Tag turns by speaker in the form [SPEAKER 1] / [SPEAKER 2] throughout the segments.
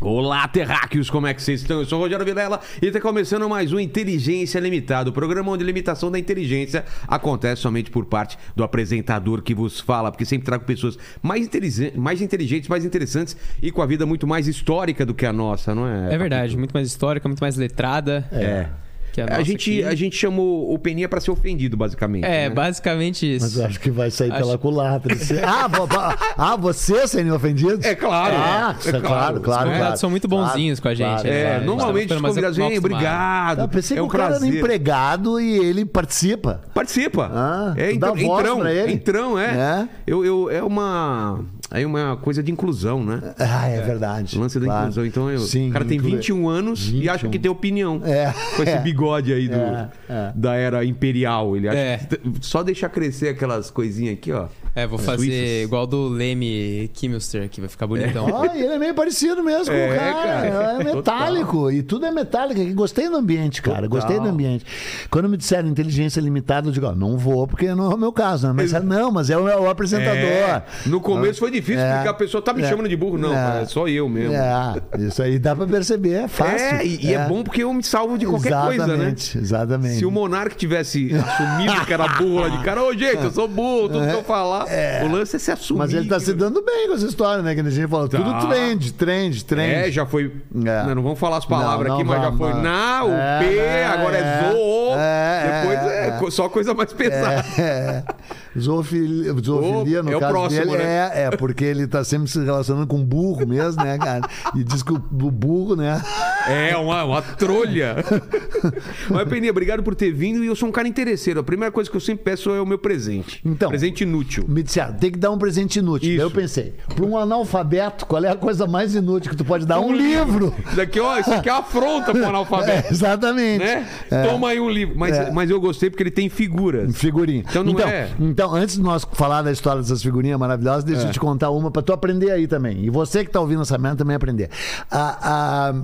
[SPEAKER 1] Olá, terráqueos, como é que vocês estão? Eu sou o Rogério Vilela e está começando mais um Inteligência Limitada, o programa onde a limitação da inteligência acontece somente por parte do apresentador que vos fala, porque sempre trago pessoas mais, inteligen- mais inteligentes, mais interessantes e com a vida muito mais histórica do que a nossa, não é?
[SPEAKER 2] É verdade, muito mais histórica, muito mais letrada.
[SPEAKER 1] É.
[SPEAKER 2] Que a,
[SPEAKER 1] A,
[SPEAKER 2] nossa
[SPEAKER 1] gente,
[SPEAKER 2] aqui.
[SPEAKER 1] a gente chamou o Peninha para ser ofendido, basicamente.
[SPEAKER 2] É,
[SPEAKER 1] né?
[SPEAKER 2] basicamente
[SPEAKER 3] Mas
[SPEAKER 2] isso.
[SPEAKER 3] eu acho que vai sair
[SPEAKER 2] Acho-
[SPEAKER 3] pela culatra. Você- Ah, vo- vo- ah, você sendo ofendido?
[SPEAKER 1] É claro.
[SPEAKER 3] Ah,
[SPEAKER 1] É
[SPEAKER 3] é claro,
[SPEAKER 1] claro.
[SPEAKER 3] claro.
[SPEAKER 2] Os
[SPEAKER 3] claro,
[SPEAKER 2] convidados são muito bonzinhos com a gente,
[SPEAKER 3] claro,
[SPEAKER 2] né?
[SPEAKER 3] claro.
[SPEAKER 1] É,
[SPEAKER 2] Claro.
[SPEAKER 1] normalmente os
[SPEAKER 2] Mas eu
[SPEAKER 1] convidados,
[SPEAKER 2] tô
[SPEAKER 1] "Ei,
[SPEAKER 2] acostumado."
[SPEAKER 1] obrigado.
[SPEAKER 3] Eu pensei
[SPEAKER 1] é
[SPEAKER 3] que
[SPEAKER 1] um
[SPEAKER 3] o cara
[SPEAKER 1] prazer.
[SPEAKER 3] era empregado e ele participa.
[SPEAKER 1] Participa.
[SPEAKER 3] Ah,
[SPEAKER 1] é
[SPEAKER 3] dá
[SPEAKER 1] entrão,
[SPEAKER 3] voz
[SPEAKER 1] entrão,
[SPEAKER 3] pra ele.
[SPEAKER 1] entrão, é.
[SPEAKER 3] É.
[SPEAKER 1] Eu, eu, é uma é uma coisa de inclusão, né?
[SPEAKER 3] Ah, é, verdade.
[SPEAKER 1] O lance da
[SPEAKER 3] claro.
[SPEAKER 1] inclusão. Então, eu,
[SPEAKER 3] Sim,
[SPEAKER 1] o cara tem
[SPEAKER 3] inclui-
[SPEAKER 1] 21 anos e um acha
[SPEAKER 3] 21.
[SPEAKER 1] que tem opinião.
[SPEAKER 3] É,
[SPEAKER 1] Com esse
[SPEAKER 3] é.
[SPEAKER 1] bigode aí do,
[SPEAKER 3] É, é.
[SPEAKER 1] da era imperial. Ele acha
[SPEAKER 2] É.
[SPEAKER 1] que t- só deixar crescer aquelas coisinhas aqui, ó.
[SPEAKER 2] É, vou
[SPEAKER 1] As
[SPEAKER 2] fazer
[SPEAKER 1] suíças.
[SPEAKER 2] igual do Leme Kimmelster aqui, vai ficar bonitão.
[SPEAKER 3] Ó, e ele é meio parecido mesmo com
[SPEAKER 1] É,
[SPEAKER 3] o cara.
[SPEAKER 1] cara.
[SPEAKER 3] É metálico. E tudo é metálico. E Gostei do ambiente, cara.
[SPEAKER 1] Total.
[SPEAKER 3] Gostei do ambiente. Quando me disseram inteligência limitada, eu digo, ó, não vou, porque não é o meu caso. Né? Mas disseram, não, mas é o, é o apresentador.
[SPEAKER 1] É. No começo foi difícil,
[SPEAKER 3] É.
[SPEAKER 1] porque a pessoa tá me
[SPEAKER 3] É.
[SPEAKER 1] chamando de burro. Não,
[SPEAKER 3] É.
[SPEAKER 1] é só eu mesmo.
[SPEAKER 3] É, isso aí dá pra perceber, é fácil.
[SPEAKER 1] É, e, e é. bom porque eu me salvo de qualquer
[SPEAKER 3] exatamente,
[SPEAKER 1] coisa, né?
[SPEAKER 3] Exatamente.
[SPEAKER 1] Se o Monark tivesse assumido que era burro lá de cara, ô gente, eu sou burro, tudo que eu falar. O lance é se assumir.
[SPEAKER 3] Mas ele tá se dando bem com essa história, né? Que a gente falou,
[SPEAKER 1] Tá.
[SPEAKER 3] tudo trend, trend, trend.
[SPEAKER 1] É, já foi.
[SPEAKER 3] É.
[SPEAKER 1] Não, não vamos falar as palavras
[SPEAKER 3] Não, não
[SPEAKER 1] aqui, mas já
[SPEAKER 3] vamos,
[SPEAKER 1] foi
[SPEAKER 3] não.
[SPEAKER 1] na, o
[SPEAKER 3] É,
[SPEAKER 1] P,
[SPEAKER 3] é,
[SPEAKER 1] agora é,
[SPEAKER 3] é.
[SPEAKER 1] zo,
[SPEAKER 3] É,
[SPEAKER 1] depois é,
[SPEAKER 3] é,
[SPEAKER 1] co- só coisa mais pesada.
[SPEAKER 3] É, zoofilia, zoofilia, no
[SPEAKER 1] é o
[SPEAKER 3] caso
[SPEAKER 1] próximo,
[SPEAKER 3] dele,
[SPEAKER 1] né?
[SPEAKER 3] é, é, porque ele tá sempre se relacionando com burro mesmo, né, cara? E diz que o o burro, né?
[SPEAKER 1] É, uma, uma trolha. mas, Peninha, obrigado por ter vindo e eu sou um cara interesseiro. A primeira coisa que eu sempre peço é o meu presente.
[SPEAKER 3] Então.
[SPEAKER 1] Presente inútil.
[SPEAKER 3] Me disseram, tem que dar um presente inútil.
[SPEAKER 1] Isso.
[SPEAKER 3] Daí eu pensei, pra um analfabeto, qual é a coisa mais inútil que tu pode dar? Um livro!
[SPEAKER 1] Isso daqui, ó, isso aqui é uma afronta pro analfabeto.
[SPEAKER 3] É, exatamente.
[SPEAKER 1] né?
[SPEAKER 3] É.
[SPEAKER 1] Toma aí um livro. Mas,
[SPEAKER 3] É.
[SPEAKER 1] mas eu gostei porque ele tem figuras.
[SPEAKER 3] Um Figurinha.
[SPEAKER 1] Então não
[SPEAKER 3] então,
[SPEAKER 1] é.
[SPEAKER 3] então, antes de nós falar da história dessas figurinhas maravilhosas, deixa eu te contar uma pra tu aprender aí também. E você que tá ouvindo essa merda também aprender. A- a-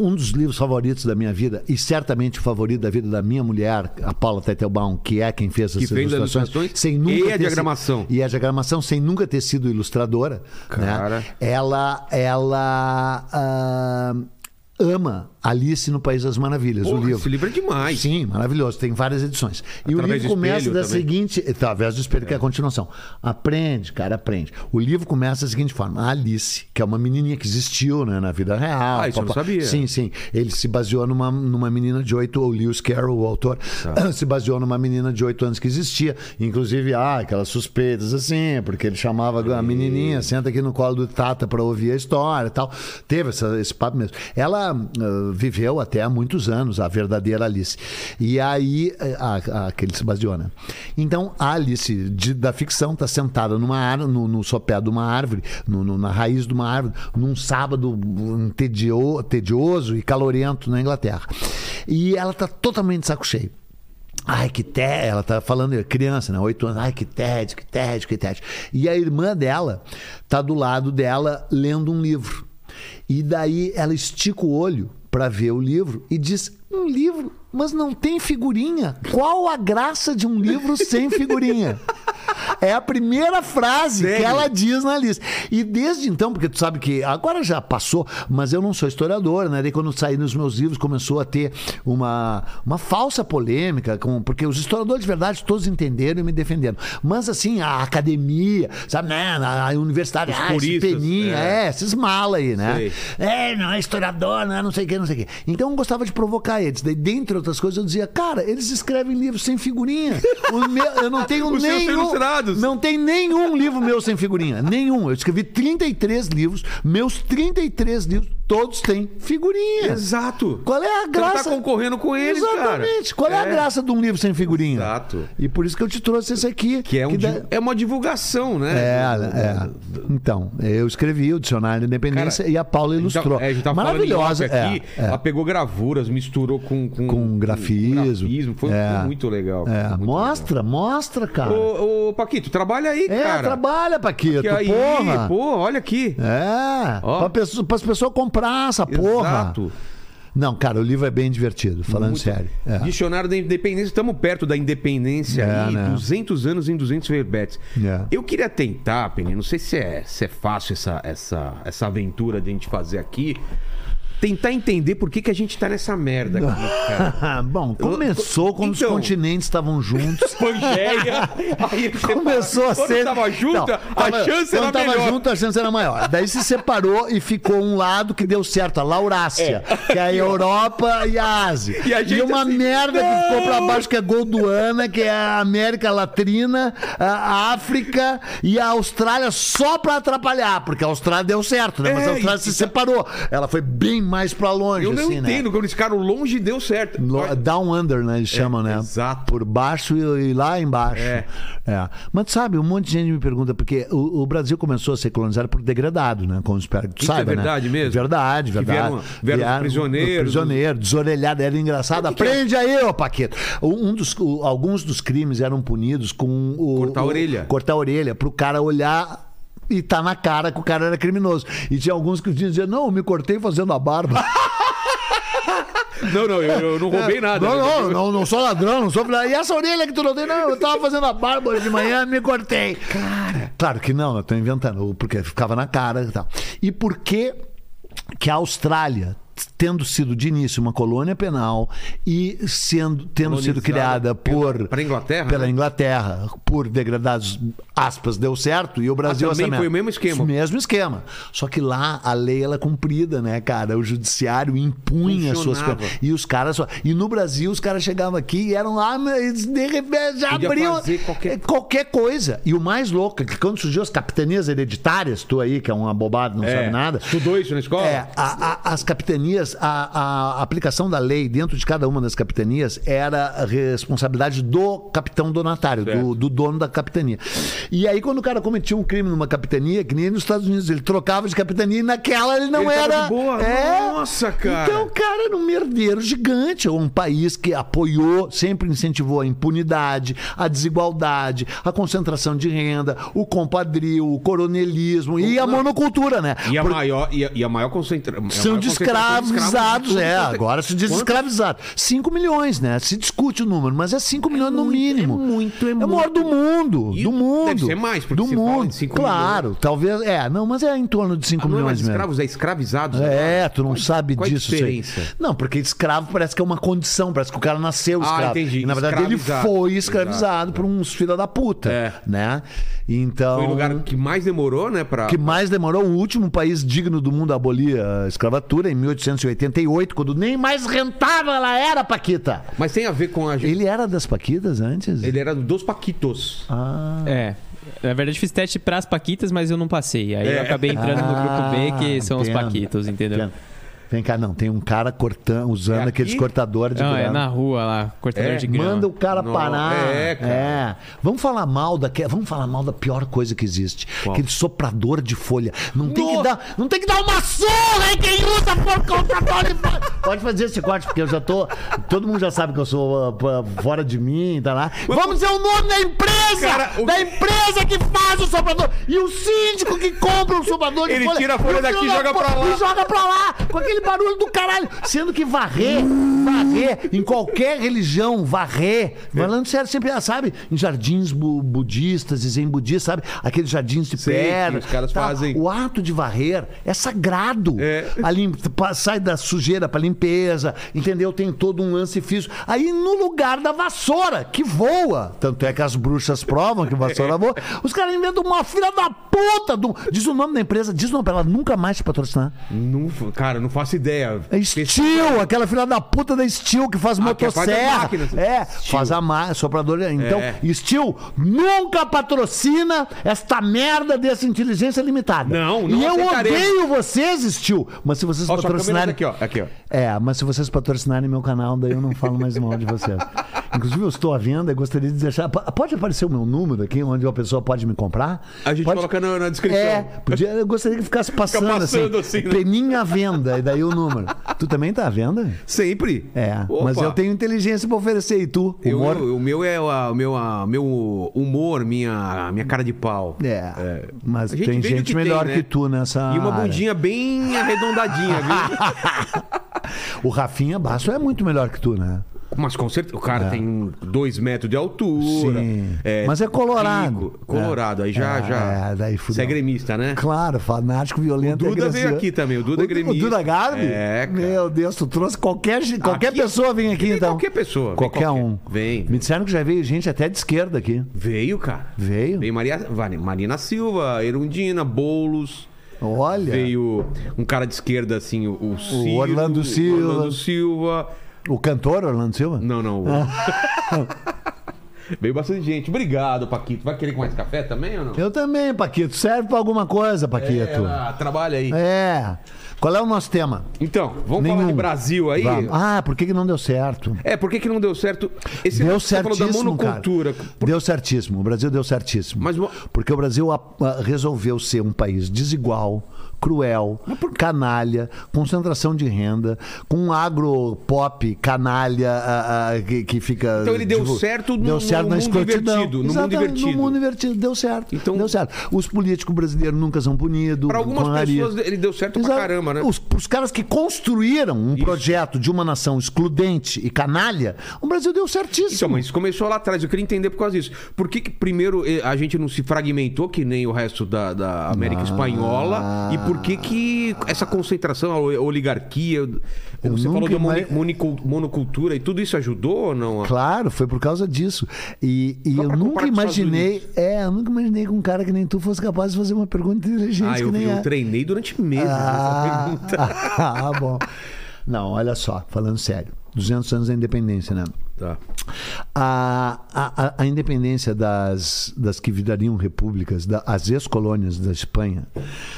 [SPEAKER 3] um dos livros favoritos da minha vida, e certamente o favorito da vida da minha mulher, a Paula Teitelbaum, que é quem fez essas
[SPEAKER 1] fez as
[SPEAKER 3] ilustrações,
[SPEAKER 1] ilustrações
[SPEAKER 3] sem nunca
[SPEAKER 1] e é a
[SPEAKER 3] ter sido-
[SPEAKER 1] diagramação.
[SPEAKER 3] e a diagramação sem nunca ter sido ilustradora,
[SPEAKER 1] Cara.
[SPEAKER 3] né? Ela, ela ah, ama Alice no País das Maravilhas,
[SPEAKER 1] Porra,
[SPEAKER 3] o livro.
[SPEAKER 1] esse livro é demais.
[SPEAKER 3] Sim, maravilhoso. Tem várias edições. e o
[SPEAKER 1] Através
[SPEAKER 3] livro
[SPEAKER 1] do
[SPEAKER 3] começa
[SPEAKER 1] espelho
[SPEAKER 3] da
[SPEAKER 1] também.
[SPEAKER 3] seguinte. Através do espelho, que é a continuação. Aprende, cara, aprende. O livro começa da seguinte forma: a Alice, que é uma menininha que existiu né, na vida real.
[SPEAKER 1] Ah, isso eu não
[SPEAKER 3] papá-
[SPEAKER 1] sabia.
[SPEAKER 3] Sim, sim. Ele se baseou numa, numa menina de oito, o Lewis Carroll, o autor, se baseou numa menina de oito anos que existia. Inclusive, ah, aquelas suspeitas assim, porque ele chamava a menininha, senta aqui no colo do Tata pra ouvir a história e tal. Teve essa- esse papo mesmo. Ela ah, viveu até há muitos anos, a verdadeira Alice. E aí, eh, a, a, que ele se baseou, né? Então, a Alice de- da ficção tá sentada numa ar, no, no sopé de uma árvore, no- no- na raiz de uma árvore, num sábado hum, tedio- tedioso e calorento na Inglaterra. E ela tá totalmente de saco cheio. Ai, que tédio. Ela tá falando, criança, né? Oito anos. Ai, que tédio, que tédio, que tédio. E a irmã dela tá do lado dela lendo um livro. E daí ela estica o olho pra ver o livro e diz: Um livro, mas não tem figurinha. Qual a graça de um livro sem figurinha? É a primeira frase que
[SPEAKER 1] Sério?
[SPEAKER 3] ela diz na lista. E desde então, porque tu sabe que agora já passou, mas eu não sou historiador, né? Daí quando eu saí nos meus livros começou a ter uma, uma falsa polêmica, com, porque os historiadores de verdade todos entenderam e me defenderam. Mas assim, a academia, sabe, né? A a universidade, ah, esse
[SPEAKER 1] puristas,
[SPEAKER 3] peninha,
[SPEAKER 1] é.
[SPEAKER 3] é é, esses mala aí, né?
[SPEAKER 1] Sei.
[SPEAKER 3] É, não é historiador, não é não sei o que, não sei o que. Então eu gostava de provocar eles. Daí, dentre outras coisas, eu dizia, cara, eles escrevem livros sem figurinha. O meu- eu não tenho
[SPEAKER 1] Os seus
[SPEAKER 3] nenhum.
[SPEAKER 1] ilustrados.
[SPEAKER 3] Não tem nenhum livro meu sem figurinha. Nenhum. Eu escrevi 33 livros. Meus 33 livros, todos têm figurinha.
[SPEAKER 1] Exato.
[SPEAKER 3] Qual é a
[SPEAKER 1] Você
[SPEAKER 3] graça?
[SPEAKER 1] tá concorrendo com eles, cara.
[SPEAKER 3] Exatamente. Qual é. a graça de um livro sem figurinha?
[SPEAKER 1] Exato.
[SPEAKER 3] E por isso que eu te trouxe esse aqui.
[SPEAKER 1] Que é, um
[SPEAKER 3] dá-
[SPEAKER 1] di- é uma divulgação, né?
[SPEAKER 3] é, é. Então, eu escrevi o Dicionário da Independência e a Paula
[SPEAKER 1] gente tá-
[SPEAKER 3] ilustrou.
[SPEAKER 1] é, a gente tava falando em
[SPEAKER 3] Maravilhosa.
[SPEAKER 1] off aqui.
[SPEAKER 3] é, é.
[SPEAKER 1] Ela pegou gravuras, misturou com. Com,
[SPEAKER 3] Com grafismo.
[SPEAKER 1] Foi
[SPEAKER 3] É.
[SPEAKER 1] muito legal.
[SPEAKER 3] É,
[SPEAKER 1] Muito
[SPEAKER 3] Mostra, mostra, cara.
[SPEAKER 1] legal. Ô, ô, Paquito, trabalha aí,
[SPEAKER 3] é,
[SPEAKER 1] cara.
[SPEAKER 3] trabalha, Paquito.
[SPEAKER 1] Que aí,
[SPEAKER 3] porra.
[SPEAKER 1] pô, olha aqui.
[SPEAKER 3] É,
[SPEAKER 1] Ó.
[SPEAKER 3] para as pessoas comprar essa porra.
[SPEAKER 1] Exato.
[SPEAKER 3] Não, cara, o livro é bem divertido, falando
[SPEAKER 1] Muito-
[SPEAKER 3] sério. É.
[SPEAKER 1] Dicionário da Independência, estamos perto da independência
[SPEAKER 3] É,
[SPEAKER 1] aí,
[SPEAKER 3] né?
[SPEAKER 1] 200 anos em 200 verbetes.
[SPEAKER 3] É.
[SPEAKER 1] Eu queria tentar, Penny, não sei se é, se é fácil essa, essa, essa aventura de a gente fazer aqui, tentar entender por que, que a gente tá nessa merda aqui, cara.
[SPEAKER 3] Bom, começou quando
[SPEAKER 1] Então.
[SPEAKER 3] os continentes estavam juntos.
[SPEAKER 1] Pangeia. Aí você
[SPEAKER 3] Começou a
[SPEAKER 1] fala,
[SPEAKER 3] ser.
[SPEAKER 1] Quando tava junto,
[SPEAKER 3] Não,
[SPEAKER 1] a
[SPEAKER 3] tava-
[SPEAKER 1] chance era
[SPEAKER 3] quando tava
[SPEAKER 1] melhor.
[SPEAKER 3] junto, a chance era maior. Daí se separou e ficou um lado que deu certo, a Laurácia, que é a Europa e a Ásia.
[SPEAKER 1] E a gente
[SPEAKER 3] uma
[SPEAKER 1] assim,
[SPEAKER 3] merda
[SPEAKER 1] não!
[SPEAKER 3] que ficou pra baixo, que é Golduana, que é a América Latina, a África e a Austrália só pra atrapalhar, porque a Austrália deu certo, né? Mas
[SPEAKER 1] É,
[SPEAKER 3] a Austrália
[SPEAKER 1] e-
[SPEAKER 3] se separou. Ela foi bem mais pra longe,
[SPEAKER 1] Eu não
[SPEAKER 3] assim, né?
[SPEAKER 1] entendo quando esse cara longe deu certo.
[SPEAKER 3] Lo- Down under, né? Eles chamam, né?
[SPEAKER 1] É, exato.
[SPEAKER 3] Por baixo e, e lá embaixo.
[SPEAKER 1] É.
[SPEAKER 3] É. Mas tu sabe, um monte de gente me pergunta, porque o, o Brasil começou a ser colonizado por degradado, né? Como espero que tu
[SPEAKER 1] Isso é
[SPEAKER 3] saiba, né?
[SPEAKER 1] verdade mesmo?
[SPEAKER 3] Verdade,
[SPEAKER 1] Que
[SPEAKER 3] verdade.
[SPEAKER 1] vieram- vieram os prisioneiros.
[SPEAKER 3] Prisioneiro, desorelhado, era engraçado.
[SPEAKER 1] é?
[SPEAKER 3] Aprende aí, ô Paquito. Um um dos, o- alguns dos crimes eram punidos com o.
[SPEAKER 1] Cortar a
[SPEAKER 3] o-
[SPEAKER 1] orelha.
[SPEAKER 3] Cortar a orelha, pro cara olhar. E tá na cara que o cara era criminoso. E tinha alguns que diziam, não, eu me cortei fazendo a barba.
[SPEAKER 1] Não, não, eu, eu não roubei nada.
[SPEAKER 3] É, Não,
[SPEAKER 1] né?
[SPEAKER 3] não, não, não sou ladrão, não sou. E essa orelha que tu não tem, não, eu tava fazendo a barba hoje de manhã, me cortei. Cara. Claro que não, eu tô inventando, porque ficava na cara e tal. E por que que a Austrália, tendo sido de início uma colônia penal e sendo, tendo
[SPEAKER 1] Colonizada
[SPEAKER 3] sido criada
[SPEAKER 1] pela-
[SPEAKER 3] por.
[SPEAKER 1] pela Inglaterra,
[SPEAKER 3] Pela
[SPEAKER 1] né?
[SPEAKER 3] Inglaterra, por degradados, aspas, deu certo, e o Brasil
[SPEAKER 1] Ah, também
[SPEAKER 3] essa merda.
[SPEAKER 1] foi o mesmo esquema.
[SPEAKER 3] O mesmo esquema. Só que lá a lei ela é cumprida, né, cara? O judiciário impunha as suas
[SPEAKER 1] Funcionava.
[SPEAKER 3] coisas. E os caras só. E no Brasil, os caras chegavam aqui e eram lá, mas de repente já
[SPEAKER 1] Podia
[SPEAKER 3] abriam
[SPEAKER 1] fazer qualquer-
[SPEAKER 3] é, qualquer coisa. E o mais louco é que quando surgiu as capitanias hereditárias, tu aí, que é um abobado, não
[SPEAKER 1] É.
[SPEAKER 3] sabe nada.
[SPEAKER 1] Estudou isso na escola?
[SPEAKER 3] É, a- a- as capitanias, a, a aplicação da lei dentro de cada uma das capitanias era a responsabilidade do capitão donatário,
[SPEAKER 1] Certo.
[SPEAKER 3] do, do dono da capitania. E aí, quando o cara cometia um crime numa capitania, que nem nos Estados Unidos, ele trocava de capitania e naquela ele não
[SPEAKER 1] Ele tava
[SPEAKER 3] era.
[SPEAKER 1] de boa.
[SPEAKER 3] É.
[SPEAKER 1] Nossa, cara.
[SPEAKER 3] Então, cara, era um merdeiro gigante, um país que apoiou, sempre incentivou a impunidade, a desigualdade, a concentração de renda, o compadrio, o coronelismo e a monocultura, né?
[SPEAKER 1] E a
[SPEAKER 3] Por-
[SPEAKER 1] maior, e a, e a maior concentra... a maior
[SPEAKER 3] são
[SPEAKER 1] concentração de escravos né? em
[SPEAKER 3] descravizados,
[SPEAKER 1] tudo
[SPEAKER 3] é.
[SPEAKER 1] um quanto
[SPEAKER 3] Agora se diz escravizado. 5 milhões, né? Se discute o número, mas é 5 milhões no
[SPEAKER 1] muito,
[SPEAKER 3] mínimo.
[SPEAKER 1] é muito, é
[SPEAKER 3] o maior do mundo.
[SPEAKER 1] E
[SPEAKER 3] do mundo.
[SPEAKER 1] deve ser mais, porque
[SPEAKER 3] Do
[SPEAKER 1] se fala
[SPEAKER 3] mundo.
[SPEAKER 1] de 5
[SPEAKER 3] claro, talvez. É, não, mas é em torno de
[SPEAKER 1] Não
[SPEAKER 3] 5
[SPEAKER 1] é mais
[SPEAKER 3] milhões mesmo.
[SPEAKER 1] escravos, é escravizados.
[SPEAKER 3] É, tu não
[SPEAKER 1] Qual-
[SPEAKER 3] sabe
[SPEAKER 1] qual a
[SPEAKER 3] disso. sei.
[SPEAKER 1] diferença?
[SPEAKER 3] Não, porque escravo parece que é uma condição, parece que o cara nasceu
[SPEAKER 1] Ah,
[SPEAKER 3] escravo.
[SPEAKER 1] entendi.
[SPEAKER 3] E, na verdade,
[SPEAKER 1] Escravizado.
[SPEAKER 3] ele foi escravizado por uns filha da puta,
[SPEAKER 1] É.
[SPEAKER 3] né? Então,
[SPEAKER 1] Foi o lugar que mais demorou, né? Pra...
[SPEAKER 3] que mais demorou, o último país digno do mundo a abolir a escravatura em 1888, quando nem mais rentável ela era, Paquita.
[SPEAKER 1] Mas tem a ver com a... Ele...
[SPEAKER 3] Ele era das Paquitas antes?
[SPEAKER 1] Ele era dos Paquitos.
[SPEAKER 3] Ah,
[SPEAKER 2] É. Na verdade, eu fiz teste pras Paquitas, mas eu não passei. Aí
[SPEAKER 1] É.
[SPEAKER 2] eu acabei entrando
[SPEAKER 3] Ah,
[SPEAKER 2] no grupo B, que são
[SPEAKER 3] entendo.
[SPEAKER 2] os Paquitos, entendeu?
[SPEAKER 3] entendo. Vem cá, não, tem um cara cortando, usando
[SPEAKER 1] aqui?
[SPEAKER 3] aqueles cortadores de
[SPEAKER 2] É Não, é
[SPEAKER 3] grama.
[SPEAKER 2] na rua lá, cortador
[SPEAKER 1] É,
[SPEAKER 2] de grama.
[SPEAKER 3] Manda o cara
[SPEAKER 1] Não,
[SPEAKER 3] parar.
[SPEAKER 1] é, cara.
[SPEAKER 3] É. Vamos falar mal da que- vamos falar mal da pior coisa que existe. Aquele soprador de folha. Não tem
[SPEAKER 1] No-
[SPEAKER 3] que dar, não tem que dar uma surra em quem usa por comprador de folha. Pode fazer esse corte porque eu já tô, todo mundo já sabe que eu sou ah, ah, fora de mim, tá lá. Vamos dizer o nome da empresa,
[SPEAKER 1] Cara, o-
[SPEAKER 3] da empresa que faz o soprador e o síndico que compra o soprador de
[SPEAKER 1] Ele
[SPEAKER 3] folha.
[SPEAKER 1] tira a folha
[SPEAKER 3] E o
[SPEAKER 1] daqui e
[SPEAKER 3] filho da
[SPEAKER 1] joga
[SPEAKER 3] puta-
[SPEAKER 1] pra lá.
[SPEAKER 3] e joga pra lá, com aquele barulho do caralho. Sendo que varrer, varrer, em qualquer religião, varrer, falando sério, sempre, ah, sabe, em jardins bu- budistas e zen budistas, sabe, aqueles jardins de
[SPEAKER 1] Sei que
[SPEAKER 3] pedra.
[SPEAKER 1] os caras
[SPEAKER 3] tal.
[SPEAKER 1] fazem.
[SPEAKER 3] O ato de varrer é sagrado.
[SPEAKER 1] É.
[SPEAKER 3] A lim- pa- sai da sujeira pra limpeza, entendeu? Tem todo um lance físico. Aí no lugar da vassoura, que voa, tanto é que as bruxas provam que vassoura voa, os caras inventam uma filha da puta. do- Diz o nome da empresa, diz o nome pra ela nunca mais te patrocinar.
[SPEAKER 1] Não, cara, não faço ideia.
[SPEAKER 3] É Steel, aquela filha da puta da Steel que faz
[SPEAKER 1] Ah, que faz as
[SPEAKER 3] motosserra.
[SPEAKER 1] máquinas. né?
[SPEAKER 3] é,
[SPEAKER 1] Steel. É.
[SPEAKER 3] faz a máquina, soprador. Então, Steel nunca patrocina esta merda dessa inteligência limitada.
[SPEAKER 1] Não, não
[SPEAKER 3] E eu
[SPEAKER 1] aceitaremos.
[SPEAKER 3] odeio vocês, Steel. Mas se vocês
[SPEAKER 1] Ó, sua câmera tá
[SPEAKER 3] patrocinarem.
[SPEAKER 1] aqui, ó. Aqui, ó.
[SPEAKER 3] É, mas se vocês patrocinarem meu canal, daí eu não falo mais mal de vocês. Inclusive, eu estou à venda e gostaria de deixar. P- Pode aparecer o meu número aqui, onde a pessoa pode me comprar?
[SPEAKER 1] A gente
[SPEAKER 3] Pode-
[SPEAKER 1] coloca na, na descrição.
[SPEAKER 3] é, podia, eu gostaria que ficasse passando,
[SPEAKER 1] passando
[SPEAKER 3] assim.
[SPEAKER 1] assim, né?
[SPEAKER 3] Peninha à venda, e daí o número. Tu também tá à venda?
[SPEAKER 1] Sempre.
[SPEAKER 3] É,
[SPEAKER 1] Opa.
[SPEAKER 3] mas eu tenho inteligência pra oferecer, e tu?
[SPEAKER 1] Eu-
[SPEAKER 3] Humor?
[SPEAKER 1] eu- o meu é a- o meu, a- meu humor, minha, minha cara de pau.
[SPEAKER 3] É, mas
[SPEAKER 1] A gente
[SPEAKER 3] tem
[SPEAKER 1] vende o
[SPEAKER 3] gente
[SPEAKER 1] tem,
[SPEAKER 3] melhor
[SPEAKER 1] né?
[SPEAKER 3] que tu nessa
[SPEAKER 1] E uma
[SPEAKER 3] área.
[SPEAKER 1] bundinha bem arredondadinha, viu?
[SPEAKER 3] O Rafinha Basso é muito melhor que tu, né?
[SPEAKER 1] Mas com certeza. O cara tem um- dois metros de altura.
[SPEAKER 3] Sim. Mas é colorado.
[SPEAKER 1] rico, colorado. Aí já.
[SPEAKER 3] É,
[SPEAKER 1] já...
[SPEAKER 3] é, daí fudeu.
[SPEAKER 1] Você é gremista, né?
[SPEAKER 3] Claro, fanático, violento.
[SPEAKER 1] O Duda
[SPEAKER 3] é
[SPEAKER 1] veio
[SPEAKER 3] gracioso.
[SPEAKER 1] aqui também, o Duda é
[SPEAKER 3] O
[SPEAKER 1] gremista.
[SPEAKER 3] Duda Garbi?
[SPEAKER 1] É, cara.
[SPEAKER 3] Meu Deus, tu trouxe qualquer, ge- qualquer
[SPEAKER 1] Aqui-
[SPEAKER 3] pessoa vem aqui
[SPEAKER 1] Vem
[SPEAKER 3] então.
[SPEAKER 1] qualquer pessoa, vem
[SPEAKER 3] Qualquer,
[SPEAKER 1] qualquer.
[SPEAKER 3] um.
[SPEAKER 1] Vem.
[SPEAKER 3] Me disseram que já veio gente até de esquerda aqui.
[SPEAKER 1] Veio, cara.
[SPEAKER 3] Veio?
[SPEAKER 1] Veio Maria... Vale, Marina Silva, Erundina, Boulos.
[SPEAKER 3] Olha.
[SPEAKER 1] Veio um cara de esquerda, assim, o, o Ciro,
[SPEAKER 3] Orlando Silva.
[SPEAKER 1] o Orlando Silva.
[SPEAKER 3] O cantor Orlando Silva?
[SPEAKER 1] Não, não. o- Veio bastante gente. Obrigado, Paquito. Vai querer com mais café também ou não?
[SPEAKER 3] Eu também, Paquito. Serve pra alguma coisa, Paquito.
[SPEAKER 1] Ela trabalha aí.
[SPEAKER 3] É. Qual é o nosso tema?
[SPEAKER 1] Então, vamos falar de
[SPEAKER 3] Nenhum.
[SPEAKER 1] Brasil aí?
[SPEAKER 3] Vamos. Ah, por que, que não deu certo?
[SPEAKER 1] É, por que, que não deu certo? Esse
[SPEAKER 3] deu
[SPEAKER 1] você falou da
[SPEAKER 3] certíssimo, cara.
[SPEAKER 1] monocultura. Por-
[SPEAKER 3] Deu certíssimo. O Brasil deu certíssimo.
[SPEAKER 1] Mas mo-
[SPEAKER 3] Porque o Brasil a- a- resolveu ser um país desigual, cruel, canalha, concentração de renda, com um agropop canalha a- a- que, que fica...
[SPEAKER 1] Então ele deu certo no-
[SPEAKER 3] deu
[SPEAKER 1] no
[SPEAKER 3] certo na
[SPEAKER 1] mundo
[SPEAKER 3] escrotidão.
[SPEAKER 1] invertido, no mundo
[SPEAKER 3] Exatamente,
[SPEAKER 1] invertido.
[SPEAKER 3] No mundo invertido, deu certo.
[SPEAKER 1] Então-
[SPEAKER 3] deu certo. Os políticos brasileiros nunca são punidos.
[SPEAKER 1] Pra algumas
[SPEAKER 3] porcaria.
[SPEAKER 1] pessoas ele deu certo pra
[SPEAKER 3] Exato.
[SPEAKER 1] caramba, né?
[SPEAKER 3] Os, os caras que construíram um projeto de uma nação excludente e canalha, o Brasil deu certíssimo.
[SPEAKER 1] Então, mas isso começou lá atrás. Eu queria entender por causa disso. Por que, que primeiro eh, a gente não se fragmentou que nem o resto da, da América Espanhola? E por que que essa concentração, a o- oligarquia, você falou
[SPEAKER 3] nunca
[SPEAKER 1] da moni-
[SPEAKER 3] ima-
[SPEAKER 1] monicul- monocultura e tudo isso ajudou ou não?
[SPEAKER 3] Claro, foi por causa disso. E, e
[SPEAKER 1] Só
[SPEAKER 3] eu
[SPEAKER 1] pra comparar
[SPEAKER 3] nunca
[SPEAKER 1] com os Estados
[SPEAKER 3] imaginei. É, eu nunca imaginei que um cara que nem tu fosse capaz de fazer uma pergunta inteligente
[SPEAKER 1] Ah,
[SPEAKER 3] que
[SPEAKER 1] eu,
[SPEAKER 3] nem
[SPEAKER 1] eu
[SPEAKER 3] é.
[SPEAKER 1] treinei durante meses essa
[SPEAKER 3] Ah,
[SPEAKER 1] né? pergunta.
[SPEAKER 3] ah, bom. Não, olha só, falando sério. 200 anos da independência, né?
[SPEAKER 1] Tá.
[SPEAKER 3] A, a, a- a independência das, das que virariam repúblicas, da, as ex-colônias da Espanha,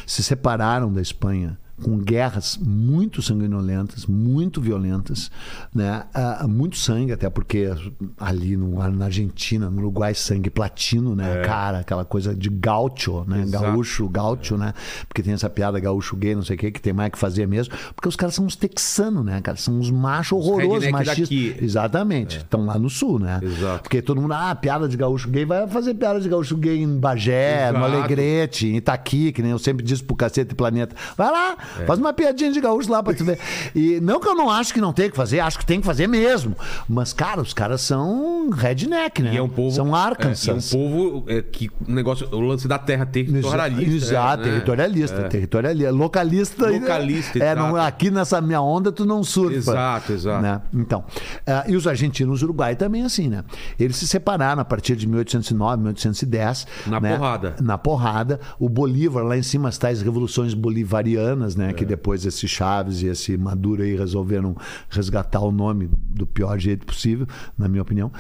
[SPEAKER 3] se separaram da Espanha com guerras muito sanguinolentas, muito violentas, né? Ah, muito sangue, até porque ali no, na Argentina, no Uruguai, sangue platino, né? Cara, aquela coisa de gaúcho, né?
[SPEAKER 1] É. Exato. É.
[SPEAKER 3] Gaúcho, gaúcho, né? Porque tem essa piada gaúcho gay, não sei o que, que tem mais que fazer mesmo, porque os caras são uns texanos, né, cara? São uns machos horrorosos,
[SPEAKER 1] redneck
[SPEAKER 3] machistas.
[SPEAKER 1] daqui.
[SPEAKER 3] Exatamente. Estão lá no sul, né?
[SPEAKER 1] É. Exato.
[SPEAKER 3] Porque todo mundo, ah, piada de gaúcho gay, vai fazer piada de gaúcho gay em Bagé,
[SPEAKER 1] Exato.
[SPEAKER 3] no Alegrete, em Itaqui, que nem eu sempre disse pro Cacete Planeta. Vai lá,
[SPEAKER 1] É.
[SPEAKER 3] faz uma piadinha de gaúcho lá pra tu ver. E não que eu não acho que não tem que fazer, acho que tem que fazer mesmo. Mas, cara, os caras são redneck, né?
[SPEAKER 1] E é um povo.
[SPEAKER 3] São
[SPEAKER 1] É, e é um
[SPEAKER 3] Arkansas.
[SPEAKER 1] povo é, que o negócio, o lance da terra territorialista.
[SPEAKER 3] Exato,
[SPEAKER 1] né?
[SPEAKER 3] territorialista, territorialista, localista.
[SPEAKER 1] Localista,
[SPEAKER 3] é, não,
[SPEAKER 1] exato.
[SPEAKER 3] aqui nessa minha onda tu não surfa.
[SPEAKER 1] Exato, exato.
[SPEAKER 3] né? Então, ah, e os argentinos, Uruguai também assim, né? Eles se separaram a partir de 1809, 1810.
[SPEAKER 1] Na
[SPEAKER 3] né?
[SPEAKER 1] porrada.
[SPEAKER 3] Na porrada. O Bolívar lá em cima, as tais revoluções bolivarianas, né? Que depois esse Chaves e esse Maduro aí resolveram resgatar o nome do pior jeito possível, na minha opinião.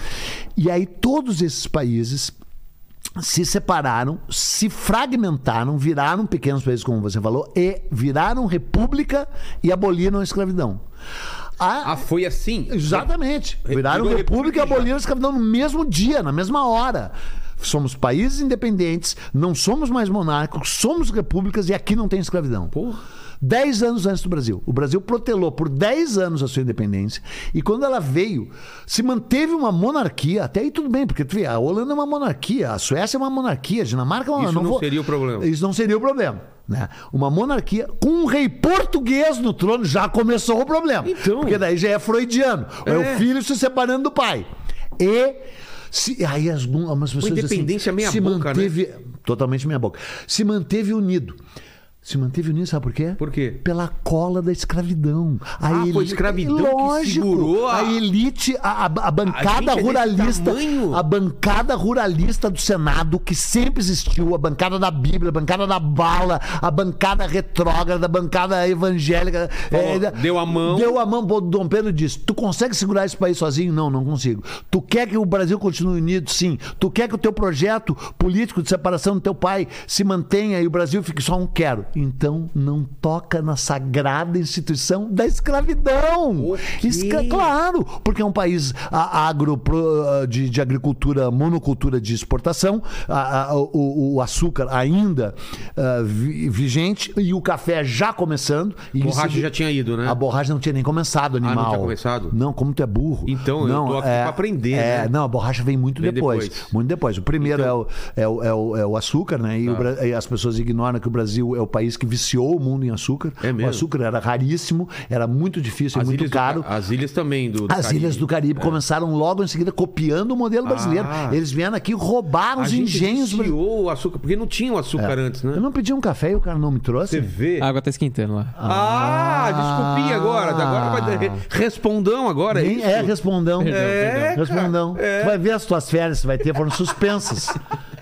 [SPEAKER 3] E aí todos esses países se separaram, se fragmentaram, viraram pequenos países, como você falou, e viraram república e aboliram a escravidão. A-
[SPEAKER 1] Ah, foi assim?
[SPEAKER 3] Exatamente.
[SPEAKER 1] Re-
[SPEAKER 3] Viraram
[SPEAKER 1] virou
[SPEAKER 3] república e
[SPEAKER 1] república
[SPEAKER 3] aboliram a escravidão no mesmo dia, na mesma hora. Somos países independentes, não somos mais monárquicos, somos repúblicas e aqui não tem escravidão.
[SPEAKER 1] Porra.
[SPEAKER 3] 10 anos antes do Brasil. O Brasil protelou por 10 anos a sua independência e quando ela veio, se manteve uma monarquia, até aí tudo bem, porque tu vê, a Holanda é uma monarquia, a Suécia é uma monarquia, a Dinamarca é uma
[SPEAKER 1] Isso
[SPEAKER 3] não
[SPEAKER 1] não
[SPEAKER 3] vou-
[SPEAKER 1] seria o problema.
[SPEAKER 3] Isso não seria o problema. Né? Uma monarquia com um rei português no trono já começou o problema.
[SPEAKER 1] Então.
[SPEAKER 3] Porque daí já é freudiano. É,
[SPEAKER 1] É.
[SPEAKER 3] o filho se separando do pai. E. Se, aí as, algumas pessoas dizem
[SPEAKER 1] independência
[SPEAKER 3] assim,
[SPEAKER 1] meia
[SPEAKER 3] se
[SPEAKER 1] boca, né?
[SPEAKER 3] manteve, Totalmente minha boca. Se manteve unido. Se manteve unido, sabe por quê?
[SPEAKER 1] Por quê?
[SPEAKER 3] Pela cola da escravidão. A
[SPEAKER 1] Ah, foi
[SPEAKER 3] elite-
[SPEAKER 1] escravidão que
[SPEAKER 3] Lógico,
[SPEAKER 1] segurou a-
[SPEAKER 3] a elite, a, a- a bancada
[SPEAKER 1] é desse
[SPEAKER 3] ruralista.
[SPEAKER 1] tamanho?
[SPEAKER 3] A bancada ruralista do Senado, que sempre existiu, a bancada da Bíblia, a bancada da bala, a bancada retrógrada, a bancada evangélica. eh,
[SPEAKER 1] Falou, deu a mão.
[SPEAKER 3] Deu a mão, pô, Dom Pedro disse: Tu consegue segurar esse país sozinho? Não, não consigo. Tu quer que o Brasil continue unido? Sim. Tu quer que o teu projeto político de separação do teu pai se mantenha e o Brasil fique só um quero? Então não toca na sagrada instituição da escravidão.
[SPEAKER 1] Ok.
[SPEAKER 3] Escra- Claro, porque é um país a- agro pro- de, de agricultura, monocultura de exportação, a- a- o, o açúcar ainda ah, vi- vigente e o café já começando. E
[SPEAKER 1] Borracha
[SPEAKER 3] isso-
[SPEAKER 1] já tinha ido, né? Ah,
[SPEAKER 3] A borracha não tinha nem começado,
[SPEAKER 1] não
[SPEAKER 3] animal.
[SPEAKER 1] tinha começado?
[SPEAKER 3] Não, como tu é burro.
[SPEAKER 1] Então, eu
[SPEAKER 3] não,
[SPEAKER 1] tô aqui pra aprender,
[SPEAKER 3] É,
[SPEAKER 1] né?
[SPEAKER 3] Não, a borracha vem muito
[SPEAKER 1] Vem
[SPEAKER 3] depois,
[SPEAKER 1] depois. Então- Tá.
[SPEAKER 3] Muito depois. O primeiro é, o, é, o, é, o, é o açúcar, né? E, o Bra- e as pessoas ignoram que o Brasil é o país país que viciou o mundo em açúcar.
[SPEAKER 1] É mesmo?
[SPEAKER 3] O açúcar era raríssimo, era muito difícil, e
[SPEAKER 1] As
[SPEAKER 3] muito
[SPEAKER 1] ilhas do
[SPEAKER 3] caro.
[SPEAKER 1] Ca- as ilhas também do. do
[SPEAKER 3] As Ilhas do Caribe começaram logo em seguida copiando o modelo brasileiro.
[SPEAKER 1] Ah.
[SPEAKER 3] Eles vieram aqui roubaram
[SPEAKER 1] A
[SPEAKER 3] os
[SPEAKER 1] gente
[SPEAKER 3] engenhos brasileiros.
[SPEAKER 1] viciou o açúcar, porque não tinha o açúcar antes,
[SPEAKER 3] Eu
[SPEAKER 1] né?
[SPEAKER 3] não pedi um café e o cara não me trouxe?
[SPEAKER 1] Você vê.
[SPEAKER 2] A água tá esquentando lá.
[SPEAKER 1] Ah, desculpinha agora. Agora vai ter respondão agora.
[SPEAKER 3] Ah. Nem
[SPEAKER 1] isso?
[SPEAKER 3] é respondão.
[SPEAKER 1] É,
[SPEAKER 3] respondão.
[SPEAKER 1] cara, é.
[SPEAKER 3] Tu vai ver as tuas férias que vai ter, foram suspensas.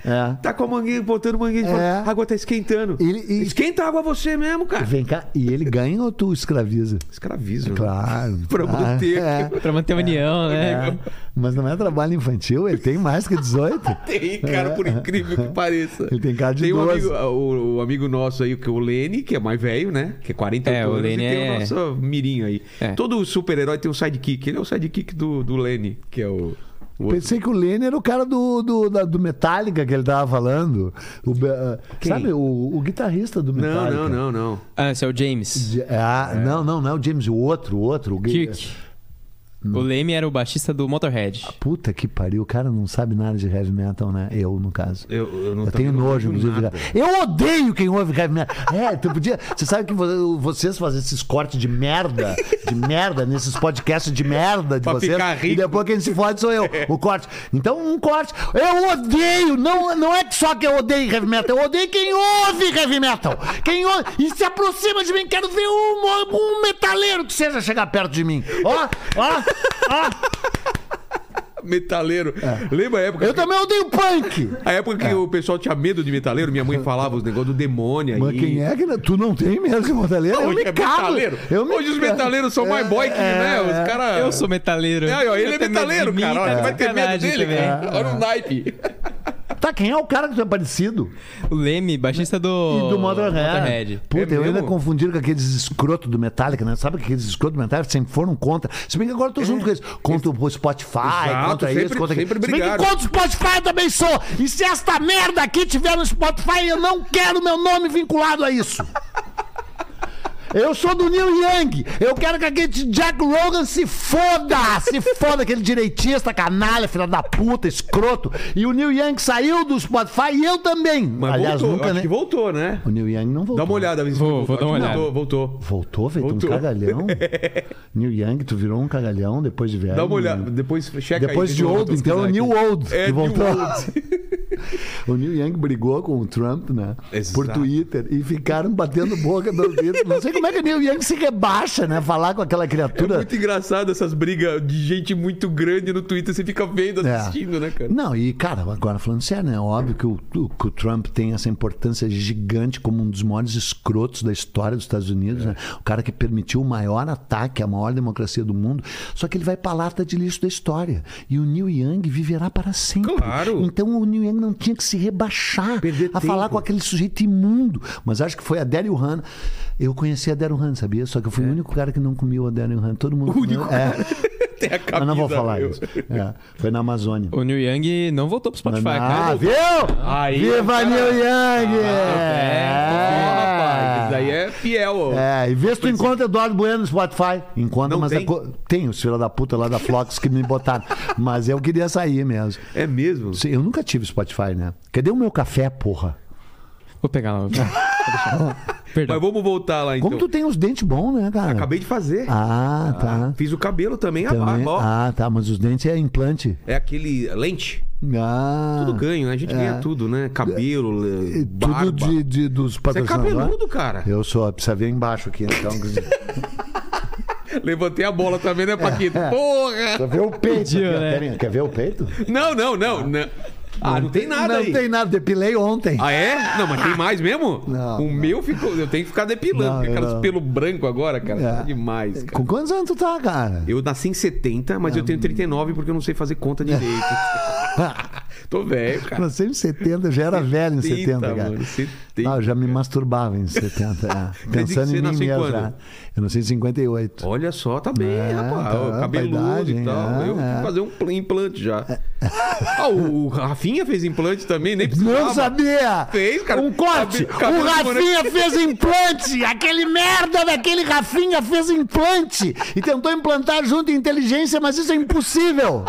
[SPEAKER 3] É.
[SPEAKER 1] Tá com a mangueira, botando mangueira. de
[SPEAKER 3] É.
[SPEAKER 1] fora. A água tá esquentando.
[SPEAKER 3] Ele- e-
[SPEAKER 1] Esquenta a água você mesmo, cara.
[SPEAKER 3] Vem cá, e ele ganha ou tu escraviza?
[SPEAKER 1] Escravizo. né?
[SPEAKER 3] Claro.
[SPEAKER 1] Pra manter.
[SPEAKER 3] É,
[SPEAKER 2] Pra manter a união, né?
[SPEAKER 3] é. Mas não é trabalho infantil, ele tem mais que 18.
[SPEAKER 1] Tem, cara, por incrível que pareça.
[SPEAKER 3] Ele tem cara de
[SPEAKER 1] Tem um
[SPEAKER 3] 12.
[SPEAKER 1] amigo, o, o amigo nosso aí, que é o Lene, que é mais velho, né? Que é 48
[SPEAKER 2] É, o
[SPEAKER 1] anos
[SPEAKER 2] Lene
[SPEAKER 1] e tem
[SPEAKER 2] é-
[SPEAKER 1] o nosso mirim aí.
[SPEAKER 2] É.
[SPEAKER 1] Todo super-herói tem um sidekick. Ele é o sidekick do, do Lene, que é o... o outro.
[SPEAKER 3] Pensei que o Lenny era o cara do, do, da- do Metallica que ele tava falando. O be- ah,
[SPEAKER 1] Quem?
[SPEAKER 3] sabe, o, o guitarrista do
[SPEAKER 1] Não, não,
[SPEAKER 3] Metallica.
[SPEAKER 1] não, não.
[SPEAKER 2] Ah, esse é o James.
[SPEAKER 3] De- ah, Não, não, não é o James, o outro, o outro. O gui-
[SPEAKER 2] Kirk. O Leme era o baixista do Motorhead.
[SPEAKER 3] Puta que pariu, o cara não sabe nada de heavy metal, né? Eu, no caso.
[SPEAKER 1] Eu, eu não
[SPEAKER 3] Eu
[SPEAKER 1] também
[SPEAKER 3] tenho
[SPEAKER 1] não
[SPEAKER 3] nojo,
[SPEAKER 1] lembro
[SPEAKER 3] inclusive. né?
[SPEAKER 1] nada.
[SPEAKER 3] Eu odeio quem ouve heavy metal. É, tu podia. Você sabe que vo- vocês fazem esses cortes de merda, de merda, nesses podcasts de merda de
[SPEAKER 1] Pra
[SPEAKER 3] vocês.
[SPEAKER 1] ficar rico.
[SPEAKER 3] E depois quem se fode sou eu, o corte. Então, um corte. Eu odeio! Não, não é que só que eu odeio heavy metal, eu odeio quem ouve heavy metal. Quem ouve. E se aproxima de mim, quero ver um, um metaleiro que seja chegar perto de mim. Ó, ó, ó.
[SPEAKER 1] Metaleiro. Lembra a época...
[SPEAKER 3] É. Eu É. também odeio punk.
[SPEAKER 1] A época que o pessoal tinha medo de metaleiro, minha mãe falava os negócios do demônio aí.
[SPEAKER 3] Mas quem é que. não- Tu não tem mesmo de metaleiro? eu
[SPEAKER 1] Hoje
[SPEAKER 3] me
[SPEAKER 1] é
[SPEAKER 3] cago.
[SPEAKER 1] metaleiro.
[SPEAKER 3] Eu me
[SPEAKER 1] Hoje os
[SPEAKER 3] cago. É,
[SPEAKER 1] metaleiros são mais boy que, né? Os cara...
[SPEAKER 2] Eu sou metaleiro.
[SPEAKER 1] É, ó,
[SPEAKER 2] Eu
[SPEAKER 1] ele é
[SPEAKER 2] tenho medo
[SPEAKER 1] metaleiro,
[SPEAKER 2] de mim,
[SPEAKER 1] cara. Olha,
[SPEAKER 2] tá
[SPEAKER 1] vai ter medo
[SPEAKER 2] sacanagem
[SPEAKER 1] dele,
[SPEAKER 2] também.
[SPEAKER 1] cara. Olha o naipe.
[SPEAKER 3] Tá, quem é o cara que tu é parecido?
[SPEAKER 2] O Leme, baixista do.
[SPEAKER 3] E do Motorhead.
[SPEAKER 2] Motorhead.
[SPEAKER 3] Puta,
[SPEAKER 1] É
[SPEAKER 3] eu ainda
[SPEAKER 1] mesmo?
[SPEAKER 3] confundi com aqueles escroto do Metallica, né? Sabe que aqueles escroto do Metallica sempre foram contra. Se bem que agora eu tô junto com eles. Contra o Spotify,
[SPEAKER 1] É. Exato,
[SPEAKER 3] contra
[SPEAKER 1] sempre-
[SPEAKER 3] isso, contra
[SPEAKER 1] sempre
[SPEAKER 3] Se bem que
[SPEAKER 1] brigaram.
[SPEAKER 3] contra o Spotify eu também sou. E se esta merda aqui tiver no Spotify, eu não quero meu nome vinculado a isso. Eu sou do Neil Young. Eu quero que aquele Jack Rogan se foda. Se foda, aquele direitista, canalha, filha da puta, escroto. E o Neil Young saiu do Spotify e eu também.
[SPEAKER 1] Mas
[SPEAKER 3] Aliás,
[SPEAKER 1] voltou,
[SPEAKER 3] nunca,
[SPEAKER 1] acho
[SPEAKER 3] né?
[SPEAKER 1] que voltou, né?
[SPEAKER 3] O Neil Young não voltou.
[SPEAKER 1] Dá uma olhada. Vinicius.
[SPEAKER 2] Vou- vou dar uma
[SPEAKER 1] Acho que
[SPEAKER 2] olhada.
[SPEAKER 1] Voltou, voltou.
[SPEAKER 3] Voltou, feito
[SPEAKER 1] Voltou.
[SPEAKER 3] um cagalhão. Neil Young, tu virou um cagalhão depois de velho.
[SPEAKER 1] Dá uma olhada. Depois checa
[SPEAKER 3] Depois
[SPEAKER 1] aí.
[SPEAKER 3] de
[SPEAKER 1] Vinicius.
[SPEAKER 3] old, então o New Old.
[SPEAKER 1] É,
[SPEAKER 3] que
[SPEAKER 1] New
[SPEAKER 3] voltou.
[SPEAKER 1] Old.
[SPEAKER 3] O Neil Young brigou com o Trump, né?
[SPEAKER 1] Exato.
[SPEAKER 3] Por Twitter. E ficaram batendo boca no Twitter. Não sei como é que o Neil Young se rebaixa, né? Falar com aquela
[SPEAKER 1] É
[SPEAKER 3] criatura.
[SPEAKER 1] muito engraçado essas brigas de gente muito grande no Twitter. Você fica vendo,
[SPEAKER 3] É.
[SPEAKER 1] assistindo, né, cara?
[SPEAKER 3] Não, e cara, agora falando sério, né? Óbvio que o, o- que o Trump tem essa importância gigante como um dos maiores escrotos da história dos Estados
[SPEAKER 1] É.
[SPEAKER 3] Unidos, né? O cara que permitiu o maior ataque à maior democracia do mundo. Só que ele vai pra lata de lixo da história. E o Neil Young viverá para sempre.
[SPEAKER 1] Claro.
[SPEAKER 3] Então o Neil Young não tinha que se rebaixar
[SPEAKER 1] Perder
[SPEAKER 3] a
[SPEAKER 1] tempo.
[SPEAKER 3] falar com aquele sujeito imundo. Mas acho que foi a Daryl Han. Eu conheci a Daryl Han, sabia? Só que eu fui o único cara que não comeu a Daryl Han. Todo mundo.
[SPEAKER 1] É. O único
[SPEAKER 3] É,
[SPEAKER 1] Tem a camisa,
[SPEAKER 3] mas não vou falar
[SPEAKER 1] meu.
[SPEAKER 3] isso. É, foi na Amazônia.
[SPEAKER 2] O New Young não voltou pro Spotify,
[SPEAKER 3] Ah,
[SPEAKER 2] cara.
[SPEAKER 3] viu?
[SPEAKER 1] Aí,
[SPEAKER 3] Viva
[SPEAKER 1] cara.
[SPEAKER 3] Neil Young!
[SPEAKER 1] É, Ah, rapaz. Isso daí é fiel, ó.
[SPEAKER 3] É, e vê se tu encontra Eduardo Bueno no Spotify. Encontra,
[SPEAKER 1] Não
[SPEAKER 3] mas
[SPEAKER 1] tem?
[SPEAKER 3] é co- tem os filha da puta lá da Flox que me botaram. mas eu queria sair mesmo.
[SPEAKER 1] É mesmo?
[SPEAKER 3] Sim, Eu nunca tive Spotify, né? Cadê o meu café, porra?
[SPEAKER 2] Vou pegar lá.
[SPEAKER 1] Mas
[SPEAKER 2] Perdão.
[SPEAKER 1] vamos voltar lá, então.
[SPEAKER 3] Como tu tem os dentes bons, né, cara?
[SPEAKER 1] Acabei de fazer.
[SPEAKER 3] Ah, tá.
[SPEAKER 1] Fiz o cabelo também, a
[SPEAKER 3] Também-
[SPEAKER 1] barba, ó.
[SPEAKER 3] Ah, tá, mas os dentes é implante.
[SPEAKER 1] É aquele lente.
[SPEAKER 3] Ah. É.
[SPEAKER 1] Tudo ganho, né? A gente ganha tudo, né? Cabelo, le-
[SPEAKER 3] E
[SPEAKER 1] barba.
[SPEAKER 3] Tudo de, de- dos
[SPEAKER 1] Você é
[SPEAKER 3] patrocinadores.
[SPEAKER 1] cabeludo, cara.
[SPEAKER 3] Eu sou, precisa ver embaixo aqui, então.
[SPEAKER 1] Levantei a bola também, né, Paquito?
[SPEAKER 3] É.
[SPEAKER 1] Porra!
[SPEAKER 3] Quer ver o peito?
[SPEAKER 2] Pediu,
[SPEAKER 3] aqui, ó.
[SPEAKER 2] né?
[SPEAKER 3] Querem- Quer ver o peito?
[SPEAKER 1] Não, não, não. não. Ah, não tem nada
[SPEAKER 3] não
[SPEAKER 1] aí.
[SPEAKER 3] tem nada, depilei ontem.
[SPEAKER 1] Ah, é? Não, mas tem mais mesmo?
[SPEAKER 3] Não,
[SPEAKER 1] o
[SPEAKER 3] não.
[SPEAKER 1] meu ficou. Eu tenho que ficar depilando,
[SPEAKER 3] Não,
[SPEAKER 1] porque
[SPEAKER 3] eu
[SPEAKER 1] aqueles
[SPEAKER 3] não.
[SPEAKER 1] pelo branco agora, cara,
[SPEAKER 3] É.
[SPEAKER 1] tá demais, cara.
[SPEAKER 3] Com Ah. quantos anos tu tá, cara?
[SPEAKER 1] Eu nasci em 70, mas eu tenho 39 porque eu não sei fazer conta direito. Tô velho, cara.
[SPEAKER 3] Nasci em 70, já era velho em 70, cara.
[SPEAKER 1] mano, 70.
[SPEAKER 3] Ah, eu já me masturbava em 70, é. pensando
[SPEAKER 1] Você
[SPEAKER 3] em mim
[SPEAKER 1] nasceu em
[SPEAKER 3] mesmo
[SPEAKER 1] quando?
[SPEAKER 3] já. Eu nasci em 58.
[SPEAKER 1] Olha só, tá bem,
[SPEAKER 3] É,
[SPEAKER 1] rapaz.
[SPEAKER 3] tá,
[SPEAKER 1] Ó, cabeludo
[SPEAKER 3] vaidade,
[SPEAKER 1] e tal.
[SPEAKER 3] é,
[SPEAKER 1] eu fui
[SPEAKER 3] é.
[SPEAKER 1] fazer um pl- implante já. ah, o o Rafinha fez implante também, nem precisava.
[SPEAKER 3] Não sabia!
[SPEAKER 1] Fez, cara.
[SPEAKER 3] Um corte!
[SPEAKER 1] Cabe- cabelo
[SPEAKER 3] o
[SPEAKER 1] de
[SPEAKER 3] Rafinha fez implante! Aquele merda daquele Rafinha fez implante! E tentou implantar junto inteligência, mas isso é impossível!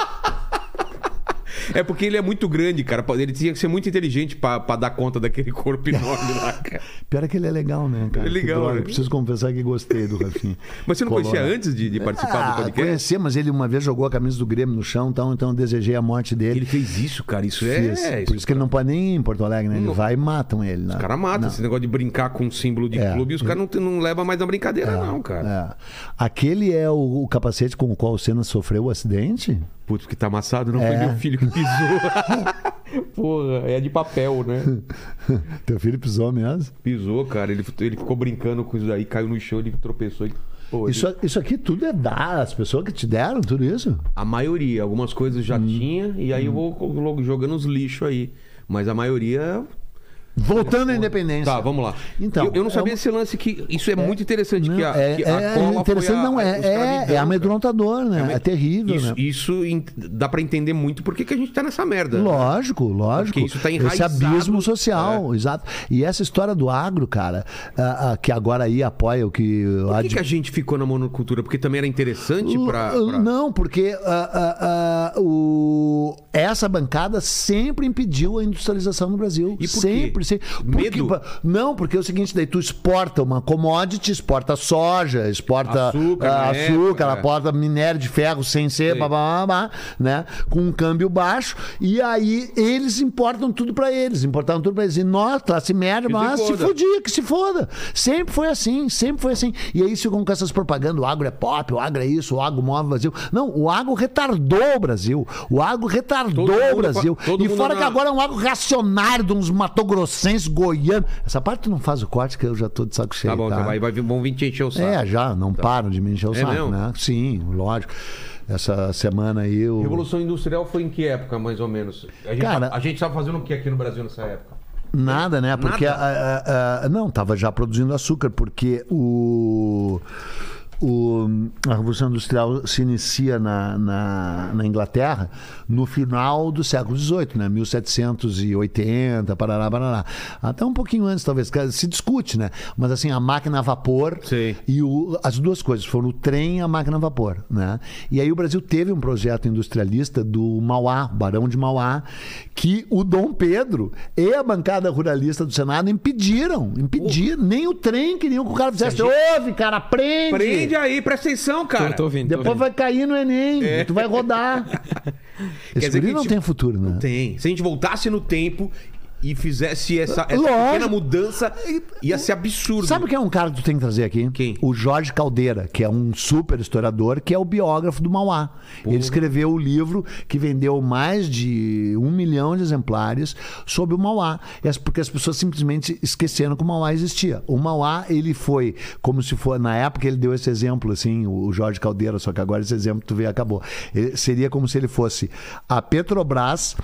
[SPEAKER 1] É porque ele é muito grande, cara. Ele tinha que ser muito inteligente pra, pra dar conta daquele corpo enorme lá, cara.
[SPEAKER 3] Pior é que ele é legal, né, cara?
[SPEAKER 1] É legal,
[SPEAKER 3] Que droga,
[SPEAKER 1] né?
[SPEAKER 3] eu Preciso confessar que gostei do Rafinha.
[SPEAKER 1] Mas você não conhecia
[SPEAKER 3] Colorado.
[SPEAKER 1] antes de, de participar do
[SPEAKER 3] Ah,
[SPEAKER 1] podcast?
[SPEAKER 3] conhecia, mas ele uma vez jogou a camisa do Grêmio no chão, então, então eu desejei a morte dele.
[SPEAKER 1] Ele fez isso, cara. Isso
[SPEAKER 3] Fiz.
[SPEAKER 1] é.
[SPEAKER 3] Por isso que ele não pode nem ir em Porto Alegre, né? Ele
[SPEAKER 1] Não.
[SPEAKER 3] vai e matam ele. Né?
[SPEAKER 1] Os caras matam. Esse negócio de brincar com um símbolo de
[SPEAKER 3] É.
[SPEAKER 1] clube, os caras não, te- não levam mais na brincadeira, não, cara.
[SPEAKER 3] É. Aquele é o, o capacete com o qual o Senna sofreu o acidente?
[SPEAKER 1] Putz, porque tá amassado, não foi
[SPEAKER 3] É.
[SPEAKER 1] meu filho que pisou. Porra, é de papel, né?
[SPEAKER 3] Teu filho pisou mesmo?
[SPEAKER 1] Pisou, cara. Ele, ele ficou brincando com isso daí, caiu no chão, ele tropeçou. Ele... Pô, ele-
[SPEAKER 3] Isso, isso aqui tudo é da as pessoas que te deram tudo isso?
[SPEAKER 1] A maioria, algumas coisas já
[SPEAKER 3] Hum.
[SPEAKER 1] tinha, e aí eu vou co- logo jogando os lixos aí. Mas a maioria.
[SPEAKER 3] Voltando à independência.
[SPEAKER 1] Tá, vamos lá.
[SPEAKER 3] Então,
[SPEAKER 1] eu, eu não
[SPEAKER 3] é
[SPEAKER 1] sabia
[SPEAKER 3] uma-
[SPEAKER 1] esse lance que. Isso é, muito interessante.
[SPEAKER 3] Não,
[SPEAKER 1] que a,
[SPEAKER 3] é,
[SPEAKER 1] que a
[SPEAKER 3] é
[SPEAKER 1] cola foi
[SPEAKER 3] interessante,
[SPEAKER 1] a-
[SPEAKER 3] não, é,
[SPEAKER 1] os
[SPEAKER 3] é, é
[SPEAKER 1] escravidão, cara.
[SPEAKER 3] amedrontador, né? É, terrível,
[SPEAKER 1] Isso,
[SPEAKER 3] né?
[SPEAKER 1] isso en- dá pra entender muito por que que a gente tá nessa merda.
[SPEAKER 3] Lógico, lógico.
[SPEAKER 1] Porque isso tá
[SPEAKER 3] Esse
[SPEAKER 1] enraizado. É.
[SPEAKER 3] abismo social, exato. E essa história do agro, cara, ah, ah, que agora aí apoia o que o
[SPEAKER 1] Por que,
[SPEAKER 3] Ad-
[SPEAKER 1] que a gente ficou na monocultura? Porque também era interessante
[SPEAKER 3] L-
[SPEAKER 1] pra.
[SPEAKER 3] l-
[SPEAKER 1] pra-
[SPEAKER 3] Não, porque ah, ah, ah, o... essa bancada sempre impediu a industrialização no Brasil.
[SPEAKER 1] E por
[SPEAKER 3] sempre,
[SPEAKER 1] quê?
[SPEAKER 3] sempre.
[SPEAKER 1] Medo?
[SPEAKER 3] Porque- não, porque é o seguinte, daí tu exporta uma commodity, exporta soja, exporta
[SPEAKER 1] Açúcar,
[SPEAKER 3] ah,
[SPEAKER 1] na
[SPEAKER 3] açúcar,
[SPEAKER 1] época, é.
[SPEAKER 3] exporta minério de ferro sem ser,
[SPEAKER 1] Sei.
[SPEAKER 3] blá, blá, blá, blá, né? Com um câmbio baixo. E aí eles importam tudo pra eles, importaram tudo pra eles. E nós, classe média,
[SPEAKER 1] Que se
[SPEAKER 3] mas se
[SPEAKER 1] foda.
[SPEAKER 3] fudia dia que se foda. Sempre foi assim, sempre foi assim. E aí ficam com essas propagandas, o agro é pop, o agro é isso, o agro move o Brasil. Não, o agro retardou o Brasil. O agro retardou
[SPEAKER 1] Todo mundo
[SPEAKER 3] o Brasil.
[SPEAKER 1] fa- todo
[SPEAKER 3] e
[SPEAKER 1] mundo
[SPEAKER 3] fora
[SPEAKER 1] na-
[SPEAKER 3] que agora é um agro reacionário de uns matogrossenses goianos. Essa parte tu não faz o corte que eu já tô de saco cheio.
[SPEAKER 1] Tá bom, tá. Vai, vai vir bom vir te encher o saco.
[SPEAKER 3] É, já, não param de me encher o
[SPEAKER 1] É
[SPEAKER 3] saco,
[SPEAKER 1] mesmo?
[SPEAKER 3] né? Sim, lógico. Essa semana aí eu...
[SPEAKER 1] Revolução Industrial foi em que época, mais ou menos? A gente, tá,
[SPEAKER 3] Cara-
[SPEAKER 1] a gente tava fazendo o que aqui no Brasil nessa época?
[SPEAKER 3] Nada, né? Porque. ah, ah, ah, não, tava já produzindo açúcar, porque o. o- a Revolução Industrial se inicia na, na, na Inglaterra no final do século XVIII, né? 1780, parará, parará. Até um pouquinho antes, talvez. que Se discute, né? Mas assim, a máquina a vapor
[SPEAKER 1] Sim.
[SPEAKER 3] e o- as duas coisas foram o trem e a máquina a vapor, né? E aí o Brasil teve um projeto industrialista do Mauá, Barão de Mauá, que o Dom Pedro e a bancada ruralista do Senado impediram,
[SPEAKER 1] Uh.
[SPEAKER 3] impediram, nem o trem queriam que o cara fizesse. Ouve, cara, prende!
[SPEAKER 1] Prende aí, presta atenção, cara.
[SPEAKER 2] tô, tô ouvindo. tô
[SPEAKER 3] Depois
[SPEAKER 2] ouvindo.
[SPEAKER 3] vai cair no Enem, tu vai rodar. Esse
[SPEAKER 1] É. dizer
[SPEAKER 3] guri
[SPEAKER 1] que,
[SPEAKER 3] não
[SPEAKER 1] tipo,
[SPEAKER 3] tem futuro, né?
[SPEAKER 1] Tem. Se a gente voltasse no tempo e fizesse essa, essa
[SPEAKER 3] Lógico.
[SPEAKER 1] pequena mudança, ia ser absurdo.
[SPEAKER 3] Sabe quem é um cara que tu tem que trazer aqui?
[SPEAKER 1] Quem?
[SPEAKER 3] O Jorge Caldeira, que é um super historiador, que é o biógrafo do Mauá. Ele escreveu o livro que vendeu mais de um milhão de exemplares sobre o Mauá. É Porque as pessoas simplesmente esqueceram que o Mauá existia. O Mauá, ele foi como se for... Na época ele deu esse exemplo, assim, o Jorge Caldeira, só que agora esse exemplo tu vê acabou. Ele- seria como se ele fosse a Petrobras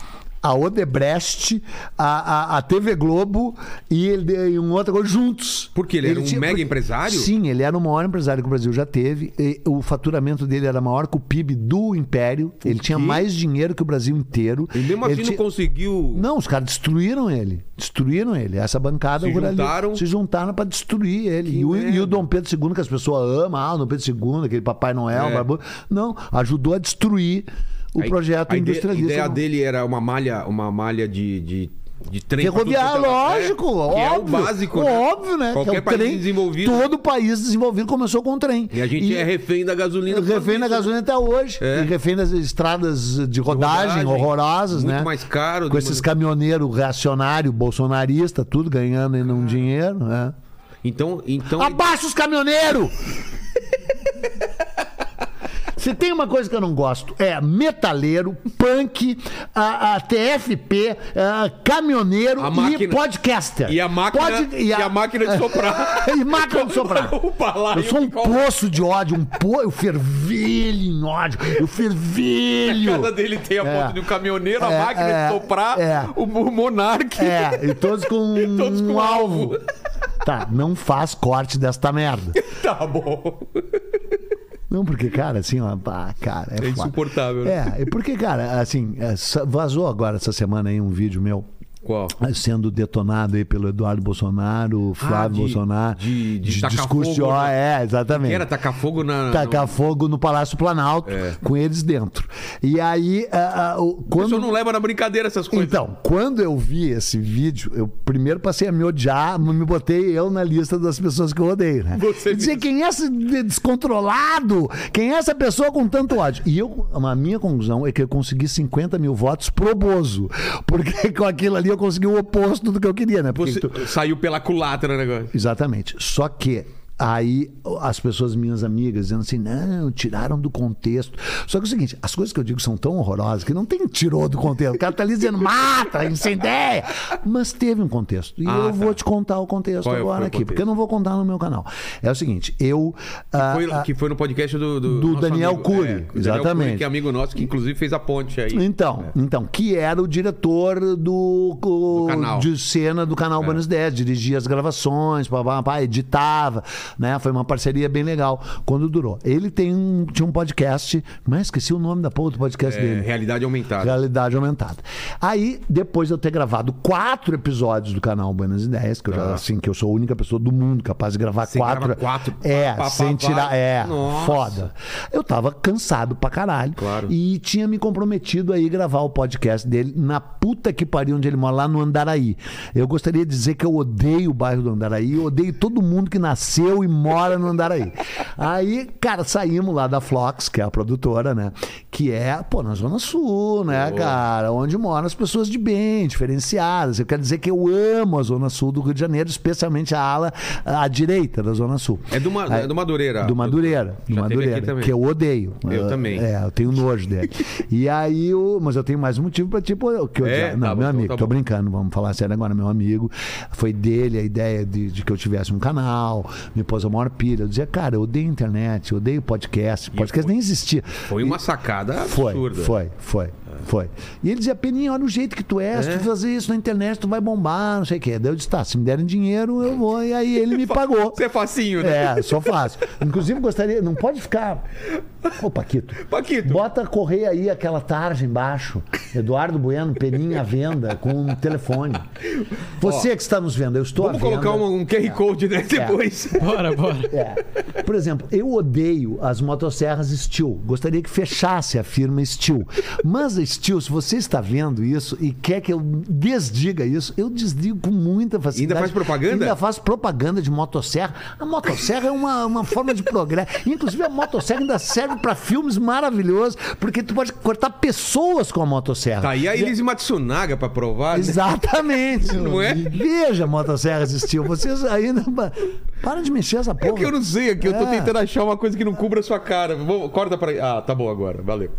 [SPEAKER 3] a Odebrecht, a, a, a TV Globo e, ele, e um outro agora juntos.
[SPEAKER 1] Porque ele era um mega
[SPEAKER 3] porque-
[SPEAKER 1] empresário?
[SPEAKER 3] Sim, ele era o maior empresário que o Brasil já teve. E o faturamento dele era maior que o PIB do Império. ele tinha
[SPEAKER 1] quê?
[SPEAKER 3] mais dinheiro que o Brasil inteiro.
[SPEAKER 1] E mesmo assim não
[SPEAKER 3] tinha-
[SPEAKER 1] conseguiu.
[SPEAKER 3] não, os caras destruíram ele. Destruíram ele. Essa bancada
[SPEAKER 1] Se
[SPEAKER 3] ruralista-
[SPEAKER 1] juntaram?
[SPEAKER 3] se juntaram pra destruir ele. E o,
[SPEAKER 1] merda.
[SPEAKER 3] e o Dom Pedro II, que as pessoas amam, ah, o Dom Pedro II, aquele Papai Noel,
[SPEAKER 1] É.
[SPEAKER 3] barbudo. Não, ajudou a destruir o
[SPEAKER 1] Aí-
[SPEAKER 3] projeto
[SPEAKER 1] a ide-
[SPEAKER 3] industrialista.
[SPEAKER 1] A ideia dele era uma malha, uma malha de. de... De trem pra
[SPEAKER 3] Ferroviário,
[SPEAKER 1] tudo quanto é lugar,
[SPEAKER 3] lógico,
[SPEAKER 1] né? que
[SPEAKER 3] óbvio.
[SPEAKER 1] é o básico. né?
[SPEAKER 3] Óbvio, né?
[SPEAKER 1] Qualquer
[SPEAKER 3] que é o
[SPEAKER 1] país
[SPEAKER 3] trem,
[SPEAKER 1] desenvolvido.
[SPEAKER 3] Todo país desenvolvido começou com o trem.
[SPEAKER 1] E a gente é refém da gasolina. por causa
[SPEAKER 3] refém da
[SPEAKER 1] disso, né?
[SPEAKER 3] gasolina até hoje.
[SPEAKER 1] É.
[SPEAKER 3] E refém das estradas de rodagem,
[SPEAKER 1] rodagem,
[SPEAKER 3] horrorosas,
[SPEAKER 1] muito
[SPEAKER 3] né?
[SPEAKER 1] mais caro,
[SPEAKER 3] Com
[SPEAKER 1] de
[SPEAKER 3] esses
[SPEAKER 1] uma-
[SPEAKER 3] caminhoneiros reacionário, bolsonarista, tudo ganhando ainda
[SPEAKER 1] Ah.
[SPEAKER 3] um dinheiro, né?
[SPEAKER 1] Então, então
[SPEAKER 3] Abaixa os caminhoneiros! Se tem uma coisa que eu não gosto, é metaleiro, punk, a, a TFP, a caminhoneiro
[SPEAKER 1] A máquina-
[SPEAKER 3] e podcaster.
[SPEAKER 1] e a máquina,
[SPEAKER 3] Pode-
[SPEAKER 1] e a... máquina de soprar.
[SPEAKER 3] e máquina de soprar.
[SPEAKER 1] Opa, lá,
[SPEAKER 3] Eu
[SPEAKER 1] e
[SPEAKER 3] sou um
[SPEAKER 1] o Nicol-
[SPEAKER 3] poço de ódio, um po... eu fervilho em ódio, eu fervilho.
[SPEAKER 1] A casa dele tem a
[SPEAKER 3] É.
[SPEAKER 1] foto do caminhoneiro, a
[SPEAKER 3] É,
[SPEAKER 1] máquina
[SPEAKER 3] é,
[SPEAKER 1] de soprar,
[SPEAKER 3] é.
[SPEAKER 1] o, o monarca.
[SPEAKER 3] É, e todos com,
[SPEAKER 1] todos com
[SPEAKER 3] um alvo.
[SPEAKER 1] alvo.
[SPEAKER 3] Tá, não faz corte desta merda.
[SPEAKER 1] Tá bom.
[SPEAKER 3] Não, porque, cara, assim, ó, pá, cara, é,
[SPEAKER 1] É
[SPEAKER 3] foda.
[SPEAKER 1] insuportável, né?
[SPEAKER 3] É, e porque, cara, assim, é, sa- vazou agora essa semana aí um vídeo meu.
[SPEAKER 1] Qual?
[SPEAKER 3] sendo detonado aí pelo Eduardo Bolsonaro, Flávio
[SPEAKER 1] Ah, de-
[SPEAKER 3] Bolsonaro,
[SPEAKER 1] de- de tacar
[SPEAKER 3] discurso de
[SPEAKER 1] fogo,
[SPEAKER 3] ó,
[SPEAKER 1] né?
[SPEAKER 3] é, exatamente.
[SPEAKER 1] Era tacar fogo É. na.
[SPEAKER 3] Tacar fogo no Palácio Planalto, com eles dentro. E aí, ah, ah, o-
[SPEAKER 1] O
[SPEAKER 3] quando
[SPEAKER 1] pessoal não leva na brincadeira essas coisas.
[SPEAKER 3] então, quando eu vi esse vídeo, eu primeiro passei a me odiar, me botei eu na lista das pessoas que eu odeio, né?
[SPEAKER 1] Você
[SPEAKER 3] Eu dizia, quem é esse de- descontrolado? Quem é essa pessoa com tanto ódio? E eu, a minha conclusão é que eu consegui 50 mil votos pro Bozo. Porque com aquilo ali eu consegui o oposto do que eu queria, né? Porque
[SPEAKER 1] Você
[SPEAKER 3] tu-
[SPEAKER 1] saiu pela culatra né, o negócio.
[SPEAKER 3] Exatamente. Só que aí as pessoas, minhas amigas, dizendo assim, não, tiraram do contexto. Só que é o seguinte, as coisas que eu digo são tão horrorosas que não tem tirou do contexto. O cara tá ali dizendo, mata, incendeia. Mas teve um contexto. E
[SPEAKER 1] Ah,
[SPEAKER 3] eu
[SPEAKER 1] tá.
[SPEAKER 3] vou te contar o contexto
[SPEAKER 1] Qual é- foi
[SPEAKER 3] agora
[SPEAKER 1] o
[SPEAKER 3] aqui,
[SPEAKER 1] contexto?
[SPEAKER 3] porque eu não vou contar no meu canal. É o seguinte, eu... ah,
[SPEAKER 1] Foi-
[SPEAKER 3] ah,
[SPEAKER 1] que foi no podcast do.
[SPEAKER 3] do
[SPEAKER 1] nosso
[SPEAKER 3] Daniel
[SPEAKER 1] amigo-
[SPEAKER 3] Cury,
[SPEAKER 1] é, do Daniel
[SPEAKER 3] exatamente.
[SPEAKER 1] Cury, que é amigo nosso, que inclusive fez a ponte aí.
[SPEAKER 3] Então, então, que era o diretor do, o-
[SPEAKER 1] né? Do canal. É.
[SPEAKER 3] de cena do canal Buenos 10, dirigia as gravações, pá, pá, pá, editava, né? Foi uma parceria bem legal quando durou. Ele tem um, tinha um podcast, mas esqueci o nome da porra do podcast
[SPEAKER 1] É,
[SPEAKER 3] dele.
[SPEAKER 1] realidade aumentada.
[SPEAKER 3] Realidade aumentada. Aí, depois de eu ter gravado quatro episódios do canal Buenas Ideias, que eu já,
[SPEAKER 1] Tá.
[SPEAKER 3] assim, que eu sou a única pessoa do mundo capaz de gravar
[SPEAKER 1] Você
[SPEAKER 3] quatro.
[SPEAKER 1] grava quatro,
[SPEAKER 3] É,
[SPEAKER 1] pá, pá,
[SPEAKER 3] sem
[SPEAKER 1] pá,
[SPEAKER 3] tirar.
[SPEAKER 1] pá.
[SPEAKER 3] É,
[SPEAKER 1] Nossa.
[SPEAKER 3] foda. Eu tava cansado pra caralho.
[SPEAKER 1] Claro.
[SPEAKER 3] E tinha me comprometido aí gravar o podcast dele na puta que pariu onde ele mora, lá no Andaraí. Eu gostaria de dizer que eu odeio o bairro do Andaraí, eu odeio todo mundo que nasceu e mora no Andaraí. Aí, cara, saímos lá da Flox, que é a produtora, né? Que é, pô, na Zona Sul, né,
[SPEAKER 1] Boa.
[SPEAKER 3] cara? Onde moram as pessoas de bem, diferenciadas. Eu quero dizer que eu amo a Zona Sul do Rio de Janeiro, especialmente a ala à direita da Zona Sul.
[SPEAKER 1] É do, Ma-
[SPEAKER 3] Aí-
[SPEAKER 1] é do Madureira.
[SPEAKER 3] do Madureira. Do
[SPEAKER 1] Já teve
[SPEAKER 3] Madureira.
[SPEAKER 1] aqui também.
[SPEAKER 3] Que eu odeio.
[SPEAKER 1] Eu também.
[SPEAKER 3] É, eu tenho nojo dele. e aí, eu, mas eu tenho mais um motivo pra, tipo, eu- que eu
[SPEAKER 1] É,
[SPEAKER 3] odiar. Não,
[SPEAKER 1] tá bom,
[SPEAKER 3] meu
[SPEAKER 1] então
[SPEAKER 3] amigo,
[SPEAKER 1] tá
[SPEAKER 3] tô
[SPEAKER 1] bom.
[SPEAKER 3] brincando, vamos falar sério agora. Meu amigo, foi dele a ideia de, de que eu tivesse um canal, me pôs a maior pilha. Eu dizia, cara, eu odeio internet, eu odeio podcast. Podcast nem existia.
[SPEAKER 1] Foi uma sacada
[SPEAKER 3] Foi,
[SPEAKER 1] absurda.
[SPEAKER 3] foi, foi,
[SPEAKER 1] É.
[SPEAKER 3] foi. E ele dizia, Peninha, olha o jeito que tu é, se tu fazer isso na internet, tu vai bombar, não sei o quê. Daí eu disse, tá, se me derem dinheiro, eu vou. E aí ele me pagou.
[SPEAKER 1] Você é facinho, né?
[SPEAKER 3] É, só fácil. Inclusive, gostaria. Não pode ficar. Ô, Paquito.
[SPEAKER 1] Paquito.
[SPEAKER 3] Bota correr aí aquela tarja embaixo. Eduardo Bueno, Peninha à venda, com um telefone. Você que está nos vendo, É. eu estou
[SPEAKER 1] Vamos
[SPEAKER 3] à venda.
[SPEAKER 1] colocar um, um QR Code, né? Depois.
[SPEAKER 2] Bora, bora.
[SPEAKER 3] É. Por exemplo, eu odeio as motosserras Steel. Gostaria que fechasse a firma Steel. Mas a Steel, se você está vendo isso e quer que eu desdiga isso, eu desdigo com muita facilidade.
[SPEAKER 1] Ainda faz propaganda?
[SPEAKER 3] Ainda faz propaganda de motosserra. A motosserra é uma, uma forma de progresso. Inclusive, a motosserra ainda serve para filmes maravilhosos, porque tu pode cortar pessoas com a motosserra.
[SPEAKER 1] Tá aí a Elise Matsunaga pra provar. né?
[SPEAKER 3] Exatamente.
[SPEAKER 1] Não é?
[SPEAKER 3] Veja motosserras Steel. Vocês ainda. Para de mexer essa porra.
[SPEAKER 1] É que eu não sei, é que eu tô
[SPEAKER 3] É.
[SPEAKER 1] tentando achar uma coisa que não cubra a sua cara. Vamos, corta pra. Ah, tá bom agora, valeu.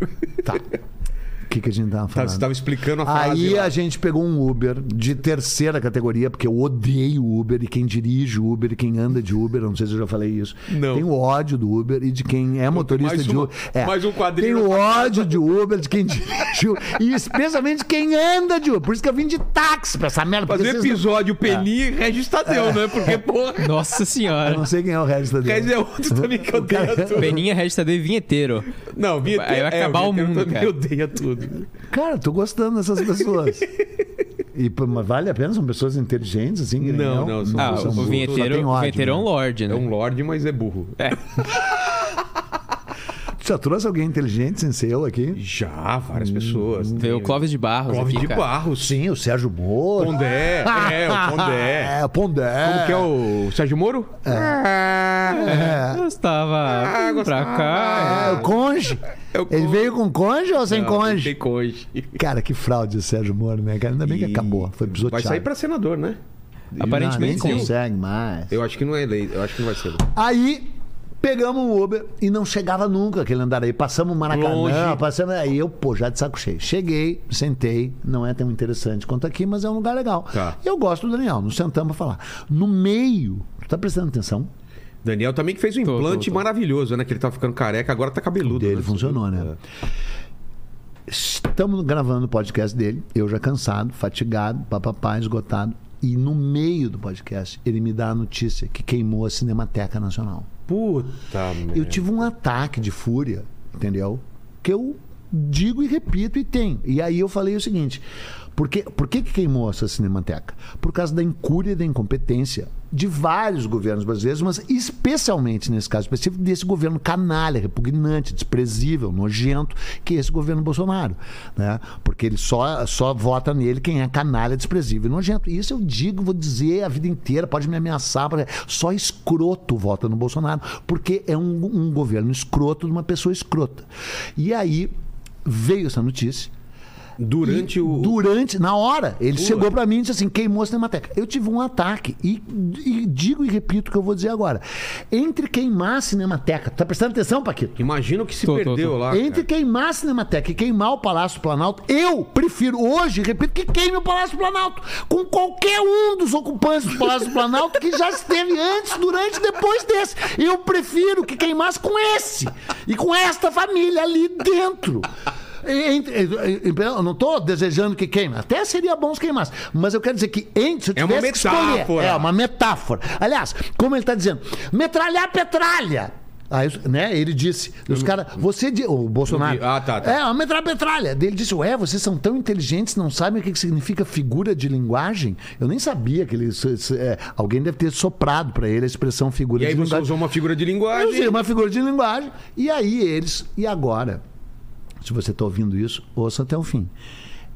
[SPEAKER 3] Tá. O que, que a gente tava
[SPEAKER 1] Tá,
[SPEAKER 3] falando?
[SPEAKER 1] você tava explicando a frase.
[SPEAKER 3] Aí
[SPEAKER 1] lá.
[SPEAKER 3] a gente pegou um Uber de terceira categoria, porque eu odeio Uber e quem dirige Uber e quem anda de Uber, eu não sei se eu já falei isso.
[SPEAKER 1] Não.
[SPEAKER 3] Tem o ódio do Uber e de quem é motorista
[SPEAKER 1] Mais
[SPEAKER 3] de
[SPEAKER 1] uma-
[SPEAKER 3] Uber. É.
[SPEAKER 1] mais um quadrinho
[SPEAKER 3] Tem o
[SPEAKER 1] na
[SPEAKER 3] ódio de Uber, de quem dirige Uber, e especialmente quem anda de Uber. Por isso que eu vim de táxi pra essa merda. porque
[SPEAKER 1] Fazer
[SPEAKER 3] vocês não-
[SPEAKER 1] episódio
[SPEAKER 3] É.
[SPEAKER 1] Peninha e Regis Tadeu, né? Porque, porra,
[SPEAKER 2] Nossa
[SPEAKER 3] Eu
[SPEAKER 2] senhora.
[SPEAKER 3] não sei quem é o resto dele.
[SPEAKER 1] Regis é outro também que odeia
[SPEAKER 3] cara-
[SPEAKER 1] tudo.
[SPEAKER 2] Peninha Regista de vinheteiro.
[SPEAKER 1] Não, Vitor.
[SPEAKER 2] Aí vai acabar o
[SPEAKER 1] Vitor
[SPEAKER 2] mundo,
[SPEAKER 1] também
[SPEAKER 2] cara.
[SPEAKER 1] odeia tudo.
[SPEAKER 3] Cara, tô gostando dessas pessoas. E pô, mas vale a pena? São pessoas inteligentes, assim? que nem
[SPEAKER 1] Não,
[SPEAKER 3] eu?
[SPEAKER 1] não, são-
[SPEAKER 2] Ah,
[SPEAKER 1] Nossa,
[SPEAKER 2] o
[SPEAKER 1] só
[SPEAKER 2] vinheteiro,
[SPEAKER 3] Tá, tem
[SPEAKER 2] o
[SPEAKER 3] ódio,
[SPEAKER 2] vinheteiro é um
[SPEAKER 3] né?
[SPEAKER 2] lorde,
[SPEAKER 1] É
[SPEAKER 2] né?
[SPEAKER 1] um lorde, mas é burro.
[SPEAKER 3] Tu já trouxe alguém inteligente sem ser eu aqui?
[SPEAKER 1] Já, várias
[SPEAKER 3] Hum,
[SPEAKER 1] pessoas.
[SPEAKER 2] Veio o Clóvis de Barros
[SPEAKER 1] Clóvis
[SPEAKER 2] aqui,
[SPEAKER 1] de
[SPEAKER 2] cara.
[SPEAKER 1] Barros.
[SPEAKER 3] Sim, o Sérgio Moro.
[SPEAKER 1] Pondé. É, o Pondé.
[SPEAKER 3] É, o Pondé.
[SPEAKER 1] Como que é o Sérgio Moro? É.
[SPEAKER 2] Gostava.
[SPEAKER 1] Ah,
[SPEAKER 2] Vem
[SPEAKER 1] gostava.
[SPEAKER 2] pra cá.
[SPEAKER 3] É, o Conge.
[SPEAKER 1] É o
[SPEAKER 3] Ele
[SPEAKER 1] Conge.
[SPEAKER 3] veio com Conge ou sem Conge?
[SPEAKER 1] Tem conge.
[SPEAKER 3] Cara, que fraude o Sérgio Moro, né? Cara, ainda bem que
[SPEAKER 1] E
[SPEAKER 3] acabou. Foi pisoteado.
[SPEAKER 1] Vai sair pra senador, né?
[SPEAKER 2] Aparentemente
[SPEAKER 3] não, nem
[SPEAKER 2] sim.
[SPEAKER 3] consegue mais.
[SPEAKER 1] Eu acho que não é eleito. Eu acho que não vai ser.
[SPEAKER 3] Aí pegamos o Uber e não chegava nunca aquele andar aí. Passamos o Maracanã,
[SPEAKER 1] Longe.
[SPEAKER 3] passando. Aí eu, pô, já de saco cheio. Cheguei, sentei. Não é tão interessante quanto aqui, mas é um lugar legal.
[SPEAKER 1] Tá.
[SPEAKER 3] E eu gosto do Daniel, nos sentamos pra falar. No meio, tu tá prestando atenção?
[SPEAKER 1] Daniel também que fez um
[SPEAKER 2] Tô,
[SPEAKER 1] implante
[SPEAKER 2] tô, tô.
[SPEAKER 1] maravilhoso, né? Que ele tava ficando careca, agora tá cabeludo.
[SPEAKER 3] Dele
[SPEAKER 1] né?
[SPEAKER 3] funcionou, né? Estamos gravando o podcast dele, eu já cansado, fatigado, papapá, esgotado. E no meio do podcast, ele me dá a notícia que queimou a Cinemateca Nacional. É.
[SPEAKER 1] Puta merda.
[SPEAKER 3] Eu tive um ataque de fúria, entendeu? Que eu digo e repito e tem. E aí eu falei o seguinte: por que, por que, que queimou essa cinemateca? Por causa da incúria e da incompetência de vários governos brasileiros, mas especialmente nesse caso específico desse governo canalha, repugnante, desprezível, nojento, que é esse governo Bolsonaro, né? Porque ele só só vota nele quem é canalha, desprezível e nojento. E Isso eu digo, vou dizer a vida inteira, pode me ameaçar, porque só escroto vota no Bolsonaro, porque é um, um governo escroto de uma pessoa escrota. E aí veio essa notícia
[SPEAKER 1] Durante o.
[SPEAKER 3] Durante, na hora, ele
[SPEAKER 1] Pula.
[SPEAKER 3] chegou pra mim e disse assim: queimou a cinemateca. Eu tive um ataque. E, e digo e repito o que eu vou dizer agora. Entre queimar a cinemateca, tá prestando atenção, Paquito?
[SPEAKER 1] Imagino que se
[SPEAKER 2] Tô, tô,
[SPEAKER 1] perdeu
[SPEAKER 2] tô.
[SPEAKER 1] lá. cara.
[SPEAKER 3] Entre queimar a Cinemateca e queimar o Palácio Planalto, eu prefiro hoje, repito, que queime o Palácio Planalto com qualquer um dos ocupantes do Palácio Planalto que já esteve antes, durante e depois desse. Eu prefiro que queimasse com esse e com esta família ali dentro. Entre- entre- entre- Eu não estou desejando que queime. Até seria bom se queimasse. Mas eu quero dizer que entre, se eu
[SPEAKER 1] É uma
[SPEAKER 3] tivesse que escolher-
[SPEAKER 1] metáfora.
[SPEAKER 3] É uma metáfora. Aliás, como ele está dizendo, metralhar petralha. Aí, né, ele disse, os caras, você, di- o Bolsonaro,
[SPEAKER 1] Ah, tá, tá.
[SPEAKER 3] é, uma metralha petralha. Daí Ele disse, ué, vocês são tão inteligentes, não sabem o que que significa figura de linguagem? Eu nem sabia que ele, se- se- é, alguém deve ter soprado para ele a expressão figura
[SPEAKER 1] E aí
[SPEAKER 3] de
[SPEAKER 1] você
[SPEAKER 3] linguagem.
[SPEAKER 1] usou uma figura de
[SPEAKER 3] Eu usei
[SPEAKER 1] linguagem.
[SPEAKER 3] uma figura de linguagem. E aí eles, e agora, se você está ouvindo isso, ouça até o fim.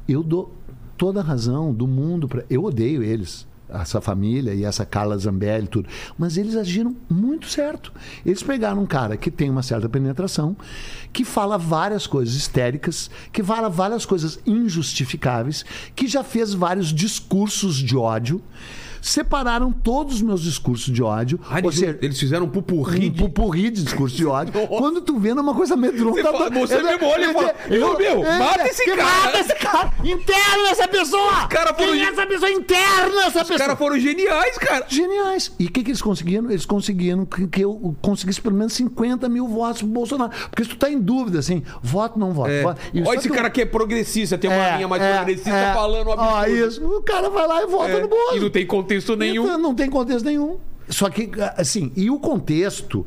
[SPEAKER 3] Eu dou toda a razão do mundo para. Eu odeio eles. Essa família e essa Carla Zambelli e tudo. Mas eles agiram muito certo. Eles pegaram um cara que tem uma certa penetração, que fala várias coisas histéricas, que fala várias coisas injustificáveis, que já fez vários discursos de ódio. Separaram todos os meus discursos de ódio.
[SPEAKER 1] Ah,
[SPEAKER 3] ou
[SPEAKER 1] eles,
[SPEAKER 3] seja,
[SPEAKER 1] eles fizeram um pupurri.
[SPEAKER 3] um
[SPEAKER 1] de-
[SPEAKER 3] pupurri de discurso de ódio.
[SPEAKER 1] Nossa.
[SPEAKER 3] Quando tu vê numa coisa medronta...
[SPEAKER 1] Você fala, você mesmo olha e fala, meu, meu, mata esse
[SPEAKER 3] é, que
[SPEAKER 1] cara.
[SPEAKER 3] Mata esse cara! Interna essa pessoa!
[SPEAKER 1] cara foram
[SPEAKER 3] Quem é
[SPEAKER 1] gen-
[SPEAKER 3] essa pessoa? Interna essa
[SPEAKER 1] Os
[SPEAKER 3] pessoa!
[SPEAKER 1] caras foram geniais, cara.
[SPEAKER 3] Geniais. E o que, que eles conseguiram? Eles conseguiram que, que eu conseguisse pelo menos 50 mil votos pro Bolsonaro. Porque se tu tá em dúvida, assim, voto, não voto.
[SPEAKER 1] É.
[SPEAKER 3] voto. E só
[SPEAKER 1] Olha esse
[SPEAKER 3] que eu-
[SPEAKER 1] cara que é progressista, tem uma
[SPEAKER 3] É,
[SPEAKER 1] linha mais
[SPEAKER 3] é,
[SPEAKER 1] progressista
[SPEAKER 3] é.
[SPEAKER 1] falando um
[SPEAKER 3] Ó,
[SPEAKER 1] absurdo.
[SPEAKER 3] isso. tá O cara vai lá e vota
[SPEAKER 1] É,
[SPEAKER 3] no Bolsonaro.
[SPEAKER 1] E não tem contexto nenhum.
[SPEAKER 3] Então, não tem contexto nenhum. Só que, assim, e o contexto...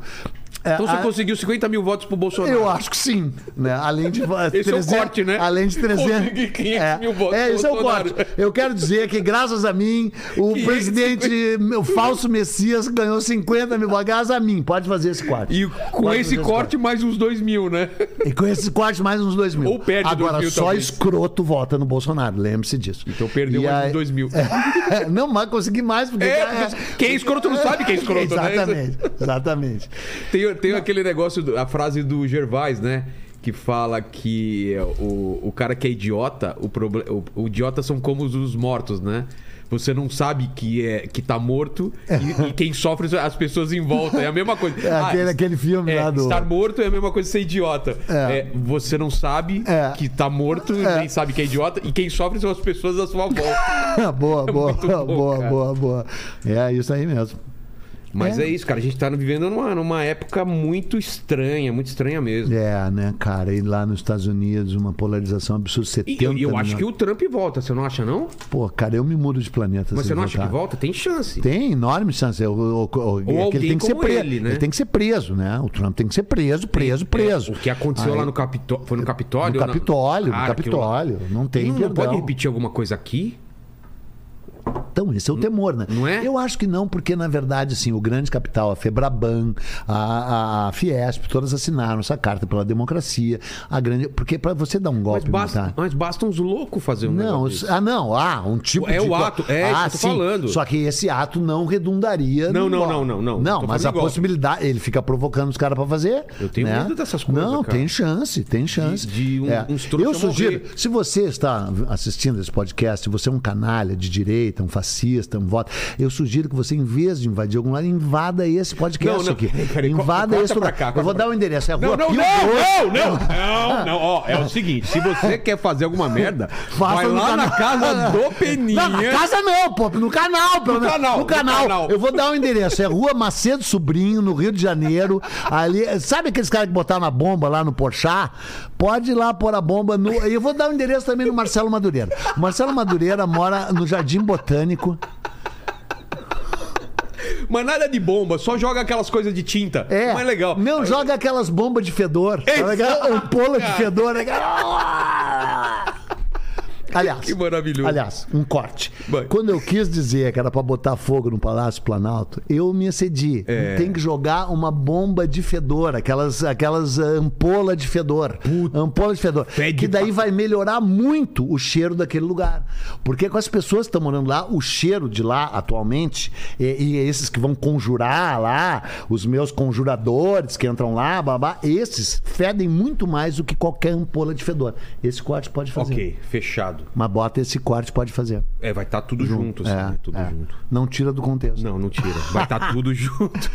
[SPEAKER 3] é,
[SPEAKER 1] Então você
[SPEAKER 3] a-
[SPEAKER 1] conseguiu 50 mil votos pro Bolsonaro.
[SPEAKER 3] eu acho que sim. Né? Além de.
[SPEAKER 1] Esse é o corte, né?
[SPEAKER 3] Além de 300.
[SPEAKER 1] Consegui 500 mil votos
[SPEAKER 3] é,
[SPEAKER 1] pro
[SPEAKER 3] esse é o
[SPEAKER 1] Bolsonaro.
[SPEAKER 3] corte. Eu quero dizer que, graças a mim, o
[SPEAKER 1] 550.
[SPEAKER 3] presidente, meu falso Messias, ganhou 50 mil votos. Graças a mim. Pode fazer esse corte.
[SPEAKER 1] E com
[SPEAKER 3] Pode
[SPEAKER 1] esse
[SPEAKER 3] fazer
[SPEAKER 1] corte, mais uns 2 mil, né?
[SPEAKER 3] E com esse corte, mais uns 2 mil.
[SPEAKER 1] Ou perde
[SPEAKER 3] Agora,
[SPEAKER 1] dois mil,
[SPEAKER 3] só
[SPEAKER 1] talvez.
[SPEAKER 3] escroto vota no Bolsonaro. Lembre-se disso.
[SPEAKER 1] Então perdeu
[SPEAKER 3] E
[SPEAKER 1] mais
[SPEAKER 3] aí- É,
[SPEAKER 1] uns 2 mil.
[SPEAKER 3] Não, mas consegui mais. Porque
[SPEAKER 1] É, quem é escroto não sabe que é escroto, né?
[SPEAKER 3] exatamente, Exatamente.
[SPEAKER 1] Tem, tem aquele negócio, do- a frase do Gervais, né? Que fala que é, o, o cara que é idiota, o, proble- o, o idiota são como os- os mortos, né? Você não sabe que, é, que tá morto e, e quem sofre são as pessoas em volta. É a mesma coisa.
[SPEAKER 3] É aquele- aquele filme
[SPEAKER 1] é,
[SPEAKER 3] lá do-
[SPEAKER 1] Estar morto é a mesma coisa que ser idiota.
[SPEAKER 3] É.
[SPEAKER 1] É, você não sabe
[SPEAKER 3] É.
[SPEAKER 1] que tá morto,
[SPEAKER 3] É.
[SPEAKER 1] nem sabe que é idiota, e quem sofre são as pessoas à sua volta.
[SPEAKER 3] boa, boa,
[SPEAKER 1] É muito bom,
[SPEAKER 3] boa,
[SPEAKER 1] cara.
[SPEAKER 3] boa, boa. É isso aí mesmo.
[SPEAKER 1] Mas é. isso, cara. A gente tá vivendo numa, numa época muito estranha, muito estranha mesmo.
[SPEAKER 3] É, né, cara? E lá nos Estados Unidos, uma polarização absurda. 70
[SPEAKER 1] E eu, eu acho
[SPEAKER 3] milhões.
[SPEAKER 1] que o Trump volta, você não acha, não?
[SPEAKER 3] Pô, cara, eu me mudo de planeta.
[SPEAKER 1] Mas
[SPEAKER 3] se
[SPEAKER 1] você não
[SPEAKER 3] ele
[SPEAKER 1] acha
[SPEAKER 3] voltar.
[SPEAKER 1] que volta? Tem chance.
[SPEAKER 3] Tem enorme chance. O, o, o- é que
[SPEAKER 1] alguém
[SPEAKER 3] ele tem que ser
[SPEAKER 1] como
[SPEAKER 3] preso.
[SPEAKER 1] ele, né? É,
[SPEAKER 3] tem que ser preso, né? O Trump tem que ser preso, preso, preso.
[SPEAKER 1] O que aconteceu
[SPEAKER 3] Aí-
[SPEAKER 1] lá no Capitólio. Foi no
[SPEAKER 3] No
[SPEAKER 1] Capitólio? ou na-
[SPEAKER 3] Capitólio, no
[SPEAKER 1] Cara, aquilo lá-
[SPEAKER 3] Capitólio. Não tem
[SPEAKER 1] Não, não
[SPEAKER 3] perdão.
[SPEAKER 1] pode repetir alguma coisa aqui?
[SPEAKER 3] Então, esse é o temor, né?
[SPEAKER 1] não é?
[SPEAKER 3] Eu acho que não, porque, na verdade, assim, o grande capital, a Febraban, a, a- a Fiesp, todas assinaram essa carta pela democracia. A grande... Porque para você dar um
[SPEAKER 1] Mas
[SPEAKER 3] golpe
[SPEAKER 1] basta,
[SPEAKER 3] militar-
[SPEAKER 1] mas basta uns loucos fazer um
[SPEAKER 3] Não,
[SPEAKER 1] negócio
[SPEAKER 3] os-
[SPEAKER 1] desse.
[SPEAKER 3] ah, não, ah, um tipo
[SPEAKER 1] É
[SPEAKER 3] de...
[SPEAKER 1] o ato, é isso que
[SPEAKER 3] ah,
[SPEAKER 1] eu tô
[SPEAKER 3] sim.
[SPEAKER 1] falando.
[SPEAKER 3] Só que esse ato não redundaria...
[SPEAKER 1] Não,
[SPEAKER 3] num
[SPEAKER 1] não,
[SPEAKER 3] golpe.
[SPEAKER 1] não, não, não. Eu
[SPEAKER 3] Não,
[SPEAKER 1] tô
[SPEAKER 3] mas
[SPEAKER 1] falando
[SPEAKER 3] a
[SPEAKER 1] de golpe.
[SPEAKER 3] possibilidade, ele fica provocando os caras pra fazer.
[SPEAKER 1] Eu tenho
[SPEAKER 3] né?
[SPEAKER 1] medo dessas coisas,
[SPEAKER 3] Não,
[SPEAKER 1] cara.
[SPEAKER 3] tem chance, tem chance. É.
[SPEAKER 1] De- de um- uns trouxa
[SPEAKER 3] Eu sugiro,
[SPEAKER 1] morrer.
[SPEAKER 3] se você está assistindo esse podcast, se você é um canalha de direita, um fascista, um voto, eu sugiro que você, em vez de invadir algum lugar, invada esse podcast
[SPEAKER 1] Não, não,
[SPEAKER 3] aqui.
[SPEAKER 1] peraí, peraí, co-
[SPEAKER 3] invada
[SPEAKER 1] corta
[SPEAKER 3] esse
[SPEAKER 1] pra
[SPEAKER 3] lugar.
[SPEAKER 1] cá, corta
[SPEAKER 3] eu vou
[SPEAKER 1] pra
[SPEAKER 3] dar o endereço. É
[SPEAKER 1] Não,
[SPEAKER 3] Rua
[SPEAKER 1] não, não,
[SPEAKER 3] Pio
[SPEAKER 1] não,
[SPEAKER 3] Doce.
[SPEAKER 1] não, não, não, ó, é o seguinte, se você quer fazer alguma merda,
[SPEAKER 3] Faça
[SPEAKER 1] vai
[SPEAKER 3] no
[SPEAKER 1] lá na
[SPEAKER 3] canal.
[SPEAKER 1] casa do Peninha.
[SPEAKER 3] Não, na casa não, pô, no canal, pelo
[SPEAKER 1] No
[SPEAKER 3] menos.
[SPEAKER 1] canal,
[SPEAKER 3] no
[SPEAKER 1] no
[SPEAKER 3] canal.
[SPEAKER 1] canal.
[SPEAKER 3] Eu vou dar o endereço. É Rua Macedo Sobrinho, no Rio de Janeiro. Ali, sabe aqueles caras que botaram a bomba lá no Porchá? Pode ir lá pôr a bomba no. E eu vou dar o endereço também no Marcelo Madureira. O Marcelo Madureira mora no Jardim Botânico.
[SPEAKER 1] Mas nada de bomba, só joga aquelas coisas de tinta.
[SPEAKER 3] É.
[SPEAKER 1] Mas legal. É.
[SPEAKER 3] Não joga aquelas bombas de fedor. Tá
[SPEAKER 1] Exato,
[SPEAKER 3] Aquela ampola um de
[SPEAKER 1] cara.
[SPEAKER 3] fedor. né? Aliás,
[SPEAKER 1] Que maravilhoso.
[SPEAKER 3] aliás, um corte.
[SPEAKER 1] Vai.
[SPEAKER 3] Quando eu quis dizer que era pra botar fogo no Palácio Planalto, eu me excedi.
[SPEAKER 1] É.
[SPEAKER 3] Tem que jogar uma bomba de fedor, aquelas, aquelas ah, ampola de fedor. Ampola de fedor.
[SPEAKER 1] Fede
[SPEAKER 3] que daí
[SPEAKER 1] pra
[SPEAKER 3] vai melhorar muito o cheiro daquele lugar. Porque com as pessoas que estão morando lá, o cheiro de lá atualmente, e, e esses que vão conjurar lá, os meus conjuradores que entram lá, babá, esses fedem muito mais do que qualquer ampola de fedor. Esse corte pode fazer.
[SPEAKER 1] Ok, fechado.
[SPEAKER 3] Mas bota esse corte, pode fazer.
[SPEAKER 1] É, vai estar tudo junto, assim,
[SPEAKER 3] é,
[SPEAKER 1] né? tudo junto.
[SPEAKER 3] Não tira do contexto.
[SPEAKER 1] Não, não tira. Vai estar tudo junto.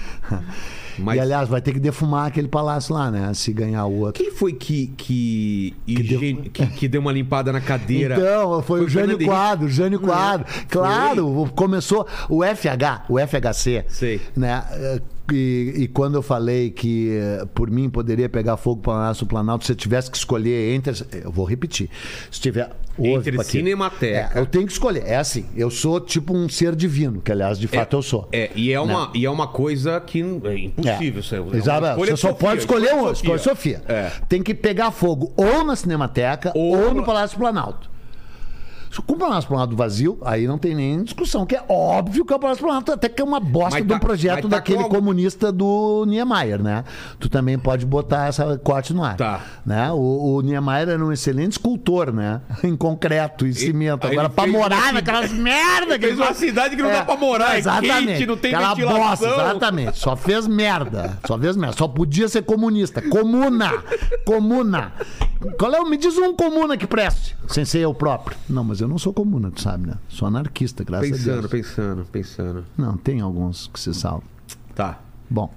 [SPEAKER 1] Mas
[SPEAKER 3] E aliás, vai ter que defumar aquele palácio lá, né? Se ganhar o outro.
[SPEAKER 1] quem foi que que, higiene- que, que deu uma limpada na cadeira?
[SPEAKER 3] Então, foi, o Jânio
[SPEAKER 1] Fernando Henrique.
[SPEAKER 3] Quadro, Jânio
[SPEAKER 1] Não, é?
[SPEAKER 3] Quadro. Claro, começou o FH, o FHC.
[SPEAKER 1] Sei.
[SPEAKER 3] Né? E, e quando eu falei que eh, por mim poderia pegar fogo para o Palácio Planalto, se eu tivesse que escolher entre. Eu vou repetir. Se tiver. ouve,
[SPEAKER 1] Entre
[SPEAKER 3] Paquito.
[SPEAKER 1] Cinemateca.
[SPEAKER 3] É, eu tenho que escolher. É assim, eu sou tipo um ser divino, que aliás, de fato, eu sou.
[SPEAKER 1] É, e é, uma, e é uma coisa que é impossível. isso é uma
[SPEAKER 3] Exato.
[SPEAKER 1] escolha
[SPEAKER 3] Você
[SPEAKER 1] de
[SPEAKER 3] só
[SPEAKER 1] Sofia,
[SPEAKER 3] pode escolher
[SPEAKER 1] escolha
[SPEAKER 3] um.
[SPEAKER 1] de
[SPEAKER 3] Escolhe Sofia.
[SPEAKER 1] É.
[SPEAKER 3] Tem que pegar fogo ou na Cinemateca
[SPEAKER 1] Ou
[SPEAKER 3] ou,
[SPEAKER 1] no
[SPEAKER 3] no Palácio Planalto. Se Com o Palácio Planalto vazio, aí não tem nem discussão, que é óbvio que é o Palácio Planalto, até que é uma bosta
[SPEAKER 1] Mas
[SPEAKER 3] de
[SPEAKER 1] tá-
[SPEAKER 3] um
[SPEAKER 1] mas
[SPEAKER 3] projeto
[SPEAKER 1] tá
[SPEAKER 3] daquele
[SPEAKER 1] com algum-
[SPEAKER 3] comunista do Niemeyer, né? Tu também pode botar essa corte no ar.
[SPEAKER 1] Tá.
[SPEAKER 3] Né? O, o Niemeyer era um excelente escultor, né? Em concreto, em cimento.
[SPEAKER 1] aí
[SPEAKER 3] Agora,
[SPEAKER 1] ele
[SPEAKER 3] pra
[SPEAKER 1] fez uma
[SPEAKER 3] morar
[SPEAKER 1] cida-
[SPEAKER 3] naquelas merda que
[SPEAKER 1] Fez uma cidade que não dá pra morar, é quente, não tem
[SPEAKER 3] Aquela
[SPEAKER 1] ventilação.
[SPEAKER 3] bosta, exatamente. Só fez merda. Só fez merda. Só podia ser comunista. Comuna. Comuna. Qual é o... Me diz um comuna que preste, sem ser eu próprio. Não, mas eu não sou comuna, tu sabe, né? Sou anarquista, graças a
[SPEAKER 1] Pensando,
[SPEAKER 3] Deus.
[SPEAKER 1] pensando, pensando.
[SPEAKER 3] Não, tem alguns que se salvam.
[SPEAKER 1] Tá.
[SPEAKER 3] Bom,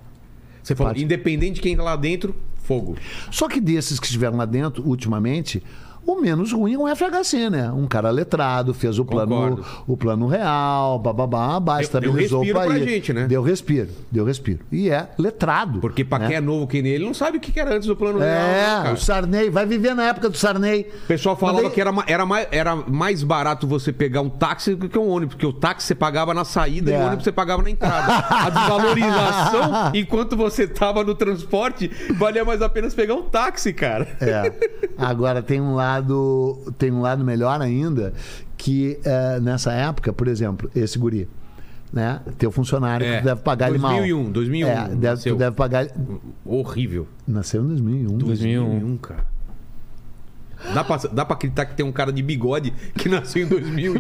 [SPEAKER 1] Você falou,
[SPEAKER 3] Pode.
[SPEAKER 1] independente de quem tá lá dentro, fogo.
[SPEAKER 3] Só que desses que estiveram lá dentro, ultimamente, o menos ruim é um FHC, né? Um cara letrado, fez o plano,
[SPEAKER 1] Concordo.
[SPEAKER 3] o plano real, bababá, babá, estabilizou
[SPEAKER 1] deu respiro
[SPEAKER 3] o
[SPEAKER 1] pra
[SPEAKER 3] país.
[SPEAKER 1] gente, né?
[SPEAKER 3] Deu respiro, deu respiro. E é letrado.
[SPEAKER 1] Porque pra
[SPEAKER 3] né?
[SPEAKER 1] quem é novo que nem ele, não sabe o que que era antes do plano real. não,
[SPEAKER 3] É,
[SPEAKER 1] cara.
[SPEAKER 3] o Sarney, vai viver na época do Sarney.
[SPEAKER 1] O pessoal falava
[SPEAKER 3] Mas daí-
[SPEAKER 1] que era, ma- era, mais, era mais barato você pegar um táxi do que um ônibus, porque o táxi você pagava na saída e
[SPEAKER 3] É.
[SPEAKER 1] o ônibus você pagava na entrada. A desvalorização, enquanto você tava no transporte, valia mais a pena você pegar um táxi, cara.
[SPEAKER 3] É. Agora tem um lado, tem um lado melhor ainda que eh, nessa época, por exemplo, esse guri, né? Teu funcionário
[SPEAKER 1] É.
[SPEAKER 3] que tu deve pagar ele mal.
[SPEAKER 1] 2001, 2001
[SPEAKER 3] É, deve,
[SPEAKER 1] nasceu.
[SPEAKER 3] tu deve pagar ele-
[SPEAKER 1] Horrível.
[SPEAKER 3] Nasceu em 2001.
[SPEAKER 2] 2001.
[SPEAKER 1] cara. Dá pra, dá pra acreditar que tem um cara de bigode que nasceu em 2001.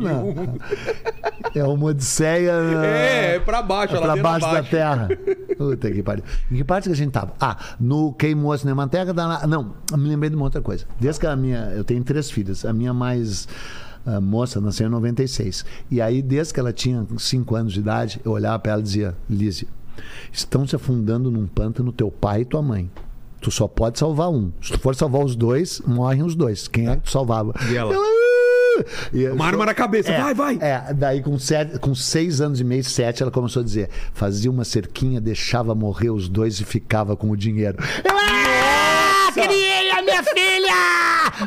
[SPEAKER 3] É uma odisseia. né?
[SPEAKER 1] É, é pra baixo,
[SPEAKER 3] Ah. é
[SPEAKER 1] a
[SPEAKER 3] pra
[SPEAKER 1] ladeira
[SPEAKER 3] baixo da
[SPEAKER 1] abaixo.
[SPEAKER 3] terra. Puta que pariu. Em que parte que a gente tava? Ah, no queimou a Cinemateca da. na- Não, eu me lembrei de uma outra coisa. Desde que a minha. Eu tenho três filhas. A minha mais. ah, moça nasceu em 96. E aí, desde que ela tinha 5 anos de idade, eu olhava pra ela e dizia: Lise, estão se afundando num pântano teu pai e tua mãe. Tu só pode salvar um. Se tu for salvar os dois, morrem os dois. Quem é que tu salvava?
[SPEAKER 1] E ela?
[SPEAKER 3] "Ah!" E eu-
[SPEAKER 1] Uma arma na cabeça,
[SPEAKER 3] é,
[SPEAKER 1] vai, vai.
[SPEAKER 3] É, daí com, sete, com seis anos e meio, sete, ela começou a dizer: fazia uma cerquinha, deixava morrer os dois e ficava com o dinheiro. Eu "Ah, criei a minha filha!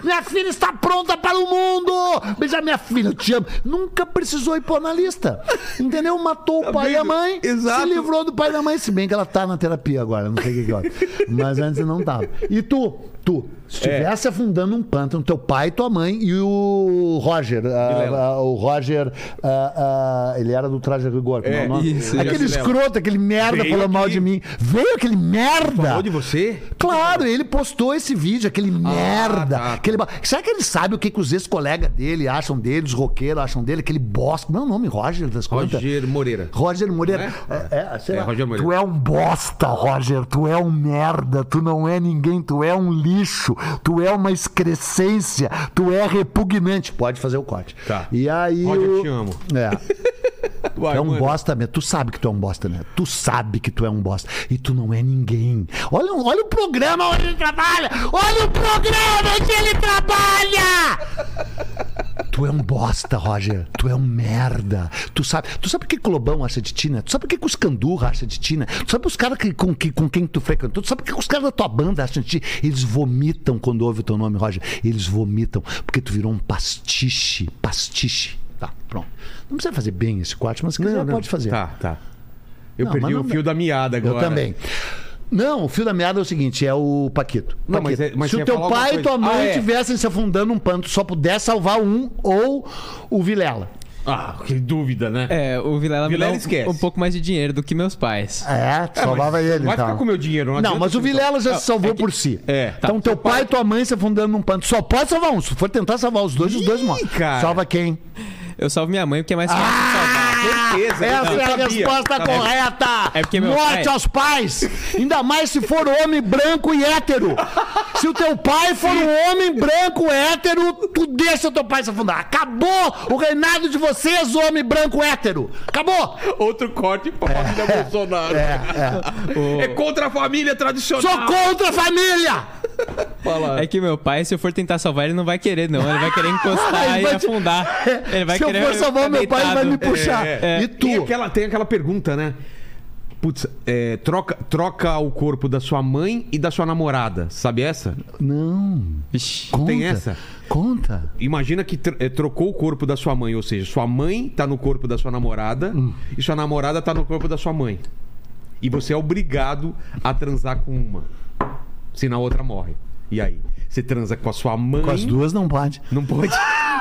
[SPEAKER 3] Minha filha está pronta para o mundo! Beija minha filha, eu te amo. Nunca precisou ir pro analista. Entendeu? Matou o pai e a
[SPEAKER 1] vendo?
[SPEAKER 3] mãe,
[SPEAKER 1] Exato.
[SPEAKER 3] se livrou do pai e da mãe. Se bem que ela tá na terapia agora, não sei o que que hora. Mas antes não tava. E tu? Tu, se
[SPEAKER 1] É.
[SPEAKER 3] estivesse afundando um pântano, teu pai, tua mãe e o Roger, a-
[SPEAKER 1] Vilela.
[SPEAKER 3] ah, o Roger, ah, ah, ele era do Traje a Rigor. como é o nome?
[SPEAKER 2] isso,
[SPEAKER 3] aquele
[SPEAKER 1] isso.
[SPEAKER 3] escroto, aquele merda,
[SPEAKER 1] Veio
[SPEAKER 3] falou mal
[SPEAKER 1] aqui.
[SPEAKER 3] de mim. Veio aquele merda!
[SPEAKER 1] Falou de você? Ah,
[SPEAKER 3] Claro, ele postou esse vídeo, aquele merda.
[SPEAKER 1] tá.
[SPEAKER 3] Aquele... ba- Será que ele sabe o que, que os ex-colegas dele acham dele, os roqueiros acham dele, aquele bosta? Não é o nome Roger das contas?
[SPEAKER 1] Roger Moreira.
[SPEAKER 3] Roger Moreira.
[SPEAKER 1] Não é?
[SPEAKER 3] É, é, sei
[SPEAKER 1] É,
[SPEAKER 3] lá.
[SPEAKER 1] Roger Moreira.
[SPEAKER 3] Tu é um bosta, Roger. Tu é um merda. Tu não é ninguém. Tu é um lixo. Tu é uma excrescência. Tu é repugnante. Pode fazer o corte.
[SPEAKER 1] Tá.
[SPEAKER 3] E aí.
[SPEAKER 1] Roger,
[SPEAKER 3] o...
[SPEAKER 1] te amo.
[SPEAKER 3] É.
[SPEAKER 1] Vai,
[SPEAKER 3] Tu é um
[SPEAKER 1] manda.
[SPEAKER 3] bosta mesmo. Tu sabe que tu é um bosta, né? Tu sabe que tu é um bosta. E tu não é ninguém. Olha, olha o programa onde ele trabalha! Olha o programa onde ele trabalha! Tu é um bosta, Roger. Tu é um merda. Tu sabe, tu sabe o que que o Lobão acha de ti, né? Tu sabe o que que os candurra acham de ti, né? Tu sabe os caras que, com, que- com quem tu frequentou? Tu sabe o que que os caras da tua banda acham de ti? Eles vomitam quando ouvem o teu nome, Roger. Eles vomitam porque tu virou um pastiche. Pastiche. Tá, pronto. Não precisa fazer bem esse quarto, mas se quiser pode fazer.
[SPEAKER 1] Tá, tá. Eu
[SPEAKER 3] Não,
[SPEAKER 1] perdi
[SPEAKER 3] mas
[SPEAKER 1] o
[SPEAKER 3] não-
[SPEAKER 1] fio da miada
[SPEAKER 3] Eu
[SPEAKER 1] agora.
[SPEAKER 3] também. Não, o fio da meada é o seguinte, é o Paquito.
[SPEAKER 1] Não, mas
[SPEAKER 3] Paquito,
[SPEAKER 1] é- mas você
[SPEAKER 3] se o
[SPEAKER 1] ia
[SPEAKER 3] teu
[SPEAKER 1] falar alguma
[SPEAKER 3] pai e
[SPEAKER 1] coisa.
[SPEAKER 3] tua mãe
[SPEAKER 1] Ah, é.
[SPEAKER 3] estivessem se afundando num panto, só puder salvar um ou o Vilela.
[SPEAKER 1] Ah, que dúvida, né?
[SPEAKER 2] É, o Vilela, me
[SPEAKER 1] Vilela
[SPEAKER 2] dá um-
[SPEAKER 1] esquece.
[SPEAKER 2] um, pouco mais de dinheiro do que meus pais.
[SPEAKER 3] É, tu salvava ele,
[SPEAKER 1] Vai
[SPEAKER 3] então.
[SPEAKER 1] ficar com o meu dinheiro.
[SPEAKER 3] Não,
[SPEAKER 1] adianta
[SPEAKER 3] mas o
[SPEAKER 1] você-
[SPEAKER 3] Vilela já se salvou por si.
[SPEAKER 1] É, tá.
[SPEAKER 3] Então teu
[SPEAKER 1] Seu pai-
[SPEAKER 3] pai e tua mãe se afundando num panto. Só pode salvar um. Se for tentar salvar os dois, os dois morrem.
[SPEAKER 1] cara.
[SPEAKER 3] Salva quem?
[SPEAKER 2] Eu salvo minha mãe porque é mais
[SPEAKER 1] Ah,
[SPEAKER 2] fácil de salvar.
[SPEAKER 1] Certeza,
[SPEAKER 3] Essa
[SPEAKER 1] não,
[SPEAKER 3] é a
[SPEAKER 1] Ah, sabia, tá
[SPEAKER 3] resposta
[SPEAKER 1] sabia.
[SPEAKER 3] correta.
[SPEAKER 2] É porque meu
[SPEAKER 3] Morte
[SPEAKER 2] pai-
[SPEAKER 3] aos pais. Ainda mais se for homem branco e hétero. Se o teu pai for um homem branco hétero, tu deixa o teu pai se afundar. Acabou o reinado de vocês, homem branco hétero. Acabou.
[SPEAKER 1] É Outro corte pra família Bolsonaro. É, contra a família tradicional.
[SPEAKER 3] Sou contra a família.
[SPEAKER 1] Fala.
[SPEAKER 2] É que meu pai, se eu for tentar salvar, ele não vai querer, não. Ele vai querer
[SPEAKER 3] Ah,
[SPEAKER 2] encostar
[SPEAKER 3] ele
[SPEAKER 2] e
[SPEAKER 3] vai te-
[SPEAKER 2] afundar. Ele vai
[SPEAKER 3] se eu
[SPEAKER 2] querer
[SPEAKER 3] for salvar
[SPEAKER 2] ficar
[SPEAKER 3] meu pai, ele vai me
[SPEAKER 2] deitado.
[SPEAKER 3] puxar.
[SPEAKER 1] É,
[SPEAKER 3] E tu?
[SPEAKER 1] Tem aquela, tem aquela pergunta, né? Putz, é, troca, troca o corpo da sua mãe e da sua namorada. Sabe essa?
[SPEAKER 3] Não.
[SPEAKER 2] É. Vixe.
[SPEAKER 3] Conta.
[SPEAKER 1] essa?
[SPEAKER 3] Conta.
[SPEAKER 1] Imagina que tr- eh, trocou o corpo da sua mãe, ou seja, sua mãe tá no corpo da sua namorada
[SPEAKER 3] Hum.
[SPEAKER 1] e sua namorada tá no corpo da sua mãe. E você é obrigado a transar com uma. Senão a outra morre. E aí? Você transa com a sua mãe.
[SPEAKER 3] Com as duas não pode.
[SPEAKER 1] Não pode.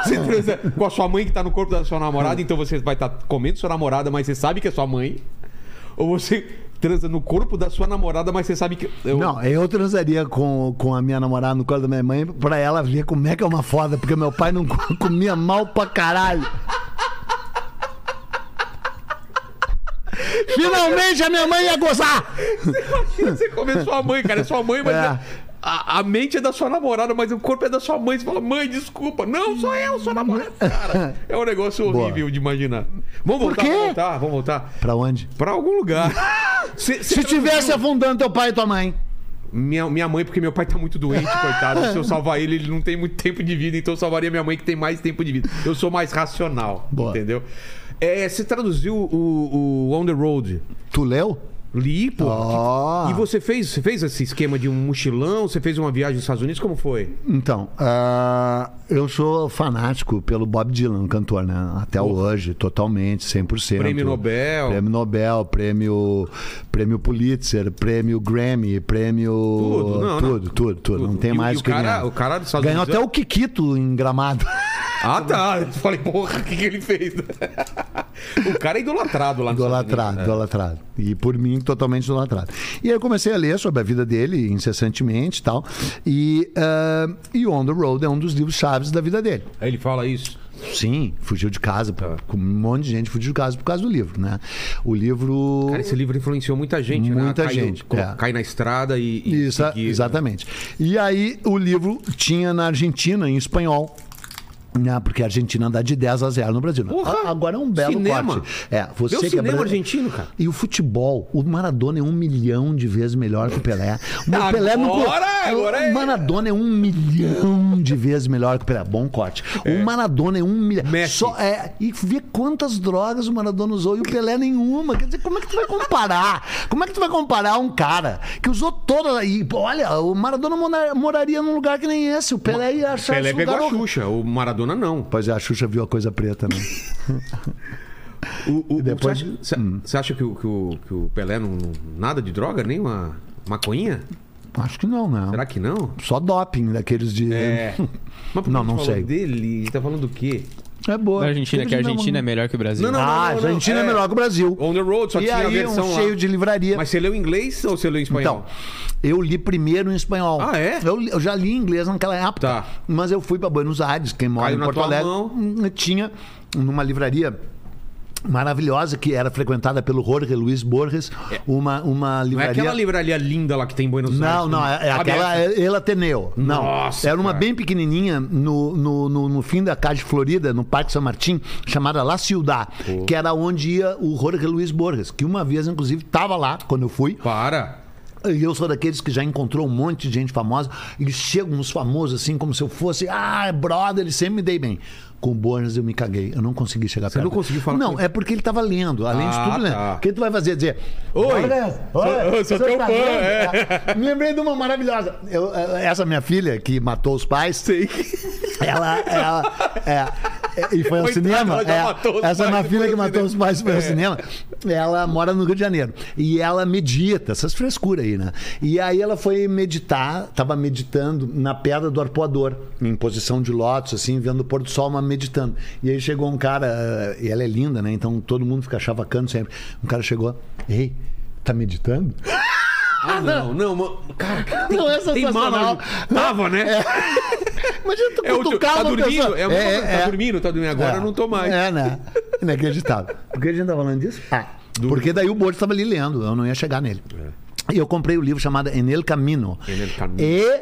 [SPEAKER 1] Você transa com a sua mãe que tá no corpo da sua namorada, então você vai estar comendo sua namorada, mas você sabe que é sua mãe. Ou você transa no corpo da sua namorada, mas você sabe que. eu-
[SPEAKER 3] Não, eu transaria com, com a minha namorada no colo da minha mãe pra ela ver como é que é uma foda, porque meu pai não co- comia mal pra caralho. Finalmente a minha mãe ia gozar!
[SPEAKER 1] Imagina você comer sua mãe, cara. É sua mãe, mas.
[SPEAKER 3] É.
[SPEAKER 1] A, a mente é da sua namorada, mas o corpo é da sua mãe. Você fala, mãe, desculpa. Não, sou eu, sou namorada. Cara, é um negócio
[SPEAKER 3] Boa.
[SPEAKER 1] horrível de imaginar. Vamos voltar,
[SPEAKER 3] quê?
[SPEAKER 1] vamos voltar, vamos voltar.
[SPEAKER 3] Pra onde?
[SPEAKER 1] Pra algum lugar. Cê- cê
[SPEAKER 3] Se tivesse
[SPEAKER 1] traduziu-
[SPEAKER 3] afundando teu pai e tua mãe.
[SPEAKER 1] Minha, minha mãe, porque meu pai tá muito doente, coitado. Se eu salvar ele, ele não tem muito tempo de vida, então eu salvaria minha mãe, que tem mais tempo de vida. Eu sou mais racional,
[SPEAKER 3] Boa.
[SPEAKER 1] entendeu? É, você traduziu o, o On the Road.
[SPEAKER 3] Tu leu?
[SPEAKER 1] Li, pô.
[SPEAKER 3] Ah.
[SPEAKER 1] E você fez, você fez esse esquema de um mochilão? Você fez uma viagem nos Estados Unidos? Como foi?
[SPEAKER 3] Então, ah, eu sou fanático pelo Bob Dylan, cantor, né? Até hoje, totalmente, 100%.
[SPEAKER 1] Prêmio Nobel.
[SPEAKER 3] Prêmio Nobel, prêmio, prêmio Pulitzer, prêmio Grammy, prêmio...
[SPEAKER 1] Tudo, não, não.
[SPEAKER 3] tudo, tudo, tudo. Não
[SPEAKER 1] Tudo.
[SPEAKER 3] tem
[SPEAKER 1] E o-
[SPEAKER 3] mais
[SPEAKER 1] e o
[SPEAKER 3] o que
[SPEAKER 1] cara-
[SPEAKER 3] ganhar.
[SPEAKER 1] o cara dos Estados
[SPEAKER 3] Ganhou
[SPEAKER 1] Unidos
[SPEAKER 3] até
[SPEAKER 1] é-
[SPEAKER 3] o Kikito em Gramado.
[SPEAKER 1] Ah, tá. Eu falei, porra, o que, que ele fez? o cara é idolatrado lá no É.
[SPEAKER 3] Idolatrado,
[SPEAKER 1] né?
[SPEAKER 3] idolatrado. E por mim, totalmente idolatrado. E aí eu comecei a ler sobre a vida dele incessantemente e tal. E, ah, e On the Road é um dos livros chaves da vida dele.
[SPEAKER 1] Aí ele fala isso.
[SPEAKER 3] Sim, fugiu de casa.
[SPEAKER 1] Tá.
[SPEAKER 3] por- Com um monte de gente fugiu de casa por causa do livro, né? O livro.
[SPEAKER 1] Cara, esse livro influenciou muita gente, né?
[SPEAKER 3] Muita
[SPEAKER 1] Caiu-
[SPEAKER 3] gente,
[SPEAKER 1] co-
[SPEAKER 3] é.
[SPEAKER 1] Cai na estrada e. e
[SPEAKER 3] Isso,
[SPEAKER 1] seguir, né?
[SPEAKER 3] exatamente. E aí o livro tinha na Argentina, em espanhol. né? Porque a Argentina dá de 10 a 0 no Brasil. né?
[SPEAKER 1] Porra!
[SPEAKER 3] A- Agora é um belo
[SPEAKER 1] Cinema!
[SPEAKER 3] corte. É,
[SPEAKER 1] Vê
[SPEAKER 3] você
[SPEAKER 1] o
[SPEAKER 3] que é
[SPEAKER 1] cinema
[SPEAKER 3] brasileiro-
[SPEAKER 1] argentino, cara.
[SPEAKER 3] E o futebol, o Maradona é um milhão de vezes melhor que o Pelé. O
[SPEAKER 1] Agora,
[SPEAKER 3] Pelé não-
[SPEAKER 1] agora é-
[SPEAKER 3] O Maradona é um milhão de vezes melhor que o Pelé. Bom corte. O Maradona é um milhão.
[SPEAKER 1] Messi.
[SPEAKER 3] Só é, e vê quantas drogas o Maradona usou e o Pelé nenhuma. Quer dizer, como é que tu vai comparar? Como é que tu vai comparar um cara que usou toda e olha, o Maradona mora- moraria num lugar que nem esse. O Pelé ia achar
[SPEAKER 1] Pelé
[SPEAKER 3] esse
[SPEAKER 1] pegou
[SPEAKER 3] lugar
[SPEAKER 1] a
[SPEAKER 3] horrível.
[SPEAKER 1] Xuxa, o Maradona não.
[SPEAKER 3] Pois é, a Xuxa viu a coisa preta, né?
[SPEAKER 1] O, o-
[SPEAKER 3] depois- Hum.
[SPEAKER 1] Você acha, cê- cê acha que, o, que, o, que o Pelé não, não- Nada de droga? Nem uma maconhinha?
[SPEAKER 3] Acho que não, né?
[SPEAKER 1] Será que É. não?
[SPEAKER 3] Só doping daqueles de.
[SPEAKER 1] Mas por que
[SPEAKER 3] Não,
[SPEAKER 1] a gente
[SPEAKER 3] não
[SPEAKER 1] falou
[SPEAKER 3] sei.
[SPEAKER 1] dele? Ele tá falando do quê?
[SPEAKER 3] É boa.
[SPEAKER 2] Na Argentina, que a Argentina é melhor que o Brasil.
[SPEAKER 1] Não, não.
[SPEAKER 3] ah, a Argentina é,
[SPEAKER 1] é.
[SPEAKER 3] melhor que o Brasil.
[SPEAKER 1] On the road, só
[SPEAKER 3] e
[SPEAKER 1] tinha
[SPEAKER 3] aí,
[SPEAKER 1] a versão
[SPEAKER 3] um
[SPEAKER 1] lá.
[SPEAKER 3] cheio de livraria.
[SPEAKER 1] Mas você leu em inglês ou você leu em espanhol?
[SPEAKER 3] Então, eu li primeiro em espanhol.
[SPEAKER 1] Ah, é?
[SPEAKER 3] Eu, li- eu já li em inglês naquela época.
[SPEAKER 1] Tá.
[SPEAKER 3] Mas eu fui pra Buenos Aires, quem mora
[SPEAKER 1] Caiu
[SPEAKER 3] em
[SPEAKER 1] na
[SPEAKER 3] Porto
[SPEAKER 1] tua
[SPEAKER 3] Alegre.
[SPEAKER 1] mão.
[SPEAKER 3] hum, Tinha numa livraria maravilhosa que era frequentada pelo Jorge Luiz Borges, uma, uma
[SPEAKER 1] não é
[SPEAKER 3] livraria...
[SPEAKER 1] aquela livraria linda lá que tem em Buenos
[SPEAKER 3] Não,
[SPEAKER 1] Aires? né?
[SPEAKER 3] não, é, é aquela
[SPEAKER 1] Aberta.
[SPEAKER 3] é, El Ateneu. Não.
[SPEAKER 1] Nossa,
[SPEAKER 3] Era uma
[SPEAKER 1] cara.
[SPEAKER 3] bem pequenininha no, no, no, no fim da Cade Florida, no Parque São Martim, chamada La Ciudad, que era onde ia o Jorge Luiz Borges, que uma vez, inclusive, estava lá quando eu fui.
[SPEAKER 1] Para.
[SPEAKER 3] E eu sou daqueles que já encontrou um monte de gente famosa e chegam uns famosos assim, como se eu fosse, ah, brother, ele sempre me dei bem. Com o Borges eu me caguei, eu não consegui chegar Você
[SPEAKER 1] não conseguiu falar
[SPEAKER 3] Não,
[SPEAKER 1] com
[SPEAKER 3] é porque ele tava lendo, além de
[SPEAKER 1] Ah,
[SPEAKER 3] tudo lendo.
[SPEAKER 1] tá.
[SPEAKER 3] O que tu vai fazer? Dizer,
[SPEAKER 1] Oi,
[SPEAKER 3] Borges,
[SPEAKER 1] sou- eu sou
[SPEAKER 3] você
[SPEAKER 1] teu fã,
[SPEAKER 3] lendo?"
[SPEAKER 1] é.
[SPEAKER 3] Me lembrei de uma maravilhosa. Eu, eh, essa minha filha que matou os pais,
[SPEAKER 1] Sei.
[SPEAKER 3] ela, ela, é, e foi ao
[SPEAKER 1] Coitada,
[SPEAKER 3] cinema.
[SPEAKER 1] ela já
[SPEAKER 3] é,
[SPEAKER 1] matou os
[SPEAKER 3] essa
[SPEAKER 1] pais
[SPEAKER 3] minha
[SPEAKER 1] e
[SPEAKER 3] filha
[SPEAKER 1] foi
[SPEAKER 3] que
[SPEAKER 1] ao
[SPEAKER 3] matou
[SPEAKER 1] cinema.
[SPEAKER 3] os pais foi ao
[SPEAKER 1] É.
[SPEAKER 3] cinema. Ela mora no Rio de Janeiro. E ela medita, essas frescuras aí, né? E aí ela foi meditar, tava meditando na pedra do arpoador, em posição de lótus, assim, vendo o pôr do sol, mas meditando. E aí chegou um cara, e ela é linda, né? Então todo mundo fica chavacando sempre. Um cara chegou, ei, tá meditando?
[SPEAKER 1] Ah, não, não, mano. Cara,
[SPEAKER 3] Não é
[SPEAKER 1] tem
[SPEAKER 3] sensacional.
[SPEAKER 1] mala. Tava,
[SPEAKER 3] É,
[SPEAKER 1] né?
[SPEAKER 3] Imagina tu
[SPEAKER 1] É, o
[SPEAKER 3] cutucar
[SPEAKER 1] tá
[SPEAKER 3] uma
[SPEAKER 1] dormindo?
[SPEAKER 3] pessoa.
[SPEAKER 1] É, uma- tá dormindo, tá dormindo. Agora
[SPEAKER 3] É.
[SPEAKER 1] eu não tô mais.
[SPEAKER 3] É, né? Inacreditável. Por que a gente tá falando disso? Ah, porque daí o Boris estava ali lendo, eu não ia chegar nele. E eu comprei o livro chamado En el Camino.
[SPEAKER 1] É. En el Camino.
[SPEAKER 3] E,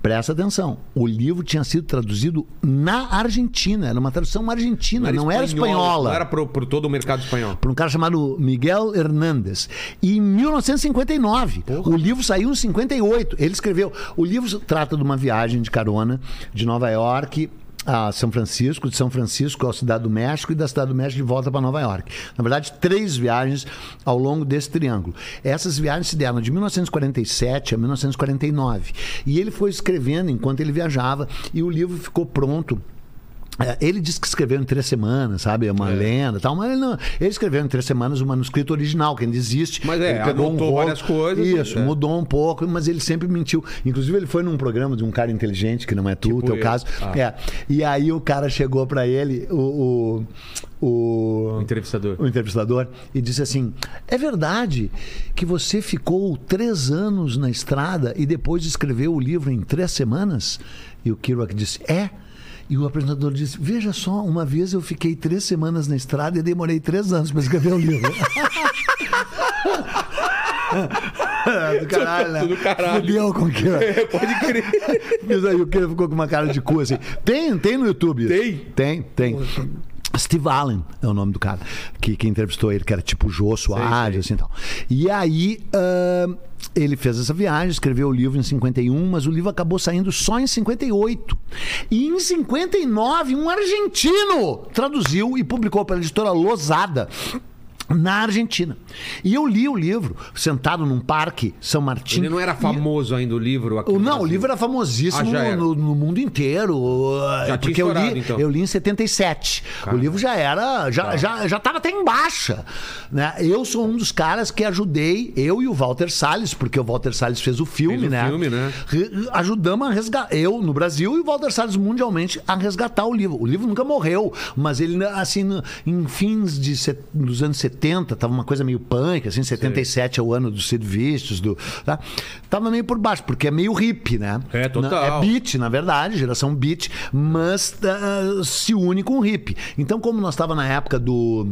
[SPEAKER 3] presta atenção, o livro tinha sido traduzido na Argentina, era uma tradução argentina,
[SPEAKER 1] era
[SPEAKER 3] não era espanhola
[SPEAKER 1] Não era pro, pro todo o mercado espanhol.
[SPEAKER 3] por um cara chamado Miguel Hernandes. E em 1959, o livro saiu em 58. Ele escreveu. O livro trata de uma viagem de carona de Nova York a São Francisco, de São Francisco à Cidade do México e da Cidade do México de volta para Nova York. Na verdade, três viagens ao longo desse triângulo. Essas viagens se deram de 1947 a 1949. E ele foi escrevendo enquanto ele viajava e o livro ficou pronto é, Ele disse que escreveu em três semanas, sabe? É uma lenda e tal, mas ele não. Ele escreveu em três semanas o manuscrito original, que ainda existe.
[SPEAKER 1] Mas é,
[SPEAKER 3] ele pegou um
[SPEAKER 1] anotou
[SPEAKER 3] rolo.
[SPEAKER 1] várias coisas,
[SPEAKER 3] Isso,
[SPEAKER 1] é.
[SPEAKER 3] mudou um pouco, mas ele sempre mentiu. Inclusive, ele foi num programa de um cara inteligente, que não é tu,
[SPEAKER 1] Tipo
[SPEAKER 3] teu
[SPEAKER 1] eu.
[SPEAKER 3] caso.
[SPEAKER 1] Ah.
[SPEAKER 3] É. E aí o cara chegou pra ele, o. o,
[SPEAKER 1] O
[SPEAKER 3] o...
[SPEAKER 1] entrevistador.
[SPEAKER 3] O entrevistador, e disse assim: É verdade que você ficou três anos na estrada e depois escreveu o livro em três semanas? E o Kerouac disse: É. E o apresentador disse: Veja só, uma vez eu fiquei três semanas na estrada e demorei três anos para escrever o livro. do caralho, né?
[SPEAKER 1] Do caralho.
[SPEAKER 3] Fudeu com o Kerouac.
[SPEAKER 1] Pode crer.
[SPEAKER 3] Mas aí o Kira ficou com uma cara de cu assim. Tem, tem no YouTube. isso.
[SPEAKER 1] Tem?
[SPEAKER 3] Tem, tem. Steve Allen é o nome do cara que, que entrevistou ele, que era tipo Jô Soares, assim e tal. E aí ahn, ele fez essa viagem, escreveu o livro em 51, mas o livro acabou saindo só em 58. E em 59, um argentino traduziu e publicou pela editora Losada na Argentina. E eu li o livro sentado num parque São Martinho.
[SPEAKER 1] Ele não era famoso ainda o livro aqui.
[SPEAKER 3] O-
[SPEAKER 1] no
[SPEAKER 3] Não, o
[SPEAKER 1] Brasil.
[SPEAKER 3] livro era famosíssimo
[SPEAKER 1] Ah, já era.
[SPEAKER 3] No, no mundo inteiro.
[SPEAKER 1] Já tinha
[SPEAKER 3] porque eu
[SPEAKER 1] estourado,
[SPEAKER 3] li,
[SPEAKER 1] então. Tá.
[SPEAKER 3] eu li em 77. O livro já era, já, já, já tava até em baixa. Né? Eu sou um dos caras que ajudei, eu e o Walter Salles, porque o Walter Salles fez o filme,
[SPEAKER 1] Fez o
[SPEAKER 3] né?
[SPEAKER 1] filme, né?
[SPEAKER 3] Re- Ajudamos a resgatar, eu no Brasil e o Walter Salles mundialmente, a resgatar o livro. O livro nunca morreu, mas ele, assim, no- em fins de, set- dos anos 70, tava uma coisa meio punk, assim, 77 é o ano dos serviços, do, tá? tava meio por baixo, porque é meio hippie, né?
[SPEAKER 1] É, total.
[SPEAKER 3] Na- É beat, na verdade, geração beat, mas ah, se une com o hippie. Então, como nós tava na época do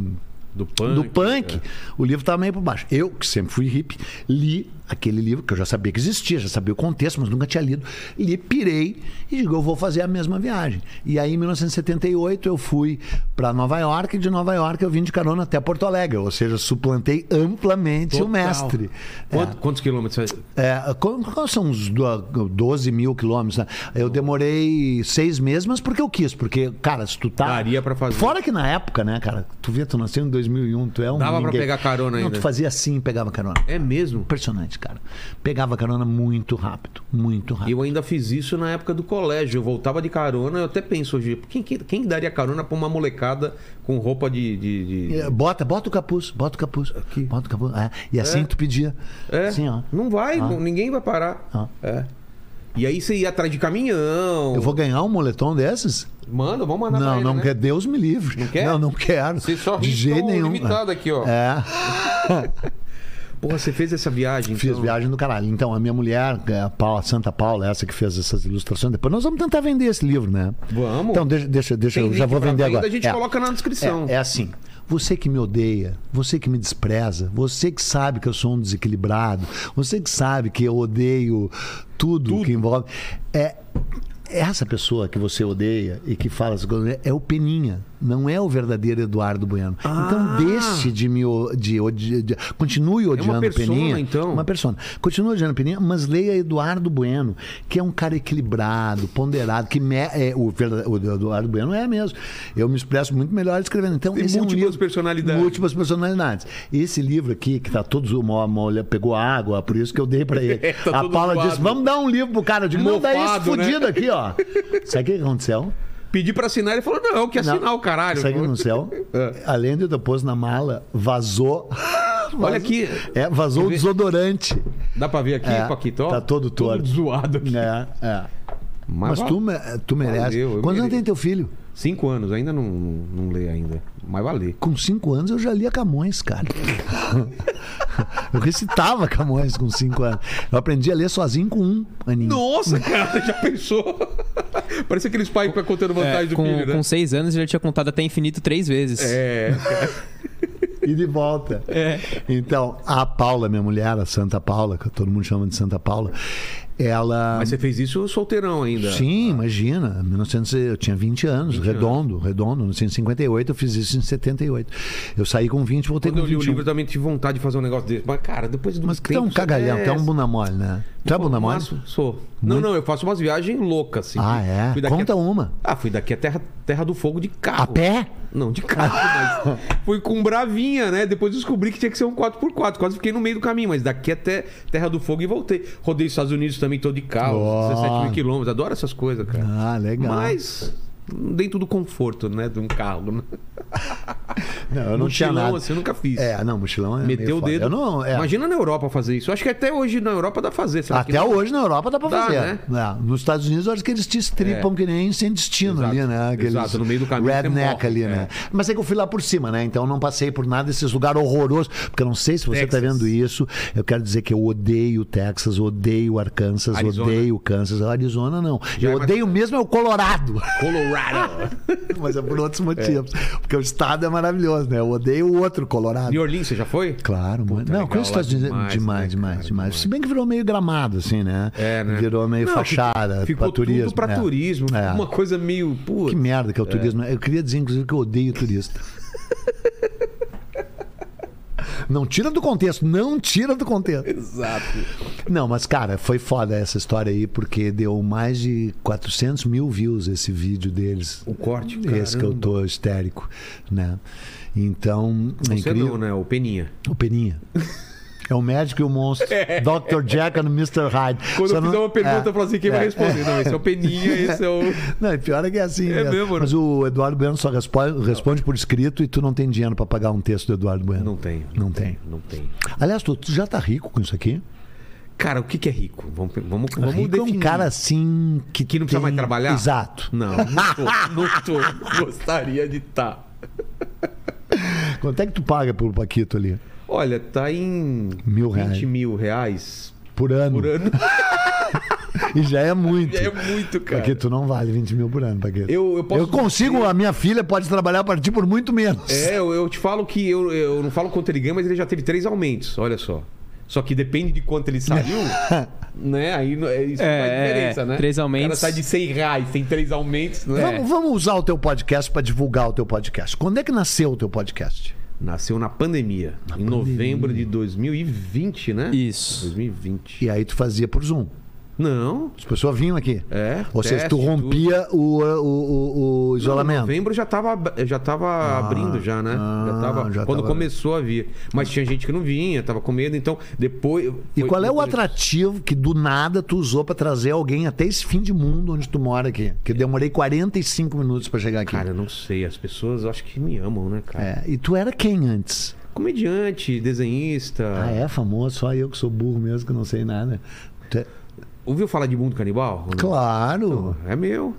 [SPEAKER 1] Do punk. é.
[SPEAKER 3] do punk, o livro tava meio por baixo. Eu, que sempre fui hippie, li aquele livro, que eu já sabia que existia, já sabia o contexto, mas nunca tinha lido. Li, pirei e digo, eu vou fazer a mesma viagem. E aí, em 1978, eu fui para Nova York e de Nova York eu vim de carona até Porto Alegre, ou seja, suplantei amplamente
[SPEAKER 1] Total.
[SPEAKER 3] o mestre.
[SPEAKER 1] Quanto- Quantos quilômetros? faz?
[SPEAKER 3] É, qual, qual são uns do- 12 mil quilômetros? né? Eu demorei seis meses, mas porque eu quis. Porque, cara, se tu tá.
[SPEAKER 1] Daria pra fazer.
[SPEAKER 3] Fora que na época, né, cara? Tu vê, tu nasceu em 2001, tu é um.
[SPEAKER 1] Dava pra
[SPEAKER 3] ninguém.
[SPEAKER 1] pegar carona
[SPEAKER 3] Não,
[SPEAKER 1] ainda.
[SPEAKER 3] tu fazia assim e pegava carona.
[SPEAKER 1] É mesmo?
[SPEAKER 3] Impressionante, cara. Pegava carona muito rápido. Muito rápido.
[SPEAKER 1] Eu ainda fiz isso na época do colégio. Eu voltava de carona. Eu até penso hoje, quem, quem, quem daria carona pra uma molecada com roupa de. de- de-
[SPEAKER 3] É, Bota, bota o capuz, bota o capuz. Bota o capuz. é. E assim tu pedia.
[SPEAKER 1] É.
[SPEAKER 3] Assim, ó.
[SPEAKER 1] Não vai, não- ninguém vai parar.
[SPEAKER 3] Ah.
[SPEAKER 1] É. E aí você ia atrás de caminhão.
[SPEAKER 3] Eu vou ganhar um moletom desses?
[SPEAKER 1] Manda, vamos mandar pra
[SPEAKER 3] Não,
[SPEAKER 1] ele,
[SPEAKER 3] não
[SPEAKER 1] né?
[SPEAKER 3] quer. Deus me livre.
[SPEAKER 1] Não quer?
[SPEAKER 3] Não, não quero.
[SPEAKER 1] Você só
[SPEAKER 3] De
[SPEAKER 1] risca
[SPEAKER 3] jeito
[SPEAKER 1] o
[SPEAKER 3] nenhum.
[SPEAKER 1] limitado aqui, ó.
[SPEAKER 3] É.
[SPEAKER 1] Porra, você fez essa viagem.
[SPEAKER 3] Fiz
[SPEAKER 1] então?
[SPEAKER 3] viagem do caralho. Então, a minha mulher, a Paula- Santa Paula, essa que fez essas ilustrações, depois nós vamos tentar vender esse livro, né?
[SPEAKER 1] Vamos.
[SPEAKER 3] Então, deixa, deixa, deixa
[SPEAKER 1] Tem
[SPEAKER 3] eu já
[SPEAKER 1] link
[SPEAKER 3] vou
[SPEAKER 1] pra
[SPEAKER 3] vender
[SPEAKER 1] venda,
[SPEAKER 3] agora.
[SPEAKER 1] A gente
[SPEAKER 3] É.
[SPEAKER 1] coloca na descrição.
[SPEAKER 3] É, é assim. Você que me odeia, você que me despreza, você que sabe que eu sou um desequilibrado, você que sabe que eu odeio tudo, que envolve. É essa pessoa que você odeia e que fala essas coisas é o Peninha, não é o verdadeiro Eduardo Bueno.
[SPEAKER 1] Ah! É
[SPEAKER 3] Então deixe de me o- de, odi- de- continue odiando o
[SPEAKER 1] persona,
[SPEAKER 3] Peninha.
[SPEAKER 1] então.
[SPEAKER 3] Uma persona. Continua odiando o Peninha, mas leia Eduardo Bueno, que é um cara equilibrado, ponderado, que me- é, o, verda- o Eduardo Bueno é mesmo. Eu me expresso muito melhor escrevendo. Então,
[SPEAKER 1] Tem
[SPEAKER 3] esse é um
[SPEAKER 1] múltiplas
[SPEAKER 3] livro-
[SPEAKER 1] personalidades.
[SPEAKER 3] Múltiplas personalidades. Esse livro aqui, que tá todos uma, uma olha, pegou água, por isso que eu dei pra ele.
[SPEAKER 1] É, tá
[SPEAKER 3] a
[SPEAKER 1] todo
[SPEAKER 3] Paula
[SPEAKER 1] zoado.
[SPEAKER 3] disse: vamos dar um livro pro cara. Eu digo, não, dá esse
[SPEAKER 1] Mofado, né?
[SPEAKER 3] fudido aqui, ó. Sabe o que que aconteceu?
[SPEAKER 1] Pedi pra assinar, ele falou: não, que assinar o caralho.
[SPEAKER 3] Segue no céu.
[SPEAKER 1] É.
[SPEAKER 3] Além de eu depois na mala, vazou.
[SPEAKER 1] Olha
[SPEAKER 3] vazou-
[SPEAKER 1] aqui.
[SPEAKER 3] É, vazou o
[SPEAKER 1] Quer ver?
[SPEAKER 3] desodorante.
[SPEAKER 1] Dá pra ver aqui,
[SPEAKER 3] É,
[SPEAKER 1] Paquito? ó?
[SPEAKER 3] tá todo
[SPEAKER 1] Todo
[SPEAKER 3] torto.
[SPEAKER 1] zoado aqui.
[SPEAKER 3] É, é. Mas, eh,
[SPEAKER 1] va-
[SPEAKER 3] tu, me- tu merece.
[SPEAKER 1] Valeu, Ah, eu
[SPEAKER 3] Quantos anos
[SPEAKER 1] mereço.
[SPEAKER 3] tem teu filho?
[SPEAKER 1] Cinco anos, ainda não, não não lê ainda. Mas vai ler.
[SPEAKER 3] Com cinco anos eu já lia Camões, cara. eu recitava Camões com cinco anos. Eu aprendi a ler sozinho com um aninho.
[SPEAKER 1] Nossa, cara, já pensou? Parece aqueles pais que vai contando
[SPEAKER 3] É,
[SPEAKER 1] vantagem do
[SPEAKER 2] É, Com,
[SPEAKER 1] filho, né?
[SPEAKER 2] com seis anos eu já tinha contado até infinito três vezes.
[SPEAKER 1] É,
[SPEAKER 3] E de volta. Então, a Paula, minha mulher, a Santa Paula, que todo mundo chama de Santa Paula, ela.
[SPEAKER 1] mas você fez isso solteirão ainda.
[SPEAKER 3] Sim, imagina. 1900, eu tinha 20 anos, redondo, redondo. 1958, eu fiz isso em 78. Eu saí com 20, voltei
[SPEAKER 1] Quando eu
[SPEAKER 3] com
[SPEAKER 1] li o
[SPEAKER 3] 21.
[SPEAKER 1] livro, eu também tive vontade de fazer um negócio desse. Mas, cara, depois do.
[SPEAKER 3] Mas que tu é um cagalhão, tu é um bunda mole, né? Tu é bunda mole?
[SPEAKER 1] Sou. Não, não, eu faço umas viagens loucas, assim.
[SPEAKER 3] Ah,
[SPEAKER 1] Fui
[SPEAKER 3] é?
[SPEAKER 1] daqui
[SPEAKER 3] Conta
[SPEAKER 1] a...
[SPEAKER 3] uma.
[SPEAKER 1] Ah, fui daqui a terra, terra do Fogo de carro.
[SPEAKER 3] A pé?
[SPEAKER 1] Não, de carro, mas fui com bravinha, né? Depois descobri que tinha que ser um 4x4. Quase fiquei no meio do caminho, mas daqui até Terra do Fogo e voltei. Rodei os Estados Unidos também, todo de carro,
[SPEAKER 3] Ó.
[SPEAKER 1] 17 mil quilômetros. Adoro essas coisas, cara.
[SPEAKER 3] Ah, legal.
[SPEAKER 1] Mas dentro do conforto, né? De um carro. Né?
[SPEAKER 3] Não, eu não tinha
[SPEAKER 1] Mochilão,
[SPEAKER 3] nada.
[SPEAKER 1] assim, eu nunca fiz.
[SPEAKER 3] É, não, mochilão é meio
[SPEAKER 1] Meteu o
[SPEAKER 3] foda.
[SPEAKER 1] dedo.
[SPEAKER 3] Eu não, é.
[SPEAKER 1] Imagina na Europa fazer isso. Eu acho que até hoje na Europa dá pra fazer. sei lá, que
[SPEAKER 3] Até
[SPEAKER 1] não-
[SPEAKER 3] hoje na Europa dá pra
[SPEAKER 1] Dá,
[SPEAKER 3] fazer.
[SPEAKER 1] né? É.
[SPEAKER 3] É, Nos Estados Unidos, eu acho que eles te estripam que nem sem destino
[SPEAKER 1] Exato,
[SPEAKER 3] ali, né? Aqueles
[SPEAKER 1] exato, no meio do caminho você
[SPEAKER 3] Redneck
[SPEAKER 1] morre,
[SPEAKER 3] ali, né? Mas é que eu fui lá por cima, né? Então eu não passei por nada desses lugares horrorosos. Porque eu não sei se você tá
[SPEAKER 1] Texas.
[SPEAKER 3] vendo isso. Eu quero dizer que eu odeio Texas, odeio Arkansas,
[SPEAKER 1] Arizona.
[SPEAKER 3] odeio Kansas. Arizona, não.
[SPEAKER 1] é
[SPEAKER 3] eu
[SPEAKER 1] mais-
[SPEAKER 3] odeio mesmo é o Colorado.
[SPEAKER 1] Colorado.
[SPEAKER 3] Mas é por outros motivos. Porque o estado é maravilhoso, né? Eu odeio o outro Colorado.
[SPEAKER 1] New Orleans, você já foi?
[SPEAKER 3] Claro, muito. Não,
[SPEAKER 1] legal
[SPEAKER 3] conheço
[SPEAKER 1] lá
[SPEAKER 3] Estados Unidos
[SPEAKER 1] demais,
[SPEAKER 3] demais,
[SPEAKER 1] né,
[SPEAKER 3] demais, demais,
[SPEAKER 1] cara,
[SPEAKER 3] Se bem que virou meio gramado, assim, né?
[SPEAKER 1] É, né?
[SPEAKER 3] Virou meio
[SPEAKER 1] Não,
[SPEAKER 3] fachada.
[SPEAKER 1] Ficou
[SPEAKER 3] pra turismo.
[SPEAKER 1] tudo pra
[SPEAKER 3] é.
[SPEAKER 1] turismo.
[SPEAKER 3] É.
[SPEAKER 1] Uma coisa meio... Pô,
[SPEAKER 3] Que merda que é o turismo. Eu queria dizer, inclusive, que eu odeio turista. Não tira do contexto, não tira do contexto.
[SPEAKER 1] Exato.
[SPEAKER 3] Não, mas cara, foi foda essa história aí, porque deu mais de 400 mil views esse vídeo deles.
[SPEAKER 1] O corte,
[SPEAKER 3] Esse que eu tô histérico, né? Então, é
[SPEAKER 1] Você
[SPEAKER 3] incrível.
[SPEAKER 1] não, né? O Peninha.
[SPEAKER 3] O Peninha. É o médico e o monstro. Dr. Jack and Mr. Hyde.
[SPEAKER 1] Quando
[SPEAKER 3] Só
[SPEAKER 1] eu fizer
[SPEAKER 3] não-
[SPEAKER 1] uma pergunta, eu falo assim, quem vai
[SPEAKER 3] é,
[SPEAKER 1] responder? Não, esse é o Peninha, esse é o...
[SPEAKER 3] Não, e pior é que é assim.
[SPEAKER 1] É mesmo, né?
[SPEAKER 3] Mas o Eduardo Bueno só responde, responde por escrito e tu não tem dinheiro pra pagar um texto do Eduardo Bueno.
[SPEAKER 1] Não tem.
[SPEAKER 3] Não tem.
[SPEAKER 1] Não tem.
[SPEAKER 3] Aliás, tu, tu já tá rico com isso aqui?
[SPEAKER 1] Cara, o que, que é rico? Vamos, vamos, vamos
[SPEAKER 3] rico é
[SPEAKER 1] definir.
[SPEAKER 3] um cara assim que.
[SPEAKER 1] Que não precisa
[SPEAKER 3] tem-
[SPEAKER 1] mais trabalhar? Hum.
[SPEAKER 3] Exato.
[SPEAKER 1] Não, não tô. Não tô. Gostaria de tá. estar.
[SPEAKER 3] Quanto é que tu paga pelo Paquito ali?
[SPEAKER 1] Olha, tá em...
[SPEAKER 3] Mil
[SPEAKER 1] 20
[SPEAKER 3] reais.
[SPEAKER 1] mil reais
[SPEAKER 3] Por ano.
[SPEAKER 1] por ano.
[SPEAKER 3] E já é muito.
[SPEAKER 1] É muito, cara.
[SPEAKER 3] Paquito não vale 20 mil por ano, Paquito.
[SPEAKER 1] Eu- eu posso
[SPEAKER 3] consigo, a minha filha pode trabalhar a partir por muito menos.
[SPEAKER 1] É, eu, eu te falo que eu, eu não falo quanto ele ganha, mas ele já teve três aumentos, olha só. Só que depende de quanto ele saiu, né? Aí não- é, isso
[SPEAKER 2] É,
[SPEAKER 1] faz
[SPEAKER 2] é,
[SPEAKER 1] diferença,
[SPEAKER 2] é.
[SPEAKER 1] né?
[SPEAKER 2] Três aumentos.
[SPEAKER 1] O cara sai de 100 reais, tem três aumentos, né?
[SPEAKER 3] Vamos, vamos usar o teu podcast para divulgar o teu podcast. Quando é que nasceu o teu podcast?
[SPEAKER 1] Nasceu na pandemia, em novembro de 2020, né?
[SPEAKER 2] Isso.
[SPEAKER 1] 2020.
[SPEAKER 3] E aí tu fazia por Zoom.
[SPEAKER 1] Não,
[SPEAKER 3] As pessoas vinham aqui.
[SPEAKER 1] é.
[SPEAKER 3] Ou seja, tu
[SPEAKER 1] teste, tudo.
[SPEAKER 3] rompia o, o- o- o isolamento.
[SPEAKER 1] Novembro já tava, ab- já tava abrindo já, né? já
[SPEAKER 3] ah,
[SPEAKER 1] tava,
[SPEAKER 3] já
[SPEAKER 1] quando
[SPEAKER 3] tava-
[SPEAKER 1] começou a vir. Mas tinha gente que não vinha, tava com medo, então depois...
[SPEAKER 3] e
[SPEAKER 1] foi-
[SPEAKER 3] qual é o
[SPEAKER 1] depois-
[SPEAKER 3] atrativo que do nada tu usou para trazer alguém até esse fim de mundo onde tu mora aqui? Que eu demorei 45 minutos para chegar aqui.
[SPEAKER 1] Cara, eu não sei. As pessoas eu acho que me amam, né, cara?
[SPEAKER 3] É, e tu era quem antes?
[SPEAKER 1] Comediante, desenhista.
[SPEAKER 3] Ah, é famoso, só eu que sou burro mesmo, que não sei nada. Tu é-
[SPEAKER 1] Ouviu falar de Mundo Canibal?
[SPEAKER 3] Claro!
[SPEAKER 1] É meu.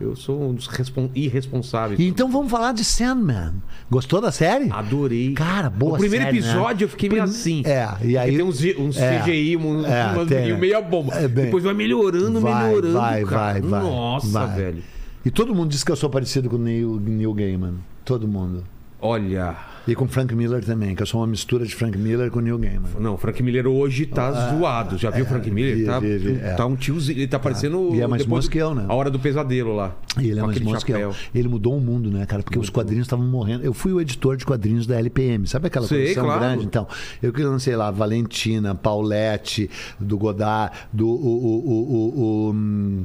[SPEAKER 1] Eu sou um dos respon- irresponsáveis.
[SPEAKER 3] Então vamos falar de Sandman. Gostou da série?
[SPEAKER 1] Adorei.
[SPEAKER 3] Cara, boa
[SPEAKER 1] O primeiro
[SPEAKER 3] série, né?
[SPEAKER 1] episódio eu fiquei meio assim.
[SPEAKER 3] É, e
[SPEAKER 1] Porque
[SPEAKER 3] aí.
[SPEAKER 1] tem uns, uns
[SPEAKER 3] é,
[SPEAKER 1] CGI, um,
[SPEAKER 3] é,
[SPEAKER 1] umas-
[SPEAKER 3] tem.
[SPEAKER 1] e um meia bomba.
[SPEAKER 3] É, bem.
[SPEAKER 1] Depois vai melhorando,
[SPEAKER 3] Vai,
[SPEAKER 1] melhorando,
[SPEAKER 3] vai,
[SPEAKER 1] cara.
[SPEAKER 3] vai, vai.
[SPEAKER 1] Nossa,
[SPEAKER 3] vai.
[SPEAKER 1] velho.
[SPEAKER 3] E todo mundo diz que eu sou parecido com o Neil, Neil Gaiman. Todo mundo.
[SPEAKER 1] Olha,
[SPEAKER 3] E com Frank Miller também, que eu sou uma mistura de Frank Miller com Neil Gaiman.
[SPEAKER 1] não, o Frank Miller hoje tá zoado. Já viu o Frank Miller?
[SPEAKER 3] Ah, é, vi,
[SPEAKER 1] tá,
[SPEAKER 3] vi, vi, é.
[SPEAKER 1] tá um tiozinho. Ele tá parecendo.
[SPEAKER 3] E é mais
[SPEAKER 1] depois
[SPEAKER 3] manso
[SPEAKER 1] do-
[SPEAKER 3] que eu, né?
[SPEAKER 1] A hora do pesadelo lá.
[SPEAKER 3] E ele é
[SPEAKER 1] com
[SPEAKER 3] mais
[SPEAKER 1] aquele
[SPEAKER 3] monstro que eu.
[SPEAKER 1] chapéu.
[SPEAKER 3] Ele mudou o mundo, né, cara? Porque os quadrinhos estavam morrendo. Eu fui o editor de quadrinhos da LPM, sabe aquela
[SPEAKER 1] Sei,
[SPEAKER 3] coleção
[SPEAKER 1] claro.
[SPEAKER 3] grande? Então, eu que lancei lá Valentina, Paulette, do Godard, do. O, o- o- o- o, hum,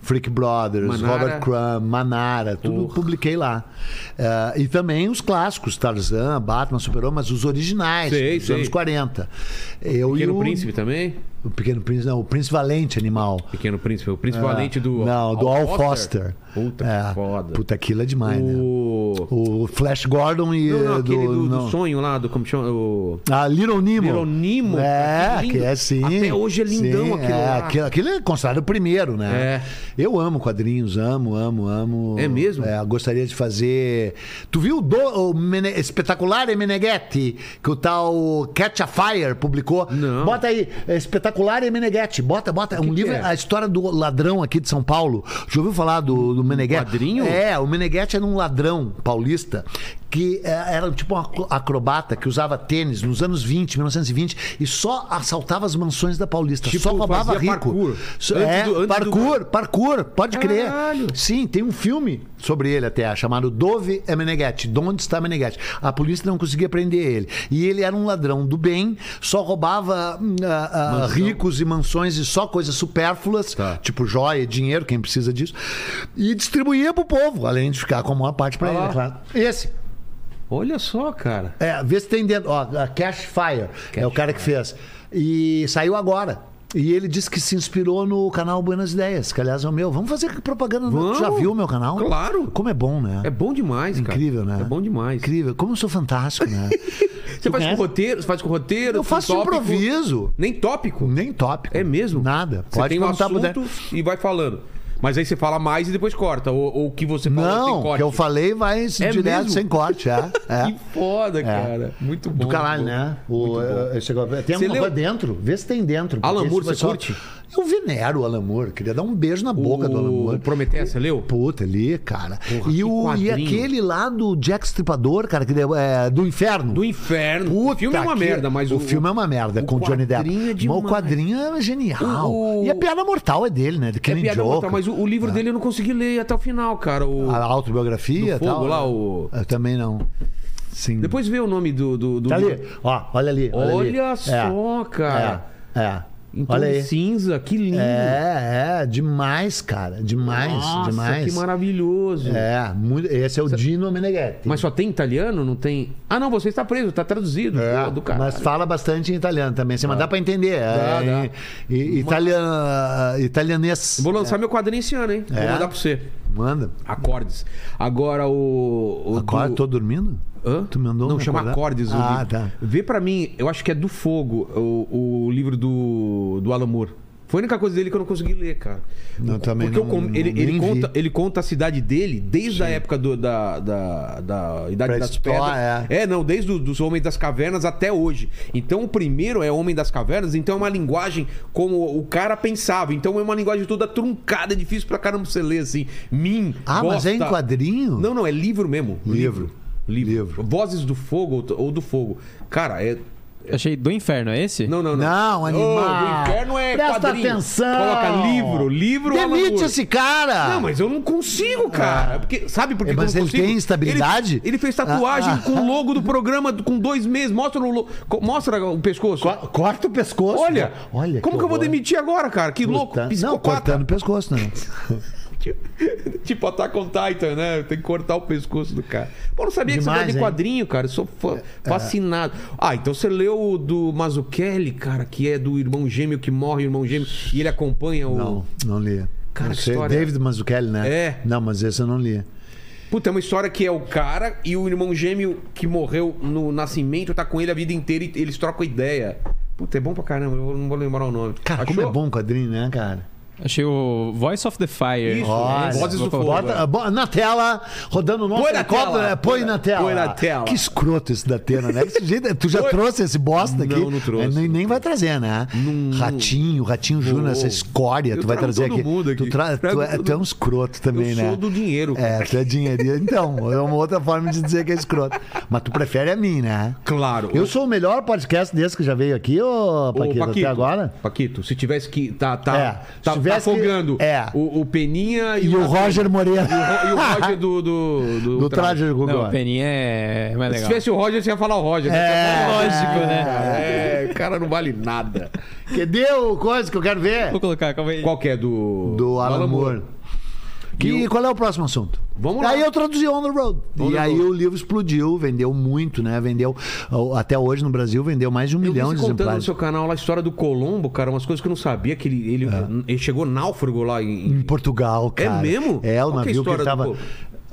[SPEAKER 3] Freak Brothers,
[SPEAKER 1] Manara.
[SPEAKER 3] Robert Crumb, Manara, tudo publiquei lá. Eh, e também os clássicos, Tarzan, Batman, Super-Homem, mas os originais,
[SPEAKER 1] Sei,
[SPEAKER 3] dos
[SPEAKER 1] sei.
[SPEAKER 3] anos 40. Eu e
[SPEAKER 1] Pequeno
[SPEAKER 3] o...
[SPEAKER 1] Príncipe também?
[SPEAKER 3] O Pequeno Príncipe, não, o Príncipe Valente Animal.
[SPEAKER 1] Pequeno Príncipe, o Príncipe Valente do.
[SPEAKER 3] Ah. Não, do Al Foster.
[SPEAKER 1] Puta
[SPEAKER 3] é.
[SPEAKER 1] que foda.
[SPEAKER 3] Puta, aquilo é demais, né?
[SPEAKER 1] o...
[SPEAKER 3] O Flash Gordon e.
[SPEAKER 1] Não, não,
[SPEAKER 3] eh,
[SPEAKER 1] aquele do, do
[SPEAKER 3] não.
[SPEAKER 1] sonho lá, do como chama? O...
[SPEAKER 3] Ah, Little Nemo.
[SPEAKER 1] Little Nemo, cara,
[SPEAKER 3] É,
[SPEAKER 1] que
[SPEAKER 3] que,
[SPEAKER 1] lindo.
[SPEAKER 3] é sim.
[SPEAKER 1] Até hoje é lindão
[SPEAKER 3] Sim,
[SPEAKER 1] aquilo
[SPEAKER 3] é,
[SPEAKER 1] lá.
[SPEAKER 3] aquilo, aquilo é considerado o primeiro, né? Eu amo quadrinhos, amo, amo, amo.
[SPEAKER 1] É mesmo?
[SPEAKER 3] gostaria de fazer. Tu viu o, do... o Mene... Espetacular Meneghetti, que o tal Catch a Fire publicou?
[SPEAKER 1] Não.
[SPEAKER 3] Bota aí, é Espetacular Meneghetti. Bota, bota. É um
[SPEAKER 1] que
[SPEAKER 3] livro,
[SPEAKER 1] é?
[SPEAKER 3] a história do ladrão aqui de São Paulo. Já ouviu falar do, do Meneghetti?
[SPEAKER 1] Um quadrinho?
[SPEAKER 3] É, é, o Meneghetti era um ladrão paulista que é, era tipo um acro- acrobata que usava tênis nos anos 20, 1920 e só assaltava as mansões da Paulista,
[SPEAKER 1] Tipo,
[SPEAKER 3] só roubava
[SPEAKER 1] fazia
[SPEAKER 3] rico.
[SPEAKER 1] parkour.
[SPEAKER 3] Só-
[SPEAKER 1] Antes
[SPEAKER 3] é,
[SPEAKER 1] do- antes do-
[SPEAKER 3] parkour, parkour, pode crer.
[SPEAKER 1] Caralho.
[SPEAKER 3] Sim, tem um filme sobre ele até, chamado Dove é Meneghetti, de onde está Meneghetti? A polícia não conseguia prender ele. E ele era um ladrão do bem, só roubava hum, ah, ah, ricos e mansões e só coisas supérfluas,
[SPEAKER 1] Tá.
[SPEAKER 3] tipo joia, e dinheiro, quem precisa disso, e distribuía pro povo, além de ficar com a maior parte para
[SPEAKER 1] Ah lá.
[SPEAKER 3] ele, claro. Esse,
[SPEAKER 1] Olha só, cara.
[SPEAKER 3] é, vê se tem dentro, ó, a Cash Fire, é o cara que fez. E saiu agora. E ele disse que se inspirou no canal Buenas Ideias, que aliás é o meu. Vamos fazer propaganda.
[SPEAKER 1] Vamos.
[SPEAKER 3] Tu já viu o meu canal?
[SPEAKER 1] Claro.
[SPEAKER 3] Como é bom, né?
[SPEAKER 1] É bom demais, cara.
[SPEAKER 3] Incrível, né?
[SPEAKER 1] É bom demais.
[SPEAKER 3] Incrível. Como eu sou fantástico, né?
[SPEAKER 1] Você faz com roteiro, você faz com roteiro.
[SPEAKER 3] Eu
[SPEAKER 1] com
[SPEAKER 3] faço de
[SPEAKER 1] tópico.
[SPEAKER 3] improviso.
[SPEAKER 1] Nem tópico.
[SPEAKER 3] Nem tópico.
[SPEAKER 1] É mesmo?
[SPEAKER 3] Nada.
[SPEAKER 1] Você
[SPEAKER 3] Pode
[SPEAKER 1] tem um
[SPEAKER 3] perguntar pro
[SPEAKER 1] assunto
[SPEAKER 3] Dan-
[SPEAKER 1] e vai falando. Mas aí você fala mais e depois corta. Ou ou o que você falou tem
[SPEAKER 3] Não, o
[SPEAKER 1] corte. É
[SPEAKER 3] que eu falei vai direto
[SPEAKER 1] mesmo?
[SPEAKER 3] sem corte. É, é.
[SPEAKER 1] Que foda, cara. Muito bom.
[SPEAKER 3] Do caralho,
[SPEAKER 1] muito bom.
[SPEAKER 3] né? O, eh, esse negócio- tem
[SPEAKER 1] Você
[SPEAKER 3] alguma
[SPEAKER 1] leu?
[SPEAKER 3] coisa dentro? Vê se tem dentro. porque
[SPEAKER 1] Alan
[SPEAKER 3] esse
[SPEAKER 1] Moore, você
[SPEAKER 3] pessoal-
[SPEAKER 1] curte?
[SPEAKER 3] Eu venero o Alan Moore. Queria dar um beijo na boca do Alan
[SPEAKER 1] O
[SPEAKER 3] Moore.
[SPEAKER 1] Prometeia, você leu?
[SPEAKER 3] Puta ali, cara.
[SPEAKER 1] Porra, que
[SPEAKER 3] e, o, e
[SPEAKER 1] quadrinho.
[SPEAKER 3] aquele lá do Jack Stripador, cara, que deu- é, do Inferno.
[SPEAKER 1] Do inferno. o
[SPEAKER 3] Puta
[SPEAKER 1] filme é uma
[SPEAKER 3] que-
[SPEAKER 1] merda, mas
[SPEAKER 3] o, filme é uma merda
[SPEAKER 1] o
[SPEAKER 3] com o Johnny Depp.
[SPEAKER 1] quadrinho é
[SPEAKER 3] mas
[SPEAKER 1] demais.
[SPEAKER 3] o quadrinho é genial.
[SPEAKER 1] O- o-
[SPEAKER 3] E a piada mortal é dele, né? Do
[SPEAKER 1] é
[SPEAKER 3] Killing
[SPEAKER 1] piada
[SPEAKER 3] Joke.
[SPEAKER 1] mortal, mas o, o
[SPEAKER 3] Ah.
[SPEAKER 1] livro dele eu não consegui ler até o final, cara. O...
[SPEAKER 3] A autobiografia
[SPEAKER 1] Do
[SPEAKER 3] e
[SPEAKER 1] fogo
[SPEAKER 3] tal.
[SPEAKER 1] lá,
[SPEAKER 3] né?
[SPEAKER 1] o-
[SPEAKER 3] Eu também não. Sim.
[SPEAKER 1] Depois vê o nome do. do, do
[SPEAKER 3] Tá
[SPEAKER 1] livro.
[SPEAKER 3] ali. Ó, olha ali. Olha, ali.
[SPEAKER 1] Olha
[SPEAKER 3] É,
[SPEAKER 1] só, cara. Então,
[SPEAKER 3] É. é.
[SPEAKER 1] Em tom
[SPEAKER 3] Olha aí.
[SPEAKER 1] cinza, que lindo.
[SPEAKER 3] É, é, demais, cara. Demais,
[SPEAKER 1] Nossa,
[SPEAKER 3] demais.
[SPEAKER 1] que maravilhoso.
[SPEAKER 3] É, muito, esse é o Dino Meneghetti.
[SPEAKER 1] Mas só tem italiano? Não tem. Ah, não, você está preso, tá traduzido.
[SPEAKER 3] É,
[SPEAKER 1] pô, do cara.
[SPEAKER 3] mas fala bastante em italiano também, assim, mas dá pra entender.
[SPEAKER 1] Dá,
[SPEAKER 3] é,
[SPEAKER 1] dá.
[SPEAKER 3] em- em italian- italianês.
[SPEAKER 1] Vou lançar meu quadrinho esse ano, hein? Vou
[SPEAKER 3] É?
[SPEAKER 1] mandar pra você.
[SPEAKER 3] Manda.
[SPEAKER 1] Acordes. Agora o. o
[SPEAKER 3] Acorda,
[SPEAKER 1] do-
[SPEAKER 3] tô dormindo?
[SPEAKER 1] Hã?
[SPEAKER 3] Tu mandou
[SPEAKER 1] Não,
[SPEAKER 3] me
[SPEAKER 1] chama
[SPEAKER 3] acordar?
[SPEAKER 1] Acordes o
[SPEAKER 3] Ah,
[SPEAKER 1] livro.
[SPEAKER 3] tá.
[SPEAKER 1] Vê pra mim, eu acho que é do Fogo, o, o livro do, do Alan Moore. Foi a única coisa dele que eu não consegui ler, cara.
[SPEAKER 3] Não, também
[SPEAKER 1] Porque eu
[SPEAKER 3] não-
[SPEAKER 1] com-
[SPEAKER 3] não-
[SPEAKER 1] ele,
[SPEAKER 3] nem
[SPEAKER 1] ele
[SPEAKER 3] vi.
[SPEAKER 1] conta, ele conta a cidade dele desde a época do- da, da, da Idade das
[SPEAKER 3] Pré-história,
[SPEAKER 1] Pedras. É. não, desde o- dos Homens das Cavernas até hoje. Então o primeiro é Homem das Cavernas, então é uma linguagem como o cara pensava. Então é uma linguagem toda truncada, difícil pra caramba você ler assim. Mim.
[SPEAKER 3] Ah, mas é em
[SPEAKER 1] gosta.
[SPEAKER 3] quadrinho?
[SPEAKER 1] Não, não, é livro mesmo.
[SPEAKER 3] Livro.
[SPEAKER 1] Livro.
[SPEAKER 3] Livro.
[SPEAKER 1] Vozes do Fogo ou- ou do Fogo. Cara, é.
[SPEAKER 2] Achei do inferno, é esse?
[SPEAKER 1] Não, não, não.
[SPEAKER 3] Não, animal.
[SPEAKER 1] Oh, do inferno é
[SPEAKER 3] Presta
[SPEAKER 1] quadrinho.
[SPEAKER 3] atenção.
[SPEAKER 1] Coloca livro, livro. Alan
[SPEAKER 3] Demite
[SPEAKER 1] Moore.
[SPEAKER 3] esse cara.
[SPEAKER 1] Não, mas eu não consigo, cara.
[SPEAKER 3] Ah.
[SPEAKER 1] Porque, sabe por que
[SPEAKER 3] É,
[SPEAKER 1] que eu
[SPEAKER 3] mas
[SPEAKER 1] não
[SPEAKER 3] ele
[SPEAKER 1] consigo?
[SPEAKER 3] tem estabilidade?
[SPEAKER 1] Ele, ele fez tatuagem
[SPEAKER 3] Ah, ah.
[SPEAKER 1] com o logo do programa do- com dois meses. Mostra o, lo- co- mostra o pescoço.
[SPEAKER 3] Co- Corta o pescoço.
[SPEAKER 1] Olha,
[SPEAKER 3] cara. olha.
[SPEAKER 1] como que eu vou
[SPEAKER 3] horror.
[SPEAKER 1] demitir agora, cara? Que louco,
[SPEAKER 3] Cortando- Não,
[SPEAKER 1] psicopata.
[SPEAKER 3] cortando o pescoço, né?
[SPEAKER 1] tipo Attack on Titan, né? Tem que cortar o pescoço do cara. Pô, eu não sabia que você gosta
[SPEAKER 3] Demais,
[SPEAKER 1] de
[SPEAKER 3] hein? É,
[SPEAKER 1] quadrinho, cara. Eu sou fã- fascinado. Ah, então você leu o do Mazzucchelli, cara, que é do irmão gêmeo que morre, o irmão gêmeo, e ele acompanha o...
[SPEAKER 3] Não, não li.
[SPEAKER 1] Cara,
[SPEAKER 3] não
[SPEAKER 1] que
[SPEAKER 3] sei.
[SPEAKER 1] história.
[SPEAKER 3] David Mazzucchelli, né?
[SPEAKER 1] É.
[SPEAKER 3] Não, mas esse eu não li.
[SPEAKER 1] Puta, é uma história que é o cara e o irmão gêmeo que morreu no nascimento tá com ele a vida inteira e eles trocam ideia. Puta, é bom pra caramba, eu não vou lembrar o nome.
[SPEAKER 3] Cara,
[SPEAKER 1] Achou?
[SPEAKER 3] como é bom o quadrinho, né, cara?
[SPEAKER 2] Achei o Voice of the Fire.
[SPEAKER 1] Isso,
[SPEAKER 2] É
[SPEAKER 3] Olha,
[SPEAKER 2] esse?
[SPEAKER 1] Vozes
[SPEAKER 2] Vou
[SPEAKER 1] do
[SPEAKER 2] colocar.
[SPEAKER 1] Fogo. né?
[SPEAKER 3] Bota, bo- na tela, rodando o nosso
[SPEAKER 1] Põe na
[SPEAKER 3] helicóptero,
[SPEAKER 1] tela.
[SPEAKER 3] é, põe na tela.
[SPEAKER 1] Põe na tela.
[SPEAKER 3] Que escroto esse da Atena, né? Esse jeito- tu já
[SPEAKER 1] Põe-
[SPEAKER 3] trouxe esse bosta
[SPEAKER 1] Não,
[SPEAKER 3] aqui?
[SPEAKER 1] não trouxe,
[SPEAKER 3] É, nem,
[SPEAKER 1] não
[SPEAKER 3] nem vai trazer, né? Ratinho, Ratinho Júnior, essa escória,
[SPEAKER 1] Eu
[SPEAKER 3] tu vai
[SPEAKER 1] trago
[SPEAKER 3] trazer
[SPEAKER 1] todo
[SPEAKER 3] aqui.
[SPEAKER 1] mundo aqui.
[SPEAKER 3] Tu, tra-
[SPEAKER 1] Trago
[SPEAKER 3] tu é,
[SPEAKER 1] todo-
[SPEAKER 3] tu é um escroto também,
[SPEAKER 1] Eu
[SPEAKER 3] né?
[SPEAKER 1] sou do dinheiro,
[SPEAKER 3] É, tu é dinheirinho. Então, é uma outra forma de dizer que é escroto. Mas tu prefere a mim, né?
[SPEAKER 1] Claro.
[SPEAKER 3] Eu sou o melhor podcast desse que já veio aqui, ô
[SPEAKER 1] Ô,
[SPEAKER 3] Paquito, até agora?
[SPEAKER 1] Paquito, se tivesse que. Tá, tá,
[SPEAKER 3] É,
[SPEAKER 1] tá-
[SPEAKER 3] se
[SPEAKER 1] tá,
[SPEAKER 3] tivesse que-
[SPEAKER 1] afogando
[SPEAKER 3] é.
[SPEAKER 1] o, o Peninha e,
[SPEAKER 3] E o Roger Moreira.
[SPEAKER 1] E o, Ro- e o Roger do. Do, do,
[SPEAKER 3] do traje
[SPEAKER 1] traje.
[SPEAKER 3] de
[SPEAKER 2] Não,
[SPEAKER 3] Google.
[SPEAKER 2] o Peninha é é mais
[SPEAKER 1] Se
[SPEAKER 2] legal.
[SPEAKER 1] tivesse o Roger, você ia falar o Roger. né?
[SPEAKER 3] É.
[SPEAKER 2] Lógico, né?
[SPEAKER 1] É, o cara não vale nada.
[SPEAKER 3] Que deu coisa que eu quero ver.
[SPEAKER 2] Vou colocar, calma aí.
[SPEAKER 1] Qual que é do.
[SPEAKER 3] Do Alan Moore. Que,
[SPEAKER 1] E o-
[SPEAKER 3] Qual é o próximo assunto?
[SPEAKER 1] Vamos lá.
[SPEAKER 3] Aí eu traduzi On the Road.
[SPEAKER 1] On
[SPEAKER 3] e
[SPEAKER 1] the
[SPEAKER 3] aí
[SPEAKER 1] Road.
[SPEAKER 3] o livro explodiu, vendeu muito, né? Vendeu, ó, até hoje no Brasil, vendeu mais de um
[SPEAKER 1] Eu vi
[SPEAKER 3] milhão
[SPEAKER 1] você
[SPEAKER 3] de
[SPEAKER 1] contando no
[SPEAKER 3] exemplares.
[SPEAKER 1] seu canal lá a história do Colombo, cara, umas coisas que eu não sabia, que ele,
[SPEAKER 3] É.
[SPEAKER 1] ele, ele chegou náufrago lá em...
[SPEAKER 3] Em Portugal, cara.
[SPEAKER 1] mesmo?
[SPEAKER 3] É,
[SPEAKER 1] Qual que é a
[SPEAKER 3] o navio que,
[SPEAKER 1] história
[SPEAKER 3] ele
[SPEAKER 1] do
[SPEAKER 3] tava...
[SPEAKER 1] povo?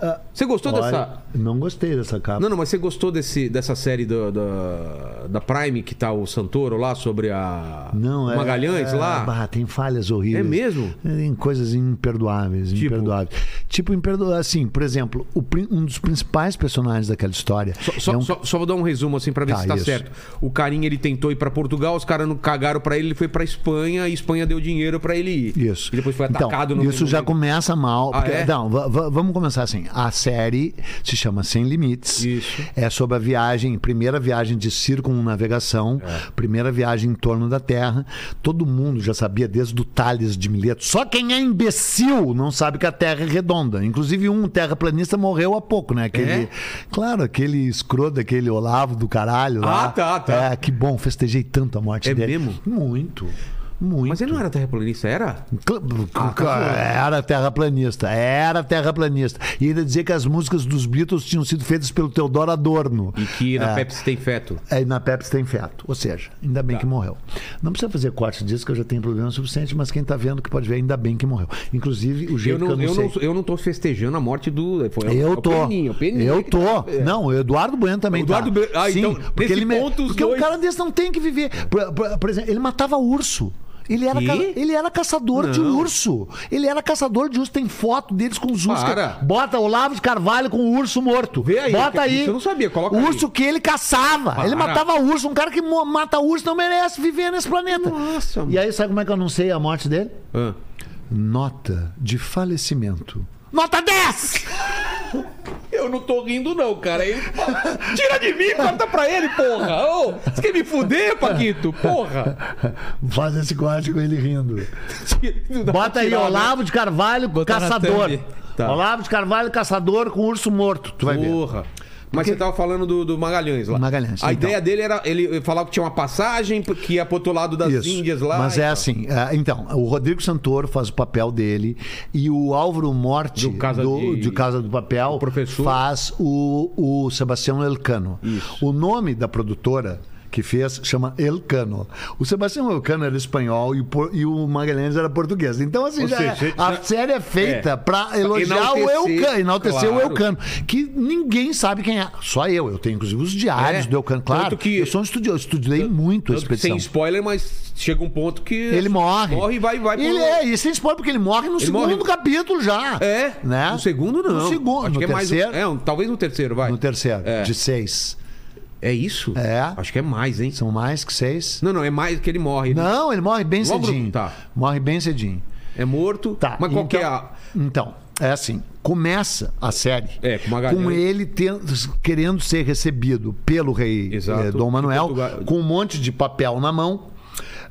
[SPEAKER 3] Ah,
[SPEAKER 1] Você gostou
[SPEAKER 3] olha,
[SPEAKER 1] dessa...
[SPEAKER 3] Não gostei dessa capa.
[SPEAKER 1] Não, não, mas você gostou desse, dessa série do- da, da Prime que tá o Santoro lá sobre a
[SPEAKER 3] Não, é-
[SPEAKER 1] Magalhães
[SPEAKER 3] é-
[SPEAKER 1] lá?
[SPEAKER 3] bah, tem falhas horríveis.
[SPEAKER 1] É mesmo?
[SPEAKER 3] Tem coisas imperdoáveis, imperdoáveis. Tipo, imperdoável. Assim, por exemplo, o prin- um dos principais personagens daquela história.
[SPEAKER 1] Só, só,
[SPEAKER 3] é um-
[SPEAKER 1] só- só vou dar um resumo assim pra ver
[SPEAKER 3] Tá,
[SPEAKER 1] se tá
[SPEAKER 3] isso.
[SPEAKER 1] certo. O carinha ele tentou ir pra Portugal, os caras não cagaram pra ele, ele foi pra Espanha e Espanha deu dinheiro pra ele ir.
[SPEAKER 3] Isso.
[SPEAKER 1] E depois foi
[SPEAKER 3] Então,
[SPEAKER 1] atacado no
[SPEAKER 3] Isso já
[SPEAKER 1] começou.
[SPEAKER 3] começa mal.
[SPEAKER 1] Ah,
[SPEAKER 3] porque-
[SPEAKER 1] é?
[SPEAKER 3] Não, va- va- vamos começar assim. A série se chama Sem Limites.
[SPEAKER 1] Isso.
[SPEAKER 3] É sobre a viagem, primeira viagem de circunnavegação,
[SPEAKER 1] É.
[SPEAKER 3] primeira viagem em torno da Terra. Todo mundo já sabia desde o Tales de Mileto. Só quem é imbecil não sabe que a Terra é redonda. Inclusive um terraplanista morreu há pouco, né? Aquele,
[SPEAKER 1] É?
[SPEAKER 3] Claro, aquele escroto, aquele Olavo do caralho lá.
[SPEAKER 1] Ah, tá, tá.
[SPEAKER 3] É, que bom, festejei tanto a morte
[SPEAKER 1] É
[SPEAKER 3] dele.
[SPEAKER 1] mesmo?
[SPEAKER 3] Muito. Muito.
[SPEAKER 1] Mas ele não era terraplanista, era?
[SPEAKER 3] Cl-
[SPEAKER 1] Ah, tá zoando.
[SPEAKER 3] Era terraplanista, era terraplanista. E ainda dizia que as músicas dos Beatles tinham sido feitas pelo Teodoro Adorno.
[SPEAKER 1] E que na
[SPEAKER 3] É.
[SPEAKER 1] Pepsi tem feto.
[SPEAKER 3] É, e na Pepsi tem feto. Ou seja, ainda
[SPEAKER 1] Tá.
[SPEAKER 3] bem que morreu. Não precisa fazer corte disso, que eu já tenho problema suficiente, mas quem tá vendo que pode ver, ainda bem que morreu. Inclusive, o
[SPEAKER 1] Eu
[SPEAKER 3] jeito
[SPEAKER 1] não,
[SPEAKER 3] que eu
[SPEAKER 1] eu,
[SPEAKER 3] não
[SPEAKER 1] não,
[SPEAKER 3] sei.
[SPEAKER 1] eu não tô festejando a morte do. Foi, é
[SPEAKER 3] Eu
[SPEAKER 1] o
[SPEAKER 3] tô.
[SPEAKER 1] Peninho, o Peninho
[SPEAKER 3] eu
[SPEAKER 1] que tá-
[SPEAKER 3] tô.
[SPEAKER 1] é.
[SPEAKER 3] Não, o Eduardo Bueno também
[SPEAKER 1] O Eduardo
[SPEAKER 3] tá.
[SPEAKER 1] Bueno- ah,
[SPEAKER 3] Sim,
[SPEAKER 1] então, nesse
[SPEAKER 3] porque ele me-
[SPEAKER 1] ponto, os
[SPEAKER 3] porque
[SPEAKER 1] dois-
[SPEAKER 3] um cara desse não tem que viver. Por, por- por exemplo, ele matava urso. Ele era,
[SPEAKER 1] Quê?
[SPEAKER 3] ca- ele era caçador de
[SPEAKER 1] Não.
[SPEAKER 3] urso. Ele era caçador de urso. Tem foto deles com os ursos.
[SPEAKER 1] Para.
[SPEAKER 3] Bota Olavo de Carvalho com o urso morto.
[SPEAKER 1] Vê aí, que-
[SPEAKER 3] Bota aí.
[SPEAKER 1] isso eu não sabia, coloca aí.
[SPEAKER 3] Urso que ele caçava.
[SPEAKER 1] Para.
[SPEAKER 3] Ele matava urso. Um cara que mo- mata urso não merece viver nesse planeta.
[SPEAKER 1] Nossa,
[SPEAKER 3] E aí, sabe como é que eu não sei a morte dele?
[SPEAKER 1] Ah.
[SPEAKER 3] Nota de falecimento. Nota 10!
[SPEAKER 1] Eu não tô rindo, não, cara. Ele... Tira de mim, corta pra ele, porra! Ô, você quer me fuder, Paquito? Porra!
[SPEAKER 3] Faz esse corte com ele rindo.
[SPEAKER 1] Não dá pra
[SPEAKER 3] Bota aí,
[SPEAKER 1] tirar, né?
[SPEAKER 3] Olavo de Carvalho,
[SPEAKER 2] Botar na
[SPEAKER 3] caçador.
[SPEAKER 2] thumb.
[SPEAKER 1] Tá.
[SPEAKER 3] Olavo de Carvalho, caçador com urso morto. Tu vai ver.
[SPEAKER 1] Porra. Mas você tava falando do, do Magalhães lá.
[SPEAKER 3] Magalhães,
[SPEAKER 1] A
[SPEAKER 3] então.
[SPEAKER 1] ideia dele era. Ele falava que tinha uma passagem que ia pro outro lado das
[SPEAKER 3] Isso.
[SPEAKER 1] Índias lá.
[SPEAKER 3] Mas
[SPEAKER 1] e
[SPEAKER 3] é
[SPEAKER 1] tal.
[SPEAKER 3] assim. é, então, o Rodrigo Santoro faz o papel dele e o Álvaro Morte,
[SPEAKER 1] Do Casa de-
[SPEAKER 3] do Casa do Papel,
[SPEAKER 1] o professor.
[SPEAKER 3] faz o, o Sebastião Elcano. O nome da produtora que fez chama Elcano. O Sebastião Elcano era espanhol e o, por- e o Magalhães era português. Então, assim,
[SPEAKER 1] Ou
[SPEAKER 3] já
[SPEAKER 1] seja,
[SPEAKER 3] é- a
[SPEAKER 1] já-
[SPEAKER 3] série é feita
[SPEAKER 1] É.
[SPEAKER 3] pra elogiar o
[SPEAKER 1] Enaltecer,
[SPEAKER 3] Elcano, enaltecer o
[SPEAKER 1] claro.
[SPEAKER 3] Elcano, que ninguém sabe quem é. Só eu. Eu tenho, inclusive, os diários
[SPEAKER 1] É.
[SPEAKER 3] do Elcano. Claro,
[SPEAKER 1] Tanto que-
[SPEAKER 3] eu sou um estudioso, eu estudei muito a
[SPEAKER 1] Tanto que
[SPEAKER 3] expedição.
[SPEAKER 1] Sem spoiler, mas chega um ponto que.
[SPEAKER 3] Ele morre.
[SPEAKER 1] Morre e vai, vai pro-
[SPEAKER 3] Ele é, e sem spoiler, porque ele morre no segundo
[SPEAKER 1] morre-
[SPEAKER 3] capítulo já.
[SPEAKER 1] É?
[SPEAKER 3] Né?
[SPEAKER 1] No segundo, não.
[SPEAKER 3] No segundo,
[SPEAKER 1] Acho
[SPEAKER 3] no
[SPEAKER 1] que é
[SPEAKER 3] terceiro.
[SPEAKER 1] mais. um- É, um- talvez no terceiro, vai.
[SPEAKER 3] No terceiro,
[SPEAKER 1] É.
[SPEAKER 3] de seis.
[SPEAKER 1] É isso?
[SPEAKER 3] É.
[SPEAKER 1] Acho que é mais, hein?
[SPEAKER 3] São mais que seis?
[SPEAKER 1] Não, não, é mais que ele morre. Ele
[SPEAKER 3] Não, ele morre bem
[SPEAKER 1] Logo-
[SPEAKER 3] cedinho.
[SPEAKER 1] tá.
[SPEAKER 3] Morre bem cedinho.
[SPEAKER 1] É morto.
[SPEAKER 3] Tá.
[SPEAKER 1] Mas qual
[SPEAKER 3] então,
[SPEAKER 1] que é a.
[SPEAKER 3] Então, é assim. Começa a série
[SPEAKER 1] É, com Magalhães.
[SPEAKER 3] ele ten- querendo ser recebido pelo rei
[SPEAKER 1] Exato.
[SPEAKER 3] eh, Dom Manuel,
[SPEAKER 1] De Portugal.
[SPEAKER 3] com um monte de papel na mão.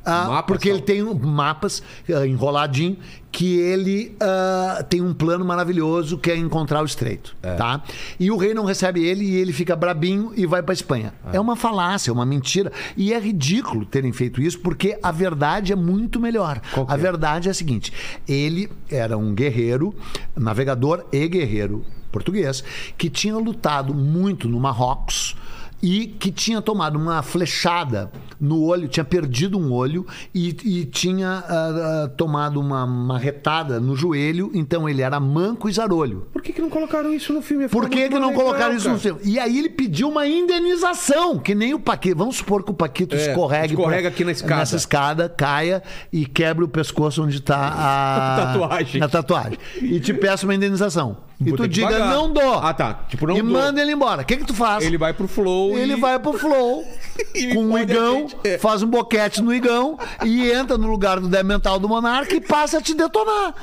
[SPEAKER 3] ah,
[SPEAKER 1] Mapas,
[SPEAKER 3] porque ele
[SPEAKER 1] tal.
[SPEAKER 3] tem um- mapas ah, enroladinho que ele ah, tem um plano maravilhoso que é encontrar o estreito,
[SPEAKER 1] É.
[SPEAKER 3] tá? E o rei não recebe ele e ele fica brabinho e vai pra Espanha. É uma falácia, é uma mentira e é ridículo terem feito isso porque a verdade é muito melhor.
[SPEAKER 1] Qual que
[SPEAKER 3] A
[SPEAKER 1] é?
[SPEAKER 3] verdade é a seguinte: ele era um guerreiro, navegador e guerreiro português, que tinha lutado muito no Marrocos e que tinha tomado uma flechada no olho, tinha perdido um olho e, e tinha ah, ah, tomado uma marretada no joelho, então ele era manco e zarolho.
[SPEAKER 1] Por que, que não colocaram isso no filme? É
[SPEAKER 3] Por que, que não colocaram isso no
[SPEAKER 1] filme?
[SPEAKER 3] filme? E aí ele pediu uma indenização, que nem o Paquito. Vamos supor que o Paquito
[SPEAKER 1] É,
[SPEAKER 3] escorregue.
[SPEAKER 1] escorrega
[SPEAKER 3] pra-
[SPEAKER 1] aqui na escada.
[SPEAKER 3] Nessa escada, caia e quebre o pescoço onde está a.
[SPEAKER 1] Tatuagem.
[SPEAKER 3] Na tatuagem. E te peça uma indenização. e
[SPEAKER 1] Vou
[SPEAKER 3] tu
[SPEAKER 1] ter que
[SPEAKER 3] diga,
[SPEAKER 1] pagar.
[SPEAKER 3] não dou.
[SPEAKER 1] Ah, tá. Tipo, não
[SPEAKER 3] E
[SPEAKER 1] dou.
[SPEAKER 3] manda ele embora. O que, que tu faz?
[SPEAKER 1] Ele vai pro Flow.
[SPEAKER 3] Ele vai pro Flow
[SPEAKER 1] E
[SPEAKER 3] com um
[SPEAKER 1] pode
[SPEAKER 3] igão,
[SPEAKER 1] a gente- é.
[SPEAKER 3] faz um boquete no igão e entra no lugar do demental do monarca e passa a te detonar.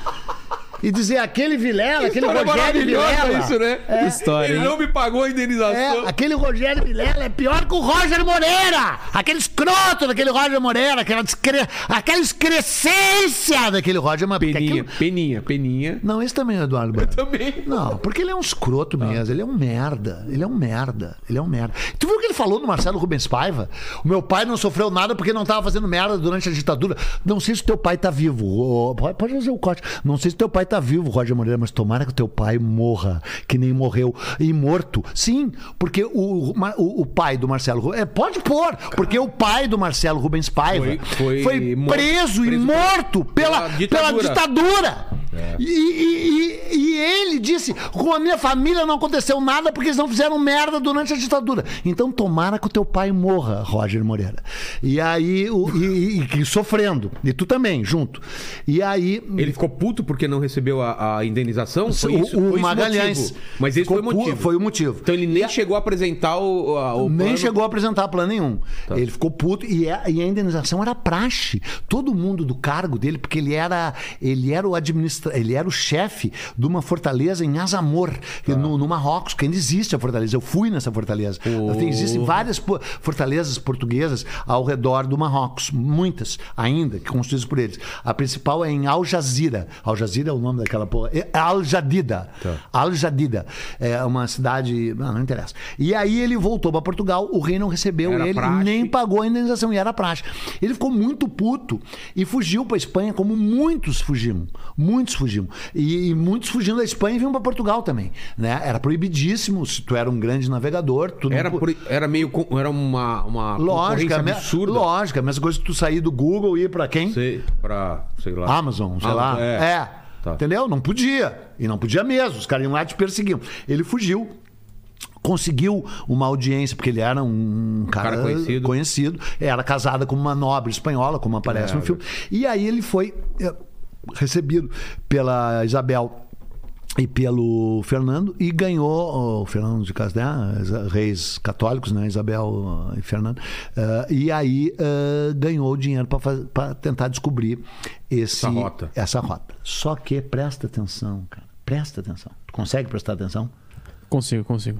[SPEAKER 3] E dizer aquele Vilela, aquele
[SPEAKER 1] História
[SPEAKER 3] Rogério
[SPEAKER 1] maravilhosa
[SPEAKER 3] Vilela.
[SPEAKER 1] isso, né?
[SPEAKER 2] Que história,
[SPEAKER 1] Ele
[SPEAKER 2] hein?
[SPEAKER 1] não me pagou a indenização.
[SPEAKER 3] É, aquele Rogério Vilela é pior que o Roger Moreira! Aquele escroto daquele Roger Moreira, aquela, discre... aquela excrescência daquele Roger Moreira. porque
[SPEAKER 1] Peninha,
[SPEAKER 3] aquilo-
[SPEAKER 1] peninha, peninha.
[SPEAKER 3] Não, esse também é o Eduardo Bueno.
[SPEAKER 1] Também.
[SPEAKER 3] Não, porque ele é um
[SPEAKER 1] Ah.
[SPEAKER 3] escroto mesmo, ele é um merda, ele é um merda, ele é um merda. Tu viu o que ele falou do Marcelo Rubens Paiva? O meu pai não sofreu nada porque não tava fazendo merda durante a ditadura. Não sei se teu pai tá vivo. ô, ô, Pode pode fazer o corte. Não sei se teu pai tá vivo, Roger Moreira, mas tomara que o teu pai morra, que nem morreu. E morto, sim, porque o, o, o pai do Marcelo Rubens. É, pode pôr, porque o pai do Marcelo Rubens Paiva
[SPEAKER 1] Foi-
[SPEAKER 3] foi,
[SPEAKER 1] foi morto-
[SPEAKER 3] preso, e
[SPEAKER 1] preso
[SPEAKER 3] morto pela,
[SPEAKER 1] pela
[SPEAKER 3] pela
[SPEAKER 1] ditadura.
[SPEAKER 3] ditadura.
[SPEAKER 1] É.
[SPEAKER 3] E, e- e- e ele disse: com a minha família não aconteceu nada porque eles não fizeram merda durante a ditadura. Então tomara que o teu pai morra, Roger Moreira. E aí, o- e, e- e sofrendo. E tu também, junto. E aí.
[SPEAKER 1] Ele ficou puto porque não recebeu a, a indenização? Foi
[SPEAKER 3] o-
[SPEAKER 1] isso?
[SPEAKER 3] o
[SPEAKER 1] Foi esse
[SPEAKER 3] Magalhães.
[SPEAKER 1] motivo. Mas esse
[SPEAKER 3] ficou
[SPEAKER 1] foi o
[SPEAKER 3] pu-
[SPEAKER 1] motivo.
[SPEAKER 3] Foi o motivo.
[SPEAKER 1] Então ele nem chegou a apresentar o, a- o
[SPEAKER 3] Nem
[SPEAKER 1] plano. Tá.
[SPEAKER 3] chegou a apresentar plano nenhum. Ele ficou puto e a, e a indenização era praxe. Todo mundo do cargo dele, porque ele era ele era o administra, ele era o chefe de uma fortaleza em Azamor,
[SPEAKER 1] Tá.
[SPEAKER 3] no, no Marrocos, que ainda existe a fortaleza. Eu fui nessa fortaleza. Tem- Existem várias po- fortalezas portuguesas ao redor do Marrocos, muitas ainda que construídas por eles. A principal é em Al Jazira. Al Jazira é o nome daquela porra. É Al Jadida.
[SPEAKER 1] Tá.
[SPEAKER 3] Al Jadida é uma cidade, ah, não interessa. E aí ele voltou para Portugal, o rei não recebeu
[SPEAKER 1] Era
[SPEAKER 3] ele,
[SPEAKER 1] praxe.
[SPEAKER 3] nem pagou a indenização e era praxe. Ele ficou muito puto e fugiu para Espanha, como muitos fugiam, muitos fugiam. E, e muitos fugindo da Espanha e vinham para Portugal também, né? Era proibidíssimo, se tu era um grande navegador, tu não
[SPEAKER 1] Era,
[SPEAKER 3] po-
[SPEAKER 1] por- era meio. com- Era uma, uma
[SPEAKER 3] Lógica, né?
[SPEAKER 1] concorrência
[SPEAKER 3] é me-
[SPEAKER 1] absurda.
[SPEAKER 3] lógica, a mesma coisa que tu sair do Google e ir para quem?
[SPEAKER 1] Sei, pra, sei lá.
[SPEAKER 3] Amazon, sei
[SPEAKER 1] Amazon,
[SPEAKER 3] lá.
[SPEAKER 1] é.
[SPEAKER 3] É.
[SPEAKER 1] Tá.
[SPEAKER 3] Entendeu? Não podia. E não podia mesmo. Os caras iam lá e te perseguiam. Ele fugiu. Conseguiu uma audiência, porque ele era um cara,
[SPEAKER 1] Cara conhecido.
[SPEAKER 3] conhecido. Era casado com uma nobre espanhola, como aparece
[SPEAKER 1] É.
[SPEAKER 3] no filme. E aí ele foi eh, recebido pela Isabel e pelo Fernando e ganhou o Fernando de Castelha, reis católicos, né, Isabel e Fernando, eh, e aí eh, ganhou o dinheiro para tentar descobrir esse
[SPEAKER 1] Essa rota.
[SPEAKER 3] essa rota. Só que presta atenção, cara, presta atenção. Tu consegue prestar atenção?
[SPEAKER 2] Consigo, consigo.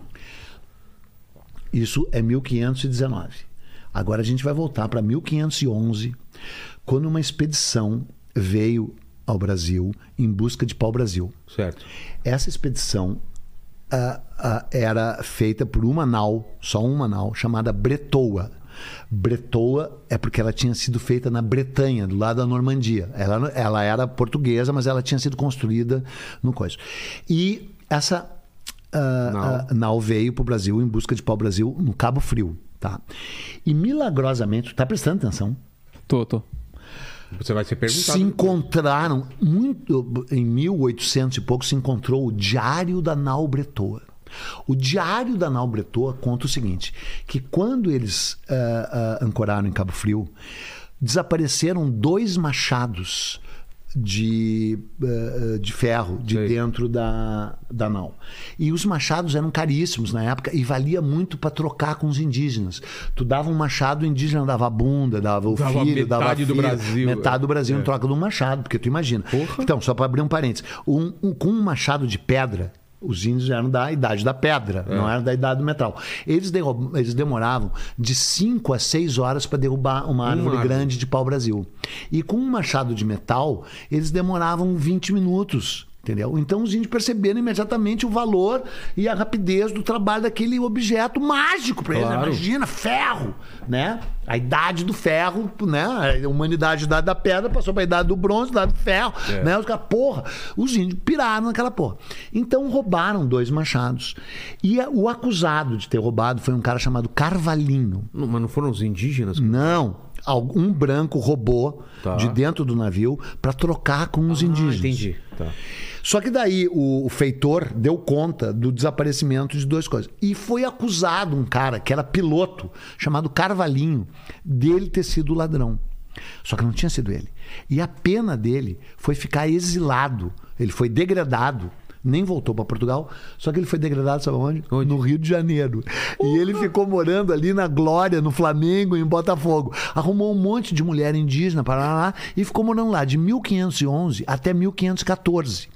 [SPEAKER 3] Isso é 1519. Agora a gente vai voltar para 1511, quando uma expedição veio ao Brasil em busca de pau-brasil.
[SPEAKER 1] Certo.
[SPEAKER 3] Essa expedição ah, ah, era feita por uma nau, só uma nau, chamada Bretoa. Bretoa é porque ela tinha sido feita na Bretanha, do lado da Normandia. Ela, ela era portuguesa, mas ela tinha sido construída no coisa. E essa ah,
[SPEAKER 1] Nau.
[SPEAKER 3] ah, nau veio para o Brasil em busca de pau-brasil no Cabo Frio. Tá? E milagrosamente, tá prestando atenção?
[SPEAKER 2] Tô, tô.
[SPEAKER 1] Você vai ser perguntado.
[SPEAKER 3] Se encontraram muito em 1800 e pouco se encontrou o diário da Nau Bretoa. O diário da Nau Bretoa conta o seguinte, que quando eles ah, ah, ancoraram em Cabo Frio, desapareceram dois machados de, ah, ah, de ferro de
[SPEAKER 1] Sei.
[SPEAKER 3] dentro da, da nau. E os machados eram caríssimos na época e valia muito para trocar com os indígenas. Tu dava um machado, o indígena dava a bunda, dava o
[SPEAKER 1] Dava
[SPEAKER 3] filho, dava a
[SPEAKER 1] metade do
[SPEAKER 3] filha,
[SPEAKER 1] Brasil.
[SPEAKER 3] Metade do Brasil em troca de um machado, porque tu imagina. Então, só para abrir um parênteses, um, um- com um machado de pedra, os índios eram da idade da pedra, não eram da idade do metal. Eles, derrub- eles demoravam de 5 a 6 horas para derrubar uma árvore
[SPEAKER 1] árvore.
[SPEAKER 3] grande de pau-brasil. E com um machado de metal, eles demoravam 20 minutos. Entendeu? Então os índios perceberam imediatamente o valor e a rapidez do trabalho daquele objeto mágico para eles. né?
[SPEAKER 1] Claro.
[SPEAKER 3] Imagina Imagina, ferro, né? A idade do ferro, né? A humanidade, a idade da pedra, passou para a idade do bronze, a idade do ferro,
[SPEAKER 1] É.
[SPEAKER 3] né? Os caras, porra, os índios piraram naquela porra. Então roubaram dois machados. E a- o acusado de ter roubado foi um cara chamado Carvalhinho.
[SPEAKER 1] Não, Mas não foram os indígenas?
[SPEAKER 3] Não, algum um branco roubou
[SPEAKER 1] Tá. Ah,
[SPEAKER 3] de dentro do navio para trocar com os indígenas.
[SPEAKER 1] entendi. Tá.
[SPEAKER 3] Só que daí o, o feitor deu conta do desaparecimento de duas coisas. E foi acusado um cara que era piloto, chamado Carvalhinho, dele ter sido ladrão. Só que não tinha sido ele. E a pena dele foi ficar exilado. Ele foi degradado. Nem voltou para Portugal, só que ele foi degradado, sabe onde?
[SPEAKER 1] Onde?
[SPEAKER 3] No Rio de Janeiro. E ele ficou morando ali na Glória, no Flamengo, em Botafogo. Arrumou um monte de mulher indígena, parará, e ficou morando lá de 1511 até 1514.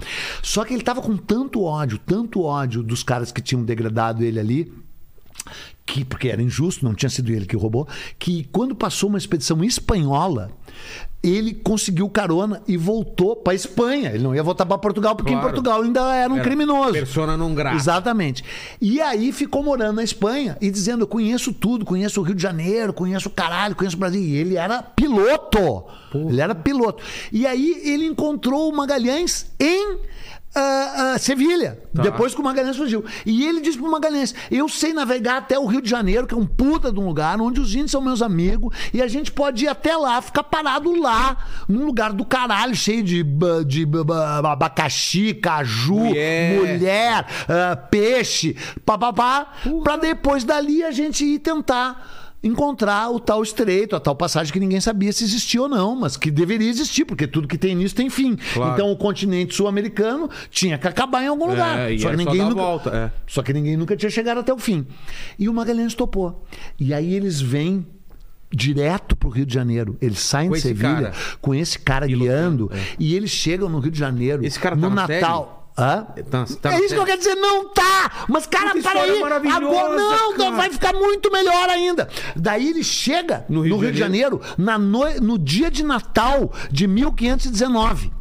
[SPEAKER 3] Só que ele estava com tanto ódio, tanto ódio dos caras que tinham degradado ele ali, que porque era injusto, não tinha sido ele que roubou, que quando passou uma expedição espanhola, Ele conseguiu carona e voltou para Espanha. Ele não ia voltar para Portugal, porque em
[SPEAKER 1] Claro.
[SPEAKER 3] Portugal ainda era um
[SPEAKER 1] Era
[SPEAKER 3] criminoso.
[SPEAKER 1] persona non grata.
[SPEAKER 3] Exatamente. E aí ficou morando na Espanha e dizendo: Eu conheço tudo, conheço o Rio de Janeiro, conheço o caralho, conheço o Brasil. E ele era piloto. Ele era piloto. E aí ele encontrou o Magalhães em. ah, ah, Sevilha, depois que o Magalhães fugiu. E ele disse pro Magalhães: Eu sei navegar até o Rio de Janeiro, que é um puta de um lugar, onde os índios são meus amigos, e a gente pode ir até lá, ficar parado lá, num lugar do caralho, cheio de, ba- de ba- ba- abacaxi, caju,
[SPEAKER 1] Mulher.
[SPEAKER 3] mulher mulher, ah, peixe, papapá, pra depois dali a gente ir tentar encontrar o tal estreito, a tal passagem que ninguém sabia se existia ou não, mas que deveria existir, porque tudo que tem início tem fim.
[SPEAKER 1] Claro.
[SPEAKER 3] Então o continente sul-americano tinha que acabar em algum lugar.
[SPEAKER 1] É, e
[SPEAKER 3] só,
[SPEAKER 1] era
[SPEAKER 3] que
[SPEAKER 1] só
[SPEAKER 3] ninguém
[SPEAKER 1] dar a
[SPEAKER 3] nunca,
[SPEAKER 1] volta, é.
[SPEAKER 3] só que ninguém nunca tinha chegado até o fim. E o Magalhães topou. E aí eles vêm direto pro Rio de Janeiro. Eles saem
[SPEAKER 1] Com
[SPEAKER 3] de
[SPEAKER 1] esse
[SPEAKER 3] Sevilha
[SPEAKER 1] cara.
[SPEAKER 3] com esse cara
[SPEAKER 1] Pilotando,
[SPEAKER 3] guiando e eles chegam no Rio de Janeiro
[SPEAKER 1] Esse cara tá
[SPEAKER 3] no
[SPEAKER 1] na
[SPEAKER 3] Natal. Hã?
[SPEAKER 1] Tá- tá na
[SPEAKER 3] é isso
[SPEAKER 1] série?
[SPEAKER 3] que eu quero dizer, não tá! Mas, cara,
[SPEAKER 1] Puta
[SPEAKER 3] para
[SPEAKER 1] história
[SPEAKER 3] aí!
[SPEAKER 1] maravilhosa,
[SPEAKER 3] Agora não,
[SPEAKER 1] cara.
[SPEAKER 3] vai ficar muito melhor ainda. Daí ele chega no Rio, de, Janeiro, na noi- no dia de Natal de 1519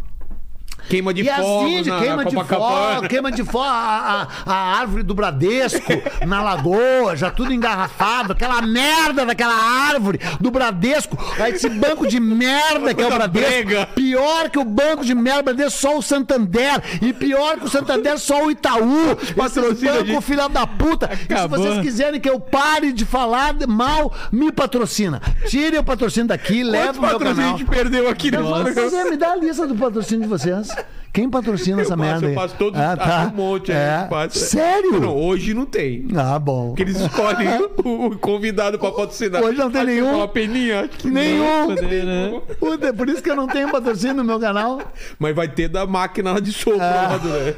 [SPEAKER 1] Queima de
[SPEAKER 3] e as
[SPEAKER 1] fogo
[SPEAKER 3] índias,
[SPEAKER 1] na,
[SPEAKER 3] queima,
[SPEAKER 1] na
[SPEAKER 3] de
[SPEAKER 1] Copacabana.
[SPEAKER 3] fogo, queima de fogo, a, a- a árvore do Bradesco na lagoa, já tudo engarrafado, aquela merda daquela árvore do Bradesco, aí esse banco de merda que é o
[SPEAKER 1] Coisa
[SPEAKER 3] Bradesco,
[SPEAKER 1] brega.
[SPEAKER 3] pior que o banco de merda Bradesco, só o Santander, e pior que o Santander, só o Itaú, esse
[SPEAKER 1] Patrocina a
[SPEAKER 3] banco
[SPEAKER 1] gente.
[SPEAKER 3] filha da puta,
[SPEAKER 2] Acabou.
[SPEAKER 3] e se vocês quiserem que eu pare de falar mal, me patrocina, tire o patrocínio daqui, leva o meu
[SPEAKER 1] patrocínio
[SPEAKER 3] canal.
[SPEAKER 1] a gente perdeu aqui
[SPEAKER 3] Eu falo,
[SPEAKER 1] no
[SPEAKER 3] "Pois é, me dá a lista do patrocínio de vocês. Quem patrocina essa
[SPEAKER 1] passo,
[SPEAKER 3] merda aí?
[SPEAKER 1] Eu faço todos
[SPEAKER 3] ah, tá.
[SPEAKER 1] um monte aí.
[SPEAKER 3] é.
[SPEAKER 1] eu faço.
[SPEAKER 3] Sério?
[SPEAKER 1] Não, hoje não tem.
[SPEAKER 3] Ah, bom.
[SPEAKER 1] Porque eles escolhem o, o convidado pra patrocinar.
[SPEAKER 3] Hoje não tem
[SPEAKER 1] Acho que
[SPEAKER 3] nenhum.
[SPEAKER 1] Uma peninha. né? acho que
[SPEAKER 3] Nenhum.
[SPEAKER 2] Nenhum.
[SPEAKER 3] Puta, é por isso que eu não tenho patrocínio no meu canal.
[SPEAKER 1] Mas vai ter da máquina lá de sopro.
[SPEAKER 3] Ah.
[SPEAKER 1] lá do- né?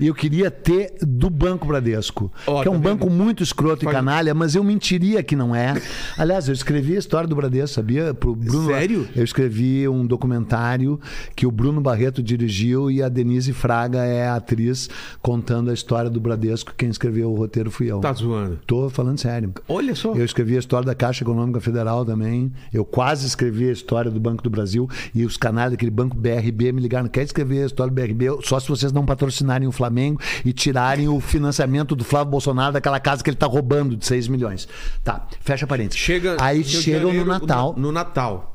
[SPEAKER 3] E eu queria ter do Banco Bradesco,
[SPEAKER 1] Ó,
[SPEAKER 3] que é um
[SPEAKER 1] tá vendo?
[SPEAKER 3] banco muito escroto e
[SPEAKER 1] Faz-
[SPEAKER 3] canalha, mas eu mentiria que não é. Aliás, eu escrevi a história do Bradesco, sabia? Pro Bruno,
[SPEAKER 1] Sério?
[SPEAKER 3] Eu escrevi um documentário que o Bruno Barreto dirigiu e a Denise Fraga é a atriz contando a história do Bradesco. Quem escreveu o roteiro fui eu.
[SPEAKER 1] Tá zoando.
[SPEAKER 3] Tô falando sério.
[SPEAKER 1] Olha só.
[SPEAKER 3] Eu escrevi a história da Caixa Econômica Federal também. Eu quase escrevi a história do Banco do Brasil e os canais daquele banco BRB me ligaram. Quer escrever a história do BRB? Só se vocês não patrocinarem o Flamengo e tirarem o financiamento do Flávio Bolsonaro daquela casa que ele tá roubando de 6 milhões. Tá, fecha parênteses.
[SPEAKER 1] Chega
[SPEAKER 3] Aí
[SPEAKER 1] Rio de
[SPEAKER 3] chegam no
[SPEAKER 1] Janeiro,
[SPEAKER 3] Natal.
[SPEAKER 1] No, no Natal.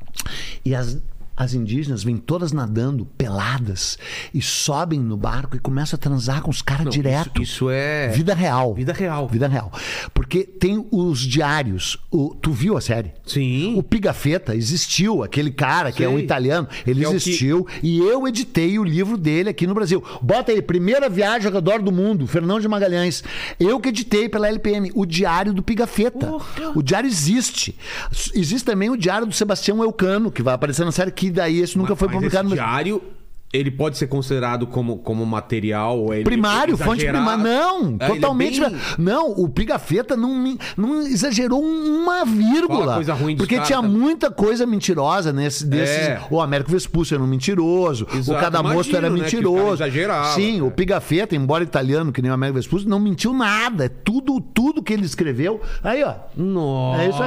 [SPEAKER 3] E as, as indígenas vêm todas nadando, peladas, e sobem no barco e começam a transar com os caras direto.
[SPEAKER 1] Isso, isso é.
[SPEAKER 3] Vida real.
[SPEAKER 1] Vida real.
[SPEAKER 3] Vida real. Porque tem os diários. O, tu viu a série?
[SPEAKER 1] Sim.
[SPEAKER 3] O Pigafetta existiu, aquele cara que é um
[SPEAKER 1] Sei.
[SPEAKER 3] italiano, ele
[SPEAKER 1] Que é o que-
[SPEAKER 3] existiu e eu editei o livro dele aqui no Brasil. Bota aí, primeira viagem ao redor do mundo, Fernão de Magalhães. Eu que editei pela LPM, o Diário do Pigafetta. O diário existe. S- Existe também o Diário do Sebastião Elcano, que vai aparecer na série, que daí esse nunca foi
[SPEAKER 1] Mas
[SPEAKER 3] publicado.
[SPEAKER 1] Esse
[SPEAKER 3] mas-
[SPEAKER 1] diário, ele pode ser considerado como, como material. ou ele-
[SPEAKER 3] Primário, fonte
[SPEAKER 1] exagerado.
[SPEAKER 3] primária. Não,
[SPEAKER 1] É, ele é
[SPEAKER 3] totalmente.
[SPEAKER 1] bem-
[SPEAKER 3] Não, o Pigafetta não, me- não exagerou uma vírgula.
[SPEAKER 1] Fala coisa ruim dos
[SPEAKER 3] porque
[SPEAKER 1] caras
[SPEAKER 3] tinha
[SPEAKER 1] também.
[SPEAKER 3] muita coisa mentirosa nesse, desses.
[SPEAKER 1] É.
[SPEAKER 3] O Américo Vespúcio era um mentiroso,
[SPEAKER 1] Exato,
[SPEAKER 3] o Cadamosto
[SPEAKER 1] imagino,
[SPEAKER 3] era
[SPEAKER 1] né, que o
[SPEAKER 3] mentiroso.
[SPEAKER 1] cara exagerava,
[SPEAKER 3] Sim, o
[SPEAKER 1] é.
[SPEAKER 3] Pigafetta, embora italiano, que nem o Américo Vespúcio, não mentiu nada. É Tudo, tudo que ele escreveu. Aí, ó.
[SPEAKER 1] Nossa.
[SPEAKER 3] É isso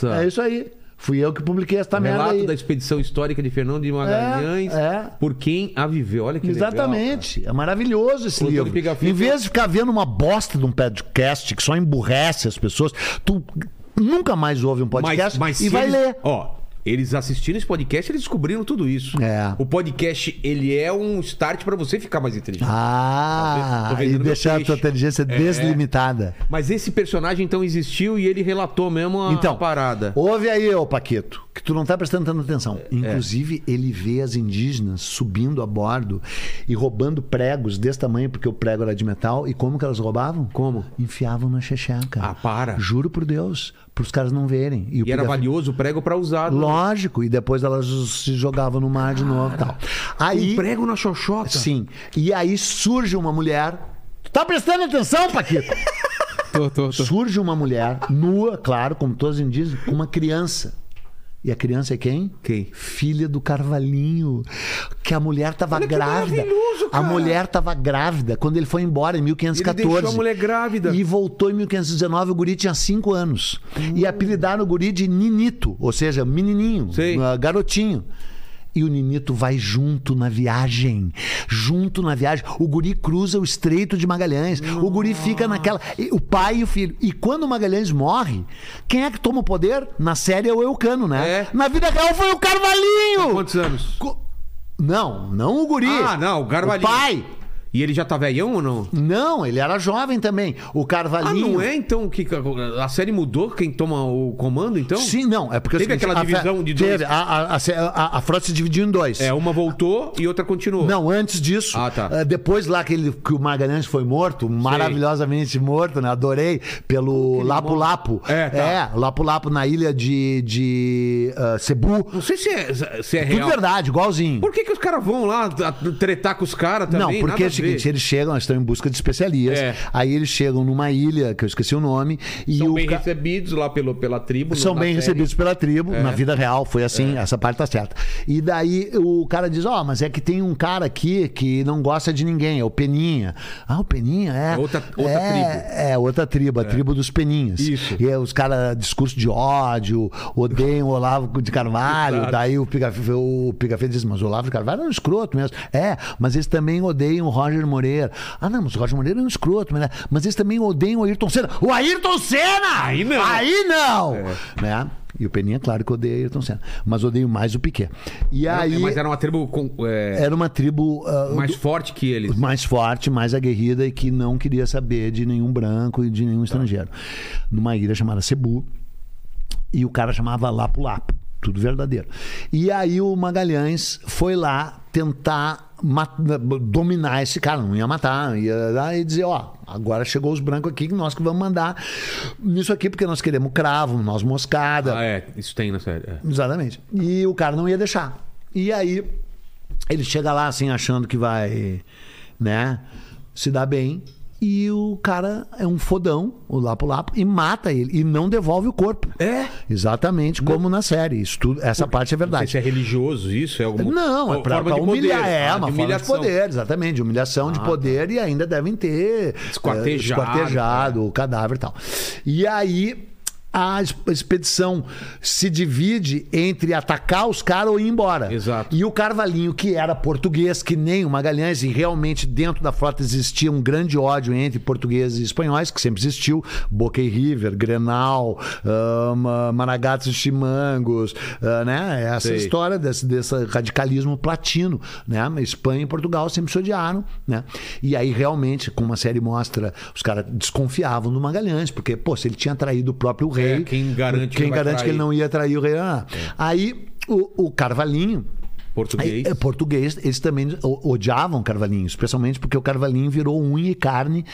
[SPEAKER 3] aí. É isso aí. Fui eu que publiquei esta
[SPEAKER 1] O
[SPEAKER 3] merda
[SPEAKER 1] Relato
[SPEAKER 3] aí.
[SPEAKER 1] da expedição histórica de Fernando de Magalhães,
[SPEAKER 3] é.
[SPEAKER 1] por quem a viveu. Olha que legal.
[SPEAKER 3] Exatamente. é maravilhoso esse
[SPEAKER 1] O Antônio
[SPEAKER 3] livro.
[SPEAKER 1] Pigafetta-
[SPEAKER 3] Em vez de ficar vendo uma bosta de um podcast que só emburrece as pessoas, tu nunca mais ouve um podcast e
[SPEAKER 1] se
[SPEAKER 3] vai
[SPEAKER 1] eles-
[SPEAKER 3] ler.
[SPEAKER 1] Ó, eles assistindo esse podcast, eles descobriram tudo isso.
[SPEAKER 3] É.
[SPEAKER 1] O podcast, ele é um start pra você ficar mais inteligente. Tá Tô
[SPEAKER 3] Ah,
[SPEAKER 1] vendendo
[SPEAKER 3] e
[SPEAKER 1] meu
[SPEAKER 3] deixar a
[SPEAKER 1] peixe. É.
[SPEAKER 3] tua inteligência deslimitada.
[SPEAKER 1] Mas esse personagem, então, existiu e ele relatou mesmo a,
[SPEAKER 3] Então,
[SPEAKER 1] a parada. É.
[SPEAKER 3] ouve aí, ô Paquito, que tu não tá prestando tanta atenção. Inclusive, ele vê as indígenas subindo a bordo e roubando pregos desse tamanho, porque o prego era de metal. E como que elas roubavam?
[SPEAKER 1] Como?
[SPEAKER 3] Enfiavam na xexeca.
[SPEAKER 1] Ah, para.
[SPEAKER 3] Juro por Deus, pros caras não verem. o
[SPEAKER 1] E era
[SPEAKER 3] Pigafetta-
[SPEAKER 1] valioso o prego pra usar. né?
[SPEAKER 3] Lógico, e depois elas se jogavam no mar de novo e tal.
[SPEAKER 1] Um
[SPEAKER 3] Aí,
[SPEAKER 1] prego na xoxota.
[SPEAKER 3] sim, e aí surge uma mulher. Tu Tá prestando atenção, Paquito?
[SPEAKER 2] Tô, tô, tô.
[SPEAKER 3] surge uma mulher nua, claro, como todos os indígenas, com uma criança. E a criança é quem?
[SPEAKER 1] Quem?
[SPEAKER 3] Filha do Carvalhinho. Que a mulher tava
[SPEAKER 1] Olha que
[SPEAKER 3] grávida.
[SPEAKER 1] maravilhoso,
[SPEAKER 3] A
[SPEAKER 1] cara.
[SPEAKER 3] mulher tava grávida quando ele foi embora em 1514.
[SPEAKER 1] Ele deixou a mulher grávida.
[SPEAKER 3] E voltou em 1519, o guri tinha 5 anos. E apelidaram o guri de Ninito, ou seja, menininho,
[SPEAKER 1] Sim.
[SPEAKER 3] ah, garotinho. E o Ninito vai junto na viagem. Junto na viagem. O guri cruza o Estreito de Magalhães. O guri fica naquela. e O pai e o filho. E quando o Magalhães morre, quem é que toma o poder? Na série é o Eucano, né?
[SPEAKER 1] É.
[SPEAKER 3] Na vida real foi o Carvalhinho!
[SPEAKER 1] Quantos anos?
[SPEAKER 3] Co- Não, não o guri.
[SPEAKER 1] Ah, não, o Carvalhinho.
[SPEAKER 3] O pai.
[SPEAKER 1] E ele já tá velhão ou não?
[SPEAKER 3] Não, ele era jovem também. O
[SPEAKER 1] Ah,
[SPEAKER 3] Carvalhinho.
[SPEAKER 1] não é então que a série mudou quem toma o comando, então?
[SPEAKER 3] Sim, não. É porque é o
[SPEAKER 1] Teve aquela
[SPEAKER 3] a fe-
[SPEAKER 1] divisão de dois?
[SPEAKER 3] Teve. A, a, a, a- a frota se dividiu em dois.
[SPEAKER 1] É, uma voltou e outra continuou.
[SPEAKER 3] Não, antes disso,
[SPEAKER 1] Ah, tá.
[SPEAKER 3] eh, depois lá que, ele, que o Magalhães foi morto, maravilhosamente morto, né? Adorei, pelo Lapu Lapu.
[SPEAKER 1] É, tá.
[SPEAKER 3] Lapu Lapu na ilha de, de ah, Cebu.
[SPEAKER 1] Não sei se é, se é
[SPEAKER 3] Tudo
[SPEAKER 1] real.
[SPEAKER 3] verdade, igualzinho.
[SPEAKER 1] Por que, que os caras vão lá a- tretar com os caras também?
[SPEAKER 3] Não, porque
[SPEAKER 1] Nada
[SPEAKER 3] é
[SPEAKER 1] a
[SPEAKER 3] o seguinte,
[SPEAKER 1] ver.
[SPEAKER 3] eles chegam, eles estão em busca de especialistas.
[SPEAKER 1] É.
[SPEAKER 3] Aí eles chegam numa ilha, que eu esqueci o nome, e
[SPEAKER 1] São
[SPEAKER 3] o
[SPEAKER 1] bem
[SPEAKER 3] ca-
[SPEAKER 1] recebidos lá pelo, pela tribo.
[SPEAKER 3] São
[SPEAKER 1] na
[SPEAKER 3] bem
[SPEAKER 1] série.
[SPEAKER 3] recebidos pela tribo,
[SPEAKER 1] É.
[SPEAKER 3] na vida real foi assim, essa parte tá certa. E daí o cara diz: Ó, mas é que tem um cara aqui que não gosta de ninguém, é o Peninha. Ah, o Peninha é.
[SPEAKER 1] É outra- outra
[SPEAKER 3] é,
[SPEAKER 1] tribo.
[SPEAKER 3] É, outra tribo, a tribo dos Peninhas.
[SPEAKER 1] Isso.
[SPEAKER 3] E aí os caras, discurso de ódio, odeiam o Olavo de Carvalho.
[SPEAKER 1] Exato.
[SPEAKER 3] Daí o Pigafetta o Pigafetta diz: Mas o Olavo de Carvalho é um escroto mesmo. É, mas eles também odeiam o Roger Moreira. Ah, não, mas o Roger Moreira é um escroto, né? Mas eles também odeiam o Ayrton Senna. O Ayrton Senna!
[SPEAKER 1] Aí não. É.
[SPEAKER 3] Aí aí não! Né? E o Peninha, claro que odeia Ayrton Senna. Mas odeio mais o Piquet. E
[SPEAKER 1] Era-
[SPEAKER 3] aí,
[SPEAKER 1] É, Mas
[SPEAKER 3] era,
[SPEAKER 1] era uma tribo com- é,
[SPEAKER 3] uma tribo ah,
[SPEAKER 1] mais
[SPEAKER 3] do-
[SPEAKER 1] forte que eles.
[SPEAKER 3] mais forte, mais aguerrida e que não queria saber de nenhum branco e de nenhum estrangeiro. Numa ilha chamada Cebu. E o cara chamava Lapo Lapo. Tudo verdadeiro. E aí o Magalhães foi lá tentar ma- dominar esse cara, não ia matar, ia lá e dizer, ó, agora chegou os brancos aqui que nós que vamos mandar nisso aqui porque nós queremos cravo, nós moscada,
[SPEAKER 1] Ah, é. Isso tem na série. é.
[SPEAKER 3] Exatamente. E o cara não ia deixar. E aí ele chega lá assim achando que vai, né, se dar bem. E o cara é um fodão, o Lapo Lapo, e mata ele. E não devolve o corpo.
[SPEAKER 1] É?
[SPEAKER 3] Exatamente como na série. Isso tudo, essa parte é verdade.
[SPEAKER 1] Isso é religioso, isso? É alguma
[SPEAKER 3] Não, é
[SPEAKER 1] uma
[SPEAKER 3] pra,
[SPEAKER 1] forma de
[SPEAKER 3] pra
[SPEAKER 1] poder,
[SPEAKER 3] humilhar. É,
[SPEAKER 1] ah,
[SPEAKER 3] uma
[SPEAKER 1] de
[SPEAKER 3] forma de
[SPEAKER 1] humilhação. Ah, tá.
[SPEAKER 3] poder, exatamente. De humilhação, de poder, e ainda devem ter eh,
[SPEAKER 1] Esquartejado,
[SPEAKER 3] esquartejado
[SPEAKER 1] é.
[SPEAKER 3] o cadáver e tal. E aí. A es- expedição se divide entre atacar os caras ou ir embora.
[SPEAKER 1] Exato.
[SPEAKER 3] E o Carvalhinho, que era português, que nem o Magalhães, e realmente dentro da frota existia um grande ódio entre portugueses e espanhóis, que sempre existiu. Boca e River, Grenal, ah, Ma- Maragatos e Chimangos, ah, né? Essa
[SPEAKER 1] Sei.
[SPEAKER 3] história história desse, desse radicalismo platino, né? Espanha e Portugal sempre se odiaram, né? E aí realmente, como a série mostra, os caras desconfiavam do Magalhães, porque, pô, se ele tinha traído o próprio rei,
[SPEAKER 1] É, quem garante que
[SPEAKER 3] quem
[SPEAKER 1] vai
[SPEAKER 3] garante que
[SPEAKER 1] trair?
[SPEAKER 3] ele
[SPEAKER 1] É.
[SPEAKER 3] não ia trair o rei? Ah, Aí o, o Carvalhinho
[SPEAKER 1] Português.
[SPEAKER 3] é, é, português, eles também o- odiavam Carvalhinho, especialmente porque o Carvalhinho virou unha e carne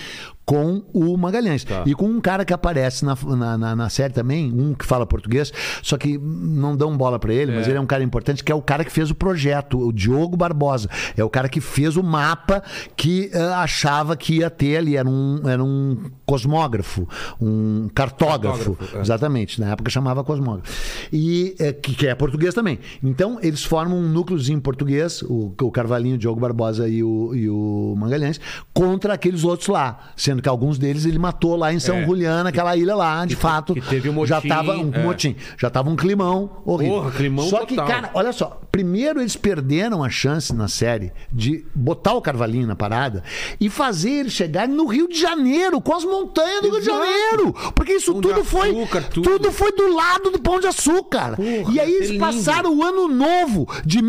[SPEAKER 3] com o Magalhães.
[SPEAKER 1] Tá.
[SPEAKER 3] E com um cara que aparece na, na, na- na série também, um que fala português, só que não dão bola pra ele, mas ele é um cara importante, que é o cara que fez o projeto, o Diogo Barbosa. É o cara que fez o mapa que ah, achava que ia ter ali, era um, era um cosmógrafo, um cartógrafo. né?
[SPEAKER 1] Cartógrafo, é.
[SPEAKER 3] Exatamente, na época chamava Cosmógrafo. E é, que, que é português também. Então, eles formam um núcleozinho português, o, o Carvalhinho, o Diogo Barbosa e o, e o Magalhães, contra aqueles outros lá. Sendo que alguns deles ele matou lá em São
[SPEAKER 1] É.
[SPEAKER 3] Julián, naquela ilha lá, de fato.
[SPEAKER 1] que teve um motim,
[SPEAKER 3] já tava um
[SPEAKER 1] é.
[SPEAKER 3] motim. Já tava um climão horrível.
[SPEAKER 1] Porra, climão
[SPEAKER 3] Só que,
[SPEAKER 1] total.
[SPEAKER 3] cara, olha só. Primeiro eles perderam a chance na série de botar o Carvalhinho na parada e fazer ele chegar no Rio de Janeiro, com as montanhas do Rio de
[SPEAKER 1] Exato.
[SPEAKER 3] Janeiro. Porque isso
[SPEAKER 1] Pão de
[SPEAKER 3] tudo foi
[SPEAKER 1] açúcar, tudo.
[SPEAKER 3] tudo. foi do lado do Pão de Açúcar.
[SPEAKER 1] Porra,
[SPEAKER 3] e aí
[SPEAKER 1] que
[SPEAKER 3] eles
[SPEAKER 1] lindo.
[SPEAKER 3] passaram o ano novo de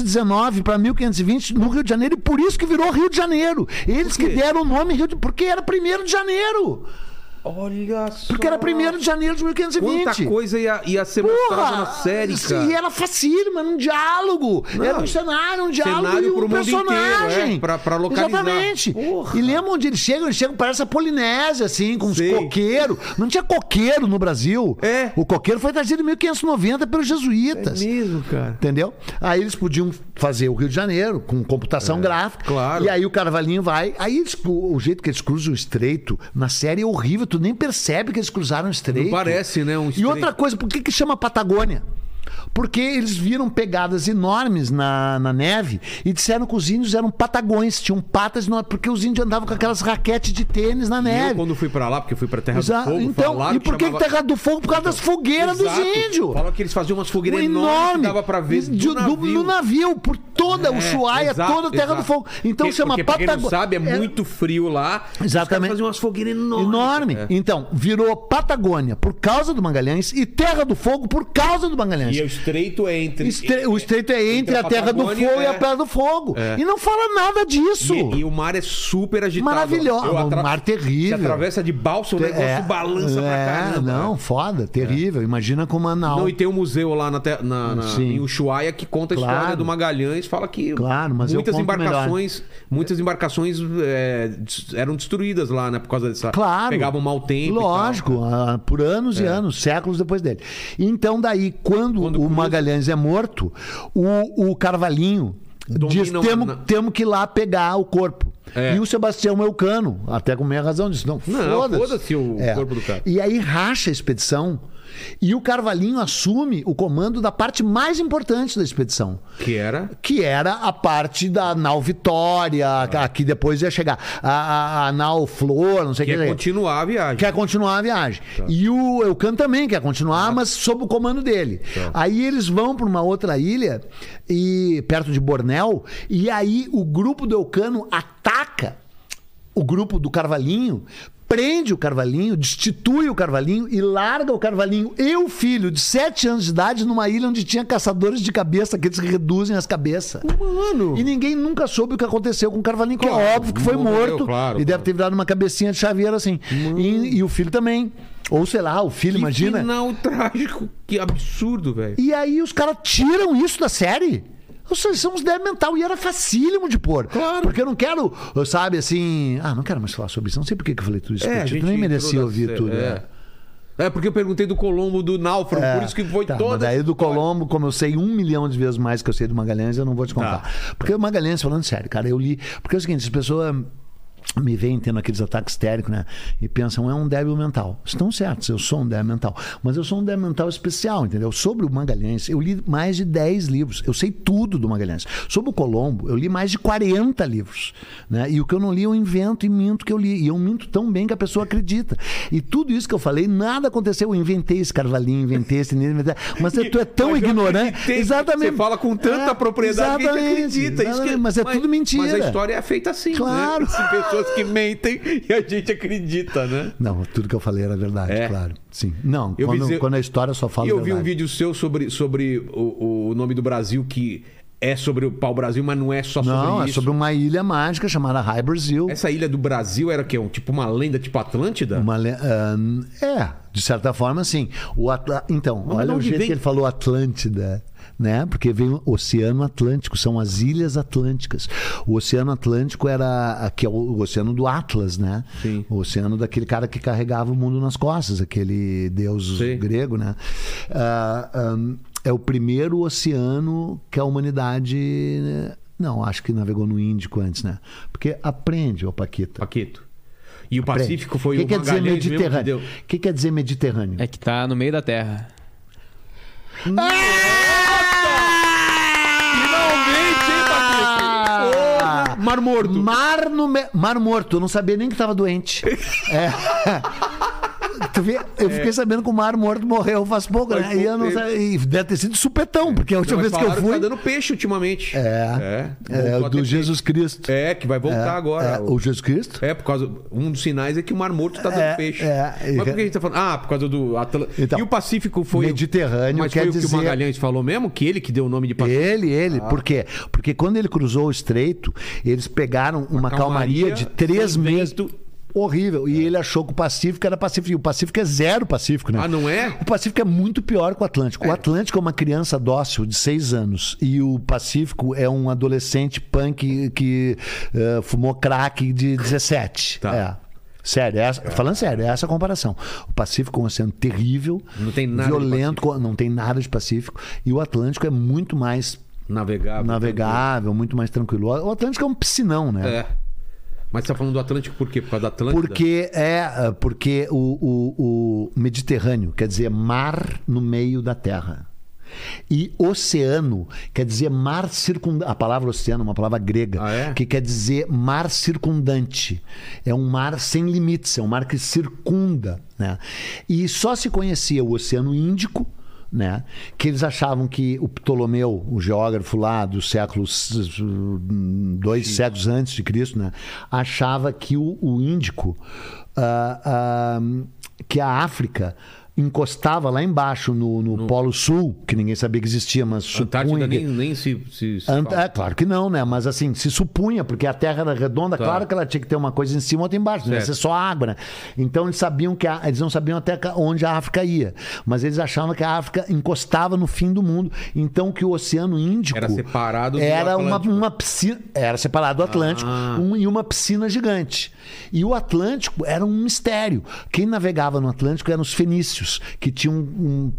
[SPEAKER 3] 1519 para 1520 no Rio de Janeiro e por isso que virou Rio de Janeiro. Eles que deram o nome Rio de porque era 1 de janeiro.
[SPEAKER 1] Olha só.
[SPEAKER 3] Porque era 1 de janeiro de 1520.
[SPEAKER 1] Quanta coisa ia, ia ser mostrada na série,
[SPEAKER 3] isso-
[SPEAKER 1] cara.
[SPEAKER 3] E era facílimo, era um diálogo.
[SPEAKER 1] Não,
[SPEAKER 3] era um cenário, um diálogo
[SPEAKER 1] cenário
[SPEAKER 3] e um
[SPEAKER 1] pro mundo
[SPEAKER 3] personagem.
[SPEAKER 1] inteiro, é, pra- pra localizar.
[SPEAKER 3] Exatamente.
[SPEAKER 1] Porra.
[SPEAKER 3] E lembra onde eles chegam? Eles chegam, parece a Polinésia, assim, com uns
[SPEAKER 1] Sei.
[SPEAKER 3] coqueiros. Não tinha coqueiro no Brasil.
[SPEAKER 1] É.
[SPEAKER 3] O coqueiro foi trazido em 1590 pelos jesuítas.
[SPEAKER 1] mesmo, cara.
[SPEAKER 3] Entendeu? Aí eles podiam fazer o Rio de Janeiro com computação gráfica.
[SPEAKER 1] É, claro.
[SPEAKER 3] E aí o Carvalhinho vai. Aí eles- o, o jeito que eles cruzam o estreito na série é horrível. Tu nem percebe que eles cruzaram o estreito.
[SPEAKER 1] Não parece, né, um
[SPEAKER 3] e
[SPEAKER 1] estreito.
[SPEAKER 3] outra coisa, por que, que chama Patagônia? Porque eles viram pegadas enormes na, na neve e disseram que os índios eram patagões, tinham patas, enormes, porque os índios andavam com aquelas raquetes de tênis na
[SPEAKER 1] E
[SPEAKER 3] neve.
[SPEAKER 1] eu, quando fui pra lá, porque eu fui pra Terra
[SPEAKER 3] Exa-
[SPEAKER 1] do Fogo,
[SPEAKER 3] então,
[SPEAKER 1] falaram
[SPEAKER 3] e por que,
[SPEAKER 1] chamava- Então,
[SPEAKER 3] que Terra do Fogo? Por causa das fogueiras
[SPEAKER 1] Exato.
[SPEAKER 3] dos índios.
[SPEAKER 1] Falaram que eles faziam umas
[SPEAKER 3] Um
[SPEAKER 1] fogueiras enormes que
[SPEAKER 3] enorme.
[SPEAKER 1] dava pra ver
[SPEAKER 3] de-
[SPEAKER 1] do, navio.
[SPEAKER 3] no navio, por toda o
[SPEAKER 1] É,
[SPEAKER 3] Ushuaia,
[SPEAKER 1] exato,
[SPEAKER 3] toda a Terra
[SPEAKER 1] exato.
[SPEAKER 3] do Fogo. Então
[SPEAKER 1] Porque-
[SPEAKER 3] chama
[SPEAKER 1] porque, pra quem não
[SPEAKER 3] Patagônia.
[SPEAKER 1] sabe, é, muito frio lá. Os caras
[SPEAKER 3] Exatamente.
[SPEAKER 1] faziam umas fogueiras enormes.
[SPEAKER 3] Enorme.
[SPEAKER 1] É.
[SPEAKER 3] Então, virou Patagônia por causa do Magalhães e Terra do Fogo por causa do Magalhães.
[SPEAKER 1] E o estreito é entre.
[SPEAKER 3] Estre- O estreito é entre a Terra do Fogo
[SPEAKER 1] Patagônia,
[SPEAKER 3] e a
[SPEAKER 1] é.
[SPEAKER 3] Terra do Fogo. E não fala nada disso.
[SPEAKER 1] E, e o mar é super agitado.
[SPEAKER 3] Maravilhoso.
[SPEAKER 1] Eu
[SPEAKER 3] Um mar terrível.
[SPEAKER 1] Você atravessa de balsa, o
[SPEAKER 3] Te-
[SPEAKER 1] negócio
[SPEAKER 3] é,
[SPEAKER 1] balança
[SPEAKER 3] é,
[SPEAKER 1] pra caramba. É.
[SPEAKER 3] Não, foda, terrível. Imagina como Manaus.
[SPEAKER 1] Não, e tem um museu lá na, te- na- na-
[SPEAKER 3] Sim.
[SPEAKER 1] em Ushuaia que conta a
[SPEAKER 3] Claro.
[SPEAKER 1] história do Magalhães, fala que
[SPEAKER 3] Claro, mas eu
[SPEAKER 1] muitas
[SPEAKER 3] conto melhor.
[SPEAKER 1] embarcações, muitas embarcações é, des- eram destruídas lá, né, por causa dessa.
[SPEAKER 3] Claro.
[SPEAKER 1] Pegavam um mau tempo. e tal. É.
[SPEAKER 3] Lógico, ah, por anos e anos, séculos depois dele. Então, daí, quando, o Magalhães é morto, o, o Carvalhinho
[SPEAKER 1] Domina
[SPEAKER 3] diz:
[SPEAKER 1] uma-
[SPEAKER 3] temos
[SPEAKER 1] na-
[SPEAKER 3] temos que ir lá pegar o corpo.
[SPEAKER 1] É.
[SPEAKER 3] E o Sebastião Elcano, até com meia razão, disse: não,
[SPEAKER 1] Não,
[SPEAKER 3] foda-se. É.
[SPEAKER 1] foda-se o corpo do cara.
[SPEAKER 3] E aí racha a expedição. E o Carvalhinho assume o comando da parte mais importante da expedição
[SPEAKER 1] Que era.
[SPEAKER 3] que era a parte da Nau Vitória,
[SPEAKER 1] Ah.
[SPEAKER 3] a- que depois ia chegar. A, a- a Nau Flor, não sei o
[SPEAKER 1] Que
[SPEAKER 3] que.
[SPEAKER 1] é continuar a viagem.
[SPEAKER 3] Quer continuar a viagem. E o Eucan também quer continuar, mas sob o comando dele. Aí eles vão para uma outra ilha, e perto de Bornéu, e aí o grupo do Eucano ataca o grupo do Carvalhinho, prende o Carvalhinho, destitui o Carvalhinho e larga o Carvalhinho e o filho de 7 anos de idade numa ilha onde tinha caçadores de cabeça, que eles reduzem as cabeças.
[SPEAKER 1] Mano.
[SPEAKER 3] E ninguém nunca soube o que aconteceu com o Carvalhinho, que
[SPEAKER 1] Claro,
[SPEAKER 3] é óbvio que foi
[SPEAKER 1] morreu,
[SPEAKER 3] morto.
[SPEAKER 1] claro,
[SPEAKER 3] e
[SPEAKER 1] claro.
[SPEAKER 3] deve ter virado uma cabecinha de chaveiro assim. E, e o filho também. Ou sei lá, o filho,
[SPEAKER 1] Que
[SPEAKER 3] imagina.
[SPEAKER 1] final trágico, que absurdo, velho.
[SPEAKER 3] E aí os caras tiram isso da série. Ou seja, são uns deve mental. E era facílimo de pôr.
[SPEAKER 1] Claro.
[SPEAKER 3] Porque eu não quero, sabe, assim. Ah, não quero mais falar sobre isso. Não sei por que que eu falei tudo isso.
[SPEAKER 1] É, a
[SPEAKER 3] contigo.
[SPEAKER 1] gente
[SPEAKER 3] nem
[SPEAKER 1] entrou
[SPEAKER 3] merecia
[SPEAKER 1] na
[SPEAKER 3] ouvir
[SPEAKER 1] sé-
[SPEAKER 3] tudo. né?
[SPEAKER 1] É. É porque eu perguntei do Colombo, do Náufrago,
[SPEAKER 3] É.
[SPEAKER 1] por isso que foi
[SPEAKER 3] Tá,
[SPEAKER 1] toda.
[SPEAKER 3] mas daí
[SPEAKER 1] essa
[SPEAKER 3] do
[SPEAKER 1] história.
[SPEAKER 3] Colombo, como eu sei um milhão de vezes mais que eu sei do Magalhães, eu não vou te contar.
[SPEAKER 1] Tá.
[SPEAKER 3] Porque o Magalhães, falando sério, cara, eu li. Porque é o seguinte, as pessoas me veem tendo aqueles ataques histéricos, né? E pensam, é um débil mental. Estão certos, eu sou um débil mental. Mas eu sou um débil mental especial, entendeu? Sobre o Magalhães, eu li mais de 10 livros. Eu sei tudo do Magalhães. Sobre o Colombo, eu li mais de 40 livros. Né? E o que eu não li, eu invento e minto que eu li. E eu minto tão bem que a pessoa acredita. E tudo isso que eu falei, nada aconteceu. Eu inventei esse Carvalhinho, inventei esse Nino, inventei... Mas tu é tão
[SPEAKER 1] Mas eu
[SPEAKER 3] ignorante.
[SPEAKER 1] acreditei. Você fala com tanta
[SPEAKER 3] É,
[SPEAKER 1] propriedade que a gente
[SPEAKER 3] exatamente,
[SPEAKER 1] acredita. Isso que-
[SPEAKER 3] exatamente, Mas é tudo mentira.
[SPEAKER 1] Mas a história é feita assim,
[SPEAKER 3] Claro.
[SPEAKER 1] né? São pessoas que mentem e a gente acredita, né?
[SPEAKER 3] Não, tudo que eu falei era verdade,
[SPEAKER 1] É.
[SPEAKER 3] claro. Sim. Não,
[SPEAKER 1] Eu vi
[SPEAKER 3] quando,
[SPEAKER 1] dizer-
[SPEAKER 3] quando a história eu só fala
[SPEAKER 1] E eu vi um
[SPEAKER 3] verdade.
[SPEAKER 1] vídeo seu sobre, sobre o, o nome do Brasil, que é sobre o pau-brasil, mas não é só sobre
[SPEAKER 3] Não,
[SPEAKER 1] isso. É
[SPEAKER 3] é sobre uma ilha mágica chamada High Brazil.
[SPEAKER 1] Essa ilha do Brasil era o quê? Um, tipo uma lenda tipo Atlântida?
[SPEAKER 3] Uma le- ah, n- é, de certa forma, sim. O Atla- Então,
[SPEAKER 1] Mas de
[SPEAKER 3] olha o
[SPEAKER 1] onde
[SPEAKER 3] jeito
[SPEAKER 1] vem?
[SPEAKER 3] que ele falou Atlântida, né? Porque vem o Oceano Atlântico, são as Ilhas Atlânticas. O Oceano Atlântico era a- que é o, o oceano do Atlas, né?
[SPEAKER 1] Sim.
[SPEAKER 3] O oceano daquele cara que carregava o mundo nas costas, aquele deus
[SPEAKER 1] Sim.
[SPEAKER 3] grego, né? Ah, ahn, é o primeiro oceano que a humanidade. né? Não, acho que navegou no Índico antes, né? Porque aprende, ô Paquita.
[SPEAKER 1] Paquito. E o
[SPEAKER 3] Peraí.
[SPEAKER 1] Pacífico foi
[SPEAKER 3] que
[SPEAKER 1] o
[SPEAKER 3] quer dizer
[SPEAKER 1] Magalhães mesmo que
[SPEAKER 3] Mediterrâneo?
[SPEAKER 1] deu.
[SPEAKER 3] O que quer dizer Mediterrâneo?
[SPEAKER 2] É que tá no meio da terra.
[SPEAKER 1] Finalmente, hein, Paquito? Porra, Mar Morto.
[SPEAKER 3] Ah! Mar, no me- Mar Morto. Eu não sabia nem que tava doente. É. Tu vê, eu fiquei sabendo que o Mar Morto morreu faz pouco, né?
[SPEAKER 1] É. Faz
[SPEAKER 3] E, eu não
[SPEAKER 1] pouco É.
[SPEAKER 3] sabia, e deve ter sido supetão, porque a última
[SPEAKER 1] Não, mas
[SPEAKER 3] vez que eu
[SPEAKER 1] falaram
[SPEAKER 3] fui.
[SPEAKER 1] tá dando peixe ultimamente.
[SPEAKER 3] É. É,
[SPEAKER 1] Voltou
[SPEAKER 3] o
[SPEAKER 1] a ter
[SPEAKER 3] do Jesus Cristo.
[SPEAKER 1] peixe. É, que vai voltar agora.
[SPEAKER 3] É, o Jesus Cristo?
[SPEAKER 1] É, por causa. Um dos sinais é que o Mar Morto tá dando
[SPEAKER 3] É,
[SPEAKER 1] peixe.
[SPEAKER 3] é.
[SPEAKER 1] Mas por que a gente tá falando? Ah, por causa do Atlântico.
[SPEAKER 3] Então,
[SPEAKER 1] e o Pacífico foi.
[SPEAKER 3] Mediterrâneo
[SPEAKER 1] Mas
[SPEAKER 3] quer
[SPEAKER 1] foi o que
[SPEAKER 3] dizer-
[SPEAKER 1] o Magalhães falou mesmo? Que ele que deu o nome de Ah. Pacífico.
[SPEAKER 3] Ele, ele. Por quê? Porque quando ele cruzou o estreito, eles pegaram uma, calmaria,
[SPEAKER 1] calmaria,
[SPEAKER 3] de três
[SPEAKER 1] sem
[SPEAKER 3] meses.
[SPEAKER 1] vento. É.
[SPEAKER 3] Horrível. E ele achou que o Pacífico era Pacífico. E o Pacífico é zero Pacífico, né?
[SPEAKER 1] Ah, não é?
[SPEAKER 3] O Pacífico é muito pior que o Atlântico. O Atlântico é uma criança dócil de seis anos. E o Pacífico é um adolescente punk que eh, fumou crack de 17.
[SPEAKER 1] Tá.
[SPEAKER 3] É. Sério, essa- falando sério, é essa a comparação. O Pacífico é um oceano terrível,
[SPEAKER 1] Não tem nada de
[SPEAKER 3] violento, co- não tem nada de Pacífico. E o Atlântico é muito mais
[SPEAKER 1] Navegável.
[SPEAKER 3] navegável, muito mais tranquilo. O Atlântico é um piscinão, né?
[SPEAKER 1] É. Mas você tá falando do Atlântico por quê? Por causa do Atlântico?
[SPEAKER 3] Porque é ah, porque o, o- o Mediterrâneo quer dizer mar no meio da terra. E oceano quer dizer mar circundante. A palavra oceano é uma palavra grega,
[SPEAKER 1] Ah, é?
[SPEAKER 3] que quer dizer mar circundante. É um mar sem limites, é um mar que circunda. Né? E só se conhecia o Oceano Índico. Né? Que eles achavam que o Ptolomeu, o geógrafo lá do século s- s- dois séculos antes de Cristo, né? achava que o, o Índico, ah, ah, que a África encostava lá embaixo no, no Polo Sul, que ninguém sabia que existia, mas
[SPEAKER 1] Antártida
[SPEAKER 3] supunha que-
[SPEAKER 1] nem, nem se. se, se
[SPEAKER 3] Ant-
[SPEAKER 1] fala.
[SPEAKER 3] É, claro que não, né? Mas assim, se supunha, porque a Terra era redonda,
[SPEAKER 1] Tá.
[SPEAKER 3] claro que ela tinha que ter uma coisa em cima e outra embaixo, não ia
[SPEAKER 1] Certo.
[SPEAKER 3] ser só água, né? Então eles sabiam que a- eles não sabiam até ca- onde a África ia, mas eles achavam que a África encostava no fim do mundo, então que o Oceano Índico
[SPEAKER 1] Era separado do
[SPEAKER 3] era uma,
[SPEAKER 1] Atlântico. Ah.
[SPEAKER 3] uma piscina, era separado do Atlântico um- e uma piscina gigante. E o Atlântico era um mistério. Quem navegava no Atlântico eram os fenícios, que tinham um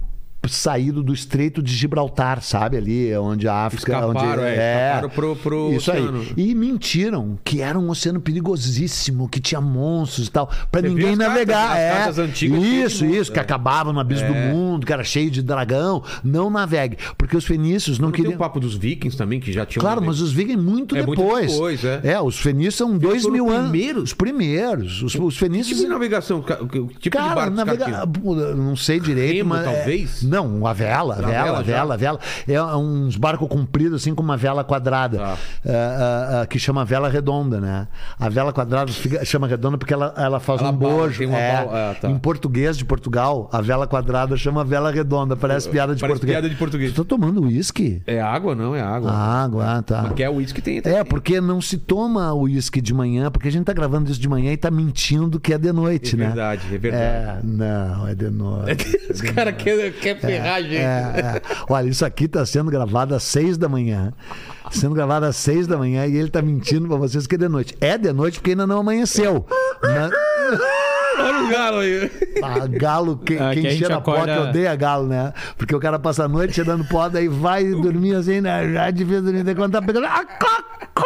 [SPEAKER 3] saído do Estreito de Gibraltar, sabe ali, onde a África
[SPEAKER 1] Escaparam,
[SPEAKER 3] onde
[SPEAKER 1] é, escaparam pro- pro
[SPEAKER 3] isso aí.
[SPEAKER 1] oceano.
[SPEAKER 3] E mentiram que era um oceano perigosíssimo, que tinha monstros e tal,
[SPEAKER 1] Você
[SPEAKER 3] pra
[SPEAKER 1] vê
[SPEAKER 3] ninguém
[SPEAKER 1] as cartas,
[SPEAKER 3] navegar.
[SPEAKER 1] as
[SPEAKER 3] é.
[SPEAKER 1] cartas antigas cheias de
[SPEAKER 3] isso,
[SPEAKER 1] monstro, É.
[SPEAKER 3] isso, que acabava no abismo do mundo, que era cheio de dragão. Não navegue, porque os fenícios não,
[SPEAKER 1] Não tem
[SPEAKER 3] queriam.
[SPEAKER 1] o papo dos vikings também, que já tinha um
[SPEAKER 3] Claro, mas os vikings muito
[SPEAKER 1] É muito
[SPEAKER 3] depois.
[SPEAKER 1] depois, é.
[SPEAKER 3] os fenícios são dois
[SPEAKER 1] foram
[SPEAKER 3] mil anos.
[SPEAKER 1] primeiros?
[SPEAKER 3] Os primeiros. Os, os
[SPEAKER 1] Que
[SPEAKER 3] fenícios.
[SPEAKER 1] tipo de navegação? ca- que- que Tipo de
[SPEAKER 3] Cara,
[SPEAKER 1] barco os
[SPEAKER 3] navega...
[SPEAKER 1] caras tinham?
[SPEAKER 3] pô, não sei direito,
[SPEAKER 1] Remo,
[SPEAKER 3] mas. é-
[SPEAKER 1] talvez?
[SPEAKER 3] Não, a vela, a
[SPEAKER 1] Na
[SPEAKER 3] vela,
[SPEAKER 1] vela,
[SPEAKER 3] a vela, a vela. É uns barcos compridos, assim, com uma vela quadrada.
[SPEAKER 1] Tá.
[SPEAKER 3] é, é, é, que chama vela redonda, né? A vela quadrada fica- chama redonda porque ela, ela faz
[SPEAKER 1] Ela
[SPEAKER 3] um
[SPEAKER 1] bala,
[SPEAKER 3] bojo.
[SPEAKER 1] tem uma
[SPEAKER 3] é.
[SPEAKER 1] bala- ah, tá.
[SPEAKER 3] Em português de Portugal, a vela quadrada chama vela redonda. Parece piada de
[SPEAKER 1] Parece
[SPEAKER 3] português.
[SPEAKER 1] piada de português.
[SPEAKER 3] Tu tá tomando uísque?
[SPEAKER 1] É água, não? É água.
[SPEAKER 3] Água, ah, tá.
[SPEAKER 1] Porque é o uísque que tem.
[SPEAKER 3] É, porque não se toma o uísque de manhã, porque a gente tá gravando isso de manhã e tá mentindo que é de noite,
[SPEAKER 1] É
[SPEAKER 3] né?
[SPEAKER 1] verdade, é verdade.
[SPEAKER 3] É, não, é de noite.
[SPEAKER 1] Os caras querem quer ferrar a gente.
[SPEAKER 3] É,
[SPEAKER 1] né?
[SPEAKER 3] é. Olha, isso aqui tá sendo gravado às seis da manhã. Sendo gravado às seis da manhã e ele tá mentindo pra vocês que é de noite. É de noite porque ainda não amanheceu.
[SPEAKER 1] Olha o galo aí.
[SPEAKER 3] Mas, ah, galo, que-
[SPEAKER 2] Ah,
[SPEAKER 3] quem
[SPEAKER 2] que a gente
[SPEAKER 3] cheira
[SPEAKER 2] acorda-
[SPEAKER 3] pó, que odeia galo, né? Porque o cara passa a noite cheirando pó, daí vai dormir assim, né? Já devia dormir. Daí quando tá pegando. Ah, co-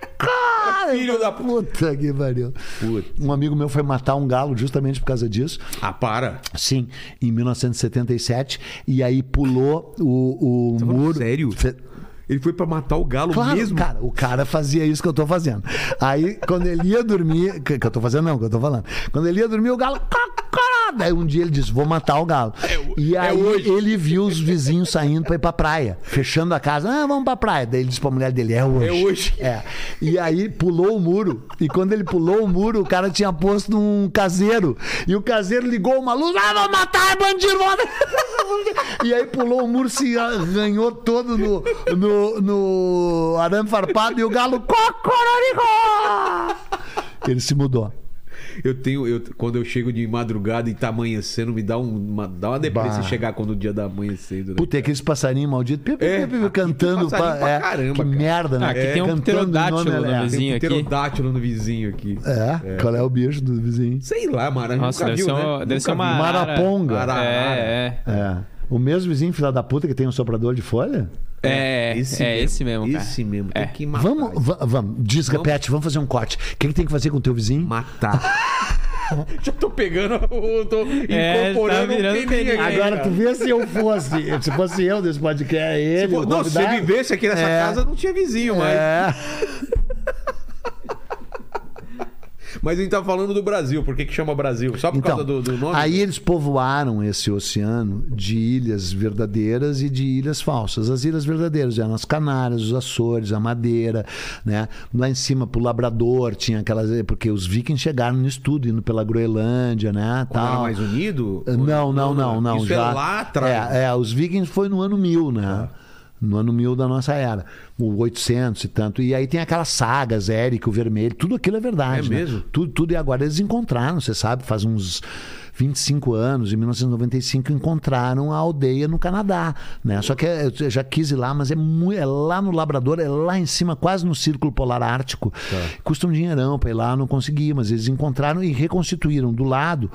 [SPEAKER 3] cororicó!
[SPEAKER 1] Filho da puta.
[SPEAKER 3] Puta que pariu.
[SPEAKER 1] Puta.
[SPEAKER 3] Um amigo meu foi matar um galo justamente por causa disso.
[SPEAKER 1] Ah, para.
[SPEAKER 3] Sim, em 1977. E aí pulou o, o
[SPEAKER 1] falando
[SPEAKER 3] muro.
[SPEAKER 1] sério?
[SPEAKER 3] Fe-
[SPEAKER 1] Ele foi pra matar o galo
[SPEAKER 3] Claro,
[SPEAKER 1] mesmo.
[SPEAKER 3] cara, o cara fazia isso que eu tô fazendo. Aí, quando ele ia dormir, que, que eu tô fazendo não, que eu tô falando. Quando ele ia dormir, o galo. "Cocoró". Daí um dia ele disse: Vou matar o galo. e aí ele viu os vizinhos saindo pra ir pra praia, fechando a casa. Ah, vamos pra praia. Daí ele disse pra mulher dele: É hoje.
[SPEAKER 1] É hoje.
[SPEAKER 3] É. E aí pulou o muro. E quando ele pulou o muro, o cara tinha posto um caseiro. E o caseiro ligou uma luz: Ah, vou matar, é bandido, vou matar." E aí pulou o muro, se arranhou todo no, no, no arame farpado e o galo. "Cocororicó!" Ele se mudou.
[SPEAKER 1] Eu tenho. Eu, quando eu chego de madrugada e tá amanhecendo, me dá, um- uma, dá uma depressa
[SPEAKER 3] Bah.
[SPEAKER 1] em chegar quando o dia dá amanhecendo. Né?
[SPEAKER 3] Puta, e aqueles passarinhos malditos. pi, pi,
[SPEAKER 1] É,
[SPEAKER 3] pi, pi,
[SPEAKER 1] aqui tem
[SPEAKER 3] cantando.
[SPEAKER 1] passarinho pra
[SPEAKER 3] é,
[SPEAKER 1] caramba,
[SPEAKER 3] que
[SPEAKER 1] cara.
[SPEAKER 3] merda, né?
[SPEAKER 2] Ah, aqui tem um
[SPEAKER 3] Cantando em
[SPEAKER 2] pterodáctilo
[SPEAKER 3] nome,
[SPEAKER 2] no
[SPEAKER 3] é.
[SPEAKER 2] vizinho.
[SPEAKER 1] Tem um
[SPEAKER 2] aqui.
[SPEAKER 1] pterodátilo no vizinho aqui.
[SPEAKER 3] É, qual é o bicho do vizinho?
[SPEAKER 1] Sei lá, Mara.
[SPEAKER 2] Nossa,
[SPEAKER 1] nunca
[SPEAKER 2] deve
[SPEAKER 1] viu,
[SPEAKER 2] ser,
[SPEAKER 1] né?
[SPEAKER 2] uma, deve
[SPEAKER 1] Nunca
[SPEAKER 2] ser uma
[SPEAKER 1] vi.
[SPEAKER 2] arara.
[SPEAKER 3] Maraponga.
[SPEAKER 1] Arara.
[SPEAKER 2] É,
[SPEAKER 3] É. O mesmo vizinho, filha da puta, que tem um soprador de folha?
[SPEAKER 2] é. É, é esse, mesmo, cara.
[SPEAKER 1] Esse mesmo. Tem
[SPEAKER 2] É.
[SPEAKER 1] que matar.
[SPEAKER 3] Vamos, va- vamos. Diz, repete, vamos fazer um corte. O que, que tem que fazer com o teu vizinho?
[SPEAKER 1] Matar. Já tô pegando. eu Tô
[SPEAKER 2] É, tá
[SPEAKER 1] incorporando
[SPEAKER 2] virando
[SPEAKER 1] um peninho aqui.
[SPEAKER 2] peninho.
[SPEAKER 3] Agora,
[SPEAKER 1] cara.
[SPEAKER 3] tu vê se eu fosse. Se fosse eu desse podcast, é ele.
[SPEAKER 1] Se for-
[SPEAKER 3] o
[SPEAKER 1] não, se você
[SPEAKER 3] convidado.
[SPEAKER 1] vivesse aqui nessa
[SPEAKER 3] É.
[SPEAKER 1] casa, não tinha vizinho mais.
[SPEAKER 3] É.
[SPEAKER 1] Mas a gente tá falando do Brasil. Por que, que chama Brasil? Só por causa do, do nome?
[SPEAKER 3] Então,
[SPEAKER 1] né?
[SPEAKER 3] Aí eles povoaram esse oceano de ilhas verdadeiras e de ilhas falsas. As ilhas verdadeiras eram as Canárias, os Açores, a Madeira, né? Lá em cima pro Labrador tinha aquelas, porque os vikings chegaram nisso tudo indo pela Groenlândia, né,
[SPEAKER 1] Quando era
[SPEAKER 3] tal.
[SPEAKER 1] mais unido?
[SPEAKER 3] Ah, Não, não, não, não.
[SPEAKER 1] Isso
[SPEAKER 3] já...
[SPEAKER 1] é lá atrás. Tá.
[SPEAKER 3] É, é, os vikings foi no ano 1000, né? No ano 1000 da nossa era, o 800 e tanto. E aí tem aquelas sagas, Érico Vermelho, tudo aquilo é verdade.
[SPEAKER 1] É
[SPEAKER 3] né?
[SPEAKER 1] mesmo?
[SPEAKER 3] Tudo, tudo. E agora eles encontraram, você sabe, faz uns 25 anos, em 1995, encontraram a aldeia no Canadá. Né? Só que é- eu já quis ir lá, mas é, mu- é lá no Labrador, é lá em cima, quase no Círculo Polar Ártico. Custa um dinheirão pra ir lá, não consegui, mas eles encontraram e reconstituíram do lado,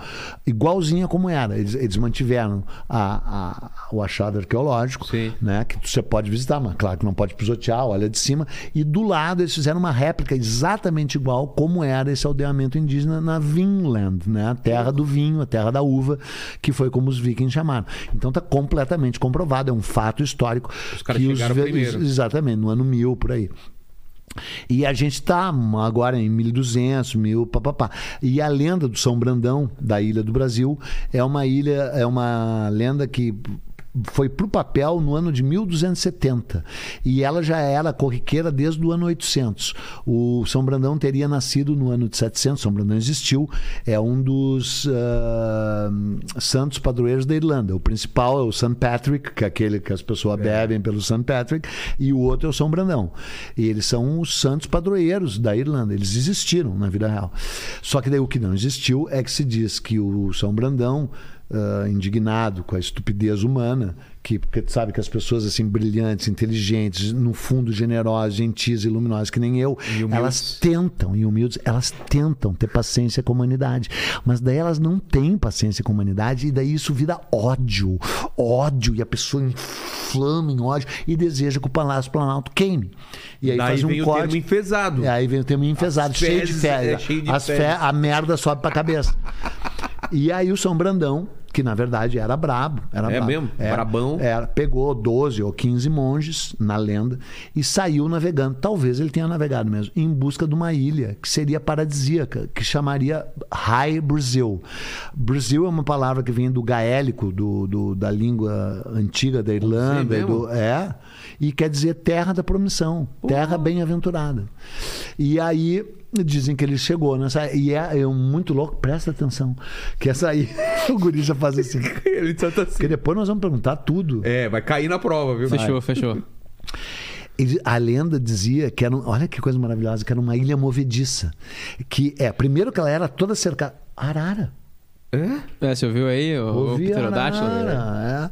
[SPEAKER 3] igualzinha como era. Eles, eles mantiveram a- a- o achado arqueológico,
[SPEAKER 1] Sim.
[SPEAKER 3] né, que você pode visitar, mas claro que não pode pisotear, olha de cima. E do lado eles fizeram uma réplica exatamente igual como era esse aldeamento indígena na Vinland, né, a terra do vinho, a americano, terra da uva, que foi como os vikings chamaram. Então está completamente comprovado, é um fato histórico.
[SPEAKER 1] Os caras chegaram
[SPEAKER 3] ve-
[SPEAKER 1] primeiro.
[SPEAKER 3] Exatamente, no ano 1000, por aí. E a gente tá agora em 1200, mil, papapá. E a lenda do São Brandão, da Ilha do Brasil, é uma ilha, é uma lenda que foi pro papel no ano de 1270. E ela já era corriqueira desde o ano 800. O São Brandão teria nascido no ano de 700, São Brandão existiu, é um dos ah, santos padroeiros da Irlanda. O principal é o St. Patrick, que é aquele que as pessoas bebem pelo St. Patrick, e o outro é o São Brandão. E eles são os santos padroeiros da Irlanda. Eles existiram na vida real. Só que daí o que não existiu é que se diz que o São Brandão, ah, indignado com a estupidez humana, que porque tu sabe que as pessoas assim brilhantes, inteligentes, no fundo generosas, gentis e luminosas que nem eu,
[SPEAKER 1] E humildes.
[SPEAKER 3] elas tentam, e humildes, elas tentam ter paciência com a humanidade. Mas daí elas não têm paciência com a humanidade, e daí isso vira ódio. Ódio, e a pessoa inflama em ódio e deseja que o Palácio Planalto queime. E aí
[SPEAKER 1] Daí
[SPEAKER 3] faz um
[SPEAKER 1] vem o
[SPEAKER 3] corte.
[SPEAKER 1] termo enfesado.
[SPEAKER 3] E aí vem o termo enfesado,
[SPEAKER 1] As
[SPEAKER 3] cheio de
[SPEAKER 1] fezes,
[SPEAKER 3] fezes.
[SPEAKER 1] é, cheio de
[SPEAKER 3] As fe-
[SPEAKER 1] fezes.
[SPEAKER 3] A merda sobe pra cabeça. e aí o São Brandão. Que na verdade era brabo. Era
[SPEAKER 1] É
[SPEAKER 3] brabo. é,
[SPEAKER 1] mesmo?
[SPEAKER 3] Era,
[SPEAKER 1] Brabão.
[SPEAKER 3] era, pegou 12 ou 15 monges na lenda e saiu navegando. Talvez ele tenha navegado mesmo, em busca de uma ilha que seria paradisíaca, que chamaria High Brazil. Brasil é uma palavra que vem do gaélico, do, do- da língua antiga da Irlanda.
[SPEAKER 1] mesmo?
[SPEAKER 3] do- é. E quer dizer terra da promissão, terra bem-aventurada. E aí dizem que ele chegou nessa. E é, é um muito louco, presta atenção, que essa aí o guri já faz assim.
[SPEAKER 1] Ele só tá assim.
[SPEAKER 3] Porque depois nós vamos perguntar tudo.
[SPEAKER 1] É, vai cair na prova, viu?
[SPEAKER 2] Fechou, fechou.
[SPEAKER 3] Ele- A lenda dizia que era, um- olha que coisa maravilhosa, que era uma ilha movediça. Que é, primeiro que ela era toda cercada. Arara.
[SPEAKER 1] É?
[SPEAKER 2] É, você ouviu aí o, o
[SPEAKER 3] Ouvi
[SPEAKER 2] pterodátilo?
[SPEAKER 3] arara.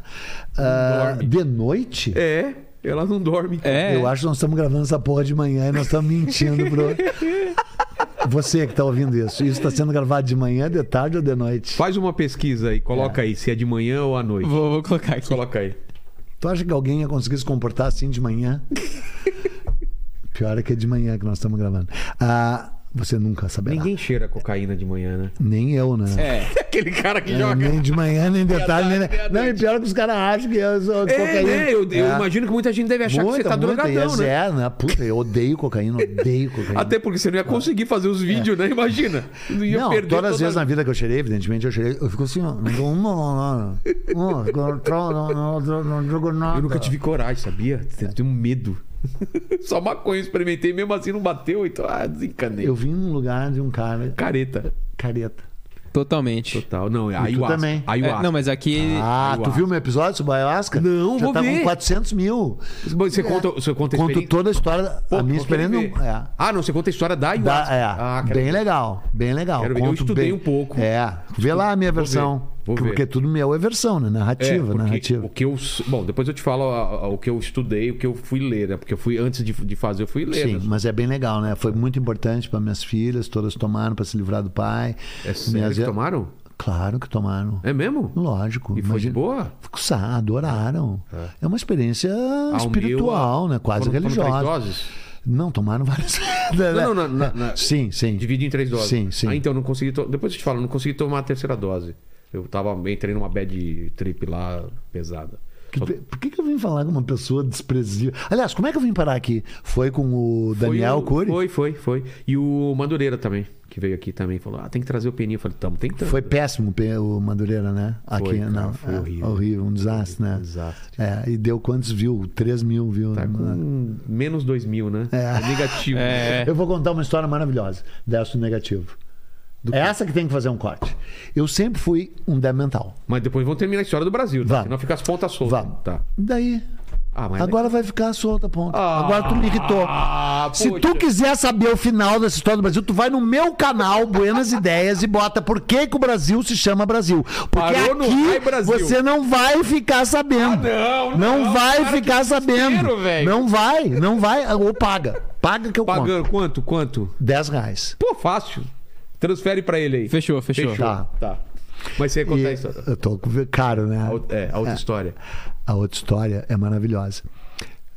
[SPEAKER 3] é. Ah,
[SPEAKER 1] Dorme.
[SPEAKER 3] de noite?
[SPEAKER 1] É, ela não dorme.
[SPEAKER 2] É,
[SPEAKER 3] Eu acho que nós estamos gravando essa porra de manhã e nós estamos mentindo pro. Você que está ouvindo isso. Isso está sendo gravado de manhã, de tarde ou de noite?
[SPEAKER 1] Faz uma pesquisa aí, coloca aí se é de manhã ou à noite.
[SPEAKER 2] vou, vou colocar aqui.
[SPEAKER 1] Coloca aí.
[SPEAKER 3] Tu acha que alguém ia conseguir se comportar assim de manhã? Pior é que é de manhã que nós estamos gravando. Ah, você nunca saberá.
[SPEAKER 1] Ninguém cheira cocaína de manhã, né?
[SPEAKER 3] Nem eu, né?
[SPEAKER 2] É,
[SPEAKER 1] Aquele cara que
[SPEAKER 3] É,
[SPEAKER 1] joga.
[SPEAKER 3] nem de manhã, nem de tarde, nem.
[SPEAKER 1] tarde, nem à
[SPEAKER 3] Não, e
[SPEAKER 1] noite.
[SPEAKER 3] pior que os caras acham que eu sou
[SPEAKER 1] É,
[SPEAKER 3] cocaína.
[SPEAKER 1] né? Eu, eu
[SPEAKER 3] É.
[SPEAKER 1] imagino que muita gente deve achar que
[SPEAKER 3] Muita,
[SPEAKER 1] você tá
[SPEAKER 3] muita, e
[SPEAKER 1] drogadão,
[SPEAKER 3] é
[SPEAKER 1] né?
[SPEAKER 3] zero, né? Puta, eu odeio cocaína, odeio cocaína.
[SPEAKER 1] Até porque você não ia conseguir fazer os vídeos, né? Imagina. Não ia
[SPEAKER 3] É. não,
[SPEAKER 1] perder
[SPEAKER 3] todas as
[SPEAKER 1] toda-
[SPEAKER 3] vezes na vida que eu cheirei, evidentemente, eu cheirei, eu fico assim, ó, não dou uma, não, não, não, não, não, não, não, não jogo nada.
[SPEAKER 1] Eu nunca tive coragem, sabia? Eu tenho medo. Só maconha eu experimentei, mesmo assim não bateu, então ah, desencanei.
[SPEAKER 3] Eu vim num lugar de um cara
[SPEAKER 1] Careta.
[SPEAKER 3] careta.
[SPEAKER 2] totalmente.
[SPEAKER 1] Total. Não, é ayahuasca.
[SPEAKER 3] também.
[SPEAKER 1] Ayahuasca.
[SPEAKER 2] É, não, mas aqui.
[SPEAKER 3] Ah,
[SPEAKER 1] ayahuasca.
[SPEAKER 3] tu viu meu episódio sobre ayahuasca?
[SPEAKER 1] Não,
[SPEAKER 3] Já
[SPEAKER 1] vou
[SPEAKER 3] tava
[SPEAKER 1] ver.
[SPEAKER 3] com 400 mil.
[SPEAKER 1] Você
[SPEAKER 3] É.
[SPEAKER 1] conta, você conta a
[SPEAKER 3] Conto
[SPEAKER 1] experiência?
[SPEAKER 3] toda a história,
[SPEAKER 1] Pô, um
[SPEAKER 3] a minha
[SPEAKER 1] eu quero
[SPEAKER 3] experiência.
[SPEAKER 1] ver.
[SPEAKER 3] não- É.
[SPEAKER 1] Ah, não, você conta a história da
[SPEAKER 3] Da-
[SPEAKER 1] ayahuasca.
[SPEAKER 3] é,
[SPEAKER 1] ah, quero
[SPEAKER 3] bem
[SPEAKER 1] ver.
[SPEAKER 3] legal, bem legal.
[SPEAKER 1] Quero ver. Eu
[SPEAKER 3] Conto
[SPEAKER 1] estudei
[SPEAKER 3] bem-
[SPEAKER 1] um pouco.
[SPEAKER 3] É, vê lá a minha versão.
[SPEAKER 1] ver, vou ver.
[SPEAKER 3] Porque tudo meu é versão, né?
[SPEAKER 1] É,
[SPEAKER 3] Narrativa,
[SPEAKER 1] porque
[SPEAKER 3] narrativa.
[SPEAKER 1] o que eu. Bom, depois eu te falo a- a- o que eu estudei, o que eu fui ler, né? Porque eu fui antes de, de fazer, eu fui ler.
[SPEAKER 3] Sim,
[SPEAKER 1] né?
[SPEAKER 3] mas é bem legal, né? Foi muito importante para minhas filhas, todas tomaram para se livrar do pai.
[SPEAKER 1] É sério
[SPEAKER 3] Minhas-
[SPEAKER 1] que tomaram?
[SPEAKER 3] Claro que tomaram.
[SPEAKER 1] É mesmo?
[SPEAKER 3] Lógico.
[SPEAKER 1] E foi de
[SPEAKER 3] imagina-
[SPEAKER 1] boa?
[SPEAKER 3] Fico sá, adoraram. É. uma experiência
[SPEAKER 1] Ah, o meu,
[SPEAKER 3] É espiritual, né? Quase
[SPEAKER 1] foram- foram
[SPEAKER 3] religiosa.
[SPEAKER 1] três doses?
[SPEAKER 3] Não, tomaram várias.
[SPEAKER 1] Não, não, na- na-
[SPEAKER 3] Sim, sim.
[SPEAKER 1] Divide em três doses.
[SPEAKER 3] Sim, sim.
[SPEAKER 1] Ah, então não consegui. to- Depois eu te falo, não consegui tomar a terceira dose. Eu tava entrei numa bad trip lá pesada.
[SPEAKER 3] Que
[SPEAKER 1] Só-
[SPEAKER 3] pe- Por que, que eu vim falar com uma pessoa desprezível? Aliás, como é que eu vim parar aqui? Foi com o
[SPEAKER 1] Foi
[SPEAKER 3] Daniel
[SPEAKER 1] o-
[SPEAKER 3] Cury?
[SPEAKER 1] Foi, foi, foi. E o Madureira também, que veio aqui também, falou: ah, tem que trazer o Peninha. Eu falei: tamo tentando.
[SPEAKER 3] Foi péssimo pe- o Madureira, né? Aqui,
[SPEAKER 1] cara,
[SPEAKER 3] não.
[SPEAKER 1] foi
[SPEAKER 3] é,
[SPEAKER 1] horrível.
[SPEAKER 3] um desastre, né?
[SPEAKER 1] Desastre.
[SPEAKER 3] É, e deu quantos views? 3 mil views. né?
[SPEAKER 1] Tá com menos dois mil, né?
[SPEAKER 3] É.
[SPEAKER 1] negativo.
[SPEAKER 2] É.
[SPEAKER 3] Eu vou contar uma história maravilhosa dessa do negativo. é essa que tem que fazer um corte. Eu sempre fui um demental.
[SPEAKER 1] Mas depois vão terminar a história do Brasil, tá?
[SPEAKER 3] Vamos.
[SPEAKER 1] Senão fica as pontas soltas.
[SPEAKER 3] Vamos.
[SPEAKER 1] Tá.
[SPEAKER 3] Daí.
[SPEAKER 1] Ah, mas
[SPEAKER 3] Agora vai ficar solta a ponta.
[SPEAKER 1] Ah,
[SPEAKER 3] Agora tu me irritou.
[SPEAKER 1] ah,
[SPEAKER 3] Se
[SPEAKER 1] poxa.
[SPEAKER 3] tu quiser saber o final dessa história do Brasil, tu vai no meu canal Buenas Ideias e bota por que, que o Brasil se chama Brasil. Porque
[SPEAKER 1] Parou no Ai,
[SPEAKER 3] aqui
[SPEAKER 1] Brasil.
[SPEAKER 3] você não vai ficar sabendo.
[SPEAKER 1] Ah, não, não,
[SPEAKER 3] vai
[SPEAKER 1] cara,
[SPEAKER 3] ficar
[SPEAKER 1] que desespero,
[SPEAKER 3] sabendo.
[SPEAKER 1] velho.
[SPEAKER 3] Não vai, não vai. Ou paga. Paga que eu conto.
[SPEAKER 1] tá Pagando quanto? Quanto?
[SPEAKER 3] 10 reais.
[SPEAKER 1] Pô, fácil. Transfere pra ele aí.
[SPEAKER 2] Fechou, fechou.
[SPEAKER 3] Tá.
[SPEAKER 1] Tá. Mas você ia
[SPEAKER 3] E
[SPEAKER 1] contar a história.
[SPEAKER 3] eu tô com caro, né?
[SPEAKER 1] A outra- É, a outra
[SPEAKER 3] É.
[SPEAKER 1] história.
[SPEAKER 3] A outra história é maravilhosa.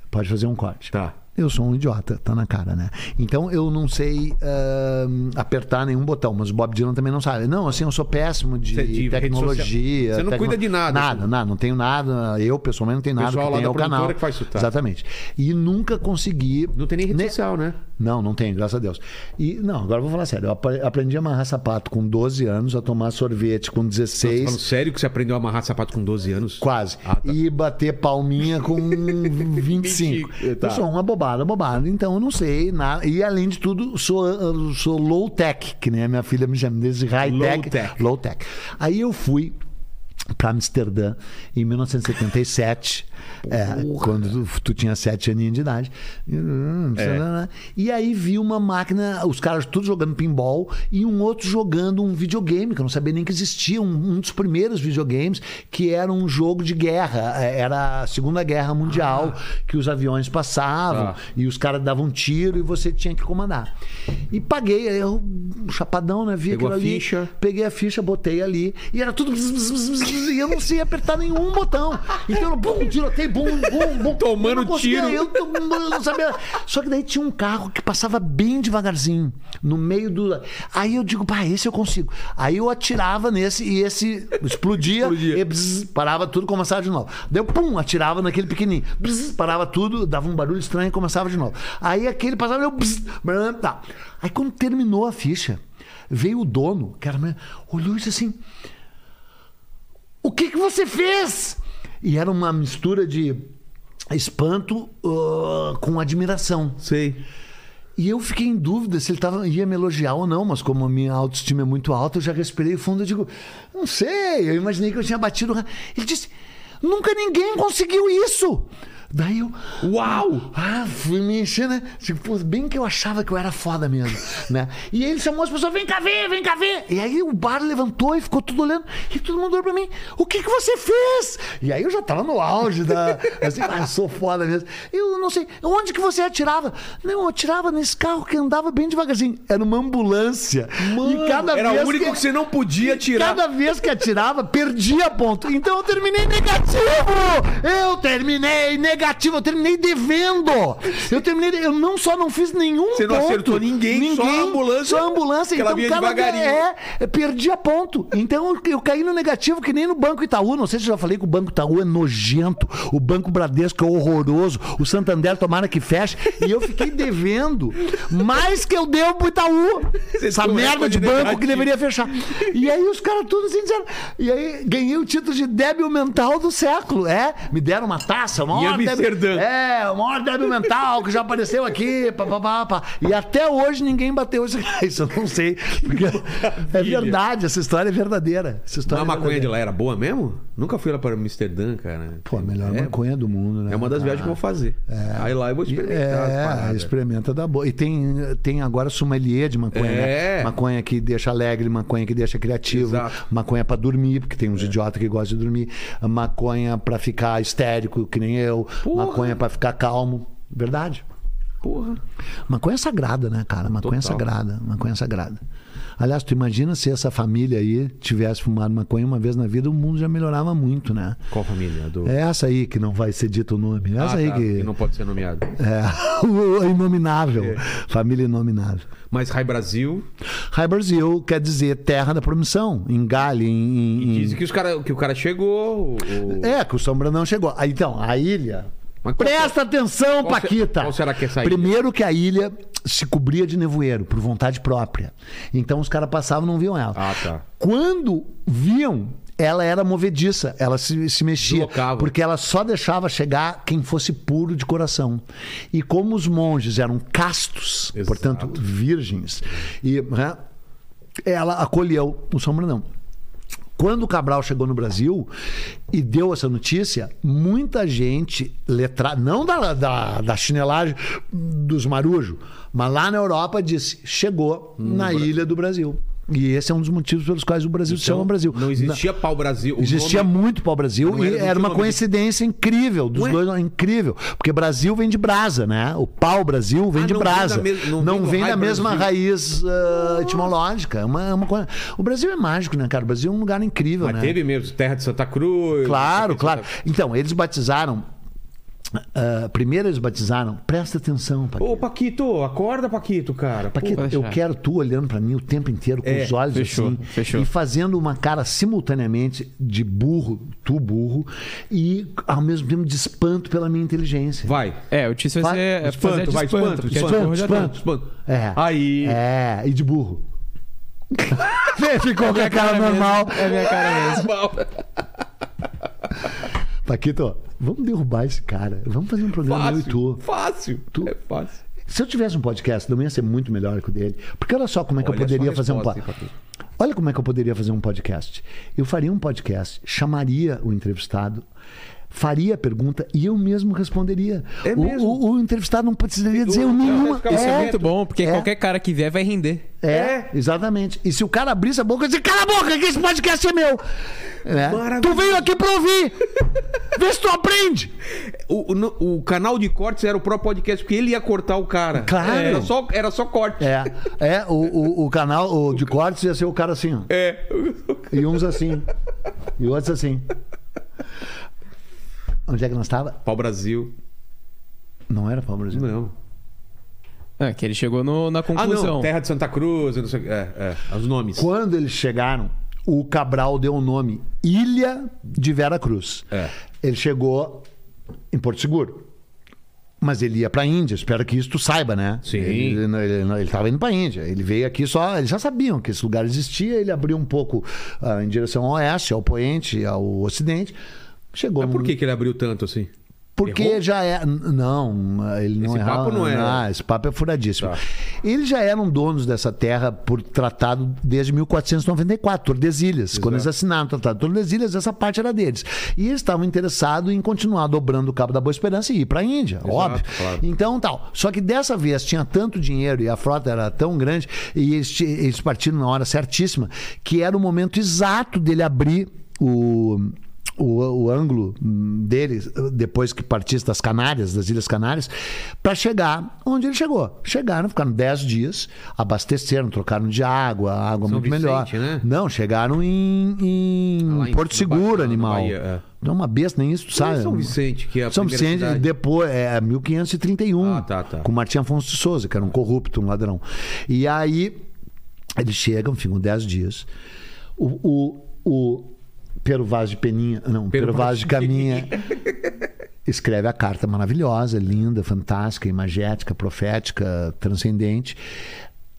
[SPEAKER 3] Pode fazer um corte.
[SPEAKER 1] Tá.
[SPEAKER 3] Eu sou um idiota, tá na cara, né? Então eu não sei ah, apertar nenhum botão, mas o Bob Dylan também não sabe. Não, assim, eu sou péssimo de,
[SPEAKER 1] Você é de rede
[SPEAKER 3] tecnologia.
[SPEAKER 1] social. Você não
[SPEAKER 3] tecno-
[SPEAKER 1] cuida de nada,
[SPEAKER 3] Nada,
[SPEAKER 1] assim.
[SPEAKER 3] nada, não tenho nada. Eu, pessoalmente, não tenho nada
[SPEAKER 1] pessoal
[SPEAKER 3] que
[SPEAKER 1] lá
[SPEAKER 3] tenha
[SPEAKER 1] da
[SPEAKER 3] o canal.
[SPEAKER 1] produtora que faz sotaque.
[SPEAKER 3] Exatamente. E nunca consegui.
[SPEAKER 1] Não tem nem rede
[SPEAKER 3] ne-
[SPEAKER 1] social, né?
[SPEAKER 3] não, não tem, graças a Deus. E não, agora eu vou falar sério. Eu ap- aprendi a amarrar sapato com 12 anos, a tomar sorvete com
[SPEAKER 1] Você
[SPEAKER 3] 16,
[SPEAKER 1] falando sério que você aprendeu a amarrar sapato com 12 anos?
[SPEAKER 3] quase.
[SPEAKER 1] Ah, tá.
[SPEAKER 3] E bater palminha com 25.
[SPEAKER 1] Tá.
[SPEAKER 3] Eu sou uma bobada, bobada. Então eu não sei nada. E além de tudo, sou, eu sou low tech, que nem a minha filha me chama desse high
[SPEAKER 1] Low
[SPEAKER 3] tech.
[SPEAKER 1] tech.
[SPEAKER 3] Low tech. Aí eu fui para Amsterdã em 1977, é, quando tu, tu tinha sete aninhos de idade. E aí vi uma máquina, os caras tudo jogando pinball e um outro jogando um videogame que eu não sabia nem que existia, um, um dos primeiros videogames que era um jogo de guerra, é, era a Segunda Guerra Mundial, que os aviões passavam
[SPEAKER 1] Tá.
[SPEAKER 3] e os caras davam um tiro e você tinha que comandar. E paguei, aí eu, um chapadão, né, vi
[SPEAKER 1] Pegou
[SPEAKER 3] aquilo
[SPEAKER 1] a
[SPEAKER 3] ali,
[SPEAKER 1] ficha.
[SPEAKER 3] Peguei a ficha, botei ali e era tudo. bzz, bzz, bzz, bzz, E eu não sei apertar nenhum botão. Então, eu, bum, tirotei, bum, bum, bum.
[SPEAKER 1] Tomando
[SPEAKER 3] Eu não conseguia,
[SPEAKER 1] tiro.
[SPEAKER 3] Eu, eu não sabia. Só que daí tinha um carro que passava bem devagarzinho, no meio do. Aí eu digo, pá, esse eu consigo. Aí eu atirava nesse e esse explodia,
[SPEAKER 1] Explodia.
[SPEAKER 3] e bzz, parava tudo, começava de novo. Daí eu, pum, atirava naquele pequenininho. Bzz, parava tudo, dava um barulho estranho e começava de novo. Aí aquele passava, eu. Bzz, blá, tá. Aí quando terminou a ficha, veio o dono, que era. uma- olhou e disse assim. O que, que você fez? E era uma mistura de espanto ah, com admiração.
[SPEAKER 1] Sei.
[SPEAKER 3] E eu fiquei em dúvida se ele tava, ia me elogiar ou não, mas como a minha autoestima é muito alta, eu já respirei fundo e digo, não sei, eu imaginei que eu tinha batido. o ra-". Ele disse, nunca ninguém conseguiu isso. Daí eu,
[SPEAKER 1] Uau!
[SPEAKER 3] ah, fui me encher, né? Tipo, pô, bem que eu achava que eu era foda mesmo, né? E ele chamou as pessoas, vem cá ver, vem cá ver. E aí o bar levantou e ficou tudo olhando. E todo mundo olhou pra mim, o que que você fez? E aí eu já tava no auge da... Assim, ah, eu sou foda mesmo. Eu não sei, onde que você atirava? Não, eu atirava nesse carro que andava bem devagarzinho. Era uma ambulância. e cada
[SPEAKER 1] Era
[SPEAKER 3] vez
[SPEAKER 1] o único que... você não podia tirar.
[SPEAKER 3] Cada vez que atirava, perdia ponto. Então eu terminei negativo! Eu terminei negativo, eu terminei devendo! Eu terminei, de- eu não só não fiz nenhum
[SPEAKER 1] Você não
[SPEAKER 3] ponto.
[SPEAKER 1] acertou ninguém, só a ambulância,
[SPEAKER 3] Só a ambulância,
[SPEAKER 1] que ela
[SPEAKER 3] então
[SPEAKER 1] vinha
[SPEAKER 3] cada
[SPEAKER 1] devagarinho.
[SPEAKER 3] é, é, perdia ponto. Então eu, eu caí no negativo que nem no Banco Itaú, não sei se eu já falei que o Banco Itaú é nojento, o Banco Bradesco é horroroso, o Santander tomara que feche, e eu fiquei devendo mais que eu devo pro Itaú.
[SPEAKER 1] Você
[SPEAKER 3] Essa
[SPEAKER 1] tem um
[SPEAKER 3] merda
[SPEAKER 1] recorde
[SPEAKER 3] de banco
[SPEAKER 1] negativo.
[SPEAKER 3] que deveria ia fechar. E aí os caras tudo assim disseram. E aí ganhei o título de débil mental do século. É, me deram uma taça, uma
[SPEAKER 1] Em
[SPEAKER 3] hora.
[SPEAKER 1] Amsterdã.
[SPEAKER 3] é, o maior débil mental que já apareceu aqui. Pá, pá, pá, pá. E até hoje ninguém bateu isso. Isso eu não sei. porque é verdade, essa história é verdadeira. Essa história
[SPEAKER 1] Mas a
[SPEAKER 3] é
[SPEAKER 1] maconha de
[SPEAKER 3] verdadeira.
[SPEAKER 1] lá era boa mesmo? Nunca fui lá para Amsterdã, cara.
[SPEAKER 3] Pô, a melhor
[SPEAKER 1] é,
[SPEAKER 3] maconha do mundo, né?
[SPEAKER 1] É uma das viagens que eu vou fazer. Aí lá eu vou experimentar as
[SPEAKER 3] É,
[SPEAKER 1] paradas.
[SPEAKER 3] experimenta da boa. E tem, tem agora sommelier de maconha,
[SPEAKER 1] É.
[SPEAKER 3] né? Maconha que deixa alegre, maconha que deixa criativo,
[SPEAKER 1] Exato. É.
[SPEAKER 3] maconha pra dormir, porque tem uns idiotas que gostam de dormir, maconha pra ficar histérico, que nem eu,
[SPEAKER 1] Porra.
[SPEAKER 3] maconha pra ficar calmo. Verdade.
[SPEAKER 1] Porra.
[SPEAKER 3] Maconha sagrada, né, cara? Maconha
[SPEAKER 1] Total.
[SPEAKER 3] sagrada, maconha sagrada. Aliás, tu imagina se essa família aí tivesse fumado maconha uma vez na vida, o mundo já melhorava muito, né?
[SPEAKER 1] Qual família? Do...
[SPEAKER 3] É essa aí que não vai ser dito o nome. É
[SPEAKER 1] Ah,
[SPEAKER 3] Essa aí
[SPEAKER 1] tá,
[SPEAKER 3] que.
[SPEAKER 1] que não É. pode ser nomeado.
[SPEAKER 3] É, o inominável. Família inominável.
[SPEAKER 1] Mas Rai Brasil.
[SPEAKER 3] High Brasil quer dizer terra da promissão, em Gale, em. em-
[SPEAKER 1] Diz que, os cara, que o cara chegou. O...
[SPEAKER 3] em- Hum. É, que o São Brandão chegou. Aí, então, a ilha.
[SPEAKER 1] Mas qual- é?
[SPEAKER 3] Presta atenção,
[SPEAKER 1] qual se-
[SPEAKER 3] Paquita!
[SPEAKER 1] qual será que é essa ilha?
[SPEAKER 3] Primeiro que a ilha se cobria de nevoeiro, por vontade própria. Então os caras passavam e não viam ela.
[SPEAKER 1] Ah, tá.
[SPEAKER 3] Quando viam, ela era movediça, ela se, se mexia.
[SPEAKER 1] Deslocava.
[SPEAKER 3] Porque ela só deixava chegar quem fosse puro de coração. E como os monges eram castos,
[SPEAKER 1] Exato.
[SPEAKER 3] portanto, virgens, e né, ela acolheu o São Brandão. Quando o Cabral chegou no Brasil e deu essa notícia, muita gente, letra... não da, da, da chinelagem dos marujos, mas lá na Europa disse: chegou na ilha do Brasil. E esse é um dos motivos pelos quais o Brasil se chama Brasil.
[SPEAKER 1] é um Então, Não existia pau-brasil. O
[SPEAKER 3] Existia
[SPEAKER 1] nome-
[SPEAKER 3] muito para o Brasil
[SPEAKER 1] Não
[SPEAKER 3] e
[SPEAKER 1] era-
[SPEAKER 3] era,
[SPEAKER 1] não tinha
[SPEAKER 3] uma
[SPEAKER 1] nome de-
[SPEAKER 3] coincidência incrível dos
[SPEAKER 1] Ué?
[SPEAKER 3] dois, incrível, porque Brasil vem de brasa, né? O pau Brasil vem
[SPEAKER 1] Ah,
[SPEAKER 3] de
[SPEAKER 1] não vem
[SPEAKER 3] brasa,
[SPEAKER 1] da mes- não
[SPEAKER 3] não,
[SPEAKER 1] vem do
[SPEAKER 3] vem
[SPEAKER 1] raio
[SPEAKER 3] da mesma
[SPEAKER 1] Brasil.
[SPEAKER 3] raiz ah, etimológica. É Uma, é uma coisa... O Brasil é mágico, né, cara? O Brasil é um lugar incrível,
[SPEAKER 1] Mas
[SPEAKER 3] né?
[SPEAKER 1] teve mesmo. Terra de Santa Cruz.
[SPEAKER 3] Claro,
[SPEAKER 1] não sei o
[SPEAKER 3] claro.
[SPEAKER 1] que, Santa-
[SPEAKER 3] Então, eles batizaram ah, primeiro eles batizaram, presta atenção, Paquito.
[SPEAKER 1] Ô, Paquito, acorda, Paquito, cara.
[SPEAKER 3] Paquito,
[SPEAKER 2] Pô,
[SPEAKER 3] eu
[SPEAKER 2] deixar.
[SPEAKER 3] quero tu olhando pra mim o tempo inteiro com
[SPEAKER 1] É,
[SPEAKER 3] os olhos
[SPEAKER 2] fechou,
[SPEAKER 3] assim
[SPEAKER 2] fechou.
[SPEAKER 3] e fazendo uma cara simultaneamente de burro, tu burro, e ao mesmo tempo de espanto pela minha inteligência.
[SPEAKER 1] Vai.
[SPEAKER 2] É, o Tício vai
[SPEAKER 3] Vai-
[SPEAKER 2] ser é fazer
[SPEAKER 1] Espanto,
[SPEAKER 2] de
[SPEAKER 1] vai, espanto,
[SPEAKER 2] espanto, porque a de
[SPEAKER 1] espanto,
[SPEAKER 2] burro já tá
[SPEAKER 1] espanto,
[SPEAKER 2] tem.
[SPEAKER 1] espanto.
[SPEAKER 3] É.
[SPEAKER 1] Aí.
[SPEAKER 3] É, e de burro. Ficou com a cara normal.
[SPEAKER 2] É minha cara mesmo.
[SPEAKER 1] é,
[SPEAKER 3] Paquito, vamos derrubar esse cara. Vamos fazer um programa eu e tu.
[SPEAKER 1] Fácil. Fácil.
[SPEAKER 3] Tu.
[SPEAKER 1] É fácil.
[SPEAKER 3] Se eu tivesse um podcast, não ia ser muito melhor que o dele. Porque olha só como é que
[SPEAKER 1] Olha
[SPEAKER 3] eu poderia
[SPEAKER 1] só a
[SPEAKER 3] fazer um
[SPEAKER 1] resposta,
[SPEAKER 3] podcast.
[SPEAKER 1] hein,
[SPEAKER 3] Olha como é que eu poderia fazer um podcast. Eu faria um podcast, chamaria o entrevistado, faria a pergunta e eu mesmo responderia.
[SPEAKER 1] É
[SPEAKER 3] o,
[SPEAKER 1] mesmo?
[SPEAKER 3] o- o entrevistado não precisaria dizer
[SPEAKER 1] Não,
[SPEAKER 3] nenhuma.
[SPEAKER 1] vai ficar-
[SPEAKER 2] Isso é,
[SPEAKER 1] É,
[SPEAKER 2] muito bom, porque
[SPEAKER 3] é.
[SPEAKER 2] qualquer cara que vier vai render.
[SPEAKER 3] É,
[SPEAKER 1] É.
[SPEAKER 3] exatamente. E se o cara abrisse a boca, eu dizia, cala a boca, que esse podcast é meu. Né?
[SPEAKER 1] Maravilhoso.
[SPEAKER 3] Tu veio aqui pra ouvir. Vê se tu aprende.
[SPEAKER 1] O, o- no- o canal de cortes era o próprio podcast, porque ele ia cortar o cara.
[SPEAKER 3] Claro.
[SPEAKER 1] Era só, era só corte.
[SPEAKER 3] É, é o, o, o canal o de cortes ia ser o cara assim, ó.
[SPEAKER 1] É.
[SPEAKER 3] E uns assim. E outros assim. Onde é que nós estava?
[SPEAKER 1] Pau Brasil.
[SPEAKER 3] Não era Palmeiras. Brasil.
[SPEAKER 1] Não.
[SPEAKER 2] É, que ele chegou no- na
[SPEAKER 1] Ah,
[SPEAKER 2] conclusão.
[SPEAKER 1] não. Terra de Santa Cruz, eu não sei o que. É, é. Os nomes.
[SPEAKER 3] Quando eles chegaram, o Cabral deu o nome Ilha de Vera Cruz.
[SPEAKER 1] É.
[SPEAKER 3] Ele chegou em Porto Seguro. Mas ele ia pra Índia, espero que isso tu saiba, né?
[SPEAKER 1] Sim.
[SPEAKER 3] Ele, ele, ele- ele tava indo pra Índia. Ele veio aqui só. Eles já sabiam que esse lugar existia, ele abriu um pouco ah, em direção ao oeste, ao poente, ao ocidente. Chegou
[SPEAKER 1] Mas
[SPEAKER 3] num-
[SPEAKER 1] por que, que ele abriu tanto assim?
[SPEAKER 3] Porque
[SPEAKER 1] Errou?
[SPEAKER 3] já é. n- Não, ele não
[SPEAKER 1] Esse
[SPEAKER 3] errava-
[SPEAKER 1] papo não é-
[SPEAKER 3] Ah, esse papo é furadíssimo.
[SPEAKER 1] Tá.
[SPEAKER 3] Eles já eram donos dessa terra por tratado desde 1494, Tordesilhas. Quando eles assinaram o tratado de Tordesilhas, essa parte era deles. E eles estavam interessados em continuar dobrando o Cabo da Boa Esperança e ir para a Índia, óbvio.
[SPEAKER 1] claro.
[SPEAKER 3] Então, tal. Só que dessa vez tinha tanto dinheiro e a frota era tão grande, e eles, ti- eles partiram na hora certíssima, que era o momento exato dele abrir o. O, o ângulo hum, dele, depois que partisse das Canárias, das Ilhas Canárias, para chegar onde ele chegou. Chegaram, ficaram 10 dias, abasteceram, trocaram de água, água muito
[SPEAKER 1] Vicente,
[SPEAKER 3] melhor.
[SPEAKER 1] né?
[SPEAKER 3] Não, chegaram em, em
[SPEAKER 1] Lá em-
[SPEAKER 3] Porto
[SPEAKER 1] no
[SPEAKER 3] Seguro,
[SPEAKER 1] Bahia,
[SPEAKER 3] animal.
[SPEAKER 1] no Bahia, é.
[SPEAKER 3] Não é uma besta, nem isso, tu sabe?
[SPEAKER 1] São Vicente, que é a
[SPEAKER 3] São
[SPEAKER 1] primeira
[SPEAKER 3] Vicente,
[SPEAKER 1] cidade.
[SPEAKER 3] depois, é 1531.
[SPEAKER 1] Ah, tá, tá.
[SPEAKER 3] Com Martim Afonso de Souza, que era um corrupto, um ladrão. E aí, eles chegam, ficam 10 dias. O, o, o Pero Vaz de Peninha, não, Pero, Vaz de Caminha, escreve a carta maravilhosa, linda, fantástica, imagética, profética, transcendente.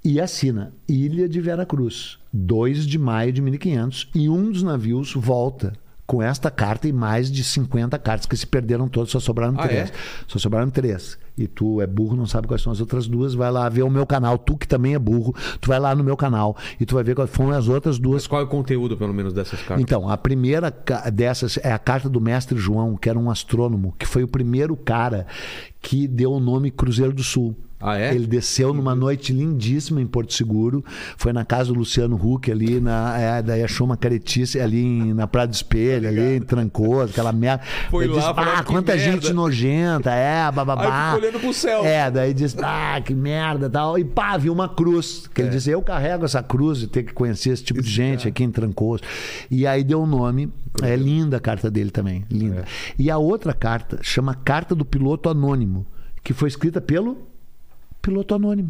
[SPEAKER 3] E assina Ilha de Vera Cruz, 2 de maio de 1500. E um dos navios volta com esta carta e mais de 50 cartas que se perderam todas, só sobraram
[SPEAKER 1] Ah,
[SPEAKER 3] três.
[SPEAKER 1] é?
[SPEAKER 3] Só sobraram três. E tu é burro, não sabe quais são as outras duas. Vai lá ver o meu canal. Tu que também é burro, tu vai lá no meu canal e tu vai ver quais foram as outras duas
[SPEAKER 1] Mas qual é o conteúdo, pelo menos, dessas cartas?
[SPEAKER 3] então, a primeira ca- dessas é a carta do mestre João, que era um astrônomo, que foi o primeiro cara que deu o nome Cruzeiro do Sul.
[SPEAKER 1] Ah, é?
[SPEAKER 3] Ele desceu numa noite lindíssima em Porto Seguro, foi na casa do Luciano Huck ali, na, é, daí achou uma caretice ali em- na Praia do Espelho, ali em Trancoso, aquela merda.
[SPEAKER 1] Tá Foi
[SPEAKER 3] Ele
[SPEAKER 1] lá,
[SPEAKER 3] disse,
[SPEAKER 1] falou, "Que
[SPEAKER 3] ah, quanta
[SPEAKER 1] merda."
[SPEAKER 3] gente nojenta, é, bababá.
[SPEAKER 1] Aí ficou olhando pro céu.
[SPEAKER 3] É, daí disse, ah, que merda tal. E pá, viu uma cruz.
[SPEAKER 1] É.
[SPEAKER 3] Que ele disse, eu carrego essa cruz e ter que conhecer esse tipo de gente aqui em Trancoso. E aí deu o nome. É linda a carta dele também.
[SPEAKER 1] É.
[SPEAKER 3] Linda. E a outra carta chama Carta do Piloto Anônimo, que foi escrita pelo piloto anônimo.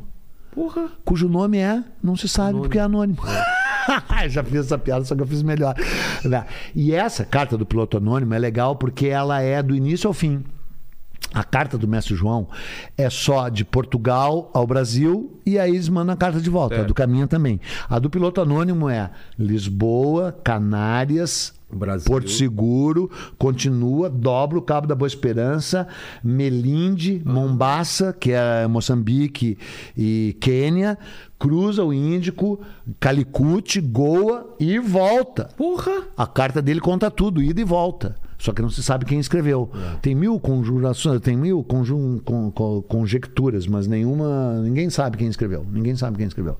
[SPEAKER 1] Porra.
[SPEAKER 3] Cujo nome é, não se sabe porque é anônimo. Eu Já fiz essa piada, só que eu fiz melhor. Né? E essa carta do piloto anônimo é legal porque ela é do início ao fim. A carta do mestre João é só de Portugal ao Brasil e aí eles mandam a carta de volta. A do caminho também. A do piloto anônimo é Lisboa, Canárias,
[SPEAKER 1] Brasil.
[SPEAKER 3] Porto Seguro, continua, dobra o Cabo da Boa Esperança, Melinde, Mombasa, que é Moçambique e Quênia, cruza o Índico, Calicut, Goa e volta.
[SPEAKER 1] Porra.
[SPEAKER 3] A carta dele conta tudo, ida e volta. Só que não se sabe quem escreveu. Tem mil conjurações, tem mil conjun, con- con- conjecturas, mas nenhuma. Ninguém sabe quem escreveu. Ninguém sabe quem escreveu.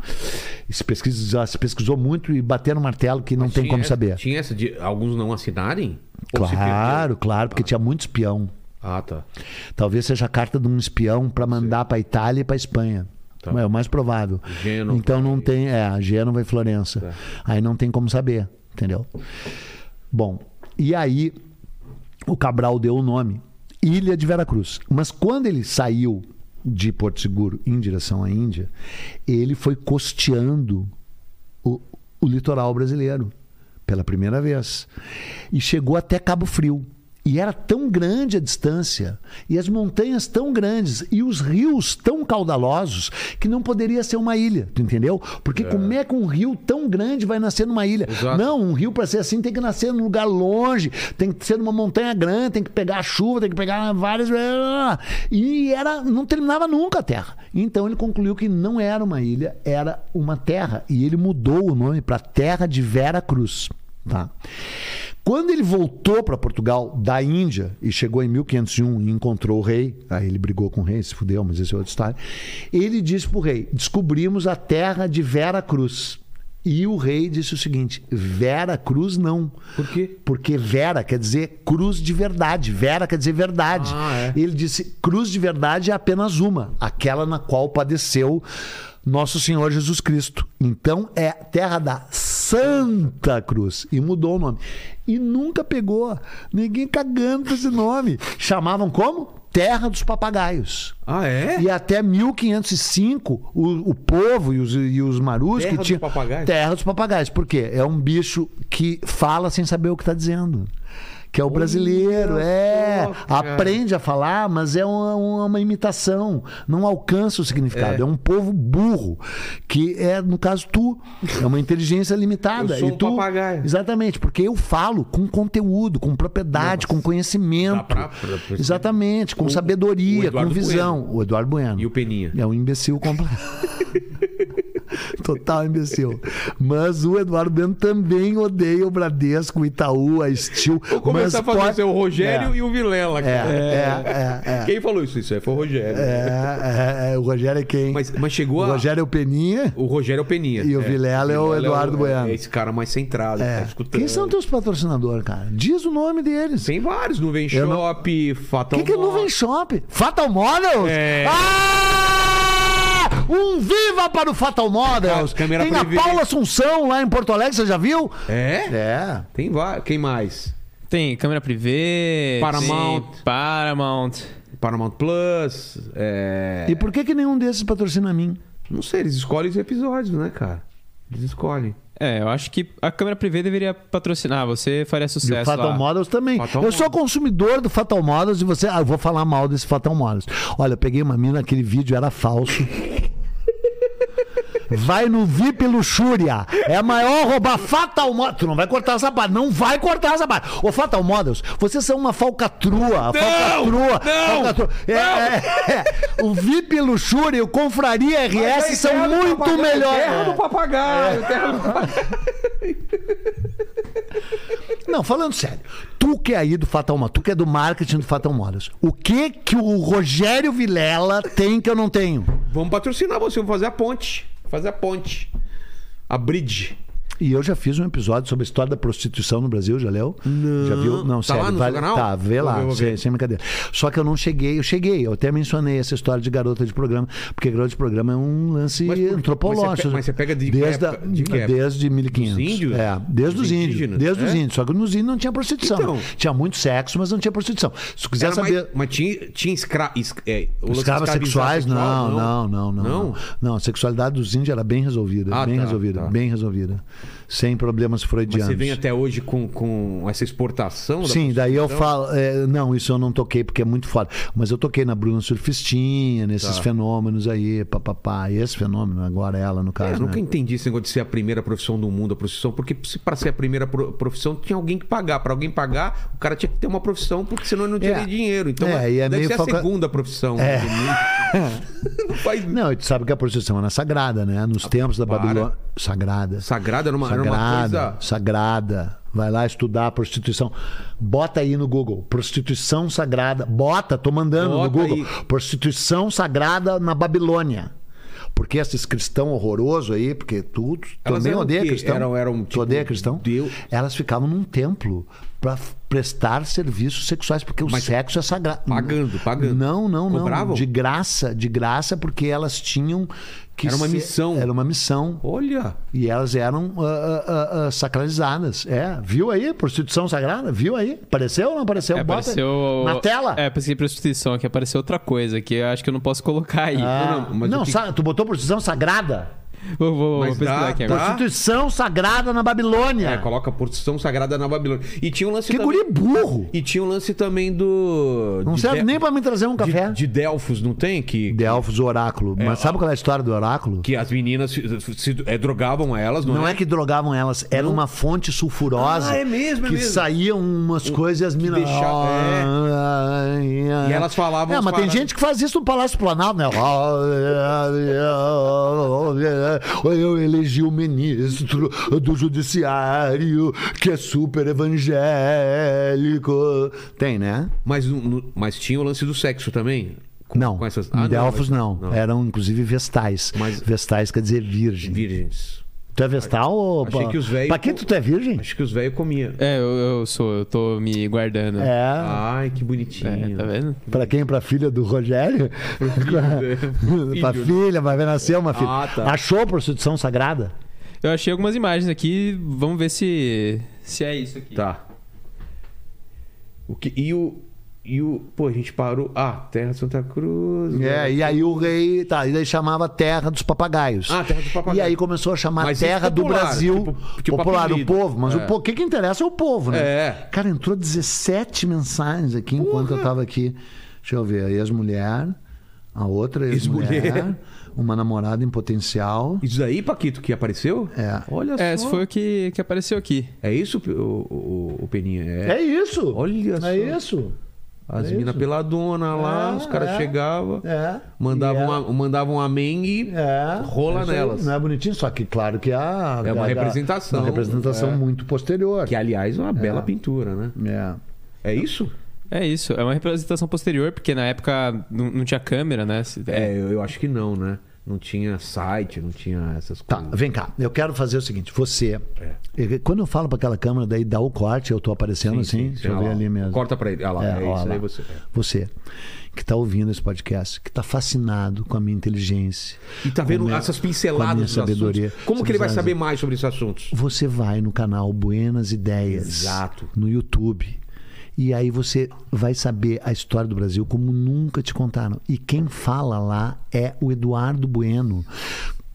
[SPEAKER 3] E se, pesquisa, se pesquisou muito e bateram o martelo que não tem
[SPEAKER 1] Tinha
[SPEAKER 3] como
[SPEAKER 1] essa-
[SPEAKER 3] saber.
[SPEAKER 1] Tinha essa de alguns não assinarem? Ou se
[SPEAKER 3] Claro,
[SPEAKER 1] perdeu?
[SPEAKER 3] claro, porque tinha muito espião.
[SPEAKER 1] Ah, tá.
[SPEAKER 3] Talvez seja a carta de um espião para mandar para Itália e para Espanha. É o mais provável.
[SPEAKER 1] Tá. Gênova. Tá.
[SPEAKER 3] Então não tem, é, Gênova e Florença. Aí não tem como saber, entendeu? Bom, e aí o Cabral deu o nome ilha de Veracruz. Mas quando ele saiu de Porto Seguro em direção à Índia, ele foi costeando o, o litoral brasileiro pela primeira vez. E chegou até Cabo Frio. E era tão grande a distância, e as montanhas tão grandes, e os rios tão caudalosos, que não poderia ser uma ilha, tu entendeu? Porque como é que um rio tão grande vai nascer numa ilha?
[SPEAKER 1] Exato.
[SPEAKER 3] Não, um rio para ser assim tem que nascer num lugar longe, tem que ser numa montanha grande, tem que pegar a chuva, tem que pegar várias. E era, não terminava nunca a terra. Então ele concluiu que não era uma ilha, era uma terra. E ele mudou o nome para Terra de Vera Cruz. Tá? Quando ele voltou para Portugal da Índia e chegou em 1501 e encontrou o rei, aí ele brigou com o rei, se fudeu, mas esse é outro história. Ele disse para o rei: descobrimos a terra de Vera Cruz. E o rei disse o seguinte: Vera Cruz não.
[SPEAKER 1] Por quê?
[SPEAKER 3] Porque Vera quer dizer cruz de verdade. Vera quer dizer verdade.
[SPEAKER 1] Ah,
[SPEAKER 3] Ele disse: cruz de verdade é apenas uma, aquela na qual padeceu nosso Senhor Jesus Cristo. Então é terra da Santa Cruz. E mudou o nome. E nunca pegou. Ninguém cagando com esse nome. Chamavam como? Terra dos Papagaios.
[SPEAKER 1] Ah, é?
[SPEAKER 3] E até 1505, o, o povo e os, e os marus
[SPEAKER 1] Terra
[SPEAKER 3] que
[SPEAKER 1] dos
[SPEAKER 3] tinham.
[SPEAKER 1] papagaios?
[SPEAKER 3] Terra dos papagaios. Por quê? É um bicho que fala sem saber o que está dizendo. Que é o brasileiro, é.
[SPEAKER 1] só, cara.
[SPEAKER 3] Aprende a falar, mas é uma, uma- uma imitação. Não alcança o significado. É.
[SPEAKER 1] É.
[SPEAKER 3] um povo burro. Que é, no caso, tu. É uma inteligência limitada.
[SPEAKER 1] Eu sou
[SPEAKER 3] e
[SPEAKER 1] um
[SPEAKER 3] tu,
[SPEAKER 1] papagaio.
[SPEAKER 3] Exatamente, porque eu falo com conteúdo, com propriedade, com
[SPEAKER 1] Dá
[SPEAKER 3] conhecimento.
[SPEAKER 1] pra- pra- pra-
[SPEAKER 3] Exatamente, com
[SPEAKER 1] O- o
[SPEAKER 3] sabedoria,
[SPEAKER 1] Eduardo
[SPEAKER 3] com visão. O Eduardo Bueno.
[SPEAKER 1] E o Peninha?
[SPEAKER 3] É um imbecil completo. Total imbecil. Mas o Eduardo Bueno também odeia o Bradesco, o Itaú, a Steel.
[SPEAKER 1] Vou começar a fazer
[SPEAKER 3] pode-
[SPEAKER 1] o seu Rogério
[SPEAKER 3] É.
[SPEAKER 1] e o Vilela,
[SPEAKER 3] É,
[SPEAKER 1] cara.
[SPEAKER 3] é, é, é.
[SPEAKER 1] Quem falou isso? Isso aí foi o Rogério.
[SPEAKER 3] É, é, é, o Rogério é quem?
[SPEAKER 1] Mas, mas chegou
[SPEAKER 3] o
[SPEAKER 1] a...
[SPEAKER 3] Rogério é o Peninha.
[SPEAKER 1] O Rogério é o Peninha.
[SPEAKER 3] E o
[SPEAKER 1] É.
[SPEAKER 3] Vilela é o Eduardo
[SPEAKER 1] é
[SPEAKER 3] Bueno.
[SPEAKER 1] É esse cara mais centrado,
[SPEAKER 3] É.
[SPEAKER 1] tá escutando.
[SPEAKER 3] Quem são teus patrocinadores, cara? Diz o nome deles.
[SPEAKER 1] Tem vários, Nuvem
[SPEAKER 3] Eu não-
[SPEAKER 1] Shop,
[SPEAKER 3] O
[SPEAKER 1] Fatal
[SPEAKER 3] que, que é
[SPEAKER 1] Moto.
[SPEAKER 3] nuvem shop? Fatal Models?
[SPEAKER 1] Então É.
[SPEAKER 3] Ah! Um viva para o Fatal Models!
[SPEAKER 1] Cá- câmera
[SPEAKER 3] Tem a
[SPEAKER 1] privilegi-
[SPEAKER 3] Paula Assunção lá em Porto Alegre, você já viu?
[SPEAKER 1] É?
[SPEAKER 3] É.
[SPEAKER 1] Tem vários. Quem mais?
[SPEAKER 2] Tem câmera privê.
[SPEAKER 1] Paramount.
[SPEAKER 2] tem Paramount.
[SPEAKER 1] Paramount Plus. É...
[SPEAKER 3] E por que, que nenhum desses patrocina a mim?
[SPEAKER 1] Não sei, eles escolhem os episódios, né, cara? Eles escolhem.
[SPEAKER 2] É, eu acho que a câmera privê deveria patrocinar. Você faria
[SPEAKER 3] E
[SPEAKER 2] sucesso
[SPEAKER 3] o Fatal
[SPEAKER 2] lá.
[SPEAKER 3] Models também.
[SPEAKER 1] Fatal
[SPEAKER 3] eu sou
[SPEAKER 1] Models.
[SPEAKER 3] consumidor do Fatal Models e você. Ah, eu vou falar mal desse Fatal Models. Olha, eu peguei uma mina, aquele vídeo era falso. Vai no VIP Luxúria. É a maior roubar Fatal Models. Tu não vai cortar essa parte. Não vai cortar essa parte. Ô, Fatal Models, vocês são uma falcatrua. falcatrua.
[SPEAKER 1] não,
[SPEAKER 3] falcatrua. É, é, é. O VIP Luxúria e o Confraria RS
[SPEAKER 1] Mas aí,
[SPEAKER 3] são
[SPEAKER 1] terra do
[SPEAKER 3] muito
[SPEAKER 1] papagaio-
[SPEAKER 3] melhores. É.
[SPEAKER 1] Terra do papagaio, terra do papagaio.
[SPEAKER 3] Não, falando sério. Tu que é aí do Fatal Models, tu que é do marketing do Fatal Models, o que que o Rogério Vilela tem que eu não tenho?
[SPEAKER 1] Vamos patrocinar você, vamos fazer a ponte. Fazer a ponte. A bridge.
[SPEAKER 3] E eu já fiz um episódio sobre a história da prostituição no Brasil, já leu? Já viu? Não,
[SPEAKER 1] Tá
[SPEAKER 3] sério.
[SPEAKER 1] lá no seu
[SPEAKER 3] vale-
[SPEAKER 1] canal?
[SPEAKER 3] Tá, vê
[SPEAKER 1] Vou
[SPEAKER 3] lá,
[SPEAKER 1] ver, vou
[SPEAKER 3] sem,
[SPEAKER 1] ver.
[SPEAKER 3] sem brincadeira. Só que eu não cheguei, eu cheguei, eu até mencionei essa história de garota de programa, porque garota de programa é um lance
[SPEAKER 1] Mas por- mas você
[SPEAKER 3] antropológico.
[SPEAKER 1] pe- mas você pega de
[SPEAKER 3] desde,
[SPEAKER 1] que
[SPEAKER 3] a-
[SPEAKER 1] época- de que época?
[SPEAKER 3] desde 1500.
[SPEAKER 1] Dos índios?
[SPEAKER 3] É, desde
[SPEAKER 1] Dos
[SPEAKER 3] os índios.
[SPEAKER 1] indígenas,
[SPEAKER 3] Desde os
[SPEAKER 1] é?
[SPEAKER 3] índios. Só que nos índios não tinha prostituição.
[SPEAKER 1] Então.
[SPEAKER 3] tinha muito sexo, mas não tinha prostituição. Se tu quiser
[SPEAKER 1] Era mais-
[SPEAKER 3] saber.
[SPEAKER 1] Mas tinha, tinha escra... es- é, o lance de
[SPEAKER 3] Escravas
[SPEAKER 1] escravizar
[SPEAKER 3] sexuais?
[SPEAKER 1] sexual,
[SPEAKER 3] Não, não, não, não, não.
[SPEAKER 1] Não?
[SPEAKER 3] Não, a sexualidade dos índios era bem resolvida.
[SPEAKER 1] Ah,
[SPEAKER 3] bem
[SPEAKER 1] tá,
[SPEAKER 3] resolvida,
[SPEAKER 1] tá.
[SPEAKER 3] bem resolvida. Sem problemas
[SPEAKER 1] Mas
[SPEAKER 3] freudianos.
[SPEAKER 1] você vem até hoje com, com essa exportação? da
[SPEAKER 3] Sim, daí eu
[SPEAKER 1] prostituição?
[SPEAKER 3] falo. é, não, isso eu não toquei porque é muito foda. Mas eu toquei na Bruna Surfistinha, nesses
[SPEAKER 1] Tá.
[SPEAKER 3] fenômenos aí, papapá. Esse fenômeno, agora ela, no
[SPEAKER 1] É,
[SPEAKER 3] caso.
[SPEAKER 1] eu
[SPEAKER 3] né?
[SPEAKER 1] nunca entendi esse negócio de ser a primeira profissão do mundo, a profissão, porque se para ser a primeira pro- profissão tinha alguém que pagar. Para alguém pagar, o cara tinha que ter uma profissão, porque senão ele não teria
[SPEAKER 3] É.
[SPEAKER 1] dinheiro. Então
[SPEAKER 3] É, e é
[SPEAKER 1] deve
[SPEAKER 3] meio É.
[SPEAKER 1] ser
[SPEAKER 3] falca-
[SPEAKER 1] a segunda profissão né? do mundo. não faz...
[SPEAKER 3] Não, e tu sabe que a procissão era sagrada, né? Nos tempos da
[SPEAKER 1] Ah, para.
[SPEAKER 3] Babilônia. Sagrada.
[SPEAKER 1] Sagrada era uma, era uma
[SPEAKER 3] Sagrada,
[SPEAKER 1] coisa.
[SPEAKER 3] sagrada. Vai lá estudar a prostituição. Bota aí no Google. Prostituição sagrada. Bota, tô mandando
[SPEAKER 1] Bota
[SPEAKER 3] no Google.
[SPEAKER 1] aí.
[SPEAKER 3] Prostituição sagrada na Babilônia. Porque esses cristão horroroso aí, porque tu tu
[SPEAKER 1] Elas
[SPEAKER 3] também
[SPEAKER 1] eram o
[SPEAKER 3] odeia
[SPEAKER 1] quê?
[SPEAKER 3] cristão.
[SPEAKER 1] Eram- eram,
[SPEAKER 3] Tu
[SPEAKER 1] tipo,
[SPEAKER 3] odeia cristão?
[SPEAKER 1] Deus-
[SPEAKER 3] Elas ficavam num templo pra f- prestar serviços sexuais, porque o
[SPEAKER 1] Mas
[SPEAKER 3] sexo é sagrado.
[SPEAKER 1] pagando, pagando.
[SPEAKER 3] Não, não, não.
[SPEAKER 1] Cobravam?
[SPEAKER 3] De graça, de graça, porque elas tinham que
[SPEAKER 1] Era uma missão.
[SPEAKER 3] Era uma missão.
[SPEAKER 1] Olha.
[SPEAKER 3] E elas eram ah, ah, ah, ah, sacralizadas. É, viu aí? Prostituição sagrada? Viu aí? Apareceu ou não apareceu?
[SPEAKER 2] É,
[SPEAKER 3] Bota
[SPEAKER 2] apareceu.
[SPEAKER 3] na tela.
[SPEAKER 2] É, pensei prostituição aqui, apareceu outra coisa que eu acho que eu não posso colocar aí.
[SPEAKER 3] Ah,
[SPEAKER 1] Não, não, mas
[SPEAKER 3] não,
[SPEAKER 1] o que-
[SPEAKER 3] sa- tu botou prostituição sagrada?
[SPEAKER 2] Vou, vou, vou
[SPEAKER 1] Mas
[SPEAKER 2] pesquisar
[SPEAKER 1] dá-
[SPEAKER 2] aqui
[SPEAKER 1] dá-
[SPEAKER 2] agora.
[SPEAKER 3] Prostituição sagrada na Babilônia.
[SPEAKER 1] É, coloca a porção sagrada na Babilônia. E tinha um lance
[SPEAKER 3] Tá. que
[SPEAKER 1] também-
[SPEAKER 3] guri burro.
[SPEAKER 1] E tinha um lance também do.
[SPEAKER 3] Não
[SPEAKER 1] de
[SPEAKER 3] serve
[SPEAKER 1] Del-
[SPEAKER 3] nem pra me trazer um café.
[SPEAKER 1] De, de Delfos, não tem? Que,
[SPEAKER 3] Delfos, o oráculo. Mas sabe qual é a história do oráculo?
[SPEAKER 1] que as meninas se, se- é, drogavam elas, não,
[SPEAKER 3] Não é que drogavam elas, era uma fonte sulfurosa.
[SPEAKER 1] né? Ah, é mesmo, é
[SPEAKER 3] Que
[SPEAKER 1] mesmo.
[SPEAKER 3] saíam umas coisas e as minas.
[SPEAKER 1] deixava- é. E elas falavam
[SPEAKER 3] É,
[SPEAKER 1] as
[SPEAKER 3] mas tem
[SPEAKER 1] paradas.
[SPEAKER 3] gente que faz isso no Palácio Planalto, né? Eu elegi o ministro do Judiciário, que é super evangélico. Tem, né?
[SPEAKER 1] Mas, no- no- mas tinha o lance do sexo também? Com-
[SPEAKER 3] Não.
[SPEAKER 1] Com essas... Ah,
[SPEAKER 3] Em Delfos,
[SPEAKER 1] mas-
[SPEAKER 3] não, É. Eram, inclusive, vestais.
[SPEAKER 1] Mas-
[SPEAKER 3] Vestais quer dizer virgem.
[SPEAKER 1] Virgens.
[SPEAKER 3] Tu é vestal ou.
[SPEAKER 1] Achei
[SPEAKER 3] pa-
[SPEAKER 1] que os velhos-
[SPEAKER 3] Paquito, tu é virgem?
[SPEAKER 1] Acho que os velhos comiam.
[SPEAKER 2] É, eu, eu sou, eu tô me guardando.
[SPEAKER 3] É.
[SPEAKER 1] Ai, que bonitinho. Tá
[SPEAKER 2] É, tá vendo?
[SPEAKER 3] Pra quem? Pra filha do Rogério?
[SPEAKER 1] filho. né?
[SPEAKER 3] pra filha, vai ver nascer uma filha.
[SPEAKER 1] Ah, tá.
[SPEAKER 3] Achou prostituição sagrada?
[SPEAKER 2] Eu achei algumas imagens aqui, vamos ver se se é isso aqui.
[SPEAKER 1] Tá. O que, e o. E o. Pô, a gente parou. Ah, Terra de Santa Cruz.
[SPEAKER 3] É,
[SPEAKER 1] né?
[SPEAKER 3] e aí o rei. Tá, e daí chamava Terra dos Papagaios.
[SPEAKER 1] Ah, Terra dos Papagaios.
[SPEAKER 3] E aí começou a chamar
[SPEAKER 1] Mas isso é
[SPEAKER 3] Terra
[SPEAKER 1] popular,
[SPEAKER 3] do Brasil.
[SPEAKER 1] tipo- tipo
[SPEAKER 3] popular,
[SPEAKER 1] apelido.
[SPEAKER 3] o povo. Mas
[SPEAKER 1] É.
[SPEAKER 3] o povo, o que, que interessa é o povo, né?
[SPEAKER 1] É.
[SPEAKER 3] Cara, entrou 17 mensagens aqui enquanto eu tava aqui. Deixa eu ver. A ex-mulher, a outra ex-mulher,
[SPEAKER 1] Ex-mulher.
[SPEAKER 3] uma namorada em potencial.
[SPEAKER 1] Isso daí, Paquito, que apareceu?
[SPEAKER 3] É.
[SPEAKER 1] Olha
[SPEAKER 2] É,
[SPEAKER 1] só.
[SPEAKER 2] isso foi o que, que apareceu aqui.
[SPEAKER 1] É isso, o, o, o Peninha? É.
[SPEAKER 3] É isso.
[SPEAKER 1] Olha
[SPEAKER 3] É
[SPEAKER 1] só.
[SPEAKER 3] isso.
[SPEAKER 1] As
[SPEAKER 3] é
[SPEAKER 1] minas
[SPEAKER 3] isso.
[SPEAKER 1] peladona lá,
[SPEAKER 3] É,
[SPEAKER 1] os caras
[SPEAKER 3] é,
[SPEAKER 1] chegavam,
[SPEAKER 3] É.
[SPEAKER 1] mandavam,
[SPEAKER 3] E é-
[SPEAKER 1] uma, mandavam um amém e
[SPEAKER 3] É.
[SPEAKER 1] rola
[SPEAKER 3] é isso aí.
[SPEAKER 1] nelas.
[SPEAKER 3] Não é bonitinho, só que claro que a.
[SPEAKER 1] É uma
[SPEAKER 3] a- a-
[SPEAKER 1] representação.
[SPEAKER 3] Uma representação
[SPEAKER 1] É.
[SPEAKER 3] muito posterior.
[SPEAKER 1] Que, aliás, é uma bela pintura, né?
[SPEAKER 3] É.
[SPEAKER 1] É isso?
[SPEAKER 2] É isso, é uma representação posterior, porque na época não, não tinha câmera, né? Se-
[SPEAKER 1] É, eu, eu acho que não, né? Não tinha site, não tinha essas
[SPEAKER 3] Tá,
[SPEAKER 1] coisas.
[SPEAKER 3] vem cá. Eu quero fazer o seguinte: você.
[SPEAKER 1] É.
[SPEAKER 3] eh, Quando eu falo pra aquela câmera, daí dá o corte, eu tô aparecendo assim. deixa eu
[SPEAKER 1] olha
[SPEAKER 3] ver
[SPEAKER 1] lá.
[SPEAKER 3] ali mesmo.
[SPEAKER 1] Corta pra ele. Olha lá, é,
[SPEAKER 3] ó
[SPEAKER 1] isso
[SPEAKER 3] lá.
[SPEAKER 1] aí você.
[SPEAKER 3] Você que tá ouvindo esse podcast, que tá fascinado com a minha inteligência.
[SPEAKER 1] E tá
[SPEAKER 3] com
[SPEAKER 1] vendo
[SPEAKER 3] o meu-
[SPEAKER 1] essas
[SPEAKER 3] com a
[SPEAKER 1] pinceladas
[SPEAKER 3] minha
[SPEAKER 1] dos
[SPEAKER 3] sabedoria.
[SPEAKER 1] assuntos? Como que ele vai saber mais sobre esses assuntos?
[SPEAKER 3] você vai no canal Buenas Ideias
[SPEAKER 1] Exato.
[SPEAKER 3] no YouTube. E aí você vai saber a história do Brasil como nunca te contaram. E quem fala lá é o Eduardo Bueno.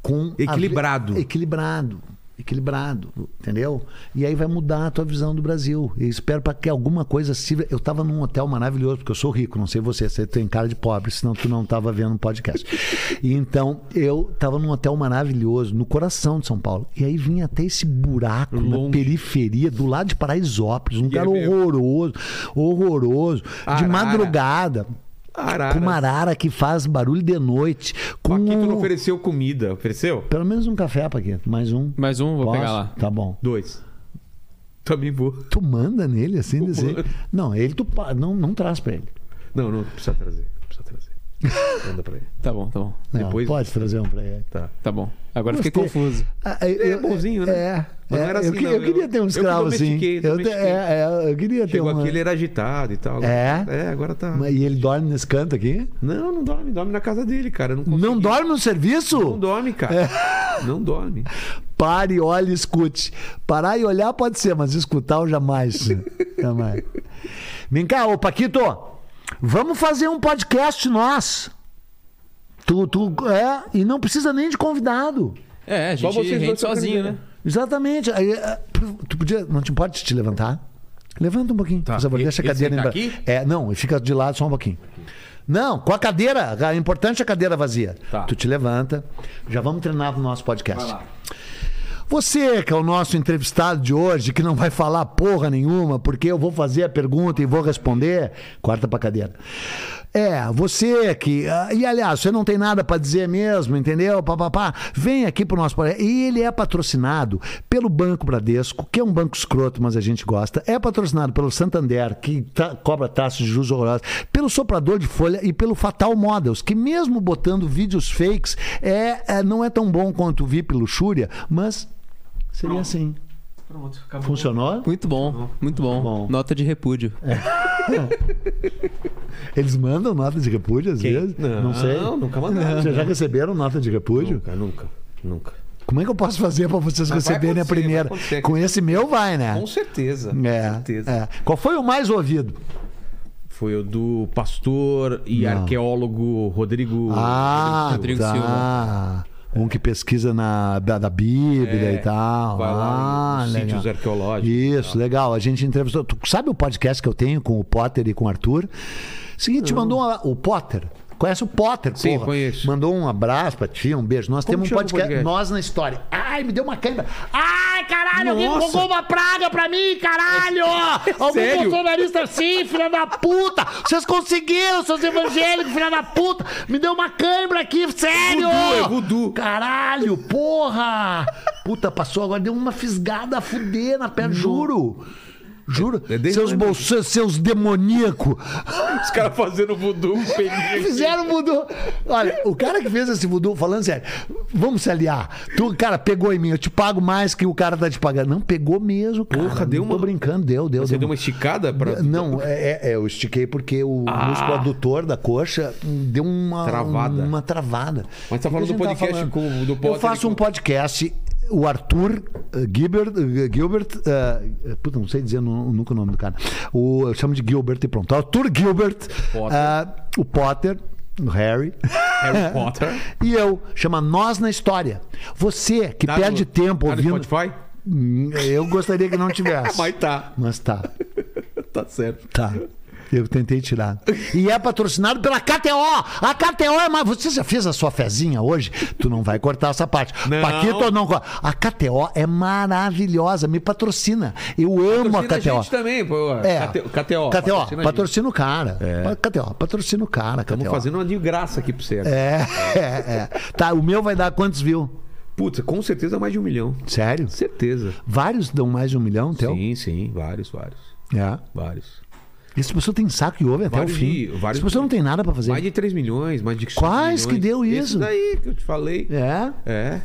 [SPEAKER 3] Com a-
[SPEAKER 1] Equilibrado.
[SPEAKER 3] Equilibrado. Equilibrado, entendeu? E aí vai mudar a tua visão do Brasil. Eu espero para que alguma coisa sirva. Eu tava num hotel maravilhoso, porque eu sou rico, não sei você, você tem cara de pobre, senão tu não tava vendo um podcast. E então eu tava num hotel maravilhoso, no coração de São Paulo. E aí vinha até esse buraco
[SPEAKER 1] Longe.
[SPEAKER 3] na periferia, do lado de Paraisópolis, um lugar
[SPEAKER 1] é mesmo.
[SPEAKER 3] horroroso, horroroso,
[SPEAKER 1] Arara.
[SPEAKER 3] de madrugada.
[SPEAKER 1] Arara.
[SPEAKER 3] Com uma arara que faz barulho de noite. Com
[SPEAKER 1] Paquito não
[SPEAKER 3] um-
[SPEAKER 1] ofereceu comida. Ofereceu?
[SPEAKER 3] Pelo menos um café, Paquito. Mais um.
[SPEAKER 2] Mais um, vou
[SPEAKER 3] Posso?
[SPEAKER 2] pegar lá.
[SPEAKER 3] Tá bom.
[SPEAKER 1] Dois. Também vou.
[SPEAKER 3] Tu manda nele assim dizer.
[SPEAKER 1] mando.
[SPEAKER 3] Não, ele tu pa- não, não traz pra ele.
[SPEAKER 1] Não, não, precisa trazer. Precisa trazer. Manda pra ele.
[SPEAKER 2] Tá bom, tá bom.
[SPEAKER 3] Não,
[SPEAKER 1] Depois-
[SPEAKER 3] Pode trazer um pra ele.
[SPEAKER 1] Tá.
[SPEAKER 2] Tá bom. Agora fiquei
[SPEAKER 3] Gostei.
[SPEAKER 2] confuso.
[SPEAKER 3] Ah, eu-
[SPEAKER 1] É bonzinho, né?
[SPEAKER 3] É.
[SPEAKER 1] Mas não
[SPEAKER 3] é,
[SPEAKER 1] era assim,
[SPEAKER 3] eu, que-
[SPEAKER 1] não,
[SPEAKER 3] eu
[SPEAKER 1] eu-
[SPEAKER 3] queria ter um
[SPEAKER 1] eu que
[SPEAKER 3] escravo assim.
[SPEAKER 1] domestiquei,
[SPEAKER 3] Eu, te-
[SPEAKER 1] domestiquei.
[SPEAKER 3] é, é, eu queria ter
[SPEAKER 1] Chegou
[SPEAKER 3] um.
[SPEAKER 1] aqui, ele era agitado e tal.
[SPEAKER 3] É?
[SPEAKER 1] É, agora tá.
[SPEAKER 3] E ele dorme nesse canto aqui?
[SPEAKER 1] Não, não dorme. Dorme na casa dele, cara. Eu Não,
[SPEAKER 3] Não
[SPEAKER 1] consegui.
[SPEAKER 3] dorme no serviço?
[SPEAKER 1] Não dorme, cara.
[SPEAKER 3] É.
[SPEAKER 1] Não dorme.
[SPEAKER 3] Pare, olhe, escute. Parar e olhar pode ser, mas escutar eu jamais. jamais. Vem cá, ô Paquito. Vamos fazer um podcast nós. Tu, tu, é, e não precisa nem de convidado.
[SPEAKER 2] É, a
[SPEAKER 1] Só
[SPEAKER 2] gente
[SPEAKER 1] vocês
[SPEAKER 2] rende
[SPEAKER 1] dois
[SPEAKER 2] sozinho, né?
[SPEAKER 1] organizam.
[SPEAKER 3] Exatamente. Aí, é, tu podia, não te importa de te levantar? Levanta um pouquinho,
[SPEAKER 1] Tá.
[SPEAKER 3] por favor.
[SPEAKER 1] E-
[SPEAKER 3] Deixa a
[SPEAKER 1] esse
[SPEAKER 3] cadeira
[SPEAKER 1] tá
[SPEAKER 3] em
[SPEAKER 1] aqui?
[SPEAKER 3] ba- É, não, e fica de lado só um pouquinho. Não, com a cadeira. É importante a cadeira vazia.
[SPEAKER 1] Tá.
[SPEAKER 3] Tu te levanta. Já vamos treinar pro nosso podcast.
[SPEAKER 1] Vai lá.
[SPEAKER 3] Você, que é o nosso entrevistado de hoje, que não vai falar porra nenhuma, porque eu vou fazer a pergunta e vou responder, corta pra cadeira. É, você que. ah, E aliás, você não tem nada pra dizer mesmo, entendeu? Pá, pá, pá. Vem aqui pro nosso podcast. E ele é patrocinado pelo Banco Bradesco, que é um banco escroto, mas a gente gosta. É patrocinado pelo Santander, que ta- cobra taxas de juros horrorosas, pelo Soprador de Folha e pelo Fatal Models, que mesmo botando vídeos fakes, é, é, não é tão bom quanto o VIP Luxúria, mas Seria assim.
[SPEAKER 2] Pronto, acabou.
[SPEAKER 3] Funcionou?
[SPEAKER 2] Muito bom, muito bom.
[SPEAKER 3] Bom.
[SPEAKER 2] Nota de repúdio.
[SPEAKER 3] Eles mandam nota de repúdio às vezes? Não, sei.
[SPEAKER 1] Não, nunca mandaram.
[SPEAKER 3] Vocês já receberam nota de repúdio?
[SPEAKER 1] Nunca, nunca, nunca.
[SPEAKER 3] Como é que eu posso fazer pra vocês
[SPEAKER 1] Mas vai
[SPEAKER 3] receberem a
[SPEAKER 1] acontecer, vai
[SPEAKER 3] primeira?
[SPEAKER 1] acontecer.
[SPEAKER 3] Com esse meu, vai, né?
[SPEAKER 1] Com certeza.
[SPEAKER 3] É,
[SPEAKER 1] com certeza.
[SPEAKER 3] é. Qual foi o mais ouvido?
[SPEAKER 1] Foi o do pastor e
[SPEAKER 3] Não.
[SPEAKER 1] arqueólogo Rodrigo.
[SPEAKER 3] Ah,
[SPEAKER 2] Rodrigo
[SPEAKER 3] tá. Um que pesquisa na, da, da Bíblia
[SPEAKER 1] É,
[SPEAKER 3] e tal.
[SPEAKER 1] vai lá
[SPEAKER 3] ah,
[SPEAKER 1] nos
[SPEAKER 3] legal.
[SPEAKER 1] sítios arqueológicos
[SPEAKER 3] Isso, legal. A gente entrevistou. Tu sabe o podcast que eu tenho com o Potter e com o Arthur? Seguinte, mandou uma- o Potter. Conhece o Potter,
[SPEAKER 1] Sim,
[SPEAKER 3] porra.
[SPEAKER 1] conheço.
[SPEAKER 3] Mandou um abraço pra ti, um beijo. Nós
[SPEAKER 1] Como
[SPEAKER 3] temos um
[SPEAKER 1] chama o
[SPEAKER 3] podcast,
[SPEAKER 1] podcast?
[SPEAKER 3] Nós na História. Ai, me deu uma câimbra. Ai, caralho, alguém
[SPEAKER 1] Nossa.
[SPEAKER 3] colocou uma praga pra mim, caralho! Algum
[SPEAKER 1] sério?
[SPEAKER 3] bolsonarista sim, filha da puta! Vocês conseguiram, seus evangélicos, filha da puta! Me deu uma câimbra aqui, sério!
[SPEAKER 1] Voodoo, é voodoo.
[SPEAKER 3] Caralho, porra! Puta, passou agora, deu uma fisgada a fuder na perna, juro! Juro,
[SPEAKER 1] É- é desde
[SPEAKER 3] seus
[SPEAKER 1] lá, né?
[SPEAKER 3] bolsos, seus demoníacos
[SPEAKER 1] Os caras fazendo voodoo com peninha.
[SPEAKER 3] fizeram voodoo. Olha, o cara que fez esse voodoo, falando sério, vamos se aliar. Tu, cara, pegou em mim, eu te pago mais que o cara tá te pagando. Não, pegou mesmo, cara.
[SPEAKER 1] Porra,
[SPEAKER 3] não
[SPEAKER 1] deu
[SPEAKER 3] Tô
[SPEAKER 1] uma-
[SPEAKER 3] brincando, deu, deu.
[SPEAKER 1] Você
[SPEAKER 3] deu
[SPEAKER 1] deu uma esticada pra.
[SPEAKER 3] Não, é, é, eu estiquei porque o músculo adutor da coxa hum, deu uma
[SPEAKER 1] Ah. Travada.
[SPEAKER 3] Uma travada.
[SPEAKER 1] Mas tá
[SPEAKER 3] O
[SPEAKER 1] falando
[SPEAKER 3] que que a gente
[SPEAKER 1] do
[SPEAKER 3] tava
[SPEAKER 1] podcast com- do
[SPEAKER 3] Eu
[SPEAKER 1] Potter
[SPEAKER 3] faço
[SPEAKER 1] com-
[SPEAKER 3] um podcast. O Arthur eh, Gilbert. eh, Gilbert eh, puta, não sei dizer nu- nunca o nome do cara. O, eu chamo de Gilbert e pronto. Arthur Gilbert.
[SPEAKER 1] Potter.
[SPEAKER 3] ah, o Potter. O Harry.
[SPEAKER 1] Harry Potter.
[SPEAKER 3] E eu. Chama Nós na História. Você que
[SPEAKER 1] Tá no-
[SPEAKER 3] perde tempo
[SPEAKER 1] tá no
[SPEAKER 3] ouvindo.
[SPEAKER 1] Spotify?
[SPEAKER 3] Hum, Eu gostaria que não tivesse.
[SPEAKER 1] Mas tá.
[SPEAKER 3] Mas tá.
[SPEAKER 1] Tá certo.
[SPEAKER 3] Tá. Eu tentei tirar. E é patrocinado pela KTO. A KTO é mais. Você já fez a sua fezinha hoje? Tu não vai cortar essa parte.
[SPEAKER 1] Não.
[SPEAKER 3] Paquito não. co- A KTO é maravilhosa. Me patrocina. Eu amo a
[SPEAKER 1] Patrocina
[SPEAKER 3] KTO.
[SPEAKER 1] gente também, pô.
[SPEAKER 3] É.
[SPEAKER 1] KTO. KTO,
[SPEAKER 3] KTO.
[SPEAKER 1] a gente.
[SPEAKER 3] Patrocina o cara. Pa- KTO. Patrocina o cara.
[SPEAKER 1] Estamos
[SPEAKER 3] KTO.
[SPEAKER 1] fazendo uma de graça aqui pra você.
[SPEAKER 3] É, é, é. Tá, o meu vai dar quantos viu?
[SPEAKER 1] Putz, com certeza mais de um milhão.
[SPEAKER 3] Sério?
[SPEAKER 1] Certeza.
[SPEAKER 3] Vários dão mais de um milhão, teu?
[SPEAKER 1] Sim, sim. Vários, vários.
[SPEAKER 3] É.
[SPEAKER 1] Vários.
[SPEAKER 3] E Essa pessoa tem saco e ouve até
[SPEAKER 1] Vários
[SPEAKER 3] o fim.
[SPEAKER 1] de- vários
[SPEAKER 3] Essa pessoa não tem nada pra fazer.
[SPEAKER 1] Mais de 3 milhões, mais de 5
[SPEAKER 3] Quais que
[SPEAKER 1] milhões.
[SPEAKER 3] deu
[SPEAKER 1] Esse
[SPEAKER 3] isso?
[SPEAKER 1] daí que eu te falei.
[SPEAKER 3] É.
[SPEAKER 1] É.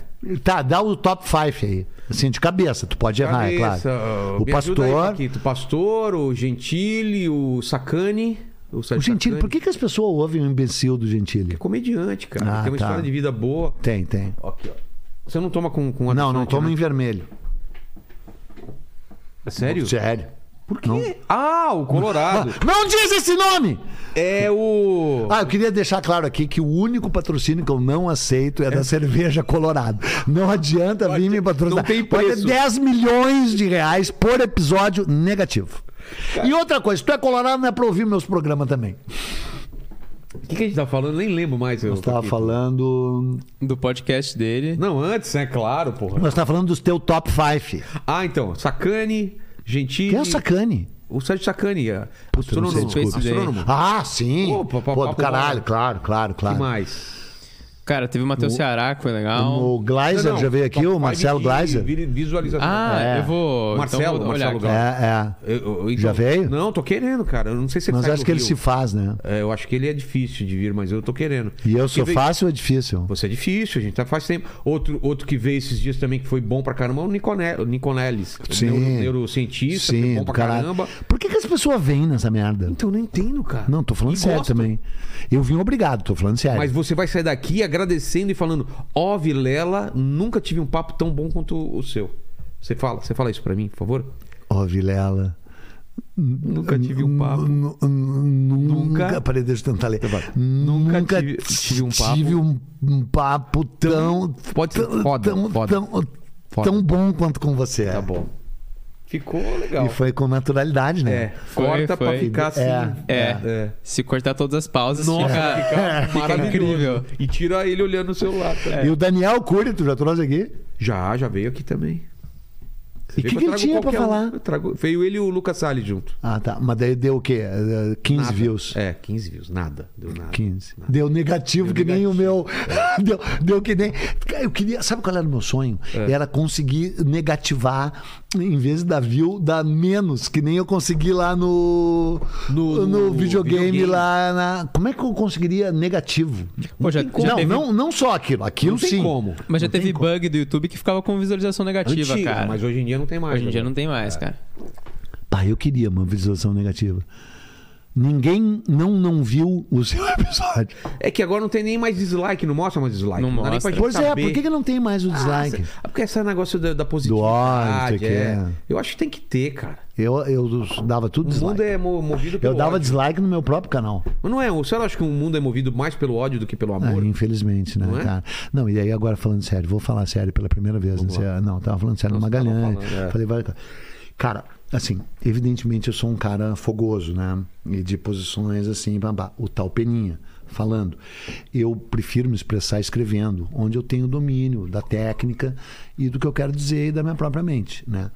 [SPEAKER 3] Tá, dá o top 5 aí. Assim, de cabeça, tu pode errar, é
[SPEAKER 1] Cabeça,
[SPEAKER 3] claro.
[SPEAKER 1] me
[SPEAKER 3] O
[SPEAKER 1] ajuda aí, um
[SPEAKER 3] pastor.
[SPEAKER 1] Paquito. o pastor, o Gentili, o Sacani. O,
[SPEAKER 3] O
[SPEAKER 1] Sérgio Sacani.
[SPEAKER 3] Gentili,
[SPEAKER 1] É
[SPEAKER 3] por que, que as pessoas ouvem o imbecil do Gentili?
[SPEAKER 1] Comediante, cara.
[SPEAKER 3] Ah,
[SPEAKER 1] tem uma
[SPEAKER 3] tá.
[SPEAKER 1] história de vida boa.
[SPEAKER 3] Tem, tem.
[SPEAKER 1] Ó, Aqui, ó. Você não toma com, com
[SPEAKER 3] Não, não
[SPEAKER 1] adoçante,
[SPEAKER 3] toma
[SPEAKER 1] né?
[SPEAKER 3] em vermelho.
[SPEAKER 1] Sério?
[SPEAKER 3] Sério. Por quê? Não,
[SPEAKER 1] Ah, o Colorado.
[SPEAKER 3] não diz esse nome!
[SPEAKER 1] é o.
[SPEAKER 3] Ah, eu queria deixar claro aqui que o único patrocínio que eu não aceito é da cerveja Colorado. Não adianta vir me patrocinar.
[SPEAKER 1] não tem
[SPEAKER 3] Pode
[SPEAKER 1] preço.
[SPEAKER 3] ter 10 milhões de reais por episódio negativo. E outra coisa, se tu é colorado, não é pra ouvir meus programas também.
[SPEAKER 1] O que, que a gente tá falando? Nem lembro mais. eu
[SPEAKER 3] Nós tava
[SPEAKER 1] Paquito.
[SPEAKER 3] falando.
[SPEAKER 2] Do podcast dele.
[SPEAKER 1] Não, antes, né? Claro, porra.
[SPEAKER 3] Nós tava falando dos teu top 5.
[SPEAKER 1] Ah, então. Sacani, Gentili.
[SPEAKER 3] Quem é o Sacani?
[SPEAKER 1] O Sérgio Sacani. é.
[SPEAKER 3] não sei,
[SPEAKER 1] Astrônomo.
[SPEAKER 2] desculpa.
[SPEAKER 1] astrônomo.
[SPEAKER 3] Ah, tá. sim.
[SPEAKER 1] Pô, pa- pa-
[SPEAKER 3] Pô, do
[SPEAKER 1] papo
[SPEAKER 3] caralho,
[SPEAKER 1] bom.
[SPEAKER 3] claro, claro,
[SPEAKER 1] que
[SPEAKER 3] claro.
[SPEAKER 1] mais?
[SPEAKER 2] Cara, teve o Matheus Ceará, que foi legal.
[SPEAKER 3] O Gleiser
[SPEAKER 1] Não, Tá, não,
[SPEAKER 3] já veio aqui,
[SPEAKER 1] top
[SPEAKER 3] o
[SPEAKER 1] five
[SPEAKER 3] Marcelo
[SPEAKER 1] de
[SPEAKER 3] Gleiser.
[SPEAKER 1] vi- Visualização.
[SPEAKER 2] Ah,
[SPEAKER 3] É.
[SPEAKER 2] eu vou.
[SPEAKER 1] Marcelo,
[SPEAKER 2] então, vou olhar
[SPEAKER 1] Marcelo
[SPEAKER 2] aqui.
[SPEAKER 3] É, é.
[SPEAKER 1] Eu- eu- eu-
[SPEAKER 3] Já veio?
[SPEAKER 1] Não, tô querendo, cara. Eu não sei se ele
[SPEAKER 3] Mas
[SPEAKER 1] sai
[SPEAKER 3] acho
[SPEAKER 1] do
[SPEAKER 3] que ele
[SPEAKER 1] Rio.
[SPEAKER 3] se faz, né?
[SPEAKER 1] É, eu acho que ele é difícil de vir, mas eu tô querendo.
[SPEAKER 3] E eu
[SPEAKER 1] Quem
[SPEAKER 3] sou
[SPEAKER 1] veio-
[SPEAKER 3] fácil ou é difícil?
[SPEAKER 1] Você é difícil, a gente tá faz tempo. Outro, outro que veio esses dias também que foi bom pra caramba é o Nicone- o Niconelis.
[SPEAKER 3] Sim.
[SPEAKER 1] Neuro- neurocientista, foi
[SPEAKER 3] Sim,
[SPEAKER 1] bom
[SPEAKER 3] do
[SPEAKER 1] pra
[SPEAKER 3] caralho.
[SPEAKER 1] caramba.
[SPEAKER 3] Por que, que as pessoas vêm nessa merda?
[SPEAKER 1] Então eu não entendo, cara.
[SPEAKER 3] Não, tô falando
[SPEAKER 1] E
[SPEAKER 3] sério
[SPEAKER 1] gosto.
[SPEAKER 3] também. Eu vim obrigado, tô falando sério.
[SPEAKER 1] Mas você vai sair daqui agradecendo e falando: Ó, Vilela, nunca tive um papo tão bom quanto o seu. Você fala, você fala isso pra mim, por favor?
[SPEAKER 3] Ó, Vilela.
[SPEAKER 1] Nunca tive um papo.
[SPEAKER 3] N- n- Nunca.
[SPEAKER 1] Nunca-
[SPEAKER 3] Peraí, deixa eu tentar ler.
[SPEAKER 1] Tá bom.
[SPEAKER 3] Nunca,
[SPEAKER 1] Nunca tive- tive um papo-
[SPEAKER 3] tive um- um papo tão.
[SPEAKER 1] Pode ser
[SPEAKER 3] tão-
[SPEAKER 1] foda,
[SPEAKER 3] tão,
[SPEAKER 1] foda.
[SPEAKER 3] Tão,
[SPEAKER 1] Foda.
[SPEAKER 3] tão bom quanto com você.
[SPEAKER 1] Tá bom. Ficou legal.
[SPEAKER 3] E foi com naturalidade, né?
[SPEAKER 1] É, corta
[SPEAKER 2] Foi,
[SPEAKER 1] pra
[SPEAKER 2] foi.
[SPEAKER 1] ficar assim.
[SPEAKER 3] É,
[SPEAKER 2] É. Se cortar todas as pausas, fica, fica incrível.
[SPEAKER 1] E tira ele olhando o celular. também.
[SPEAKER 3] E o Daniel Cury, tu já trouxe aqui?
[SPEAKER 1] Já, já veio aqui também. Você
[SPEAKER 3] E
[SPEAKER 1] vê
[SPEAKER 3] que
[SPEAKER 1] eu
[SPEAKER 3] que ele
[SPEAKER 1] trago
[SPEAKER 3] tinha pra
[SPEAKER 1] qualquer um.
[SPEAKER 3] falar?
[SPEAKER 1] Eu trago- Veio ele e o Lucas Salles junto.
[SPEAKER 3] Ah, tá. Mas daí deu o quê? Eh, 15
[SPEAKER 1] Nada.
[SPEAKER 3] views.
[SPEAKER 1] É, 15 views. Nada. Deu nada.
[SPEAKER 3] 15. Deu negativo que nem o meu.
[SPEAKER 1] É.
[SPEAKER 3] deu, deu que nem. Cara, Eu queria. Sabe qual era o meu sonho? Era conseguir negativar Em vez da view, dá menos, que nem eu consegui lá no,
[SPEAKER 1] No-
[SPEAKER 3] no,
[SPEAKER 1] no
[SPEAKER 3] videogame,
[SPEAKER 1] videogame.
[SPEAKER 3] lá na. Como é que eu conseguiria negativo?
[SPEAKER 2] Pô, já, já
[SPEAKER 3] não,
[SPEAKER 2] teve-
[SPEAKER 3] não, não só aquilo. Aquilo
[SPEAKER 1] Não tem
[SPEAKER 3] sim.
[SPEAKER 1] como.
[SPEAKER 2] Mas já
[SPEAKER 3] Não tem
[SPEAKER 2] teve
[SPEAKER 3] como.
[SPEAKER 2] bug do YouTube que ficava com visualização negativa,
[SPEAKER 1] Antiga,
[SPEAKER 2] cara.
[SPEAKER 1] mas hoje em dia não tem mais. né?
[SPEAKER 2] Hoje em dia não tem mais, cara.
[SPEAKER 3] Pai, eu queria uma visualização negativa. Ninguém não não viu o seu episódio.
[SPEAKER 1] É que agora não tem nem mais dislike, não mostra mais dislike.
[SPEAKER 2] Não
[SPEAKER 1] dá nem pra
[SPEAKER 2] mostra.
[SPEAKER 1] gente
[SPEAKER 3] Pois é,
[SPEAKER 1] saber.
[SPEAKER 3] por que, que não tem mais o dislike?
[SPEAKER 1] Ah, porque esse negócio da, da
[SPEAKER 3] ódio,
[SPEAKER 1] positividade.
[SPEAKER 3] não sei o
[SPEAKER 1] é.
[SPEAKER 3] quê.
[SPEAKER 1] Eu acho que tem que ter, cara.
[SPEAKER 3] Eu, eu dava tudo
[SPEAKER 1] O mundo
[SPEAKER 3] dislike.
[SPEAKER 1] é mo- movido pelo
[SPEAKER 3] Uhum. Eu dava
[SPEAKER 1] ódio.
[SPEAKER 3] dislike no meu próprio canal.
[SPEAKER 1] Mas não é, o senhor acha que o mundo é movido mais pelo ódio do que pelo
[SPEAKER 3] Ah,
[SPEAKER 1] amor?
[SPEAKER 3] infelizmente, né,
[SPEAKER 1] Não é?
[SPEAKER 3] cara? Não, e aí agora falando sério, vou falar sério pela primeira vez. Né? Você- Não, eu tava falando sério no
[SPEAKER 1] tava
[SPEAKER 3] Magalhães.
[SPEAKER 1] falando, é.
[SPEAKER 3] Falei várias coisas. Cara, assim, evidentemente eu sou um cara fogoso, né? E de posições assim, babá. O tal Peninha falando. Eu prefiro me expressar escrevendo, onde eu tenho domínio da técnica e do que eu quero dizer e da minha própria mente, né?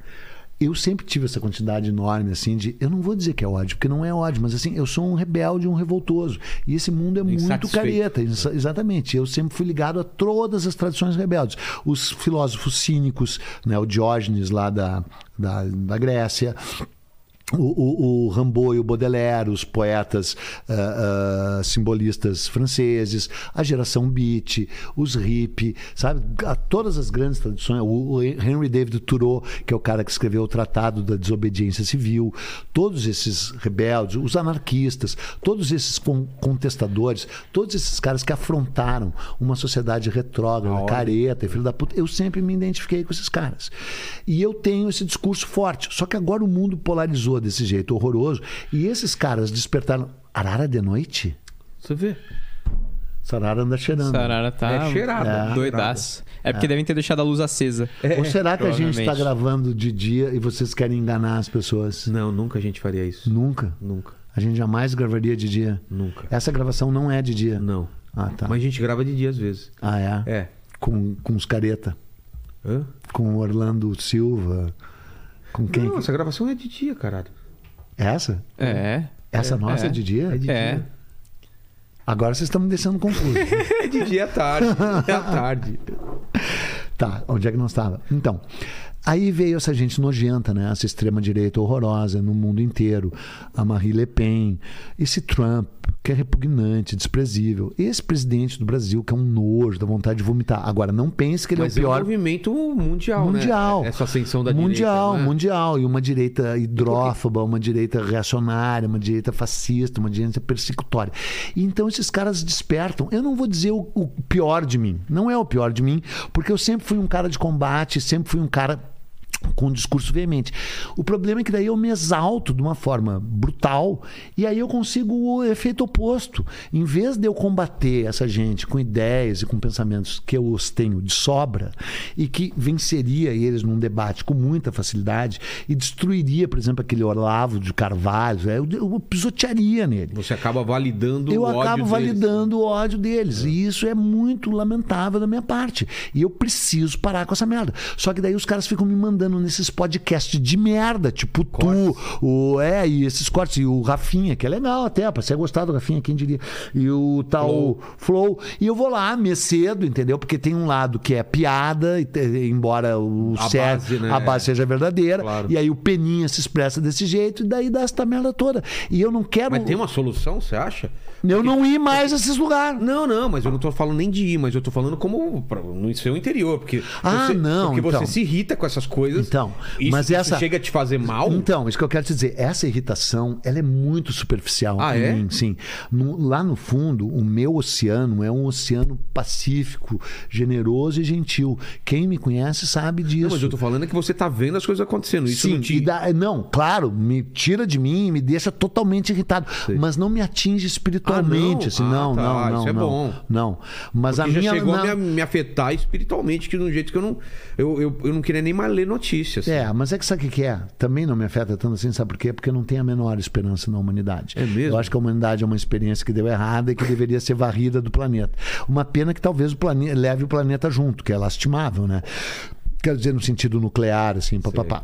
[SPEAKER 3] Eu sempre tive essa quantidade enorme, assim, de. Eu não vou dizer que é ódio, porque não é ódio, mas assim, eu sou um rebelde, um revoltoso. E esse mundo é muito
[SPEAKER 1] Insatisfeito.
[SPEAKER 3] careta. Exa- Exatamente. Eu sempre fui ligado a todas as tradições rebeldes. Os filósofos cínicos, né, o Diógenes lá da, da, da Grécia. O, o, o Rambaud e o Baudelaire, os poetas ah, ah, simbolistas franceses, a geração beat, os hip, sabe? A todas as grandes tradições. O, o Henry David Thoreau, que é o cara que escreveu o Tratado da Desobediência Civil, todos esses rebeldes, os anarquistas, todos esses con- contestadores, todos esses caras que afrontaram uma sociedade retrógrada,
[SPEAKER 1] hora.
[SPEAKER 3] careta, filho da puta, eu sempre me identifiquei com esses caras. E eu tenho esse discurso forte. Só que agora o mundo polarizou desse jeito horroroso e esses caras despertaram. Arara de noite?
[SPEAKER 1] Você vê.
[SPEAKER 3] Sarara anda cheirando.
[SPEAKER 2] Sarara tá
[SPEAKER 1] É cheirada.
[SPEAKER 2] é, doidaço. É porque devem ter deixado a luz acesa.
[SPEAKER 3] Ou será que a gente está
[SPEAKER 2] É, Provavelmente.
[SPEAKER 3] gravando de dia e vocês querem enganar as pessoas?
[SPEAKER 1] Não, nunca a gente faria isso.
[SPEAKER 3] Nunca.
[SPEAKER 1] Nunca.
[SPEAKER 3] A gente jamais gravaria de dia.
[SPEAKER 1] Nunca.
[SPEAKER 3] Essa gravação não é de dia.
[SPEAKER 1] Não.
[SPEAKER 3] Ah, tá.
[SPEAKER 1] Mas a gente grava de dia às vezes.
[SPEAKER 3] Ah, é?
[SPEAKER 1] É.
[SPEAKER 3] Com, com os careta.
[SPEAKER 1] Hã?
[SPEAKER 3] Com o Orlando Silva. Com quem?
[SPEAKER 1] Não, essa gravação é de dia, caralho.
[SPEAKER 3] Essa?
[SPEAKER 2] É.
[SPEAKER 3] Essa nossa é, de dia?
[SPEAKER 2] É.
[SPEAKER 3] Agora vocês estão me deixando confuso.
[SPEAKER 1] É de dia à tarde. É à tarde.
[SPEAKER 3] tá, onde é que nós estava? Então, aí veio essa gente nojenta, né? Essa extrema-direita horrorosa no mundo inteiro. A Marie Le Pen, esse Trump, que é repugnante, desprezível. Esse presidente do Brasil, que é um nojo, dá vontade de vomitar. Agora, não pense que ele
[SPEAKER 1] Mas
[SPEAKER 3] é o
[SPEAKER 1] é um
[SPEAKER 3] pior
[SPEAKER 1] movimento mundial,
[SPEAKER 3] mundial.
[SPEAKER 1] né? Essa ascensão da
[SPEAKER 3] mundial,
[SPEAKER 1] direita. não é?
[SPEAKER 3] mundial. E uma direita hidrófoba, uma direita reacionária, uma direita fascista, uma direita persecutória. E então esses caras despertam. Eu não vou dizer o, o pior de mim. Não é o pior de mim, porque eu sempre fui um cara de combate, sempre fui um cara com um discurso veemente. O problema é que daí eu me exalto de uma forma brutal e aí eu consigo o efeito oposto. Em vez de eu combater essa gente com ideias e com pensamentos que eu os tenho de sobra e que venceria eles num debate com muita facilidade e destruiria, por exemplo, aquele Olavo de Carvalho, é, eu, eu pisotearia nele.
[SPEAKER 1] Você acaba validando
[SPEAKER 3] Eu
[SPEAKER 1] o ódio
[SPEAKER 3] acabo
[SPEAKER 1] deles. né?
[SPEAKER 3] validando o ódio deles. E isso é muito lamentável da minha parte. E eu preciso parar com essa merda. Só que daí os caras ficam me mandando nesses podcasts de merda, tipo tu, o, é, e esses cortes, e o Rafinha, que é legal até, pra você gostar do Rafinha, quem diria. E o tal Flow. E eu vou lá, me cedo, entendeu? Porque tem um lado que é piada, e te- embora o
[SPEAKER 1] A
[SPEAKER 3] certo,
[SPEAKER 1] base, né?
[SPEAKER 3] a base seja verdadeira.
[SPEAKER 1] Claro.
[SPEAKER 3] E aí o Peninha se expressa desse jeito, e daí dá essa merda toda. E eu não quero.
[SPEAKER 1] Mas tem um uma solução, você acha?
[SPEAKER 3] Eu não ir mais a esses lugares.
[SPEAKER 1] Não, não, mas eu não tô falando nem de ir, mas eu tô falando como pra- no seu interior, porque
[SPEAKER 3] Ah,
[SPEAKER 1] você,
[SPEAKER 3] não,
[SPEAKER 1] porque você
[SPEAKER 3] então.
[SPEAKER 1] se irrita com essas coisas.
[SPEAKER 3] Então,
[SPEAKER 1] isso,
[SPEAKER 3] mas
[SPEAKER 1] isso
[SPEAKER 3] essa-
[SPEAKER 1] chega a te fazer mal.
[SPEAKER 3] Então, isso que eu quero te dizer, essa irritação, ela é muito superficial
[SPEAKER 1] Ah,
[SPEAKER 3] em
[SPEAKER 1] é?
[SPEAKER 3] mim, sim. No- lá no fundo, o meu oceano é um oceano pacífico, generoso e gentil. Quem me conhece sabe disso.
[SPEAKER 1] não, mas eu tô falando é que você tá vendo as coisas acontecendo. Isso
[SPEAKER 3] Sim,
[SPEAKER 1] não te...
[SPEAKER 3] e dá- não, claro, me tira de mim, me deixa totalmente irritado, mas não me atinge espiritualmente,
[SPEAKER 1] Ah, não?
[SPEAKER 3] assim,
[SPEAKER 1] Ah,
[SPEAKER 3] não,
[SPEAKER 1] tá,
[SPEAKER 3] não, não,
[SPEAKER 1] isso é
[SPEAKER 3] não,
[SPEAKER 1] bom.
[SPEAKER 3] não. Mas
[SPEAKER 1] Porque
[SPEAKER 3] a minha
[SPEAKER 1] já chegou
[SPEAKER 3] na-
[SPEAKER 1] a me, me afetar espiritualmente, que de um jeito que eu não. Eu, eu, eu não queria nem mais ler notícias.
[SPEAKER 3] É, mas é que sabe o que que é? Também não me afeta tanto assim, sabe por quê? Porque eu não tenho a menor esperança na humanidade.
[SPEAKER 1] É mesmo?
[SPEAKER 3] Eu acho que a humanidade é uma experiência que deu errada e que deveria ser varrida do planeta. Uma pena que talvez o planeta leve o planeta junto, que é lastimável, né? Quero dizer, no sentido nuclear, assim, papapá.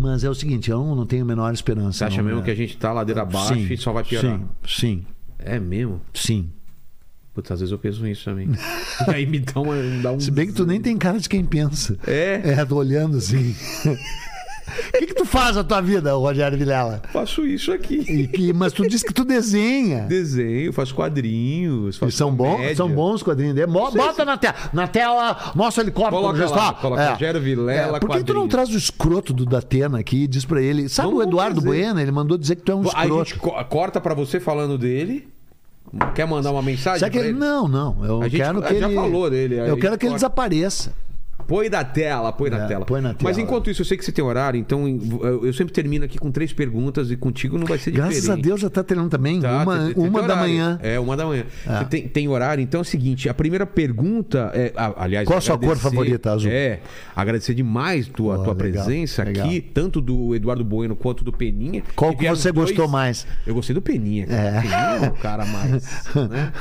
[SPEAKER 3] Mas é o seguinte, eu não, não tenho a menor esperança. né?
[SPEAKER 1] Você tá acha mesmo que a gente tá ladeira abaixo e só vai piorar?
[SPEAKER 3] Sim, sim,
[SPEAKER 1] É mesmo?
[SPEAKER 3] sim.
[SPEAKER 1] Putz, às vezes eu penso nisso também. e aí me dá, uma, me dá um.
[SPEAKER 3] Se bem que tu nem tem cara de quem pensa.
[SPEAKER 1] É,
[SPEAKER 3] É, tô olhando assim. O que, que tu faz na tua vida, Rogério Vilela?
[SPEAKER 1] faço isso aqui.
[SPEAKER 3] E que- mas tu diz que tu desenha.
[SPEAKER 1] Desenho, faço quadrinhos.
[SPEAKER 3] E
[SPEAKER 1] Faço
[SPEAKER 3] são bons,
[SPEAKER 1] comédia.
[SPEAKER 3] são bons os quadrinhos dele. Mo- Bota na tela. Na tela, mostra o helicóptero.
[SPEAKER 1] Coloca
[SPEAKER 3] Gestor.
[SPEAKER 1] lá, coloca Rogério Vilela,
[SPEAKER 3] É, Por que tu não
[SPEAKER 1] quadrinhos.
[SPEAKER 3] traz o escroto do Datena aqui e diz pra ele? Sabe
[SPEAKER 1] Vamos
[SPEAKER 3] o Eduardo
[SPEAKER 1] fazer.
[SPEAKER 3] Bueno? Ele mandou dizer que tu é um
[SPEAKER 1] A
[SPEAKER 3] escroto.
[SPEAKER 1] gente co- corta pra você falando dele. Quer mandar uma mensagem?
[SPEAKER 3] Será que
[SPEAKER 1] pra
[SPEAKER 3] ele... Não, não. Eu
[SPEAKER 1] A gente
[SPEAKER 3] quero que
[SPEAKER 1] já
[SPEAKER 3] ele...
[SPEAKER 1] falou dele, aí
[SPEAKER 3] Eu quero que ele
[SPEAKER 1] corta.
[SPEAKER 3] desapareça.
[SPEAKER 1] Põe da tela, põe da
[SPEAKER 3] É,
[SPEAKER 1] tela.
[SPEAKER 3] põe na
[SPEAKER 1] Mas
[SPEAKER 3] tela.
[SPEAKER 1] enquanto isso, eu sei que você tem horário, então eu eu sempre termino aqui com três perguntas e contigo não vai ser diferente.
[SPEAKER 3] Graças a Deus já tá treinando também.
[SPEAKER 1] Tá,
[SPEAKER 3] uma
[SPEAKER 1] tem- tem
[SPEAKER 3] uma da
[SPEAKER 1] horário.
[SPEAKER 3] manhã.
[SPEAKER 1] É, uma da manhã. Você tem, tem horário, então é o seguinte: a primeira pergunta é. a- aliás,
[SPEAKER 3] Qual a sua
[SPEAKER 1] agradecer-
[SPEAKER 3] cor favorita, azul?
[SPEAKER 1] É, agradecer demais tua,
[SPEAKER 3] Boa,
[SPEAKER 1] tua
[SPEAKER 3] legal,
[SPEAKER 1] presença
[SPEAKER 3] legal.
[SPEAKER 1] aqui, tanto do Eduardo Bueno quanto do Peninha.
[SPEAKER 3] Qual
[SPEAKER 1] E
[SPEAKER 3] que
[SPEAKER 1] vieram
[SPEAKER 3] você
[SPEAKER 1] dois-
[SPEAKER 3] gostou mais?
[SPEAKER 1] Eu gostei do Peninha. Cara. Peninha é o cara mais. né?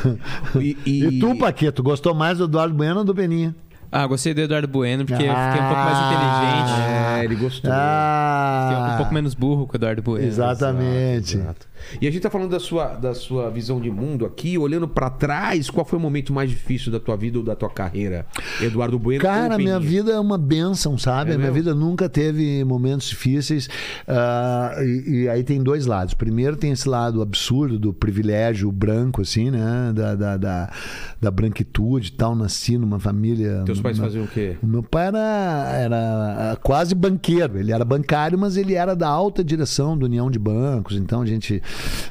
[SPEAKER 1] E,
[SPEAKER 3] E... tu, Paquito, gostou mais do Eduardo Bueno ou do Beninha?
[SPEAKER 2] Ah, gostei do Eduardo Bueno, porque eu
[SPEAKER 3] Ah,
[SPEAKER 2] fiquei um pouco mais inteligente.
[SPEAKER 1] É, ele gostou.
[SPEAKER 2] Fiquei
[SPEAKER 3] Ah,
[SPEAKER 2] um pouco menos burro que o Eduardo Bueno.
[SPEAKER 3] Exatamente.
[SPEAKER 1] Exato. E a gente tá falando da sua, da sua visão de mundo aqui, olhando pra trás, qual foi o momento mais difícil da tua vida ou da tua carreira, Eduardo Bueno?
[SPEAKER 3] Cara,
[SPEAKER 1] ou
[SPEAKER 3] minha
[SPEAKER 1] Peninha?
[SPEAKER 3] vida é uma benção, sabe?
[SPEAKER 1] É
[SPEAKER 3] a minha
[SPEAKER 1] mesmo?
[SPEAKER 3] vida nunca teve momentos difíceis. ah, e, e aí tem dois lados. Primeiro tem esse lado absurdo do privilégio branco, assim, né? Da, da, da, da branquitude e tal. Nasci numa família.
[SPEAKER 1] Teus pais
[SPEAKER 3] numa-
[SPEAKER 1] faziam o quê?
[SPEAKER 3] O meu pai era, era quase banqueiro. Ele era bancário, mas ele era da alta direção do União de Bancos. Então a gente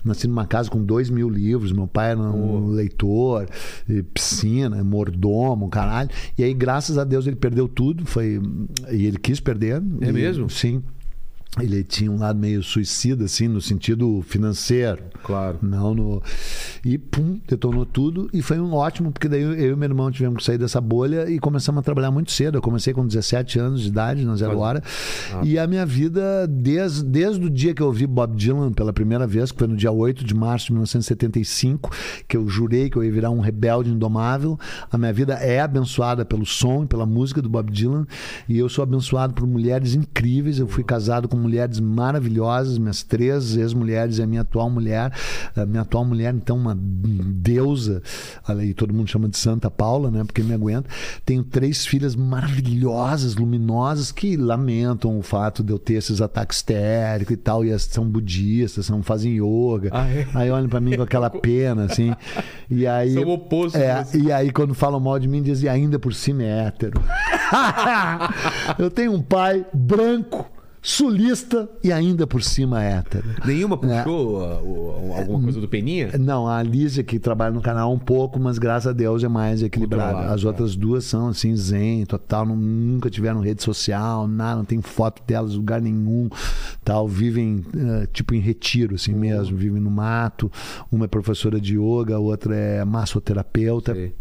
[SPEAKER 3] nasci numa casa com dois mil livros. Meu pai era um leitor, e piscina, mordomo, caralho. E aí, graças a Deus, ele perdeu tudo. Foi... E ele quis perder.
[SPEAKER 1] É
[SPEAKER 3] E-
[SPEAKER 1] mesmo?
[SPEAKER 3] Sim. Ele tinha um lado meio suicida, assim, no sentido financeiro.
[SPEAKER 1] Claro.
[SPEAKER 3] Não, no... E pum, detonou tudo. E foi um ótimo, porque daí eu e meu irmão tivemos que sair dessa bolha e começamos a trabalhar muito cedo. Eu comecei com 17 anos de idade, na Zero Hora. E a minha vida, desde, desde o dia que eu ouvi Bob Dylan pela primeira vez, que foi no dia 8 de março de 1975, que eu jurei que eu ia virar um rebelde indomável, a minha vida é abençoada pelo som e pela música do Bob Dylan. E eu sou abençoado por mulheres incríveis. Eu fui casado com mulheres maravilhosas, minhas três ex-mulheres e a minha atual mulher. A minha atual mulher, então, uma deusa. Aí todo mundo chama de Santa Paula, né? Porque me aguenta. Tenho três filhas maravilhosas, luminosas, que lamentam o fato de eu ter esses ataques histéricos e tal. E elas são budistas, são, fazem yoga.
[SPEAKER 1] Ah, é?
[SPEAKER 3] Aí olham pra mim com aquela pena, assim. E aí.
[SPEAKER 1] São opostos,
[SPEAKER 3] É,
[SPEAKER 1] né?
[SPEAKER 3] e aí, quando falam mal de mim, dizem ainda por cima é hétero. eu tenho um pai branco, sulista e ainda por cima é É. hétero.
[SPEAKER 1] Nenhuma puxou ah, o- o- alguma coisa do Peninha?
[SPEAKER 3] Não, a Lígia que trabalha no canal um pouco, mas graças a Deus é mais equilibrada.
[SPEAKER 1] Controlada,
[SPEAKER 3] As
[SPEAKER 1] tá.
[SPEAKER 3] outras duas são assim, zen, total, não- nunca tiveram rede social, nada, não tem foto delas, em lugar nenhum, tal, vivem eh, tipo em retiro
[SPEAKER 1] Uhum.
[SPEAKER 3] assim mesmo, vivem no mato. Uma é professora de yoga, a outra é massoterapeuta
[SPEAKER 1] Sei.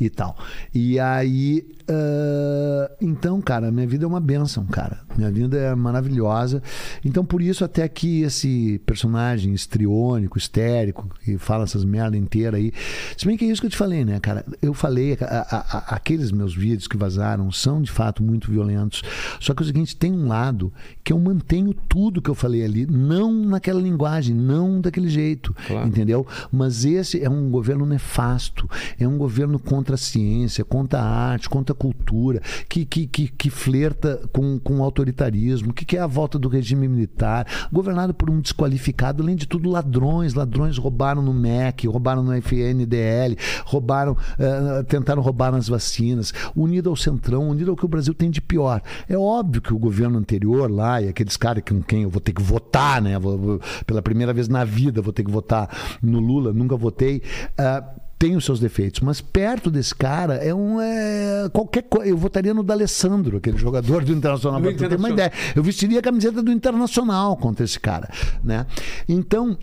[SPEAKER 3] e tal. E aí, ah, então, cara, minha vida é uma benção, cara. Minha vida é maravilhosa. Então, por isso, até que esse personagem estriônico, histérico, que fala essas merda inteira aí. Se bem que é isso que eu te falei, né, cara? Eu falei, a- a- a- aqueles meus vídeos que vazaram são de fato muito violentos. Só que é o seguinte, tem um lado que eu mantenho tudo que eu falei ali, não naquela linguagem, não daquele jeito.
[SPEAKER 1] Claro.
[SPEAKER 3] Entendeu? Mas esse é um governo nefasto, é um governo contra a ciência, contra a arte, contra a cultura, que, que, que, que flerta com, com o autoritarismo, que quer a volta do regime militar, governado por um desqualificado, além de tudo, ladrões. Ladrões roubaram no MEC, roubaram no FNDL, roubaram, eh, tentaram roubar nas vacinas, unido ao centrão, unido ao que o Brasil tem de pior. É óbvio que o governo anterior lá, e aqueles caras com quem eu vou ter que votar, né? Vou- vou- pela primeira vez na vida vou ter que votar no Lula, nunca votei. ah, tem os seus defeitos, mas perto desse cara é um. É, qualquer coisa. Eu votaria no D'Alessandro, aquele jogador do Internacional,
[SPEAKER 1] No
[SPEAKER 3] pra tu ter uma
[SPEAKER 1] Internacional.
[SPEAKER 3] ideia. Eu vestiria a camiseta do Internacional contra esse cara. Né? Então.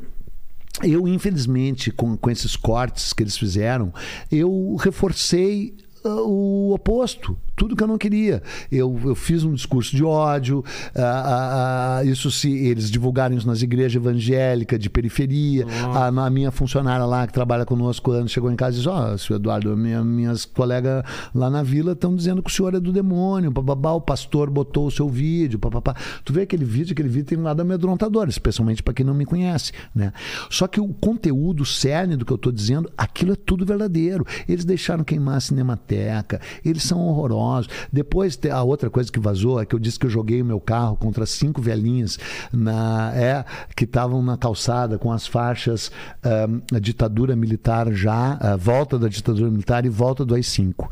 [SPEAKER 3] Eu, infelizmente, com, com esses cortes que eles fizeram, eu reforcei ah, o oposto, tudo que eu não queria. Eu, eu fiz um discurso de ódio, ah, ah, ah, isso se eles divulgarem isso nas igrejas evangélicas de periferia. A, a minha funcionária lá que trabalha conosco ano chegou em casa e disse: Ó, senhor Eduardo, minha- minhas colegas lá na vila estão dizendo que o senhor é do demônio, bababá, o pastor botou o seu vídeo, papapá. Tu vê aquele vídeo, aquele vídeo tem um lado amedrontador, especialmente para quem não me conhece, né? Só que o conteúdo, o cerne do que eu tô dizendo, aquilo é tudo verdadeiro. Eles deixaram queimar a cinemateca, eles são horrorosos. Depois, te- a outra coisa que vazou é que eu disse que eu joguei o meu carro contra cinco velhinhas na, é, que estavam na calçada com as faixas ahm, a ditadura militar já, a volta da ditadura militar e volta do AI-5.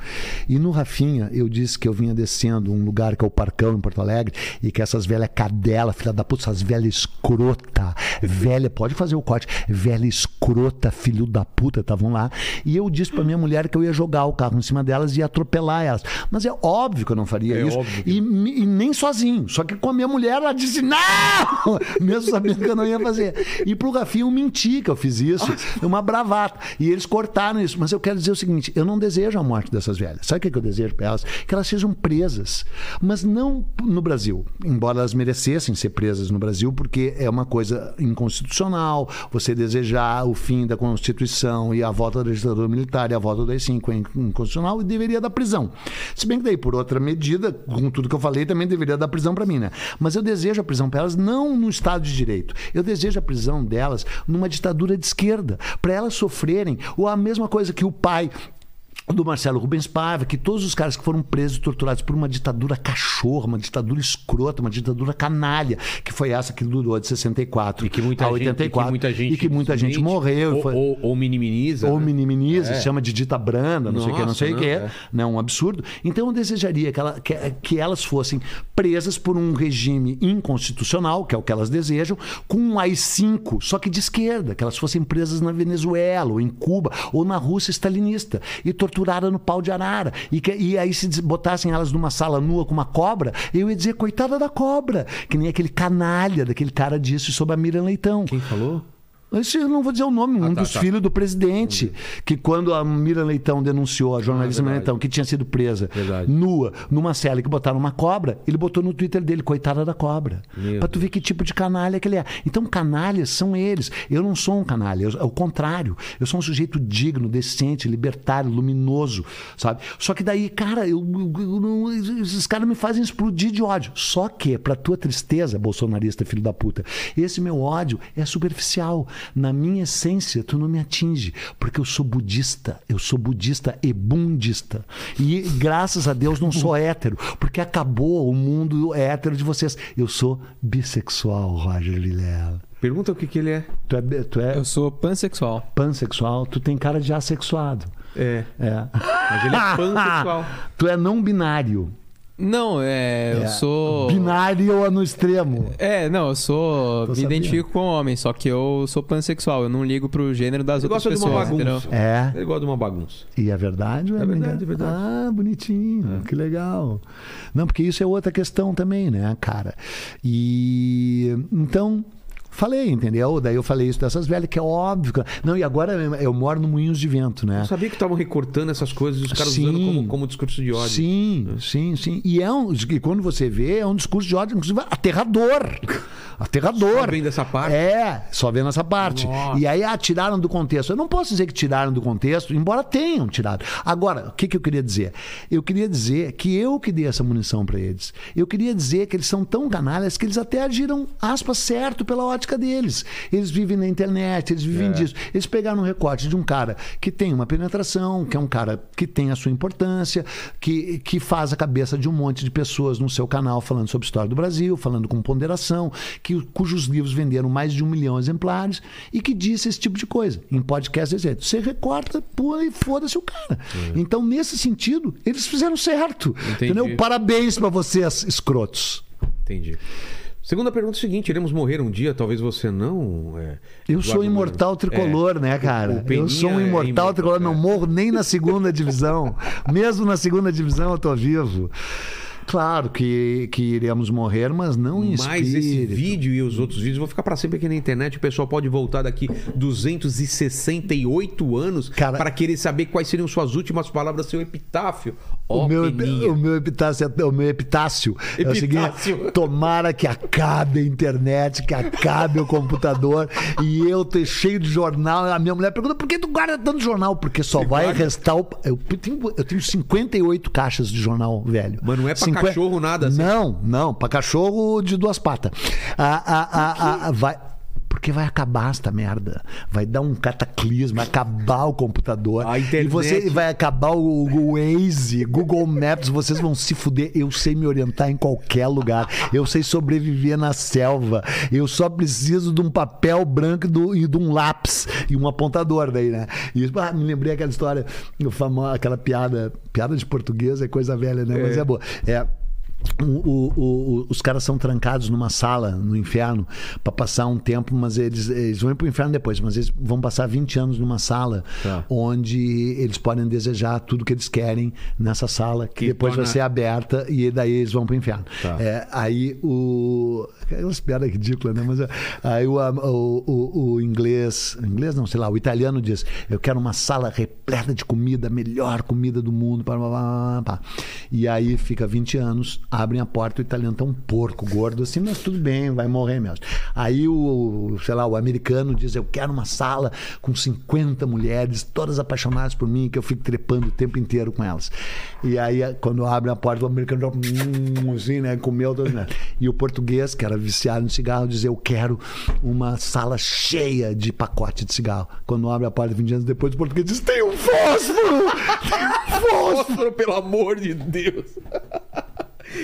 [SPEAKER 3] E no Rafinha, eu disse que eu vinha descendo um lugar que é o Parcão, em Porto Alegre, e que essas velhas cadela, filha da puta, essas velhas escrota, velha, pode fazer o corte, velha escrota, filho da puta, estavam lá. E eu disse pra minha mulher que eu ia jogar o carro em cima delas e ia atropelar elas. Mas é óbvio que eu não faria
[SPEAKER 1] É
[SPEAKER 3] isso.
[SPEAKER 1] óbvio que
[SPEAKER 3] E, me- e nem sozinho. Só que com a minha mulher, ela disse, não! Mesmo sabendo que eu não ia fazer. E pro Rafinha eu menti que eu fiz isso. Uma bravata. E eles cortaram isso. Mas eu quero dizer o seguinte: eu não desejo a morte dessas velhas. Sabe o que que eu desejo pra elas? Que elas sejam presas. Mas não no Brasil. Embora elas merecessem ser presas no Brasil, porque é uma coisa inconstitucional você desejar o fim da Constituição e a volta da ditadura militar e a volta do AI-5 é inconstitucional e deveria dar prisão. Se bem que daí, por outra medida, com tudo que eu falei, também deveria dar prisão para mim, né? Mas eu desejo a prisão para elas não no Estado de Direito. Eu desejo a prisão delas numa ditadura de esquerda, para elas sofrerem ou a mesma coisa que o pai do Marcelo Rubens Paiva, que todos os caras que foram presos e torturados por uma ditadura cachorra, uma ditadura escrota, uma ditadura canalha, que foi essa que durou de 64
[SPEAKER 1] E que muita
[SPEAKER 3] a
[SPEAKER 1] gente,
[SPEAKER 3] 84
[SPEAKER 1] e que muita gente,
[SPEAKER 3] e que muita gente
[SPEAKER 1] simplesmente
[SPEAKER 3] morreu. e
[SPEAKER 1] Ou,
[SPEAKER 3] foi-
[SPEAKER 1] ou, ou minimiza.
[SPEAKER 3] ou
[SPEAKER 1] né?
[SPEAKER 3] minimiza,
[SPEAKER 1] É.
[SPEAKER 3] chama de dita branda, não sei o que, não
[SPEAKER 1] Nossa,
[SPEAKER 3] sei o
[SPEAKER 1] né?
[SPEAKER 3] que,
[SPEAKER 1] É.
[SPEAKER 3] é. né? um absurdo. Então eu desejaria que, ela- que- que elas fossem presas por um regime inconstitucional, que é o que elas desejam, com um AI-5, só que de esquerda, que elas fossem presas na Venezuela, ou em Cuba, ou na Rússia stalinista, e torturadas no pau de arara. E, que- e aí se des- botassem elas numa sala nua com uma cobra, eu ia dizer, coitada da cobra, que nem aquele canalha daquele cara disse sobre a Miriam Leitão.
[SPEAKER 1] Quem falou?
[SPEAKER 3] Esse eu não vou dizer o nome, um
[SPEAKER 1] tá,
[SPEAKER 3] dos
[SPEAKER 1] tá.
[SPEAKER 3] filhos do presidente, que quando a Mira Leitão denunciou, a jornalista
[SPEAKER 1] Ah,
[SPEAKER 3] Mira
[SPEAKER 1] verdade.
[SPEAKER 3] Leitão, que tinha sido presa
[SPEAKER 1] Verdade.
[SPEAKER 3] nua numa cela que botaram uma cobra, ele botou no Twitter dele, coitada da cobra.
[SPEAKER 1] Meu
[SPEAKER 3] Pra tu ver que tipo de canalha que ele é. Então, canalhas são eles. Eu não sou um canalha, eu- é o contrário. Eu sou um sujeito digno, decente, libertário, luminoso, sabe? Só que daí, cara, eu, eu- eu não- esses caras me fazem explodir de ódio. Só que, pra tua tristeza, bolsonarista, filho da puta, esse meu ódio é superficial. Na minha essência, tu não me atinge, porque eu sou budista. Eu sou budista e bundista. E graças a Deus não sou hétero, porque acabou o mundo hétero de vocês. Eu sou bissexual, Roger Vilela.
[SPEAKER 1] Pergunta o que, que ele é.
[SPEAKER 3] Tu é, bi- tu é
[SPEAKER 2] Eu sou pansexual.
[SPEAKER 3] pansexual, tu tem cara de assexuado.
[SPEAKER 1] É.
[SPEAKER 3] É.
[SPEAKER 1] Mas ele é pansexual.
[SPEAKER 3] tu é não binário.
[SPEAKER 2] Não, é. Eu
[SPEAKER 3] É.
[SPEAKER 2] sou.
[SPEAKER 3] Binário no extremo.
[SPEAKER 2] É, não, eu sou.
[SPEAKER 3] Tô
[SPEAKER 2] me
[SPEAKER 3] sabendo.
[SPEAKER 2] identifico com homem, só que eu sou pansexual. Eu não ligo pro gênero das
[SPEAKER 1] Ele
[SPEAKER 2] outras
[SPEAKER 1] gosta de uma
[SPEAKER 2] pessoas, entendeu?
[SPEAKER 1] bagunça.
[SPEAKER 3] É.
[SPEAKER 1] Ele gosta de uma bagunça.
[SPEAKER 3] E é verdade ou
[SPEAKER 1] É verdade,
[SPEAKER 3] mentira?
[SPEAKER 1] é verdade. É.
[SPEAKER 3] Ah, bonitinho, que legal. Não, porque isso é outra questão também, né, cara? E então. Falei, entendeu? Daí eu falei isso dessas velhas, que é óbvio. que- Não, e agora eu eu moro no Moinhos de Vento, né?
[SPEAKER 1] Eu sabia que estavam recortando essas coisas e os caras
[SPEAKER 3] Sim.
[SPEAKER 1] usando como, como discurso de ódio.
[SPEAKER 3] Sim, sim, sim. E é um, e quando você vê, é um discurso de ódio, inclusive aterrador. Aterrador.
[SPEAKER 1] Só vem dessa parte?
[SPEAKER 3] É, só vendo essa parte.
[SPEAKER 1] Nossa.
[SPEAKER 3] E aí, ah, tiraram do contexto. Eu não posso dizer que tiraram do contexto, embora tenham tirado. Agora, o que, que eu queria dizer? Eu queria dizer que eu que dei essa munição pra eles. Eu queria dizer que eles são tão canalhas que eles até agiram, aspas, certo pela ótica deles. Eles vivem na internet, eles
[SPEAKER 1] É.
[SPEAKER 3] vivem disso. Eles pegaram um recorte de um cara que tem uma penetração, que é um cara que tem a sua importância, que, que faz a cabeça de um monte de pessoas no seu canal falando sobre história do Brasil, falando com ponderação, que, cujos livros venderam mais de um milhão de exemplares e que disse esse tipo de coisa. Em podcast, etc. Você recorta, pula e foda-se o cara. Então, nesse sentido, eles fizeram certo.
[SPEAKER 1] Entendi.
[SPEAKER 3] Entendeu? Parabéns pra vocês, escrotos.
[SPEAKER 1] Entendi. Segunda pergunta é o seguinte: iremos morrer um dia, talvez você não. é,
[SPEAKER 3] Eu
[SPEAKER 1] Eduardo
[SPEAKER 3] sou imortal
[SPEAKER 1] Bueno.
[SPEAKER 3] tricolor,
[SPEAKER 1] É.
[SPEAKER 3] né,
[SPEAKER 1] O- o
[SPEAKER 3] cara?
[SPEAKER 1] Peninha
[SPEAKER 3] Eu sou um
[SPEAKER 1] é
[SPEAKER 3] imortal tricolor,
[SPEAKER 1] é.
[SPEAKER 3] não morro nem na segunda divisão. Mesmo na segunda divisão eu tô vivo. Claro que, que iremos morrer, mas não em
[SPEAKER 1] É, Mas esse
[SPEAKER 3] espírito.
[SPEAKER 1] vídeo e os outros vídeos vão ficar pra sempre aqui na internet. O pessoal pode voltar daqui 268 anos
[SPEAKER 3] Cara-
[SPEAKER 1] pra querer saber quais seriam suas últimas palavras, seu epitáfio. Ó,
[SPEAKER 3] O meu,
[SPEAKER 1] peninha.
[SPEAKER 3] o meu epitácio, é- o meu epitácio, é o
[SPEAKER 1] Epitácio.
[SPEAKER 3] seguinte: tomara que acabe a internet, que acabe o computador e eu ter cheio de jornal. A minha mulher pergunta: por que tu guarda tanto jornal? Porque só vai restar o. Eu tenho, eu tenho 58 caixas de jornal, velho.
[SPEAKER 1] Mas não é pra cachorro nada, assim?
[SPEAKER 3] Não, não, pra cachorro de duas patas. Ah, ah, ah, ah, ah, vai. Porque vai acabar esta merda. Vai dar um cataclisma, vai acabar o computador.
[SPEAKER 1] A internet.
[SPEAKER 3] E você vai acabar o, o Waze, Google Maps, vocês vão se fuder. Eu sei me orientar em qualquer lugar. Eu sei sobreviver na selva. Eu só preciso de um papel branco e do- e de um lápis e um apontador daí, né? E, ah, me lembrei aquela história, o famo- aquela piada. Piada de português é coisa velha, né? Mas é boa. É. O- o- o- os caras são trancados numa sala no inferno para passar um tempo, mas eles, eles vão ir pro inferno depois, mas eles vão passar 20 anos numa sala onde eles podem desejar tudo que eles querem nessa sala, que,
[SPEAKER 1] Que
[SPEAKER 3] depois
[SPEAKER 1] torna-
[SPEAKER 3] vai ser aberta e daí eles vão pro inferno. É, aí o. Aquelas piadas ridículas, né? Mas é, aí o, am- o, o, o inglês. Inglês não, sei lá, o italiano diz: Eu quero uma sala repleta de comida, a melhor comida do mundo. Pá, pá, pá, pá, pá." E aí fica 20 anos, abrem a porta, o italiano tá um porco gordo assim, mas tudo bem, vai morrer mesmo. Aí o, sei lá, o americano diz: Eu quero uma sala com 50 mulheres, todas apaixonadas por mim, que eu fico trepando o tempo inteiro com elas. E aí, a- quando abre a porta, o americano já, hum, assim, né? Comeu todas, né? E o português, que era viciado no cigarro, diz: Eu quero uma sala cheia de pacote de cigarro. Quando abre a porta, 20 anos depois, o português diz: Tem um fósforo! Tem um fósforo!
[SPEAKER 1] Fósforo, pelo amor de Deus.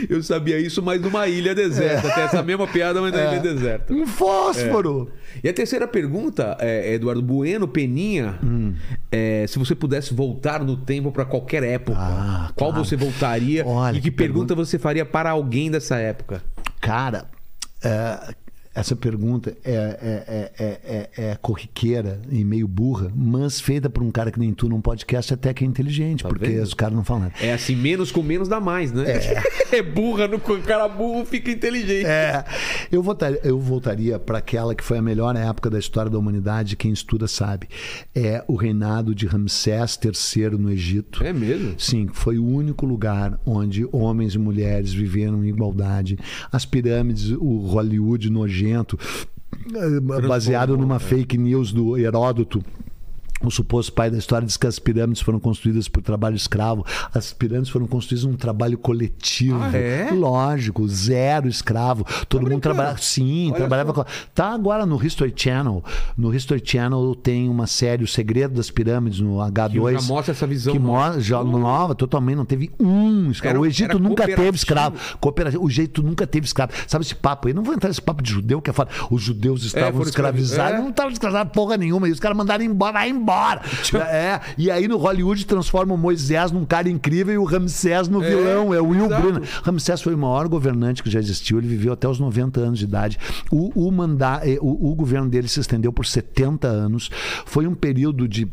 [SPEAKER 1] Eu sabia isso, mas numa ilha deserta. Tem essa mesma piada, mas na ilha deserta.
[SPEAKER 3] Um fósforo!
[SPEAKER 1] E a terceira pergunta, é, Eduardo Bueno, Peninha,
[SPEAKER 3] Hum.
[SPEAKER 1] é, se você pudesse voltar no tempo para qualquer época,
[SPEAKER 3] Ah,
[SPEAKER 1] qual
[SPEAKER 3] claro.
[SPEAKER 1] você voltaria
[SPEAKER 3] Olha,
[SPEAKER 1] e que
[SPEAKER 3] que
[SPEAKER 1] pergunta você faria para alguém dessa época?
[SPEAKER 3] Cara, é, essa pergunta é, é- é- é- é- é corriqueira e meio burra, mas feita por um cara que nem tu num podcast até que é inteligente, porque
[SPEAKER 1] vendo?
[SPEAKER 3] os caras não falam nada.
[SPEAKER 1] É assim, menos com menos dá mais, né? É, burra, no o cara burro fica inteligente.
[SPEAKER 3] É, eu voltaria, eu voltaria para aquela que foi a melhor época da história da humanidade, quem estuda sabe. É o reinado de Ramsés III no Egito.
[SPEAKER 1] É mesmo?
[SPEAKER 3] Sim, foi o único lugar onde homens e mulheres viveram em igualdade. As pirâmides, o Hollywood nojento, eh, baseado
[SPEAKER 1] É.
[SPEAKER 3] numa fake news do Heródoto. O suposto pai da história diz que as pirâmides foram construídas por trabalho escravo. As pirâmides foram construídas num trabalho coletivo.
[SPEAKER 1] Ah, é?
[SPEAKER 3] Lógico, zero escravo. Todo mundo
[SPEAKER 1] Tá brincando?
[SPEAKER 3] trabalhava. Sim,
[SPEAKER 1] Olha
[SPEAKER 3] trabalhava com. Tá agora no History Channel. No History Channel tem uma série, O Segredo das Pirâmides, no H2.
[SPEAKER 1] já mostra essa visão
[SPEAKER 3] Que
[SPEAKER 1] nova. Uhum.
[SPEAKER 3] mostra, já nova, totalmente. Não teve um escravo.
[SPEAKER 1] Era-
[SPEAKER 3] o Egito
[SPEAKER 1] era
[SPEAKER 3] nunca
[SPEAKER 1] cooperativo.
[SPEAKER 3] teve escravo. Cooperativo. O Egito nunca teve escravo. Sabe esse papo aí? Não vou entrar nesse papo de judeu que é foda. Os judeus estavam
[SPEAKER 1] foram
[SPEAKER 3] escravizados.
[SPEAKER 1] escravizados. É.
[SPEAKER 3] Não estavam escravizados porra nenhuma. E os caras mandaram embora, vai embora. É. E aí no Hollywood transforma o Moisés num cara incrível e o Ramsés no vilão. É o Will
[SPEAKER 1] exato.
[SPEAKER 3] Brunner. Ramsés foi o maior governante que já existiu. Ele viveu até os 90 anos de idade. O, o, manda- eh, o- o governo dele se estendeu por 70 anos. Foi um período de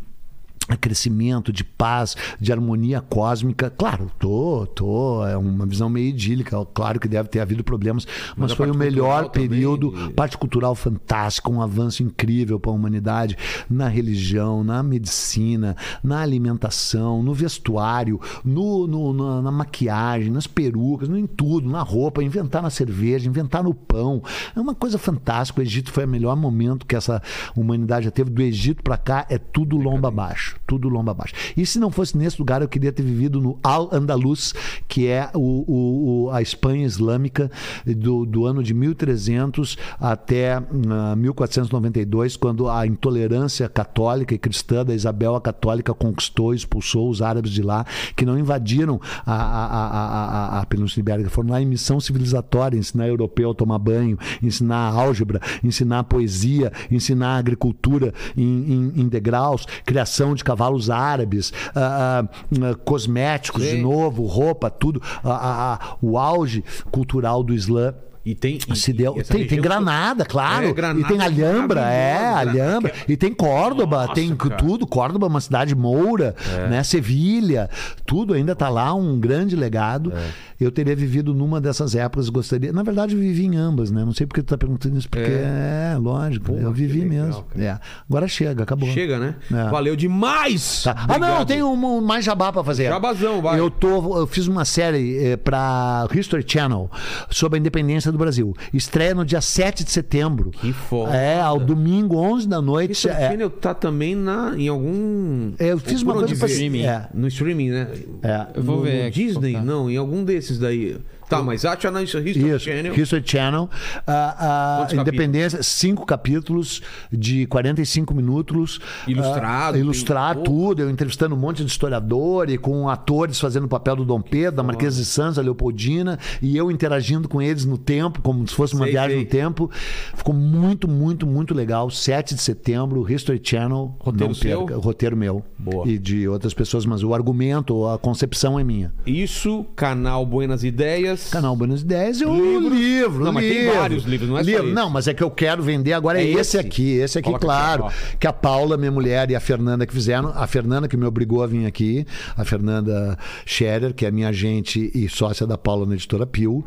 [SPEAKER 3] crescimento, de paz, de harmonia cósmica. Claro, tô, tô, é uma visão meio idílica, claro que deve ter havido problemas, mas,
[SPEAKER 1] a
[SPEAKER 3] foi o
[SPEAKER 1] parte
[SPEAKER 3] melhor
[SPEAKER 1] cultural também,
[SPEAKER 3] período,
[SPEAKER 1] e-
[SPEAKER 3] parte cultural fantástica, um avanço incrível para a humanidade na religião, na medicina, na alimentação, no vestuário, no, no- na, na maquiagem, nas perucas, no, em tudo, na roupa, inventar na cerveja, inventar no pão. É uma coisa fantástica. O Egito foi o melhor momento que essa humanidade já teve. Do Egito para cá é tudo lomba abaixo. Tudo lomba abaixo. E se não fosse nesse lugar, eu queria ter vivido no Al-Andalus, que é o- o- o- a Espanha islâmica do, do ano de 1300 até ah, 1492, quando a intolerância católica e cristã da Isabel a Católica conquistou e expulsou os árabes de lá, que não invadiram a, a, a, a, a, a Península Ibérica, foram lá em missão civilizatória, ensinar europeu a tomar banho, ensinar álgebra, ensinar poesia, ensinar agricultura em, em, em degraus, criação de cavalos árabes, ah, ah, ah, cosméticos de
[SPEAKER 1] Sim.
[SPEAKER 3] novo, roupa, tudo. Ah, ah, ah, o auge cultural do Islã.
[SPEAKER 1] E tem. e-
[SPEAKER 3] Ah, Se
[SPEAKER 1] e
[SPEAKER 3] deu.
[SPEAKER 1] essa
[SPEAKER 3] Tem, tem
[SPEAKER 1] região-
[SPEAKER 3] Granada, claro.
[SPEAKER 1] É, Granada
[SPEAKER 3] e tem Alhambra, é,
[SPEAKER 1] maravilhosa,
[SPEAKER 3] Alhambra.
[SPEAKER 1] que
[SPEAKER 3] E tem Córdoba,
[SPEAKER 1] Nossa,
[SPEAKER 3] tem
[SPEAKER 1] cara. É.
[SPEAKER 3] tudo. Córdoba é uma
[SPEAKER 1] É.
[SPEAKER 3] cidade moura, né? Sevilha, tudo ainda tá lá, um grande legado. eu teria vivido numa dessas épocas, gostaria. Na verdade, eu vivi em ambas, né? Não sei porque tu tá perguntando isso, porque é, lógico,
[SPEAKER 1] Porra,
[SPEAKER 3] eu
[SPEAKER 1] que
[SPEAKER 3] vivi
[SPEAKER 1] legal,
[SPEAKER 3] mesmo.
[SPEAKER 1] cara.
[SPEAKER 3] É. Agora chega, acabou.
[SPEAKER 1] Chega, né?
[SPEAKER 3] É.
[SPEAKER 1] Valeu demais!
[SPEAKER 3] Tá. Ah, não,
[SPEAKER 1] Obrigado.
[SPEAKER 3] tem um, um mais jabá pra fazer.
[SPEAKER 1] Jabazão, vai.
[SPEAKER 3] Eu, tô, eu fiz uma série eh, pra History Channel sobre a independência do Brasil. Estreia no dia 7 de setembro.
[SPEAKER 1] Que foda.
[SPEAKER 3] É, ao domingo, 11 da noite.
[SPEAKER 1] Isso
[SPEAKER 3] é,
[SPEAKER 1] é. tá também na, em algum.
[SPEAKER 3] É, eu fiz
[SPEAKER 1] Por
[SPEAKER 3] uma coisa
[SPEAKER 1] onde
[SPEAKER 3] pra-
[SPEAKER 1] vê?
[SPEAKER 2] streaming.
[SPEAKER 3] É,
[SPEAKER 1] No streaming, né?
[SPEAKER 3] é.
[SPEAKER 2] Eu vou
[SPEAKER 1] no,
[SPEAKER 2] ver
[SPEAKER 1] no
[SPEAKER 2] aqui,
[SPEAKER 1] Disney,
[SPEAKER 2] colocar.
[SPEAKER 1] não, em algum desses daí. Tá, mas acha na History
[SPEAKER 3] Isso,
[SPEAKER 1] Channel.
[SPEAKER 3] History Channel. Ah, ah,
[SPEAKER 1] Quantos
[SPEAKER 3] Independência, cinco capítulos de 45 minutos.
[SPEAKER 1] Ilustrado,
[SPEAKER 3] Ah, ilustrar
[SPEAKER 1] tem-
[SPEAKER 3] tudo, eu entrevistando um monte de historiador e com atores fazendo o papel do Dom Pedro, da Marquesa de Santos, a Leopoldina, e eu interagindo com eles no tempo, como se fosse uma
[SPEAKER 1] Sei,
[SPEAKER 3] viagem
[SPEAKER 1] sei.
[SPEAKER 3] no tempo. Ficou muito, muito, muito legal. 7 de setembro, History Channel.
[SPEAKER 1] Roteiro
[SPEAKER 3] não perca,
[SPEAKER 1] seu?
[SPEAKER 3] roteiro meu.
[SPEAKER 1] Boa.
[SPEAKER 3] E de outras pessoas, mas o argumento, a concepção é minha.
[SPEAKER 1] Isso, canal Buenas Ideias.
[SPEAKER 3] Canal Buenos 10 é um
[SPEAKER 1] Livro.
[SPEAKER 3] livro.
[SPEAKER 1] Não, mas tem
[SPEAKER 3] livro.
[SPEAKER 1] vários livros, não é só
[SPEAKER 3] livro.
[SPEAKER 1] esse.
[SPEAKER 3] Não, mas é que eu quero vender agora é,
[SPEAKER 1] É
[SPEAKER 3] esse.
[SPEAKER 1] esse?
[SPEAKER 3] aqui, esse aqui,
[SPEAKER 1] Coloca aqui,
[SPEAKER 3] claro.
[SPEAKER 1] ó.
[SPEAKER 3] que a Paula, minha mulher, e a Fernanda que fizeram. A Fernanda que me obrigou a vir aqui, a Fernanda Scherer, que é minha agente e sócia da Paula na editora Pio.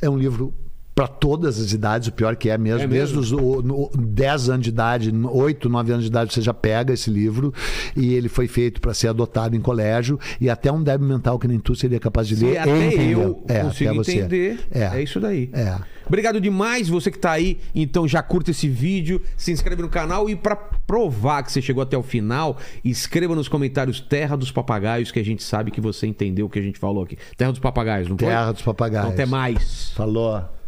[SPEAKER 3] É um livro para todas as idades, o pior que é mesmo,
[SPEAKER 1] É
[SPEAKER 3] desde
[SPEAKER 1] mesmo?
[SPEAKER 3] os o- no- 10 anos de idade, 8, 9 anos de idade, você já pega esse livro e ele foi feito para ser adotado em colégio e até um débil mental que nem tu seria capaz de
[SPEAKER 1] E
[SPEAKER 3] ler
[SPEAKER 1] até
[SPEAKER 3] e entender.
[SPEAKER 1] eu
[SPEAKER 3] É,
[SPEAKER 1] consigo
[SPEAKER 3] até você.
[SPEAKER 1] entender. É.
[SPEAKER 3] É.
[SPEAKER 1] isso daí.
[SPEAKER 3] É.
[SPEAKER 1] Obrigado demais você que tá aí. Então já curta esse vídeo, se inscreve no canal e pra provar que você chegou até o final, escreva nos comentários Terra dos Papagaios que a gente sabe que você entendeu o que a gente falou aqui. Terra dos Papagaios, não foi?
[SPEAKER 3] Terra dos Papagaios.
[SPEAKER 1] Então, até Então, mais.
[SPEAKER 3] Falou.